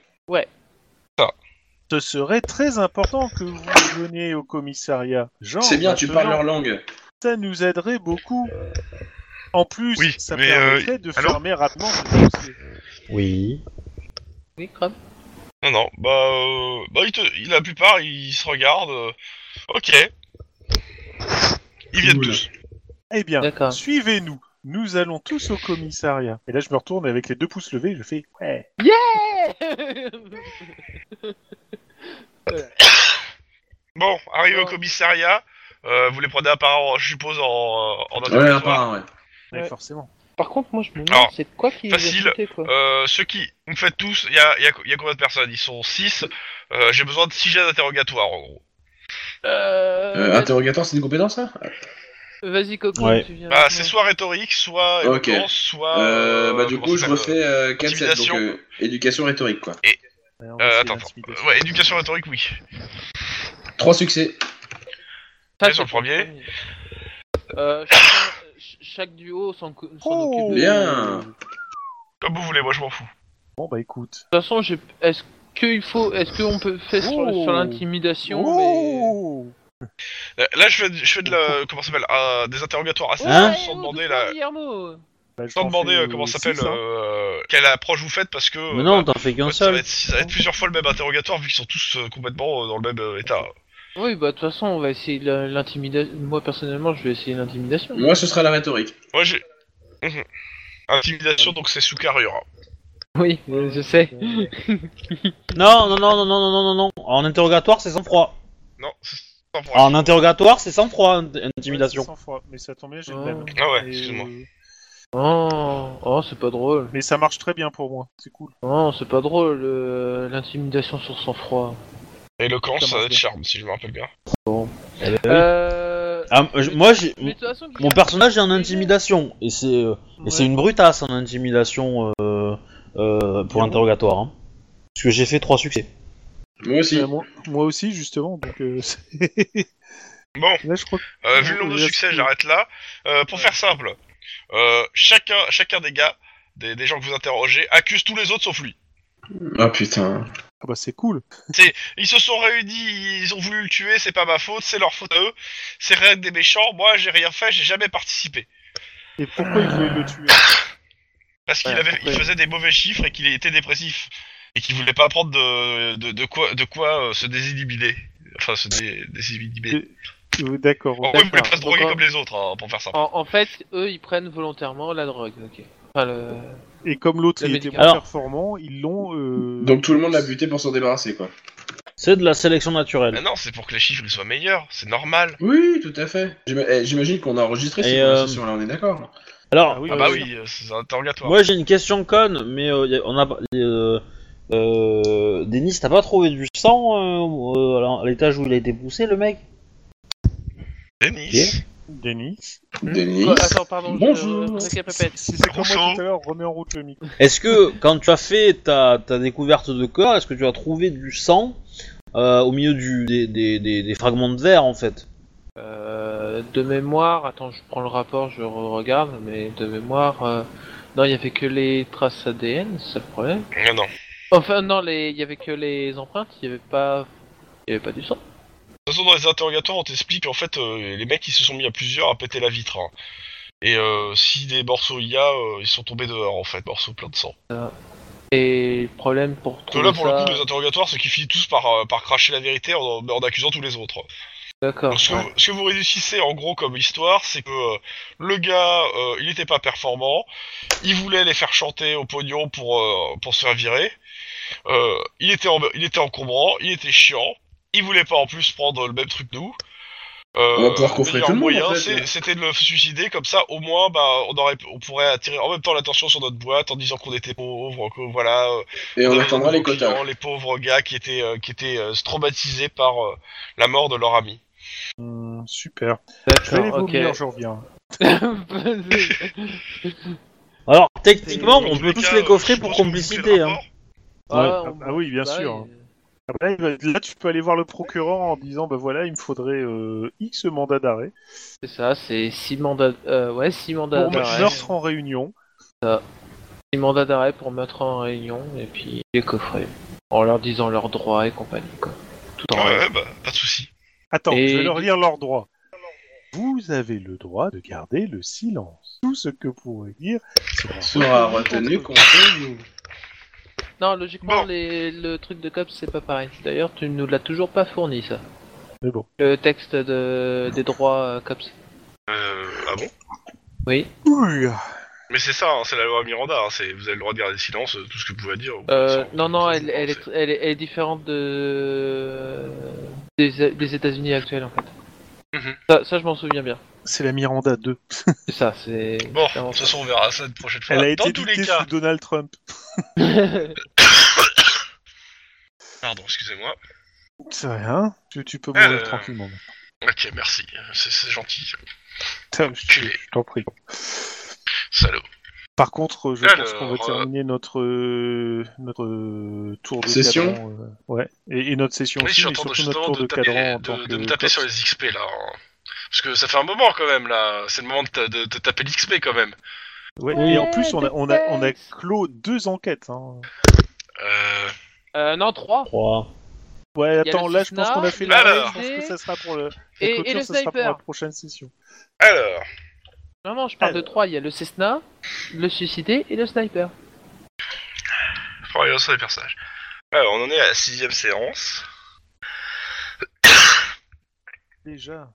B: Ce serait très important que vous veniez au commissariat. Genre,
F: C'est bien, tu
B: maintenant,
F: parles leur langue.
B: Ça nous aiderait beaucoup. En plus,
A: Oui,
B: ça
A: mais, euh,
B: permettrait de
A: allô
B: fermer rapidement ce dossier.
D: Oui.
C: Oui, Chrome. *laughs*
A: Non, non, bah, euh, bah il te- il- la plupart ils se regardent. euh, ok. Ils viennent
F: Cool.
A: tous.
B: Eh bien,
C: D'accord.
B: suivez-nous. Nous allons tous au commissariat. Et là, je me retourne avec les deux pouces levés, je fais Ouais.
A: Bon, arrivé au
C: Bon.
A: commissariat, euh, vous les prenez à part, en- je suppose, en, en
F: Ouais, à
A: interrogatoire.
F: part, ouais.
B: Ouais,
C: Ouais.
B: forcément.
C: Par contre, moi je me demande,
A: Alors,
C: c'est quoi qui les a
A: facile,
C: shootés, quoi.
A: Euh, ceux qui, vous me faites tous, il y a, il y a- il y a combien de personnes Ils sont 6. J'ai besoin de 6 jets d'interrogatoire en gros.
C: Euh,
F: Euh, interrogatoire, c'est une compétence, ça
C: Vas-y, Coco,
D: Ouais.
C: tu viens.
A: Bah,
C: avec
A: c'est
C: moi.
A: soit rhétorique, soit
F: Ok.
A: éloquence, soit.
F: euh, Bah, du
A: comment
F: coup,
A: ça
F: je
A: s'appelle
F: refais euh, 4-7, donc
A: intimidation.
F: euh, éducation rhétorique, quoi.
B: Ouais, Bah, on
A: Euh,
B: essaie
A: attends,
B: d'intimidation.
A: Euh, Ouais, éducation rhétorique, oui.
F: Trois succès.
C: Ça,
A: Et sur le
C: c'est pour
A: premier.
C: Euh,
A: *laughs*
C: chacun- ch- chaque duo s'en cou- s'en occupe.
B: Oh
C: De
F: Bien.
A: Comme vous voulez, moi je m'en fous.
B: Bon, bah écoute.
C: toute façon, j'ai- est-ce qu'il faut, est-ce qu'on peut faire sur,
B: Oh.
C: sur l'intimidation
B: Oh
A: Euh, Là, je fais, je fais de la. Comment ça s'appelle euh, Des interrogatoires assez
C: mais...
D: Hein
C: Ouais,
A: sans
C: oh,
A: demander
C: doucement,
A: la.
C: Guillermo.
B: Bah, je
A: Sans
B: t'en
A: demander
B: fais,
A: euh,
B: euh,
A: comment ça
B: six,
A: s'appelle
B: hein.
A: euh, quelle approche vous faites parce que
B: Oh,
A: euh,
D: Mais non, t'en fais
A: bah,
D: qu'un
A: ça, va
D: seul.
A: être, ça va être plusieurs fois le même interrogatoire vu qu'ils sont tous euh, complètement euh, dans le même euh, état.
C: Oui, bah de toute façon, on va essayer la- l'intimidation. Moi personnellement, je vais essayer l'intimidation.
D: Mm.
F: Moi, ce sera la rhétorique.
A: Moi j'ai *laughs* Mhm. intimidation donc c'est hein. Sukarura.
C: Oui, euh, je sais.
D: Non, non, non, non, non, non, non, non, non. En interrogatoire, c'est sans froid.
A: Non, c'est sans froid.
D: En interrogatoire, c'est sans froid, int-
B: Ouais,
D: intimidation.
B: c'est cent fois, mais ça tombe bien, j'ai
C: Oh.
B: le même.
A: Ah ouais,
B: Et,
A: excuse-moi.
B: euh,
C: Oh, oh, c'est pas drôle.
B: mais ça marche très bien pour moi, c'est cool.
C: Non, c'est pas drôle. euh, L'intimidation sur sang froid.
A: Éloquence,
B: ça
A: ça va être
B: marche
A: charme si je me rappelle bien.
B: Eh ben
C: Euh...
D: Ah, je- moi, j'ai,
C: mais de toute façon,
D: mon
C: Guillermo,
D: personnage est en intimidation. Et c'est, euh,
C: ouais.
D: et c'est une brutasse en intimidation euh, euh, pour interrogatoire. hein. Parce que j'ai fait trois succès.
F: Moi aussi.
B: Euh, moi, moi aussi, justement, donc euh, *laughs* c'est-
A: Bon,
B: là je crois
A: euh, vu le nombre de
B: Déjà,
A: succès,
B: c'est-
A: j'arrête là. Euh, pour faire simple, euh, chacun, chacun des gars, des, des gens que vous interrogez, accuse tous les autres sauf lui.
F: Ah putain.
B: que ah bah, c'est cool.
A: Ils se sont réunis, ils ont voulu le tuer, c'est pas ma faute, c'est leur faute à eux. C'est rien que des méchants, moi j'ai rien fait, j'ai jamais participé.
B: Et pourquoi il voulait le tuer
A: Parce qu'il
C: Ouais,
A: avait,
C: pourquoi
A: il
C: il-
A: faisait des mauvais chiffres et qu'il était dépressif. Et qu'il voulait pas prendre de, de, de quoi, de quoi euh, se désinhiber. Enfin, se dé, désinhiber.
B: Euh, D'accord.
A: En
B: ok.
A: gros, il voulait
C: d'accord,
A: pas se droguer
C: d'accord.
A: comme les autres, hein, pour faire ça.
C: En, en fait, eux, ils prennent volontairement la drogue. Ok. Enfin, le...
B: Et comme l'autre
C: Le
B: il était
C: médicament.
B: moins performant, ils l'ont. euh,
F: Donc tout le monde l'a buté pour s'en débarrasser, quoi.
D: C'est de la sélection naturelle.
C: Oh,
A: Mais Ah non, c'est pour que les chiffres ils soient meilleurs, c'est normal.
F: Oui, tout à fait. J'im- eh, J'imagine qu'on a enregistré
D: Et,
F: ces
D: euh,
F: conversations-là, on est d'accord.
D: Alors,
B: Ah oui,
A: Ah bah
B: euh,
A: oui, euh, c'est un interrogatoire.
D: moi j'ai une question conne, mais euh, y a- on a. Euh, euh, Denis, t'as pas trouvé du sang euh, euh, à l'en- à l'étage où il a été poussé, le mec
A: Denis.
D: Ok.
B: Denis.
F: Denis.
C: Quoi, Oh, attends, pardon. je-
F: Bonjour.
C: Récap,
B: Si
C: répète.
B: si c'est comme
A: Rousseau.
B: moi tout à l'heure, remets en route le micro.
D: Est-ce que quand tu as fait ta, ta découverte de corps, est-ce que tu as trouvé du sang euh, au milieu du, des, des, des, des fragments de verre en fait
C: Euh, de mémoire, attends, je prends le rapport, je regarde, mais de mémoire, euh, non, il y avait que les traces ADN, c'est ça le problème.
A: Non, non. De
C: Enfin, non, les, il y avait que les empreintes, il y avait pas, il y avait pas du sang.
A: toute façon, dans les interrogatoires, on t'explique en fait, euh, les mecs ils se sont mis à plusieurs à péter la vitre. hein. Et euh, si des morceaux il y a, euh, ils sont tombés dehors en fait, morceaux pleins de sang.
C: Et le problème pour
A: Parce que
C: trouver
A: là, pour
C: ça,
A: le coup, les interrogatoires, c'est qu'ils finissent tous par, euh, par cracher la vérité en, en accusant tous les autres.
C: d'accord.
A: Donc, ce que,
C: ouais.
A: vous- ce que vous réussissez en gros comme histoire, c'est que euh, le gars, euh, il était pas performant, il voulait les faire chanter au pognon pour, euh, pour se faire virer, euh, il, était en, il était encombrant, il était chiant, il voulait pas en plus prendre le même truc que nous. Euh,
F: On va pouvoir coffrer
A: le meilleur
F: tout le monde,
A: moyen,
F: en fait,
A: c'est-
F: ouais.
A: c'était de le suicider, comme ça, au moins, bah, on aurait, on pourrait attirer en même temps l'attention sur notre boîte en disant qu'on était pauvres, que voilà, euh,
F: Et on
A: avait
F: attendra
A: des
F: les
A: clients,
F: quotas.
A: Les pauvres gars qui étaient, euh, qui étaient euh, traumatisés par euh, la mort de leur ami.
B: Hum, super. Je vais aller
C: D'accord, ok. *laughs*
B: vomir, je reviens.
D: Alors, techniquement,
A: Dans
D: on
A: tous
D: peut tous
A: cas,
D: les
A: euh,
D: coffrer
A: je
D: pour
A: pense que vous
D: complicité.
A: bouclez le
D: Hein.
A: rapport.
C: Ah,
B: ah,
C: on-
B: bah oui, bien
C: bah,
B: sûr.
C: et-
B: Ah bah Là, il va- là, tu peux aller voir le procureur en disant, bah voilà, il me faudrait euh, X mandat d'arrêt
C: C'est ça, c'est 6 mandats, euh, ouais, six mandats
A: Bah,
B: pour
C: d'arrêt.
B: meurtre en réunion.
C: 6 mandats d'arrêt pour mettre en réunion et puis les coffrer. En leur disant leurs droits et compagnie, quoi. Tout en
A: Ouais, bah, pas de souci.
B: Attends,
C: Et-
B: je vais leur lire leur droit. Vous avez le droit de garder le silence. Tout ce que pourrait dire sera
F: Sera retenu contre nous.
C: Non, logiquement,
A: Bon.
C: les- le truc de COPS, c'est pas pareil. D'ailleurs, tu nous l'as toujours pas fourni, ça.
B: Mais bon.
C: Le texte de... des droits euh, COPS.
A: Euh, ah bon
C: Oui.
B: Ouh.
A: Mais c'est ça, hein, c'est la loi Miranda. hein, c'est, vous avez le droit de garder silence, euh, tout ce que vous pouvez dire.
C: Euh,
A: Sans-
C: non, non,
A: sans-
C: elle, elle, est, elle, est, elle est différente de... des, des États-Unis actuels, en fait.
A: Mhm.
C: Ça, ça, je m'en souviens bien.
B: C'est la Miranda 2.
C: C'est ça, c'est.
A: Bon, de
C: clairement
A: toute
C: ça.
A: façon, on verra ça une prochaine fois.
B: Elle a
A: Ah, Dans
B: été
A: tous les
B: dictée
A: cas.
B: sous Donald Trump.
A: Pardon, excusez-moi.
B: C'est rien. Tu, tu peux mourir
A: Euh.
B: tranquillement.
A: Ok, merci. C'est, c'est gentil.
B: Putain, je
A: Tu es
B: je t'en prie.
A: salaud.
B: Par contre, je pense
A: Alors,
B: qu'on va
A: euh,
B: terminer notre euh, notre euh, tour de
F: Session
B: cadran. euh, ouais, et, et notre session
A: Oui, je
B: aussi,
A: suis en
B: mais
A: train de,
B: surtout notre
A: justement
B: tour
A: de,
B: de,
A: taper,
B: cadran en
A: de-
B: tant
A: de
B: que
A: me taper
B: cops.
A: sur les XP là. hein. Parce que ça fait un moment quand même là. C'est le moment de, ta- de- de taper l'XP quand même.
B: Ouais,
C: Ouais,
B: Et en plus, on a on a on a
C: Texas.
B: clos deux enquêtes. hein.
A: Euh,
C: *laughs* Euh, non, 3.
D: Trois.
B: Ouais,
C: le
B: attends, là, je
C: Cessna,
B: pense qu'on a fait
A: le
B: la
A: Alors.
B: je pense que ça sera pour le la
C: Et- et
B: clôture,
C: le
B: ça sera pour la
C: sniper.
B: prochaine session.
A: alors,
C: Non, non, je parle
A: Ah.
C: de 3. Il y a le Cessna, le suicidé et le sniper.
A: pour regarder sur les personnages. Alors, on en est à la sixième séance.
B: Déjà.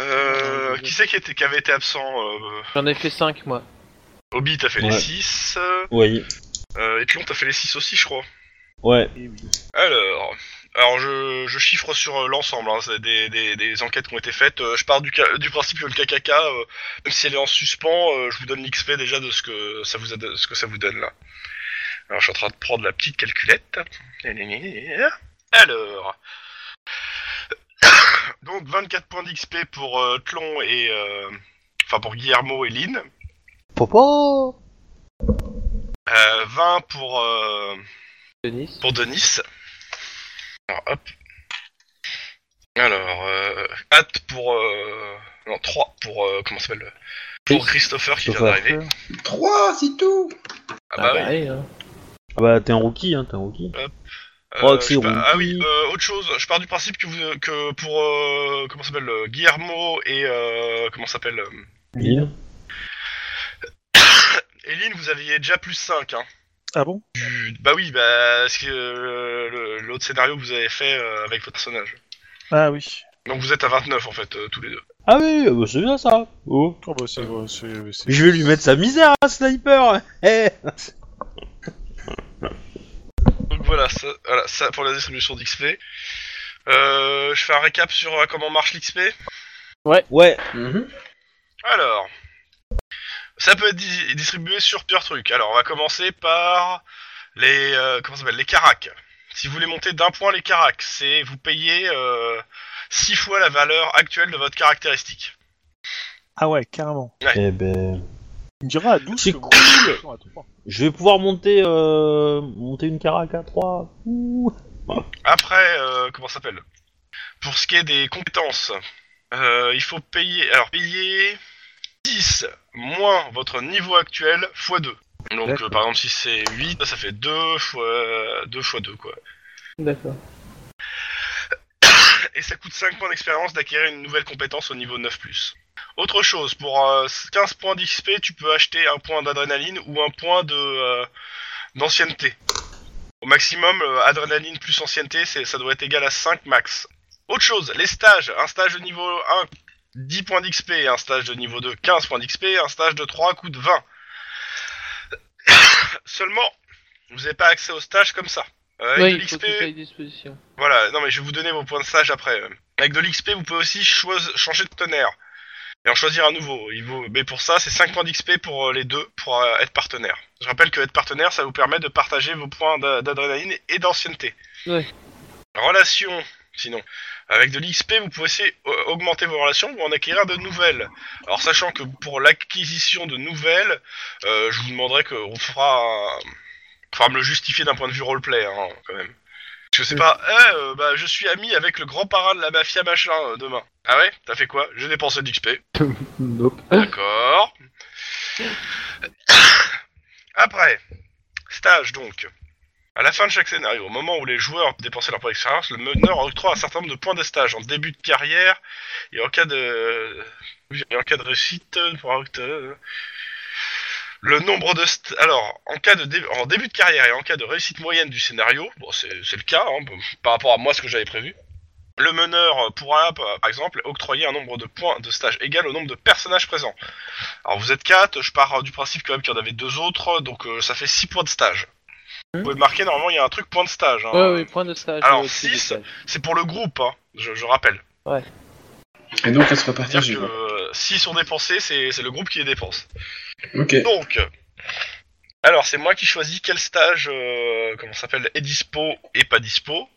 A: Euh, qui c'est qui, était- qui avait été absent euh,
C: J'en ai fait 5, moi.
A: Obi, t'as fait les
D: Ouais.
A: 6.
D: Oui.
A: Euh, Etlon, t'as fait les 6 aussi, je crois.
D: Ouais.
B: Eh
A: Alors, alors je, je chiffre sur euh, l'ensemble hein, c'est des, des, des enquêtes qui ont été faites. Euh, je pars du, ca- du principe que le KKK, euh, même si elle est en suspens, euh, je vous donne l'XP déjà de ce que ça vous a, de ce que ça vous donne là. Alors, je suis en train de prendre la petite calculette. Alors, *coughs* donc 24 points d'XP pour euh, Tlon et euh, enfin pour Guillermo et Lynn.
D: Popo
A: Euh, 20 pour euh,
C: Denis.
A: pour Denis. Alors, hop. Alors, euh, hâte pour... euh, non, 3 pour... euh, comment s'appelle le- Pour Christopher qui vient
D: Christopher.
A: d'arriver.
F: Trois, c'est tout
A: Ah
C: Ah
A: bah
C: bah
A: oui.
C: oui, hein.
D: Ah bah, t'es un rookie, hein, t'es un rookie.
A: Euh,
D: Roxy,
A: je pars-
D: Roux.
A: ah oui, euh, autre chose, je pars du principe que, vous- que pour... euh, comment s'appelle euh, Guillermo et... euh, comment s'appelle euh,
D: Lynn.
A: Eline, vous aviez déjà plus 5, hein.
B: Ah bon
A: Du- Bah oui, bah, parce que euh, le- l'autre scénario que vous avez fait euh, avec votre personnage.
B: Ah oui.
A: Donc vous êtes à 29 en fait, euh, tous les deux.
D: Ah oui, ah bah, c'est bien ça. Oh.
B: Oh bah c'est c'est- c'est-
D: Je vais lui mettre sa misère, hein, sniper *laughs* Eh
A: Donc voilà, ça, voilà, ça pour la distribution d'XP. Euh, je fais un récap sur euh, comment marche l'XP.
D: Ouais.
F: Mhm.
A: Alors, ça peut être di- distribué sur plusieurs trucs. Alors, on va commencer par les euh, comment ça s'appelle les caracs. Si vous voulez monter d'un point les caracs, c'est vous payez 6 fois la valeur actuelle de votre caractéristique.
B: Ah ouais, carrément.
D: Eh ben...
B: Tu me diras à 12
D: C'est
B: que vous-
D: cool.
B: à trois.
D: Je vais pouvoir monter, euh, monter une carac à 3. Ouh.
A: Après, euh, comment ça s'appelle Pour ce qui est des compétences, euh, il faut payer. Alors, payer 10 moins votre niveau actuel fois 2. Donc,
B: D'accord.
A: euh, par exemple, si c'est 8, ça fait 2 fois 2, fois 2 quoi.
C: D'accord.
A: Et ça coûte 5 points d'expérience d'acquérir une nouvelle compétence au niveau 9. Autre chose, pour euh, 15 points d'XP, tu peux acheter un point d'adrénaline ou un point de euh, d'ancienneté. Au maximum, euh, adrénaline plus ancienneté, c'est- ça doit être égal à 5 max. Autre chose, les stages. Un stage de niveau 1, 10 points d'XP. Un stage de niveau 2, 15 points d'XP. Un stage de 3 coûte 20. *coughs* Seulement, vous n'avez pas accès aux stages comme ça. Euh, avec
C: Oui,
A: de
C: il faut
A: l'XP,
C: que tu à disposition.
A: voilà, non mais je vais vous donner vos points de stage après. euh. Avec de l'XP, vous pouvez aussi chois- changer de tonnerre. Et en choisir un nouveau. Il vaut- Mais pour ça, c'est 5 points d'XP pour euh, les deux, pour euh, être partenaire. Je rappelle que être partenaire, ça vous permet de partager vos points d'a- d'adrénaline et d'ancienneté.
C: Ouais.
A: Relation, sinon. Avec de l'XP, vous pouvez aussi euh, augmenter vos relations ou en acquérir de nouvelles. Alors, sachant que pour l'acquisition de nouvelles, euh, je vous demanderai qu'on fera un- faudra me le justifier d'un point de vue roleplay, hein, quand même. Parce que c'est pas, Eh, euh, bah, je suis ami avec le grand parrain de la mafia machin euh, demain. Ah ouais T'as fait quoi J'ai dépensé de l'XP.
D: Nope.
A: Ah, D'accord. *coughs* Après, stage donc. À la fin de chaque scénario, au moment où les joueurs dépensaient leur point d'expérience, le meneur octroie un certain nombre de points de stage en début de carrière et en cas de, et en cas de réussite. euh, pour un octo- Le nombre de st- alors en cas de dé- en début de carrière et en cas de réussite moyenne du scénario, bon c'est c'est le cas hein, bon, par rapport à moi ce que j'avais prévu. Le meneur pourra, par exemple, octroyer un nombre de points de stage égal au nombre de personnages présents. Alors vous êtes 4, je pars euh, du principe quand même qu'il y en avait deux autres, donc euh, ça fait 6 points de stage. Vous pouvez marquer, normalement il y a un truc point de stage. hein.
C: Ouais, oui, point de stage.
A: Alors,
C: euh, petit de
A: six.
C: stage.
A: C'est pour le groupe, hein, je, je rappelle.
F: Et donc, on se repartir
A: C'est-à-dire que 6 sont dépensés, c'est c'est le groupe qui les dépense.
F: Ok.
A: Donc, alors c'est moi qui choisis quel stage, euh, comment ça s'appelle, est dispo et pas dispo.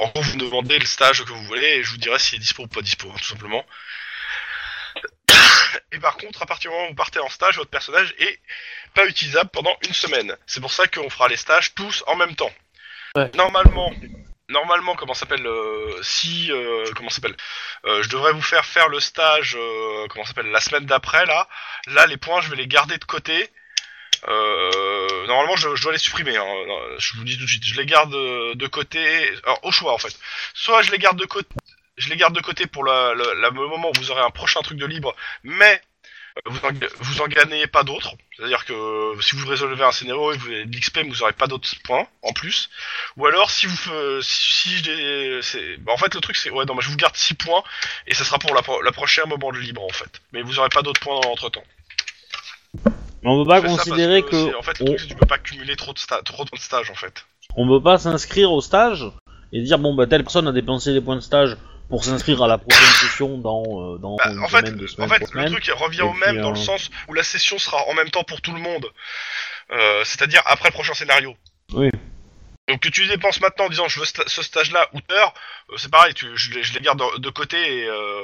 A: En gros, vous me demandez le stage que vous voulez et je vous dirai s'il est dispo ou pas dispo, hein, tout simplement. *coughs* Et par contre, à partir du moment où vous partez en stage, votre personnage est pas utilisable pendant une semaine. C'est pour ça qu'on fera les stages tous en même temps.
C: Ouais.
A: Normalement, normalement, comment ça s'appelle, euh, si, euh, comment ça s'appelle, euh, je devrais vous faire faire le stage, euh, comment ça s'appelle, la semaine d'après là. Là, les points, je vais les garder de côté. Euh, normalement, je, je dois les supprimer. hein. Non, Je vous dis tout de suite, je les garde euh, de côté, alors, au choix en fait. Soit je les garde de côté, je les garde de côté pour la- la- la- le moment où vous aurez un prochain truc de libre, mais euh, vous en, vous en gagnez pas d'autres. C'est-à-dire que si vous résolvez un scénario et vous avez de l'XP, mais vous aurez pas d'autres points en plus. Ou alors si vous fe- si je les- c'est- bah, en fait le truc c'est ouais non mais je vous garde 6 points et ça sera pour la, pro- la prochaine moment de libre en fait. Mais vous aurez pas d'autres points entre temps.
D: Mais on peut pas considérer que,
A: En fait, le
D: on,
A: truc, c'est que tu peux pas cumuler trop de, sta- trop de stages, en fait.
D: on peut pas s'inscrire au stage et dire bon bah telle personne a dépensé des points de stage pour s'inscrire à la prochaine session dans euh, dans
A: Bah,
D: une
A: en fait,
D: semaine, deux
A: en
D: semaines,
A: fait
D: trois
A: le
D: semaines.
A: truc il revient
D: Et
A: au même
D: puis,
A: dans le
D: euh,
A: sens où la session sera en même temps pour tout le monde. Euh, C'est-à-dire après le prochain scénario.
D: Oui.
A: Donc que tu dépenses maintenant en disant je veux sta- ce stage-là ou tard, euh, c'est pareil, tu, je, les, je les garde de, de côté et... euh,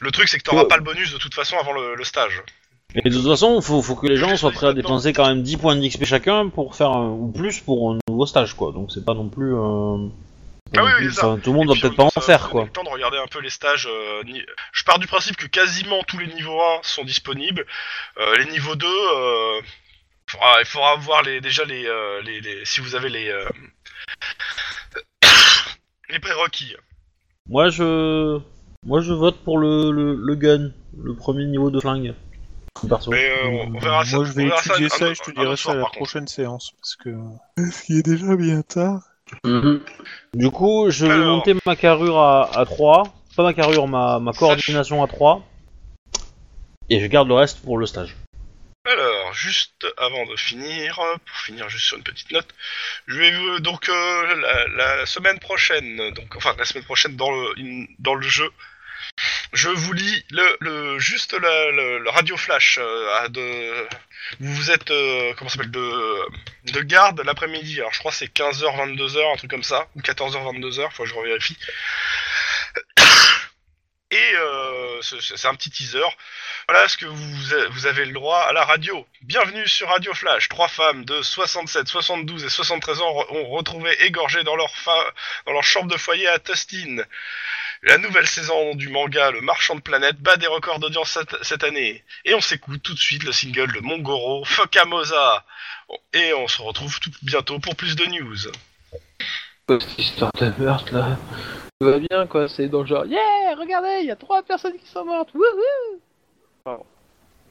A: Le truc c'est que t'auras
D: Ouais.
A: pas le bonus de toute façon avant le, le stage.
D: Et de toute façon, faut, faut que les gens soient prêts à dépenser quand même 10 points d'XP chacun pour faire un- ou plus pour un nouveau stage quoi. Donc c'est pas non plus. euh,
A: Ah oui, oui, c'est ça.
D: enfin, tout le monde
A: Et
D: va
A: puis,
D: peut-être
A: euh,
D: pas en
A: ça va
D: faire
A: donner
D: quoi.
A: le temps de regarder un peu les stages. euh, ni- Je pars du principe que quasiment tous les niveaux 1 sont disponibles. Euh, les niveaux 2, euh, faudra- il faudra voir les, déjà les, euh, les- les- si vous avez les, euh, *coughs* les prérequis.
D: Moi je moi je vote pour le, le, le gun, le premier niveau de flingue. Perso.
A: Mais euh, on, on verra ça.
B: Moi, je vais
A: on verra
B: étudier
A: un-
B: ça
A: un-
B: et je te
A: un
B: dirai
A: autre
B: ça
A: soir,
B: à la
A: par contre.
B: prochaine séance. Parce que. Parce qu'il est déjà bien tard.
F: Mhm.
D: Du coup, je vais
A: Alors.
D: monter ma carrure à, à 3. Pas ma carrure, ma, ma coordination à 3. Et je garde le reste pour le stage.
A: Alors, juste avant de finir, pour finir juste sur une petite note, je vais vous- donc euh, la, la semaine prochaine, donc enfin la semaine prochaine dans le in- dans le jeu, je vous lis le, le juste la- le, le radio flash euh, à de vous vous êtes euh, comment ça s'appelle de de garde l'après-midi. Alors je crois que c'est 15h 22h un truc comme ça ou 14h 22h, faut que je revérifie. *coughs* Et euh, c'est- c'est un petit teaser. Voilà ce que vous, vous avez le droit à la radio. Bienvenue sur Radio Flash. Trois femmes de 67, 72 et 73 ans re- ont retrouvé égorgées dans leur, fa- dans leur chambre de foyer à Tustin. La nouvelle saison du manga Le Marchand de Planète bat des records d'audience cette, cette année. Et on s'écoute tout de suite le single de Mongoro, Fokamosa. Et on se retrouve tout bientôt pour plus de news.
C: Quoi, Cette histoire de meurtre là. Tout va bien quoi, c'est dans le genre. Yeah, regardez, il y a trois personnes qui sont mortes. Wouhou Pardon.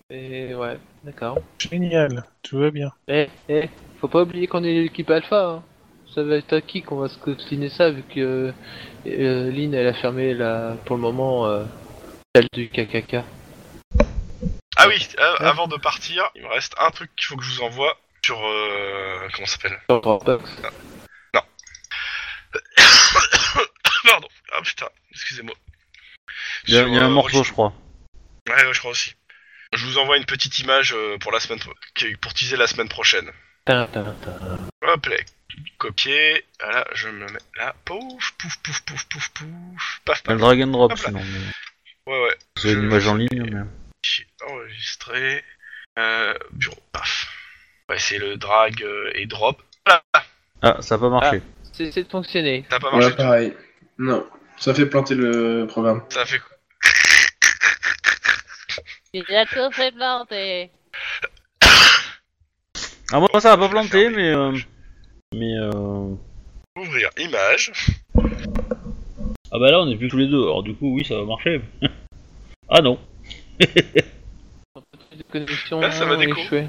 C: Et ouais, d'accord.
B: Génial. Tout va bien.
C: Eh, eh, faut pas oublier qu'on est l'équipe alpha. Hein. Ça va être à qui qu'on va se cotiner ça vu que euh, Lynn elle a fermé la, pour le moment euh, celle du KKK.
A: Ah oui, euh, avant de partir, il me reste un truc qu'il faut que je vous envoie sur... euh, comment ça s'appelle
C: Sur Dropbox.
A: Pardon. Ah putain, excusez-moi.
D: Il y a,
A: Sur,
D: il y a
A: euh,
D: un morceau, je crois.
A: Ouais, ouais, je crois aussi. Je vous envoie une petite image euh, pour la semaine pro- qui- pour teaser la semaine prochaine. Hop là, copier. Voilà, je me mets là. Pouf, pouf, pouf, pouf, pouf, pouf. Paf,
D: Il y
A: paf.
D: a le drag and drop,
A: Hop là.
D: sinon. mais
A: Ouais, ouais.
D: C'est une
A: Je-
D: image en ligne, mais...
A: J'ai enregistré. Euh, bureau. Paf. Ouais, c'est le drag euh, et drop.
D: Ah, ça a pas marché.
C: C'est c'est de fonctionner.
A: Ça a pas marché.
F: Ouais, pareil. Non, ça fait planter le programme.
A: Ça a fait quoi
J: Il a tout fait planter.
D: Ah, moi, ça a pas planté, mais... euh, Mais... euh,
A: Ouvrir image.
D: Ah bah là, on est plus tous les deux, alors du coup, oui, ça va marcher. *laughs* ah non.
C: De connexion,
A: Ah, ça va déco.
C: échoué.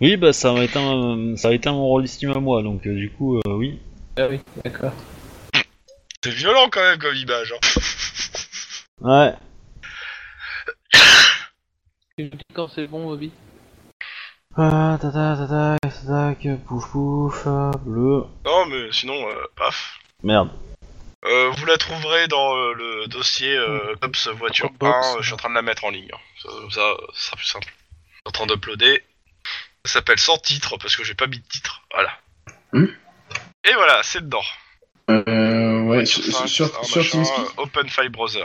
D: Oui, bah ça a éteint, euh, ça a éteint mon rôle Steam à moi, donc euh, du coup, euh, oui.
C: Ah oui, d'accord.
A: C'est violent quand même comme image. Hein.
D: Ouais.
C: Tu me dis quand c'est bon, Bobby.
D: Ah, ta ta ta tac, tac, tac, pouf pouf, euh, bleu.
A: Non, mais sinon, euh, paf.
D: Merde.
A: Euh, vous la trouverez dans euh, le dossier euh,
F: Mm.
A: Cops Voiture 1.
B: Cops.
A: euh, je suis en train de la mettre en ligne. hein. Ça, comme ça, euh, ça sera plus simple. Je suis en train d'uploader. Ça s'appelle sans titre parce que j'ai pas mis de titre. Voilà.
F: Hmm.
A: Et voilà, c'est dedans.
F: Euh, ouais, sur,
A: Cinq,
F: sur,
A: un
F: sur, sur
A: machin,
F: Teamspeak.
A: euh, Open File Browser.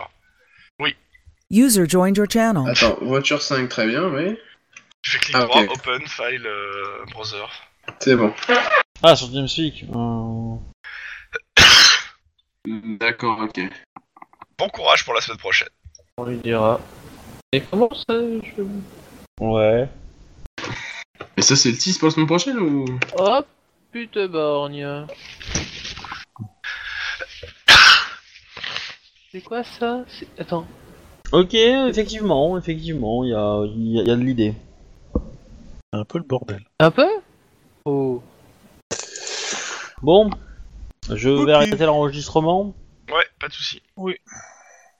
H: User joined your channel.
F: Attends, voiture 5, très bien, oui.
A: Je fais clic
F: Ah,
A: droit,
F: ok.
A: Open File euh, Browser.
F: C'est bon.
D: Ah, sur Teamspeak. euh,
F: D'accord, ok.
A: Bon courage pour la semaine prochaine.
C: On lui dira. Mais comment ça je...
D: Ouais.
F: Et ça, c'est le 6 pour la semaine prochaine ou
C: Oh putain borgne. C'est quoi ça C'est- Attends.
D: Ok, effectivement, effectivement, il y a, il y a- il y a de l'idée.
B: C'est un peu le bordel.
C: Un peu Oh.
D: Bon, je vais
B: Ok.
D: arrêter l'enregistrement.
A: Ouais, pas de soucis.